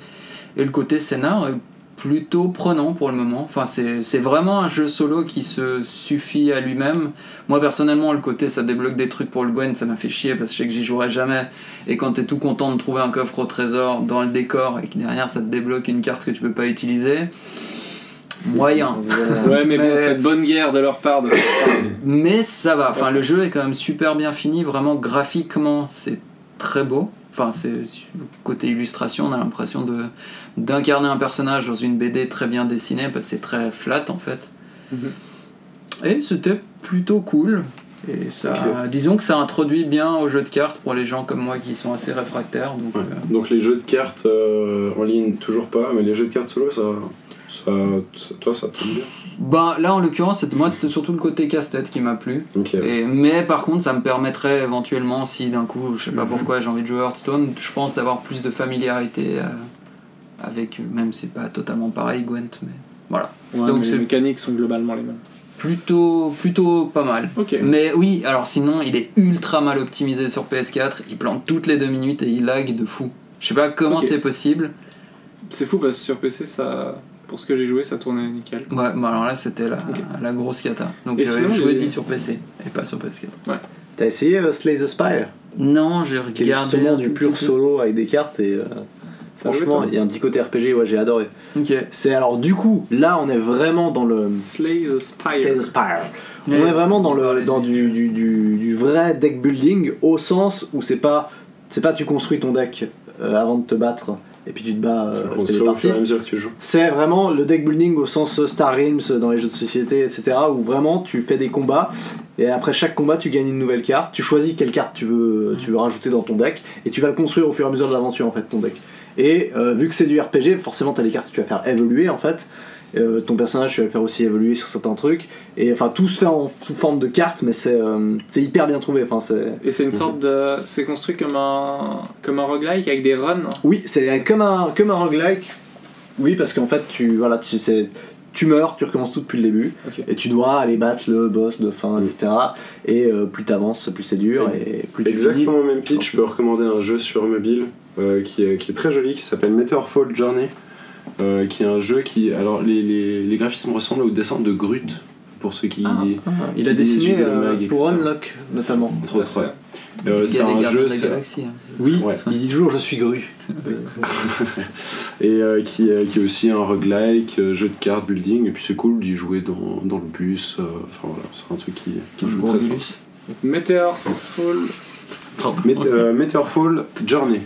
Speaker 7: Et le côté scénar est plutôt prenant pour le moment. Enfin, c'est c'est vraiment un jeu solo qui se suffit à lui-même. Moi, personnellement, le côté ça débloque des trucs pour le Gwen, ça m'a fait chier parce que je sais que j'y jouerai jamais. Et quand t'es tout content de trouver un coffre au trésor dans le décor et que derrière ça te débloque une carte que tu peux pas utiliser, moyen.
Speaker 16: Ouais, mais,
Speaker 7: Mais-
Speaker 16: bon, cette bonne guerre de leur part de.
Speaker 7: Mais ça va. Enfin, le jeu est quand même super bien fini. Vraiment, graphiquement, c'est très beau. Enfin, c'est côté illustration, on a l'impression de d'incarner un personnage dans une BD très bien dessinée parce que c'est très flat en fait. Et c'était plutôt cool. Et ça, disons que ça introduit bien au jeu de cartes pour les gens comme moi qui sont assez réfractaires. Donc,
Speaker 4: Ouais.
Speaker 7: euh,
Speaker 4: Donc les jeux de cartes euh, en ligne, toujours pas, mais les jeux de cartes solo, ça, ça, ça- toi, ça tombe bien.
Speaker 7: ben, là, en l'occurrence, c'était- moi, c'était surtout le côté casse-tête qui m'a plu.
Speaker 4: Ok.
Speaker 7: Et- mais par contre, ça me permettrait éventuellement, si d'un coup, je sais
Speaker 16: Mhm.
Speaker 7: pas pourquoi, j'ai envie de jouer Hearthstone, je pense d'avoir plus de familiarité euh, avec, euh, même si c'est pas totalement pareil, Gwent, mais voilà. Donc
Speaker 16: Donc
Speaker 7: c'est-
Speaker 16: les mécaniques sont globalement les mêmes.
Speaker 7: Plutôt, plutôt pas mal.
Speaker 16: Ok.
Speaker 7: Mais oui, alors sinon, il est ultra mal optimisé sur PS4, il plante toutes les deux minutes et il lag de fou. Je sais pas comment
Speaker 16: Ok.
Speaker 7: c'est possible.
Speaker 16: C'est fou parce que sur PC, ça. Pour ce que j'ai joué, ça tournait nickel.
Speaker 7: Ouais, bon alors là, c'était la,
Speaker 16: Ok.
Speaker 7: la grosse cata. Donc
Speaker 16: Et
Speaker 7: euh,
Speaker 16: sinon,
Speaker 7: jouez-y
Speaker 16: les-
Speaker 7: sur PC et pas sur PS4.
Speaker 1: T'as essayé euh, Slay the Spire,
Speaker 7: Non, j'ai
Speaker 1: qui est
Speaker 7: regardé.
Speaker 1: justement
Speaker 7: un
Speaker 1: du
Speaker 7: tout
Speaker 1: pur
Speaker 7: petit Ah
Speaker 1: solo avec des cartes et. euh,
Speaker 16: T'as joué, toi
Speaker 1: Franchement, il y a un petit côté RPG, ouais, j'ai adoré.
Speaker 7: peu.
Speaker 4: Euh,
Speaker 7: Ok.
Speaker 1: C'est alors, du coup, là, on est vraiment dans le.
Speaker 16: Slay the Spire.
Speaker 1: Slay the Spire. On
Speaker 7: Mais-
Speaker 1: est vraiment dans, le,
Speaker 7: les-
Speaker 1: dans du, du, du- du vrai deck building au sens où c'est pas, c'est pas tu construis ton deck euh, avant de te battre et puis tu te bats euh,
Speaker 4: On
Speaker 1: t'es
Speaker 4: se voit au
Speaker 1: parti.
Speaker 4: fur et à mesure que tu joues.
Speaker 1: C'est vraiment le deck building au sens euh, Star Realms dans les jeux de société, etc. où vraiment tu fais des combats et après chaque combat tu gagnes une nouvelle carte. Tu choisis quelle carte tu veux, euh, tu veux rajouter dans ton deck et tu vas le construire au fur et à mesure de l'aventure en fait ton deck. Et euh, vu que c'est du RPG, forcément t'as des cartes que tu vas faire évoluer en fait. Euh, ton personnage tu vas le faire aussi évoluer sur certains trucs. Et enfin tout se fait en, sous forme de cartes, mais c'est euh, c'est hyper bien trouvé. Enfin c'est
Speaker 16: Et c'est une sorte de. C'est construit comme un. Comme un roguelike avec des runs.
Speaker 1: Oui, c'est comme un, comme un roguelike. Oui, parce qu'en fait, tu, voilà, tu, c'est- tu meurs, tu recommences tout depuis le début.
Speaker 16: Ok.
Speaker 1: Et tu dois aller battre le boss de fin,
Speaker 4: Mm.
Speaker 1: etc. Et euh, plus t'avances, plus c'est dur. Et plus tu
Speaker 4: Exactement le même pitch, je peux recommander un jeu sur mobile euh, qui, est, qui est très joli, qui s'appelle Meteor Fall Journey, euh, qui est un jeu qui... Alors les, les, les graphismes ressemblent aux dessins de Grut, pour ceux qui...
Speaker 1: finis. Ah, il a
Speaker 4: qui
Speaker 1: dessiné
Speaker 4: disent,
Speaker 1: euh,
Speaker 4: Mag,
Speaker 1: pour
Speaker 4: etc.
Speaker 1: Unlock, notamment.
Speaker 4: Entre autres, ouais. Euh,
Speaker 7: Il y
Speaker 4: c'est
Speaker 7: a des
Speaker 4: un
Speaker 7: gardiens
Speaker 4: jeu...
Speaker 7: de la
Speaker 4: c'est-
Speaker 7: galaxie. hein.
Speaker 1: Oui,
Speaker 4: Ouais.
Speaker 1: il dit toujours Je suis Gru.
Speaker 4: et euh, qui, est- qui est aussi un roguelike, euh, jeu de cartes, building, et puis c'est cool d'y jouer dans, dans le bus, euh, enfin voilà, c'est un truc qui, qui joue très simple.
Speaker 16: Meteor Fall
Speaker 4: Met- euh, Meteor Fall Journey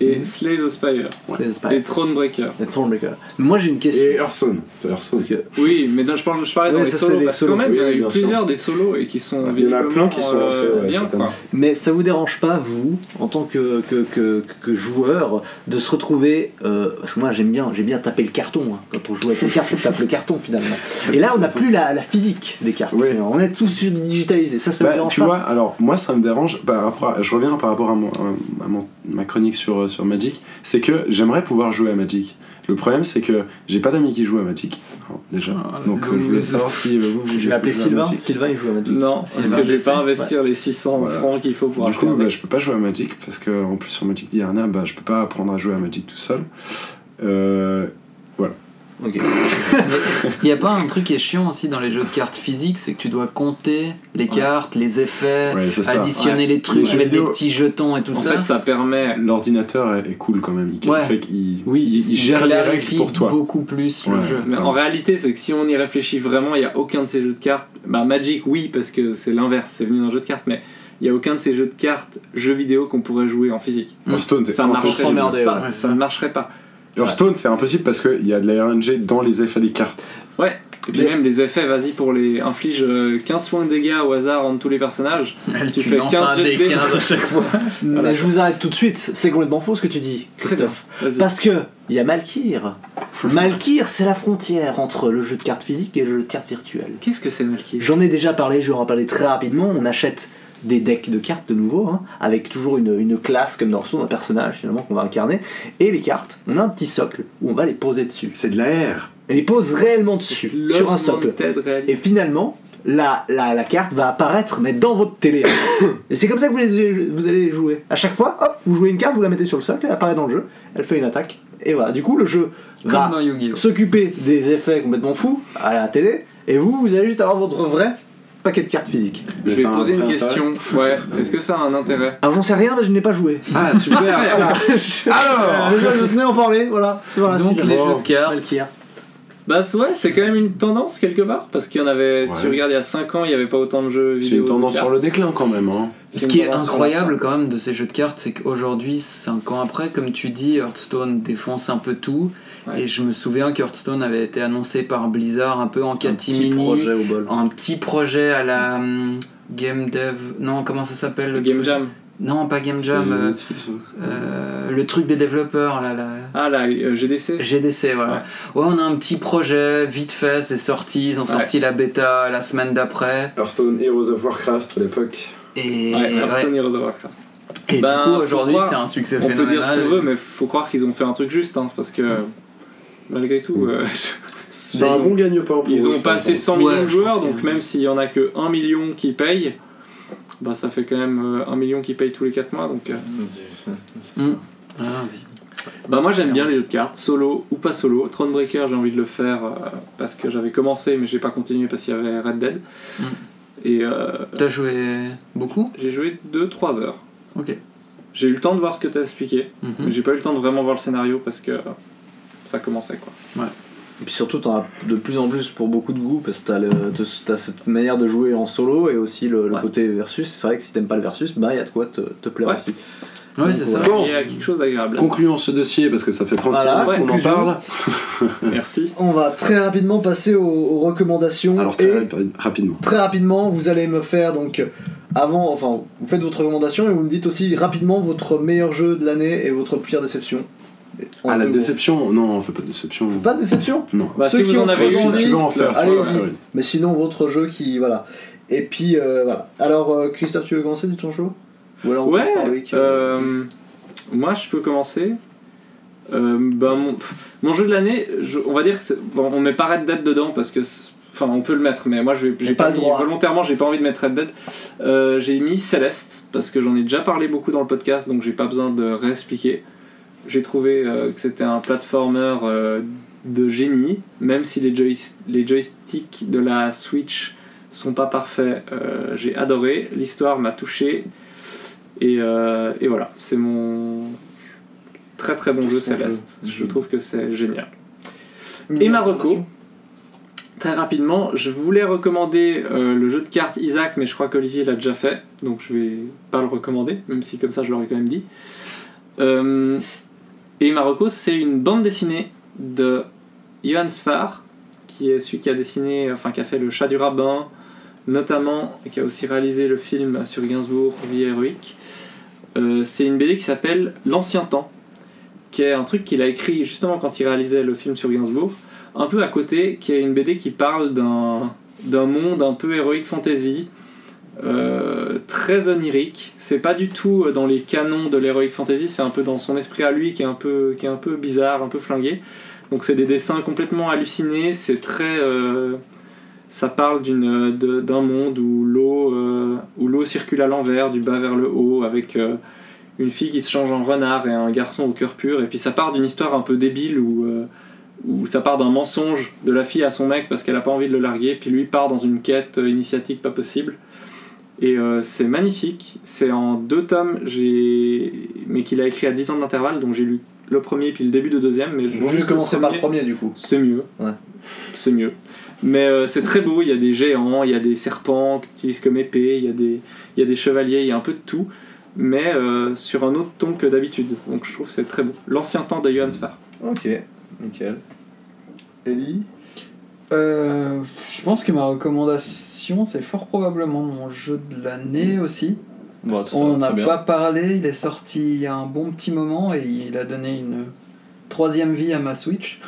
Speaker 4: Mhm.
Speaker 16: et Slay the Spire.
Speaker 1: C'est pas-
Speaker 16: Et Thronebreaker.
Speaker 1: Et Thornbreaker. Moi, j'ai une question.
Speaker 4: et Hearthstone. Hearthstone.
Speaker 1: Parce que-
Speaker 16: Oui, mais dans- je, parle, je parlais
Speaker 1: Ouais,
Speaker 16: dans les
Speaker 1: ça, c'est
Speaker 16: solos,
Speaker 1: les
Speaker 16: parce que
Speaker 1: solos.
Speaker 16: quand même, il y en a
Speaker 4: Oui,
Speaker 16: eu
Speaker 4: bien sûr.
Speaker 16: plusieurs des solos et qui sont
Speaker 4: Il y en a plein qui sont
Speaker 16: visiblement,
Speaker 4: lancés, ouais,
Speaker 16: euh, bien,
Speaker 4: cette
Speaker 16: quoi.
Speaker 4: année.
Speaker 1: Mais ça vous dérange pas, vous, en tant que, que, que- que joueur, de se retrouver. euh, parce que moi, j'aime bien, j'aime bien taper le carton. hein. Quand on joue avec les cartes, on tape le carton finalement. Et là, on n'a plus la, la physique des cartes.
Speaker 4: Ouais.
Speaker 1: On est tous digitalisés. Ça, ça vous
Speaker 4: Bah,
Speaker 1: dérange
Speaker 4: tu
Speaker 1: pas
Speaker 4: vois, alors moi ça me dérange, par rapport à- je reviens par rapport à, mon- à- à mon- ma chronique sur euh, sur, sur Magic, c'est que j'aimerais pouvoir jouer à Magic. Le problème, c'est que j'ai pas d'amis qui jouent à Magic, alors, déjà.
Speaker 7: Ah,
Speaker 4: Donc,
Speaker 7: le-
Speaker 4: euh, je voulais savoir si euh, vous, vous
Speaker 1: Je vais appeler
Speaker 4: jouez à
Speaker 1: Sylvain.
Speaker 4: Magic.
Speaker 1: Sylvain, il joue à Magic.
Speaker 16: Non,
Speaker 7: Si,
Speaker 16: parce
Speaker 7: bah,
Speaker 16: que je vais
Speaker 7: je
Speaker 16: pas
Speaker 7: sais,
Speaker 16: investir les 600
Speaker 4: Voilà.
Speaker 16: francs qu'il faut pour
Speaker 4: Du
Speaker 16: acheter
Speaker 4: coup,
Speaker 16: un
Speaker 4: bah,
Speaker 16: mec.
Speaker 4: je peux pas jouer à Magic parce que en plus sur Magic Diarna, bah, je peux pas apprendre à jouer à Magic tout seul. Euh,
Speaker 1: Ah,
Speaker 7: Il n'y a pas un truc qui est chiant aussi dans les jeux de cartes physiques, c'est que tu dois compter les cartes, les effets,
Speaker 4: ouais, c'est ça.
Speaker 7: additionner les
Speaker 4: Les
Speaker 7: trucs,
Speaker 4: jeux
Speaker 7: mettre des
Speaker 4: vidéo-
Speaker 7: petits jetons et tout
Speaker 16: En
Speaker 7: ça.
Speaker 16: fait, ça permet.
Speaker 4: L'ordinateur est, est cool quand même. Il,
Speaker 7: Ouais.
Speaker 4: fait qu'il- oui, il, il gère les règles
Speaker 7: clarifie
Speaker 4: pour toi.
Speaker 7: beaucoup plus le
Speaker 4: Ouais.
Speaker 7: jeu.
Speaker 16: Mais en réalité, c'est que si on y réfléchit vraiment, il n'y a aucun de ces jeux de cartes. Bah, Magic, oui, parce que c'est l'inverse, c'est venu d'un jeu de cartes, mais il n'y a aucun de ces jeux de cartes, jeux vidéo qu'on pourrait jouer en physique.
Speaker 4: Hearthstone, c'est
Speaker 16: Mm. Ça marcherait
Speaker 4: impossible.
Speaker 1: s'emmerder,
Speaker 16: pas.
Speaker 7: ouais.
Speaker 16: Ça ne marcherait pas.
Speaker 4: Hearthstone, c'est impossible parce qu'il y a de la RNG dans les effets des cartes.
Speaker 16: Et puis même les effets, vas-y pour les. Inflige euh, 15 points de dégâts au hasard entre tous les personnages. tu fais 15 jets de dés.
Speaker 7: à chaque fois.
Speaker 1: Mais bah, je vous arrête tout de suite, c'est complètement faux ce que tu dis, Christophe.
Speaker 16: Vas-y.
Speaker 1: Parce que il y a Malkyr. Malkyr, c'est la frontière entre le jeu de cartes physique et le jeu de cartes virtuel.
Speaker 16: Qu'est-ce que c'est Malky
Speaker 1: J'en ai déjà parlé, je vais en parler très rapidement. On achète des decks de cartes de nouveau, hein, avec toujours une, une classe comme dans Hearthstone, un personnage finalement qu'on va incarner. Et les cartes, on a un petit socle où on va les poser dessus.
Speaker 4: C'est de la R.
Speaker 1: On les pose réellement dessus, sur un socle.
Speaker 16: L'augmented reality.
Speaker 1: Et finalement, la, la, la carte va apparaître, mais dans votre télé. hein. et c'est comme ça que vous, les- vous allez les jouer. À chaque fois, hop, vous jouez une carte, vous la mettez sur le socle, elle apparaît dans le jeu, elle fait une attaque. Et voilà, du coup, le jeu
Speaker 7: Comme
Speaker 1: va
Speaker 7: dans Yu-Gi-Oh!
Speaker 1: s'occuper des effets complètement fous à la télé, et vous, vous allez juste avoir votre vrai paquet de cartes physiques.
Speaker 4: Mais
Speaker 16: Je
Speaker 4: ça a
Speaker 16: vais
Speaker 4: un
Speaker 16: poser une
Speaker 4: vrai
Speaker 16: question. Ouais, est-ce que ça a un intérêt
Speaker 1: Alors j'en sais rien, mais je n'ai pas joué.
Speaker 4: Ah, super
Speaker 1: Voilà. Je-
Speaker 4: Alors
Speaker 1: je, je tenais à en parler, voilà. voilà
Speaker 7: Donc
Speaker 1: c'est
Speaker 7: les
Speaker 1: bien.
Speaker 7: jeux de cartes,
Speaker 1: Malkyr.
Speaker 16: Bah ouais, c'est quand même une tendance quelque part, parce qu'il y en avait, si
Speaker 4: Ouais.
Speaker 16: tu regardes il y a 5 ans, il n'y avait pas autant de jeux vidéo.
Speaker 4: C'est une tendance
Speaker 16: de
Speaker 4: sur le déclin quand même. Hein.
Speaker 16: C'est
Speaker 7: Ce
Speaker 16: une
Speaker 7: qui est
Speaker 16: tendance sur la
Speaker 7: incroyable quand même de ces jeux de cartes, c'est qu'aujourd'hui, 5 ans après, comme tu dis, Hearthstone défonce un peu tout.
Speaker 16: Ouais.
Speaker 7: Et je me souviens que Hearthstone avait été annoncé par Blizzard un peu en
Speaker 1: Petit
Speaker 7: catimini.
Speaker 1: projet au bol.
Speaker 7: Un petit projet à la hum, Game Dev. Non, comment ça s'appelle
Speaker 16: Le
Speaker 7: le
Speaker 16: Game
Speaker 7: truc
Speaker 16: Jam.
Speaker 7: Non, pas Game Jam. euh, euh, le truc des développeurs, là. là.
Speaker 16: Ah la euh, GDC
Speaker 7: GDC, voilà. Ouais. on a un petit projet, vite fait, c'est sorti. Ils ont sorti la bêta la semaine d'après.
Speaker 4: Hearthstone Heroes of Warcraft à l'époque.
Speaker 7: Et,
Speaker 16: Ouais, Hearthstone
Speaker 7: ouais.
Speaker 16: Heroes of Warcraft.
Speaker 7: et
Speaker 16: Ben,
Speaker 7: du coup,
Speaker 16: faut
Speaker 7: aujourd'hui,
Speaker 16: croire.
Speaker 7: c'est un succès
Speaker 16: On peut dire ce qu'on
Speaker 7: phénoménal.
Speaker 16: veut, mais faut croire qu'ils ont fait un truc juste, hein, parce que malgré tout, euh,
Speaker 4: C'est un bon gagne-pain pour
Speaker 16: ils
Speaker 4: eux,
Speaker 16: ont
Speaker 4: je
Speaker 16: passé
Speaker 4: pense. hein.
Speaker 16: 100 millions
Speaker 7: Ouais,
Speaker 16: de
Speaker 7: je
Speaker 16: joueurs,
Speaker 7: pense que-
Speaker 16: donc même s'il y en a que 1 million qui paye, bah ça fait quand même euh, 1 million qui paye tous les 4 mois, donc. euh,
Speaker 7: Ah,
Speaker 16: Bah moi j'aime bien les jeux de cartes, solo ou pas solo. Thronebreaker j'ai envie de le faire euh, parce que j'avais commencé mais j'ai pas continué parce qu'il y avait Red Dead.
Speaker 7: Mm.
Speaker 16: Et euh,
Speaker 7: T'as joué beaucoup
Speaker 16: j'ai joué 2-3 heures.
Speaker 7: Ok.
Speaker 16: J'ai eu le temps de voir ce que t'as expliqué, mais
Speaker 7: Mhm.
Speaker 16: j'ai pas eu le temps de vraiment voir le scénario parce que euh, ça commençait quoi.
Speaker 25: Et puis surtout, t'en as de plus en plus pour beaucoup de goûts parce que t'as, le- t'as cette manière de jouer en solo et aussi le, le
Speaker 16: Ouais.
Speaker 25: côté versus. C'est vrai que si t'aimes pas le versus, bah y a de quoi te, te plaire
Speaker 16: Ouais.
Speaker 25: aussi.
Speaker 7: Ouais, c'est ça.
Speaker 4: Bon.
Speaker 16: Il y a quelque chose d'agréable.
Speaker 4: Concluons ce dossier parce que ça fait 35
Speaker 25: Voilà,
Speaker 4: minutes qu'on en
Speaker 25: conclusion.
Speaker 4: parle.
Speaker 16: Merci.
Speaker 25: On va très rapidement passer aux, aux recommandations.
Speaker 4: Alors,
Speaker 25: et
Speaker 4: très rapi- rapidement.
Speaker 25: très rapidement, vous allez me faire donc avant, enfin, vous faites votre recommandation et vous me dites aussi rapidement votre meilleur jeu de l'année et votre pire déception. En
Speaker 4: Ah, la
Speaker 25: deux mots.
Speaker 4: déception Non, on fait pas de déception.
Speaker 25: Pas de déception
Speaker 4: Non.
Speaker 16: Bah,
Speaker 25: Ceux
Speaker 16: si
Speaker 25: qui
Speaker 16: vous
Speaker 25: ont
Speaker 16: en avez
Speaker 25: trop
Speaker 16: une,
Speaker 25: envie,
Speaker 4: Tu veux en faire tu veux en
Speaker 25: allez-y.
Speaker 4: faire une.
Speaker 25: Mais sinon, votre jeu qui. Voilà. Et puis, euh, voilà. Alors, euh, Christophe, tu veux commencer du ton show Ou alors, on
Speaker 16: Ouais,
Speaker 25: commence par Loïc, euh,
Speaker 16: euh, moi je peux commencer. Euh, ben, mon, pff, mon jeu de l'année, je- on va dire, que c'est- bon, on met pas Red Dead dedans parce que, c'est- enfin, on peut le mettre, mais moi je vais, j'ai
Speaker 25: pas le
Speaker 16: mis-
Speaker 25: droit.
Speaker 16: volontairement, j'ai pas envie de mettre Red Dead. Euh, j'ai mis Celeste parce que j'en ai déjà parlé beaucoup dans le podcast, donc j'ai pas besoin de réexpliquer. J'ai trouvé euh, que c'était un platformer euh, de génie, même si les, joys- les joysticks de la Switch sont pas parfaits. euh, j'ai adoré, l'histoire m'a touché, et, euh, et voilà, c'est mon très très bon jeu Celeste. Je trouve que c'est génial. Et ma reco, très rapidement, je voulais recommander euh, le jeu de cartes Isaac, mais je crois qu'Olivier l'a déjà fait, donc je vais pas le recommander, même si comme ça je l'aurais quand même dit. Euh, et ma reco, c'est une bande dessinée de Johan Sfar, qui est celui qui a dessiné, enfin qui a fait Le Chat du Rabbin, notamment, et qui a aussi réalisé le film sur Gainsbourg, Vie héroïque. Euh, c'est une BD qui s'appelle L'Ancien Temps, qui est un truc qu'il a écrit justement quand il réalisait le film sur Gainsbourg, un peu à côté, qui est une BD qui parle d'un d'un monde un peu héroïque fantasy, euh, très onirique. C'est pas du tout euh, dans les canons de l'heroic fantasy, c'est un peu dans son esprit à lui qui est un peu, qui est un peu bizarre, un peu flingué. Donc c'est des dessins complètement hallucinés, c'est très... euh, ça parle d'une, de- d'un monde où l'eau, euh, où l'eau circule à l'envers, du bas vers le haut, avec euh, une fille qui se change en renard et un garçon au cœur pur. Et puis ça part d'une histoire un peu débile où... euh, où ça part d'un mensonge de la fille à son mec parce qu'elle a pas envie de le larguer, puis lui part dans une quête euh, initiatique pas possible. Et euh, c'est magnifique, c'est en deux tomes, j'ai... mais qu'il a écrit à 10 ans d'intervalle, donc j'ai lu le premier puis le début du deuxième. Mais
Speaker 1: Je vais juste commencer par le premier du coup.
Speaker 16: C'est mieux.
Speaker 1: Ouais.
Speaker 16: C'est mieux. Mais euh, c'est très beau, il y a des géants, il y a des serpents qui utilisent comme épée, il y, a des, il y a des chevaliers, il y a un peu de tout, mais euh, sur un autre ton que d'habitude. Donc je trouve que c'est très beau. L'ancien temps de Johan Sfar.
Speaker 1: Ok, nickel. Ellie
Speaker 7: Euh, je pense que ma recommandation, c'est fort probablement mon jeu de l'année aussi.
Speaker 1: Bon, bah, ça
Speaker 7: On
Speaker 1: va,
Speaker 7: n'en a
Speaker 1: Ah, très bien.
Speaker 7: pas parlé, il est sorti il y a un bon petit moment et il a donné une troisième vie à ma Switch.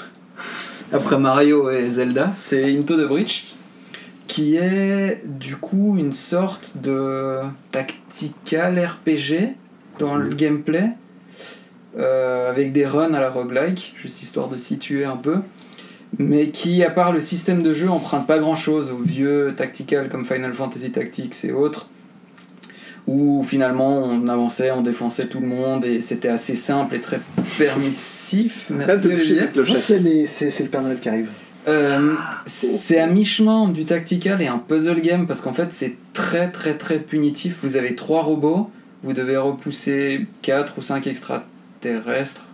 Speaker 7: Après Mario et Zelda, c'est Into the Breach, qui est du coup une sorte de tactical RPG dans le gameplay, euh, avec des runs à la roguelike, juste histoire de situer un peu, mais qui, à part le système de jeu, emprunte pas grand chose aux vieux tactical comme Final Fantasy Tactics et autres où finalement on avançait, on défonçait tout le monde et c'était assez simple et très permissif. Merci, Olivier.
Speaker 1: Oh, c'est les- c'est c'est le Père Noël qui arrive.
Speaker 7: Euh, c'est à mi-chemin du tactical et un puzzle game parce qu'en fait c'est très très très punitif. Vous avez trois robots, vous devez repousser quatre ou cinq extraterrestres.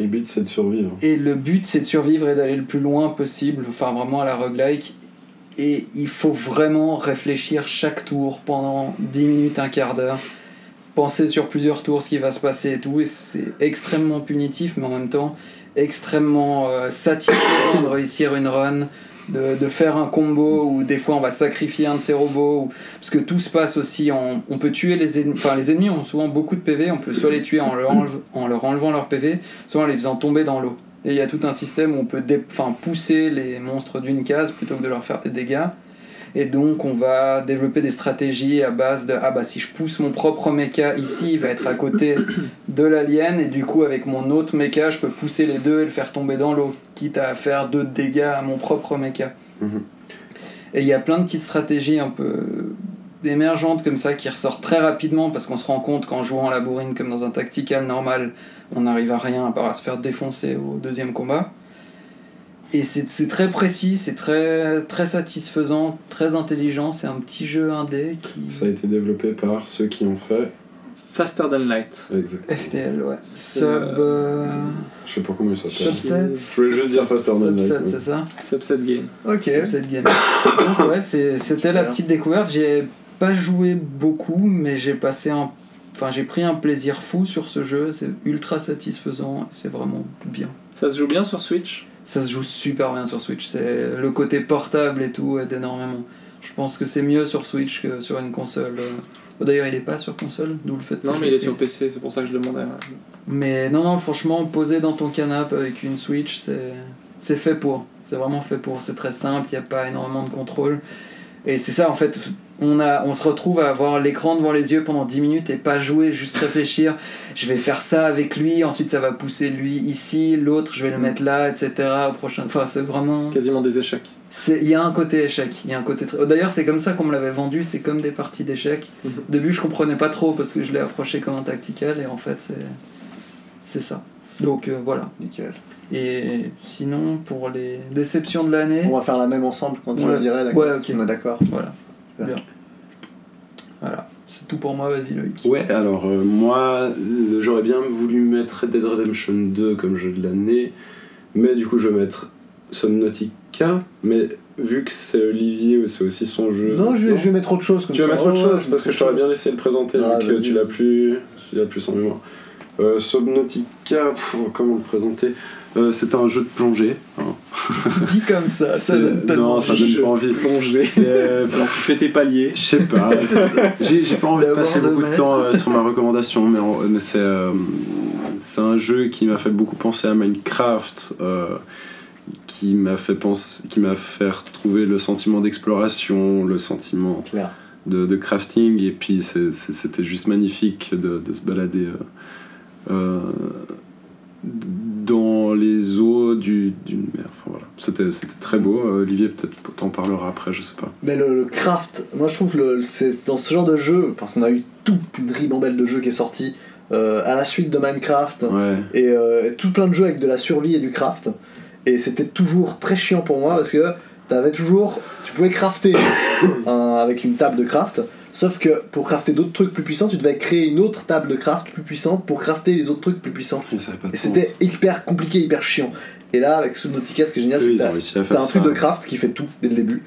Speaker 4: Le but, c'est de survivre.
Speaker 7: Et le but, c'est de survivre et d'aller le plus loin possible, enfin vraiment à la roguelike. Et il faut vraiment réfléchir chaque tour pendant 10 minutes, un quart d'heure, penser sur plusieurs tours ce qui va se passer et tout. Et c'est extrêmement punitif, mais en même temps extrêmement euh, satisfaisant de réussir une run, de, de faire un combo ou des fois on va sacrifier un de ses robots. ou- Parce que tout se passe aussi en. On peut tuer les ennemis, enfin les ennemis ont souvent beaucoup de PV, on peut soit les tuer en leur, enleve- en leur enlevant leur PV, soit en les faisant tomber dans l'eau. Et il y a tout un système où on peut dé- enfin, pousser les monstres d'une case plutôt que de leur faire des dégâts. Et donc on va développer des stratégies à base de ah bah si je pousse mon propre mecha ici, il va être à côté de l'alien et du coup avec mon autre mecha, je peux pousser les deux et le faire tomber dans l'eau, quitte à faire deux de dégâts à mon propre mecha.
Speaker 4: Mhm.
Speaker 7: Et il y a plein de petites stratégies un peu émergentes comme ça qui ressortent très rapidement parce qu'on se rend compte qu'en jouant à la bourrine comme dans un tactical normal, on n'arrive à rien à part à se faire défoncer au deuxième combat. Et c'est c'est très précis, c'est très, très satisfaisant, très intelligent. C'est un petit jeu indé qui.
Speaker 4: Ça a été développé par ceux qui ont fait.
Speaker 16: Faster Than Light.
Speaker 4: Exact.
Speaker 7: FTL, ouais.
Speaker 16: C'est,
Speaker 7: Sub.
Speaker 16: euh,
Speaker 7: euh,
Speaker 4: Je sais pas comment ils s'appellent.
Speaker 7: Subset.
Speaker 4: Je voulais juste dire Faster Than Light,
Speaker 7: Subset,
Speaker 4: ouais.
Speaker 7: c'est ça
Speaker 16: Subset Game.
Speaker 1: Ok.
Speaker 7: Subset Game. Donc, ouais, c'est- c'était la petite découverte. J'ai pas joué beaucoup, mais j'ai passé un. Enfin, j'ai pris un plaisir fou sur ce jeu. C'est ultra satisfaisant. C'est vraiment bien.
Speaker 16: Ça se joue bien sur Switch
Speaker 7: Ça se joue super bien sur Switch. C'est le côté portable et tout aide énormément. Je pense que c'est mieux sur Switch que sur une console. euh. Bon, D'ailleurs, il est pas sur console, d'où le fait. que
Speaker 16: Non,
Speaker 7: je
Speaker 16: mais il est
Speaker 7: l'utilise.
Speaker 16: sur PC, c'est pour ça que je demandais.
Speaker 7: Mais non, non, franchement, poser dans ton canapé avec une Switch, c'est c'est fait pour. C'est vraiment fait pour. C'est très simple, il n'y a pas énormément de contrôle. Et c'est ça, en fait, on, a, on se retrouve à avoir l'écran devant les yeux pendant 10 minutes et pas jouer, juste réfléchir. Je vais faire ça avec lui, ensuite ça va pousser lui ici, l'autre, je vais le mettre là, etc. Au prochain... Enfin, c'est vraiment.
Speaker 16: Quasiment des échecs.
Speaker 7: C'est- Il y a un côté échec, il y a un côté. très- D'ailleurs, c'est comme ça qu'on me l'avait vendu, c'est comme des parties d'échecs.
Speaker 16: Mhm.
Speaker 7: Au début, je comprenais pas trop parce que je l'ai approché comme un tactical et en fait, c'est c'est ça. Donc euh, voilà.
Speaker 1: Nickel.
Speaker 7: Et sinon, pour les déceptions de l'année,
Speaker 1: On va faire la même ensemble quand je
Speaker 7: Ouais.
Speaker 1: le dirai. d'accord
Speaker 7: Ouais, ok.
Speaker 1: On est d'accord.
Speaker 7: voilà.
Speaker 1: Super.
Speaker 7: Bien. Voilà, c'est tout pour moi, vas-y Loïc.
Speaker 4: Ouais, alors euh, moi, euh, j'aurais bien voulu mettre Dead Redemption 2 comme jeu de l'année, mais du coup, je vais mettre Subnautica, mais vu que c'est Olivier, c'est aussi son jeu.
Speaker 1: Non, je, vais- je vais mettre autre chose comme
Speaker 4: Tu vas
Speaker 1: ça.
Speaker 4: mettre autre
Speaker 1: Ouais,
Speaker 4: chose,
Speaker 1: ouais,
Speaker 4: parce que je t'aurais bien laissé le présenter,
Speaker 1: Ah,
Speaker 4: vu que
Speaker 1: vas-y.
Speaker 4: tu l'as plus, tu l'as plus en mémoire. Euh, Subnautica, pff, comment le présenter Euh, C'est un jeu de plongée. hein.
Speaker 7: Dit comme
Speaker 1: Ah,
Speaker 7: ça, ça
Speaker 4: C'est-
Speaker 7: donne tellement
Speaker 4: non, ça donne
Speaker 7: envie.
Speaker 4: pas envie. C'est pour fais tes paliers. Je sais pas. J'ai j'ai pas envie de
Speaker 1: D'abord
Speaker 4: passer
Speaker 1: de
Speaker 4: beaucoup de
Speaker 1: mettre.
Speaker 4: temps euh, sur ma recommandation, mais, en- mais c'est euh, c'est un jeu qui m'a fait beaucoup penser à Minecraft, euh, qui m'a fait penser, qui m'a fait retrouver le sentiment d'exploration, le sentiment
Speaker 1: Clair.
Speaker 4: de, de crafting et puis c'est- c'est- c'était juste magnifique de, de se balader euh, euh, dans les eaux du- d'une mer. Enfin, voilà. C'était c'était très beau. Euh, Olivier peut-être t'en parlera après, je sais pas.
Speaker 1: Mais le, le craft, moi je trouve que le- c'est dans ce genre de jeu, parce qu'on a eu toute une ribambelle de jeux qui est sortie euh, à la suite de Minecraft,
Speaker 4: Ouais.
Speaker 1: et, euh, et tout plein de jeux avec de la survie et du craft. Et c'était toujours très chiant pour moi parce que t'avais toujours, tu pouvais crafter un- avec une table de craft. Sauf que pour crafter d'autres trucs plus puissants, tu devais créer une autre table de craft plus puissante pour crafter les autres trucs plus puissants.
Speaker 4: Et ça avait pas de
Speaker 1: Et c'était
Speaker 4: sens.
Speaker 1: hyper compliqué, hyper chiant. Et là, avec Subnautica, ce qui est génial,
Speaker 4: Eux,
Speaker 1: c'est que
Speaker 4: ils ont
Speaker 1: t'as-
Speaker 4: réussi à faire
Speaker 1: T'as un
Speaker 4: ça.
Speaker 1: truc de craft qui fait tout dès le début.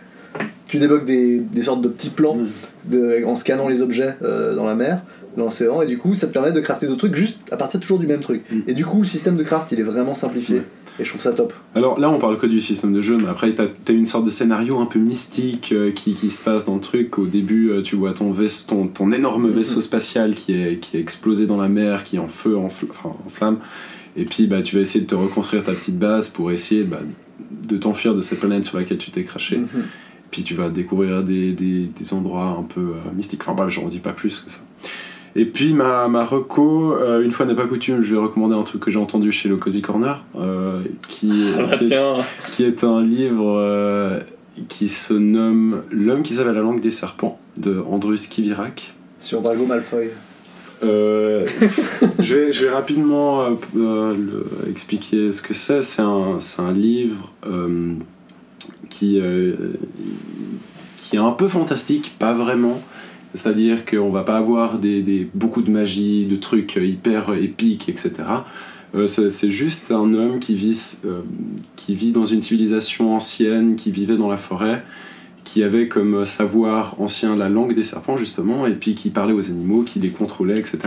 Speaker 1: Tu débloques des, des sortes de petits plans
Speaker 4: Mm.
Speaker 1: de- en scannant les objets euh, dans la mer, dans l'océan, et du coup ça te permet de crafter d'autres trucs juste à partir toujours du même truc.
Speaker 4: Mm.
Speaker 1: Et du coup le système de craft il est vraiment simplifié,
Speaker 4: Ouais.
Speaker 1: et je trouve ça top.
Speaker 4: Alors là, on parle que du système de jeu, mais après, t'as as une sorte de scénario un peu mystique euh, qui, qui se passe dans le truc. Au début, euh, tu vois ton, vaisse- ton, ton
Speaker 1: Mm-hmm.
Speaker 4: énorme vaisseau spatial qui est, qui est explosé dans la mer, qui est en feu, en, fl- enfin, en flamme. Et puis, bah, tu vas essayer de te reconstruire ta petite base pour essayer bah, de t'enfuir de cette planète sur laquelle tu t'es craché. Puis tu vas découvrir des, des- des endroits un peu euh, mystiques. Enfin bref, j'en dis pas plus que ça. Et puis ma, ma reco, euh, une fois n'est pas coutume, je vais recommander un truc que j'ai entendu chez le Cozy Corner, euh, qui,
Speaker 16: Ah,
Speaker 4: qui, est,
Speaker 16: tiens,
Speaker 4: qui est un livre euh, qui se nomme L'homme qui savait la langue des serpents de Andrus Kivirak.
Speaker 1: Sur Drago Malfoy.
Speaker 4: Euh, je, vais, je vais rapidement euh, euh, le- expliquer ce que c'est. C'est un, c'est un livre euh, qui, euh, qui est un peu fantastique, pas vraiment. C'est-à-dire qu'on va pas avoir des, des- beaucoup de magie, de trucs hyper épiques, etc. Euh, c'est c'est juste un homme qui vit, euh, qui vit dans une civilisation ancienne, qui vivait dans la forêt, qui avait comme savoir ancien la langue des serpents justement, et puis qui parlait aux animaux, qui les contrôlait, etc.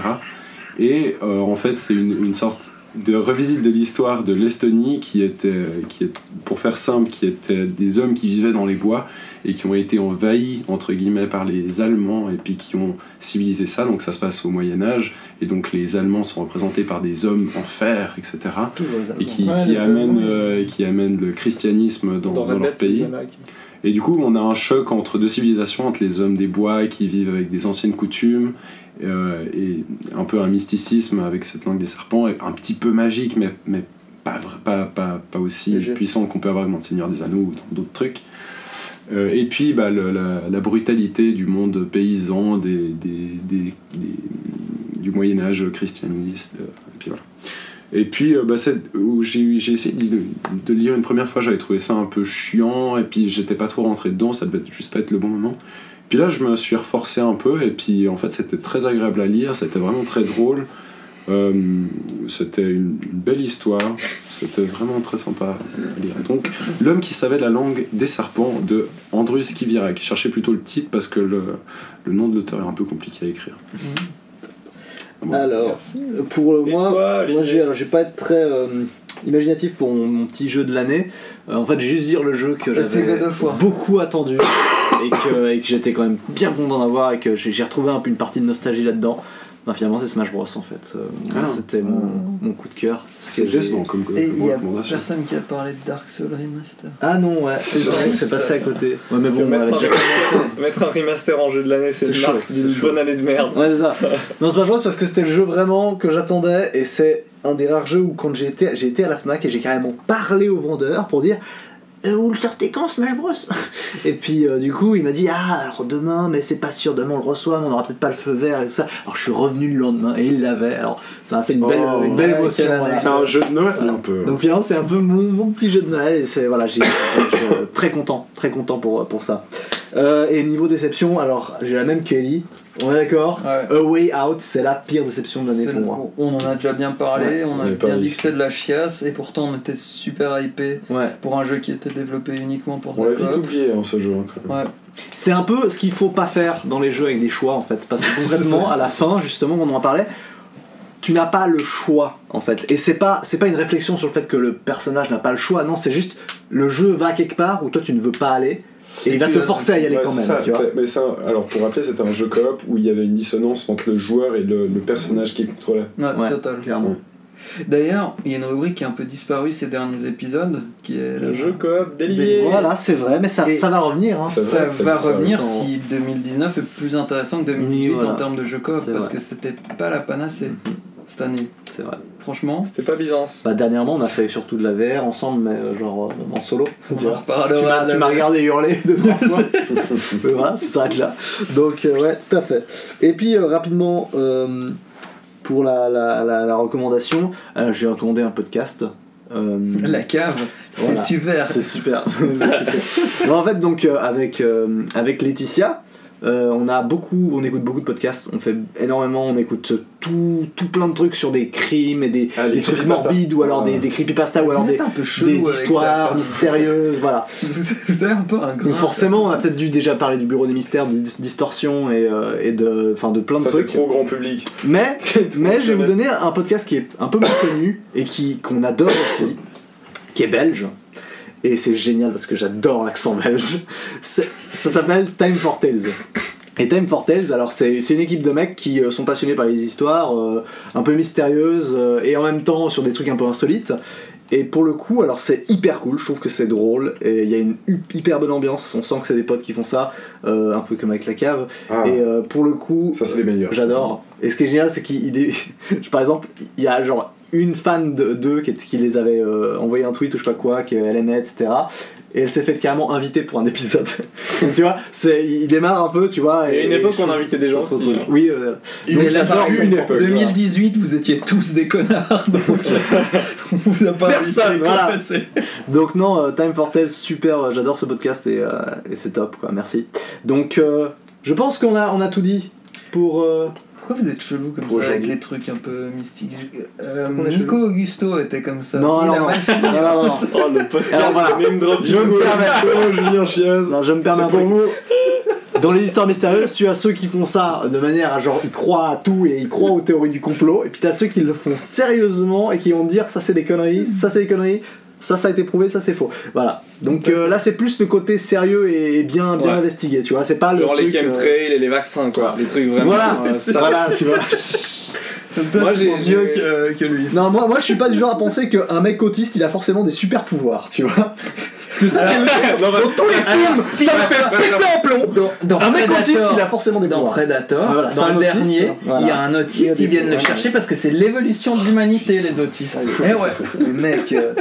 Speaker 4: Et euh, en fait, c'est une, une sorte de revisite de l'histoire de l'Estonie qui était, qui est, pour faire simple, qui était des hommes qui vivaient dans les bois et qui ont été envahis entre guillemets par les Allemands et puis qui ont civilisé ça. Donc ça se passe au Moyen Âge et donc les Allemands sont représentés par des hommes en fer, etc.
Speaker 1: Toujours les
Speaker 4: Et
Speaker 1: Allemands.
Speaker 4: qui,
Speaker 7: Ouais,
Speaker 4: qui
Speaker 7: les
Speaker 4: amène,
Speaker 7: Allemands, ils-
Speaker 4: euh, qui amène le christianisme dans,
Speaker 16: dans
Speaker 4: dans
Speaker 16: la
Speaker 4: leur
Speaker 16: dette c'est
Speaker 4: pays.
Speaker 16: l'Amérique.
Speaker 4: Et du coup, on a un choc entre deux civilisations, entre les hommes des bois qui vivent avec des anciennes coutumes euh, et un peu un mysticisme avec cette langue des serpents, et un petit peu magique, mais, mais pas, vra- pas, pas, pas aussi
Speaker 1: Léger.
Speaker 4: puissant qu'on peut avoir dans le Seigneur des Anneaux ou dans d'autres trucs. Euh, et puis bah, le- la, la brutalité du monde paysan, des, des- des- des- du Moyen Âge christianiste. euh, et puis voilà. Et puis euh, bah, c'est- où j'ai eu- j'ai essayé de, de lire une première fois, j'avais trouvé ça un peu chiant, et puis j'étais pas trop rentré dedans, ça devait être- juste pas être le bon moment. Puis là, je me suis reforcé un peu, et puis en fait, c'était très agréable à lire, c'était vraiment très drôle. Euh, c'était une belle histoire, c'était vraiment très sympa à lire. Donc, L'homme qui savait la langue des serpents de Andrus Kivirak. Cherchez plutôt le titre parce que le, le nom de l'auteur est un peu compliqué à écrire. Bon.
Speaker 1: Alors, euh, pour euh,
Speaker 16: Et
Speaker 1: moi,
Speaker 16: toi,
Speaker 1: moi
Speaker 16: Olivier
Speaker 1: j'ai- alors, je vais pas être très euh, imaginatif pour mon, mon petit jeu de l'année. Euh, en fait, j'ai juste dire le jeu que
Speaker 7: Let's
Speaker 1: j'avais
Speaker 7: God of War.
Speaker 1: beaucoup attendu et que, et que j'étais quand même bien content d'avoir et que j'ai j'ai retrouvé un peu une partie de nostalgie là-dedans. Bah, finalement, c'est Smash Bros en fait. Euh, moi,
Speaker 4: Ah.
Speaker 1: C'était mon, mon coup de cœur. Parce que
Speaker 4: C'est
Speaker 1: j'ai-
Speaker 4: décevant comme comme
Speaker 7: Et il y a
Speaker 4: recommandation.
Speaker 7: personne qui a parlé de Dark Souls Remaster.
Speaker 1: Ah non, ouais, c'est vrai que c'est passé à côté. Ouais, mais bon, on
Speaker 16: Parce
Speaker 1: l'avait
Speaker 16: que mettre,
Speaker 1: déjà-
Speaker 16: un remaster, mettre un remaster en jeu de l'année,
Speaker 1: C'est
Speaker 16: c'est une
Speaker 1: chaud,
Speaker 16: marque
Speaker 1: c'est
Speaker 16: d'une
Speaker 1: chaud.
Speaker 16: bonne année de merde.
Speaker 1: Ouais, c'est ça. Non, Smash Bros parce que c'était le jeu vraiment que j'attendais et c'est un des rares jeux où quand j'ai été, j'ai été à la Fnac et j'ai carrément parlé au vendeur pour dire Euh, vous le sortez quand Smash Bros Et puis euh, du coup il m'a dit ah alors demain mais c'est pas sûr demain on le reçoit mais on aura peut-être pas le feu vert et tout ça. Alors je suis revenu le lendemain et il l'avait alors ça m'a fait une belle,
Speaker 4: Oh,
Speaker 1: une belle
Speaker 7: ouais,
Speaker 1: émotion.
Speaker 7: quelle
Speaker 1: voilà.
Speaker 7: année.
Speaker 4: C'est un jeu de Noël un peu.
Speaker 1: Donc finalement c'est un peu mon, mon petit jeu de Noël et c'est voilà j'ai je suis, euh, très content très content pour, pour ça. Euh, et niveau déception alors j'ai la même Kelly on est d'accord
Speaker 7: Ouais.
Speaker 1: A Way Out c'est la pire déception de l'année
Speaker 7: C'est-
Speaker 1: pour moi.
Speaker 7: On en a déjà bien parlé, on a
Speaker 4: on est pas
Speaker 7: bien dit que
Speaker 4: ici.
Speaker 7: c'était de la chiasse, et pourtant on était super hypé
Speaker 1: Ouais.
Speaker 7: pour un jeu qui était développé uniquement pour
Speaker 4: On
Speaker 7: de
Speaker 4: l'a
Speaker 7: la
Speaker 4: vite
Speaker 7: coop.
Speaker 4: oublié hein, ce jeu. hein, quand même.
Speaker 7: Ouais.
Speaker 1: C'est un peu ce qu'il faut pas faire dans les jeux avec des choix en fait parce que concrètement à la fin justement on en parlait tu n'as pas le choix en fait et c'est pas c'est pas une réflexion sur le fait que le personnage n'a pas le choix non c'est juste le jeu va quelque part où toi tu ne veux pas aller et, il va
Speaker 7: tu
Speaker 1: te
Speaker 7: vas-
Speaker 1: forcer à y aller
Speaker 4: Ouais,
Speaker 1: quand
Speaker 4: c'est
Speaker 1: même
Speaker 4: ça,
Speaker 1: tu vois.
Speaker 4: c'est- mais ça, alors pour rappeler, c'était un jeu coop où il y avait une dissonance entre le joueur et le, le personnage qui contrôlait.
Speaker 7: Ouais,
Speaker 1: Ouais.
Speaker 7: total.
Speaker 1: clairement.
Speaker 7: D'ailleurs, il y a une rubrique qui est un peu disparue ces derniers épisodes, qui est
Speaker 16: Le
Speaker 7: la-
Speaker 16: jeu coop délié.
Speaker 1: Voilà, c'est vrai, mais ça,
Speaker 7: Et-
Speaker 1: ça va revenir. hein.
Speaker 4: C'est
Speaker 7: Ça
Speaker 4: vrai que ça
Speaker 7: va
Speaker 4: disparaît
Speaker 7: revenir
Speaker 1: autant.
Speaker 7: si 2019 est plus intéressant que 2018
Speaker 1: Oui, voilà.
Speaker 7: en termes de jeux coop,
Speaker 1: C'est
Speaker 7: parce
Speaker 1: vrai. Mm-hmm.
Speaker 7: que c'était pas la panacée cette année.
Speaker 1: C'est vrai.
Speaker 7: Franchement,
Speaker 16: C'était pas Byzance.
Speaker 1: Bah, dernièrement, on a fait surtout de la VR ensemble, mais euh, genre euh, en solo.
Speaker 7: on en
Speaker 1: Tu
Speaker 7: reparlera.
Speaker 1: m'as- tu m'as regardé hurler deux trois fois. Mais voilà, ça s'arrête là. Donc euh, ouais, tout à fait. Et puis euh, rapidement euh, pour la, la, la, la recommandation, euh, j'ai recommandé un podcast. Euh,
Speaker 7: La cave, c'est
Speaker 1: Voilà.
Speaker 7: super.
Speaker 1: c'est super. Non, en fait, donc euh, avec euh, avec Laetitia. euh, on a beaucoup, on écoute beaucoup de podcasts, on fait énormément, on écoute tout, tout plein de trucs sur des crimes et des,
Speaker 4: Ah, les
Speaker 1: des trucs
Speaker 4: creepypasta.
Speaker 1: morbides ou alors des,
Speaker 4: Ouais.
Speaker 1: des creepypastas ou alors
Speaker 7: Vous
Speaker 1: des,
Speaker 7: êtes un peu
Speaker 1: des
Speaker 7: chelou avec ça,
Speaker 1: histoires
Speaker 7: quoi.
Speaker 1: mystérieuses, voilà.
Speaker 7: Vous vous avez un peu un
Speaker 1: Donc
Speaker 7: grain.
Speaker 1: forcément, on a peut-être dû déjà parler du bureau des mystères, de dis- distorsion et, euh, et de, enfin de plein de
Speaker 4: Ça, c'est
Speaker 1: trucs.
Speaker 4: trop grand public.
Speaker 1: Mais, mais je vais vous donner un podcast qui est un peu moins connu et qui qu'on adore aussi, qui est belge. Et c'est génial parce que j'adore l'accent belge. C'est- Ça s'appelle Time for Tales. Et Time for Tales, alors c'est c'est une équipe de mecs qui euh, sont passionnés par les histoires euh, un peu mystérieuses euh, et en même temps sur des trucs un peu insolites. Et pour le coup, alors c'est hyper cool, je trouve que c'est drôle et il y a une hu- hyper bonne ambiance. On sent que c'est des potes qui font ça, euh, un peu comme avec la cave.
Speaker 4: Ah,
Speaker 1: Et euh, pour le coup,
Speaker 4: ça, c'est les meilleurs.
Speaker 1: J'adore. Et ce qui est génial, c'est qu'il. il dé- Par exemple, il y a genre une fan de- d'eux qui, est- qui les avait euh, envoyé un tweet ou je sais pas quoi, qu'elle aimait, etc. E, Et elle s'est fait carrément inviter pour un épisode. Donc, tu vois, c'est, il démarre un peu, tu vois.
Speaker 16: Il y a une
Speaker 1: et-
Speaker 16: époque
Speaker 1: et je
Speaker 16: où on
Speaker 1: trouve-
Speaker 16: invitait des gens
Speaker 1: je trouve
Speaker 16: aussi.
Speaker 1: cool.
Speaker 16: hein.
Speaker 1: Oui, euh,
Speaker 7: Mais
Speaker 1: donc,
Speaker 7: là,
Speaker 1: j'adore
Speaker 7: par
Speaker 1: une
Speaker 7: exemple,
Speaker 1: époque,
Speaker 7: 2018, vous étiez tous des connards, donc euh, on vous a pas
Speaker 1: Personne,
Speaker 7: invité, quoi.
Speaker 1: voilà.
Speaker 7: C'est-
Speaker 1: donc non, euh, Time for Tales, super, euh, j'adore ce podcast et, euh, et c'est top, quoi, merci. Donc, euh, je pense qu'on a, on a tout dit pour. euh,
Speaker 7: Pourquoi vous êtes chelou comme
Speaker 1: Pour
Speaker 7: ça avec
Speaker 1: aujourd'hui.
Speaker 7: les trucs un peu mystiques Euh,
Speaker 1: On est
Speaker 7: Nico Augusto était comme ça.
Speaker 1: Non,
Speaker 7: aussi,
Speaker 1: non,
Speaker 7: il a
Speaker 1: non.
Speaker 7: mal fini.
Speaker 1: Non, non, non.
Speaker 16: Oh le podcast
Speaker 1: Alors, voilà.
Speaker 16: de name drop.
Speaker 1: Je me permets.
Speaker 4: Julien Chiaz.
Speaker 1: Non, je me permets
Speaker 4: C'est
Speaker 1: pour vous. Dans les histoires mystérieuses, tu as ceux qui font ça de manière à genre ils croient à tout et ils croient aux théories du complot, et puis t'as ceux qui le font sérieusement et qui vont dire ça c'est des conneries, ça c'est des conneries, ça ça a été prouvé, ça c'est faux. Voilà. Donc euh, là c'est plus le côté sérieux et bien bien
Speaker 16: Ouais.
Speaker 1: investigué, tu vois. C'est pas le
Speaker 16: Genre les
Speaker 1: truc, euh,
Speaker 16: chemtrails et les vaccins quoi. Les trucs vraiment.
Speaker 1: Voilà,
Speaker 16: euh, ça-
Speaker 1: voilà, tu vois.
Speaker 16: Moi j'ai.
Speaker 7: Mieux
Speaker 16: j'ai-
Speaker 7: que, que lui.
Speaker 1: Non, moi, moi je suis pas du genre à penser qu'un mec autiste il a forcément des super pouvoirs, tu vois. Parce que ça c'est le dans tous les films, ça me fait péter un plomb.
Speaker 7: Ah, Dans, dans
Speaker 1: Un mec
Speaker 7: Predator-
Speaker 1: autiste il a forcément des
Speaker 7: Dans
Speaker 1: pouvoirs.
Speaker 7: Predator,
Speaker 1: Ah, voilà, c'est
Speaker 7: dans
Speaker 1: un
Speaker 7: le
Speaker 1: autiste,
Speaker 7: dernier,
Speaker 1: voilà.
Speaker 7: hein. il y a un
Speaker 1: Il y a
Speaker 7: autiste,
Speaker 1: des
Speaker 7: ils viennent le
Speaker 1: problèmes.
Speaker 7: chercher parce que c'est l'évolution de l'humanité, les autistes. Eh ouais.
Speaker 1: Mais mec, euh,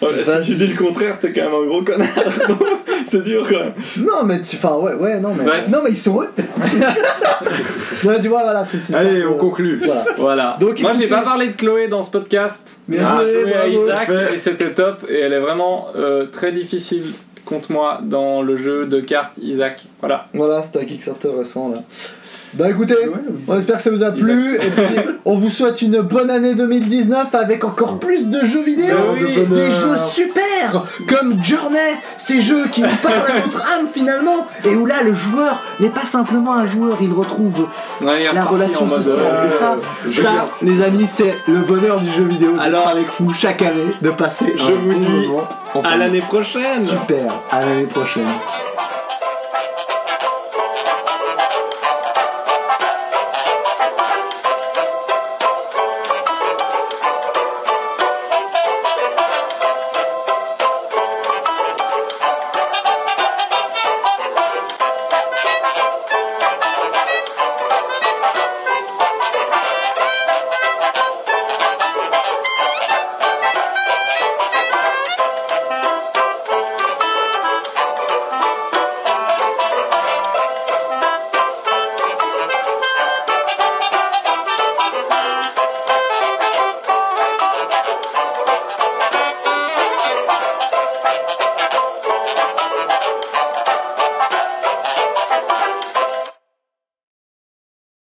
Speaker 16: Oh,
Speaker 1: c'est pas-
Speaker 16: si tu dis le contraire, t'es quand même un gros connard. c'est dur quand même.
Speaker 1: non mais tu, enfin ouais, ouais, non mais,
Speaker 16: Bref.
Speaker 1: non mais ils sont hauts. non, tu vois, voilà, c'est c'est ça.
Speaker 4: Allez,
Speaker 1: que-
Speaker 4: on conclut.
Speaker 1: Voilà.
Speaker 16: Voilà.
Speaker 1: Donc,
Speaker 16: Moi j'ai
Speaker 1: écoutez-
Speaker 16: pas parlé de Chloé dans ce podcast.
Speaker 1: Bien
Speaker 16: Ah,
Speaker 1: joué,
Speaker 16: Chloé à
Speaker 1: bravo.
Speaker 16: Isaac et c'était top et elle est vraiment euh, très difficile contre moi dans le jeu de cartes Isaac. Voilà.
Speaker 1: Voilà, c'était un Kickstarter récent là. Bah écoutez, on
Speaker 7: Ouais,
Speaker 1: espère que ça vous a plu et puis on vous souhaite une bonne année 2019 avec encore plus de jeux vidéo,
Speaker 16: Mais oui.
Speaker 1: de des jeux super comme Journey, ces jeux qui nous parlent à notre âme finalement et où là le joueur n'est pas simplement un joueur, il retrouve
Speaker 16: Ouais, il est
Speaker 1: la
Speaker 16: reparti en
Speaker 1: relation
Speaker 16: mode,
Speaker 1: sociale.
Speaker 16: euh,
Speaker 1: Et ça,
Speaker 4: je
Speaker 1: ça, les amis, c'est le bonheur du jeu vidéo d'être
Speaker 16: Alors-
Speaker 1: avec vous chaque année, de passer
Speaker 16: Je vous dis
Speaker 1: moment en
Speaker 16: euh, à
Speaker 1: famille.
Speaker 16: l'année prochaine.
Speaker 1: Super, à l'année prochaine.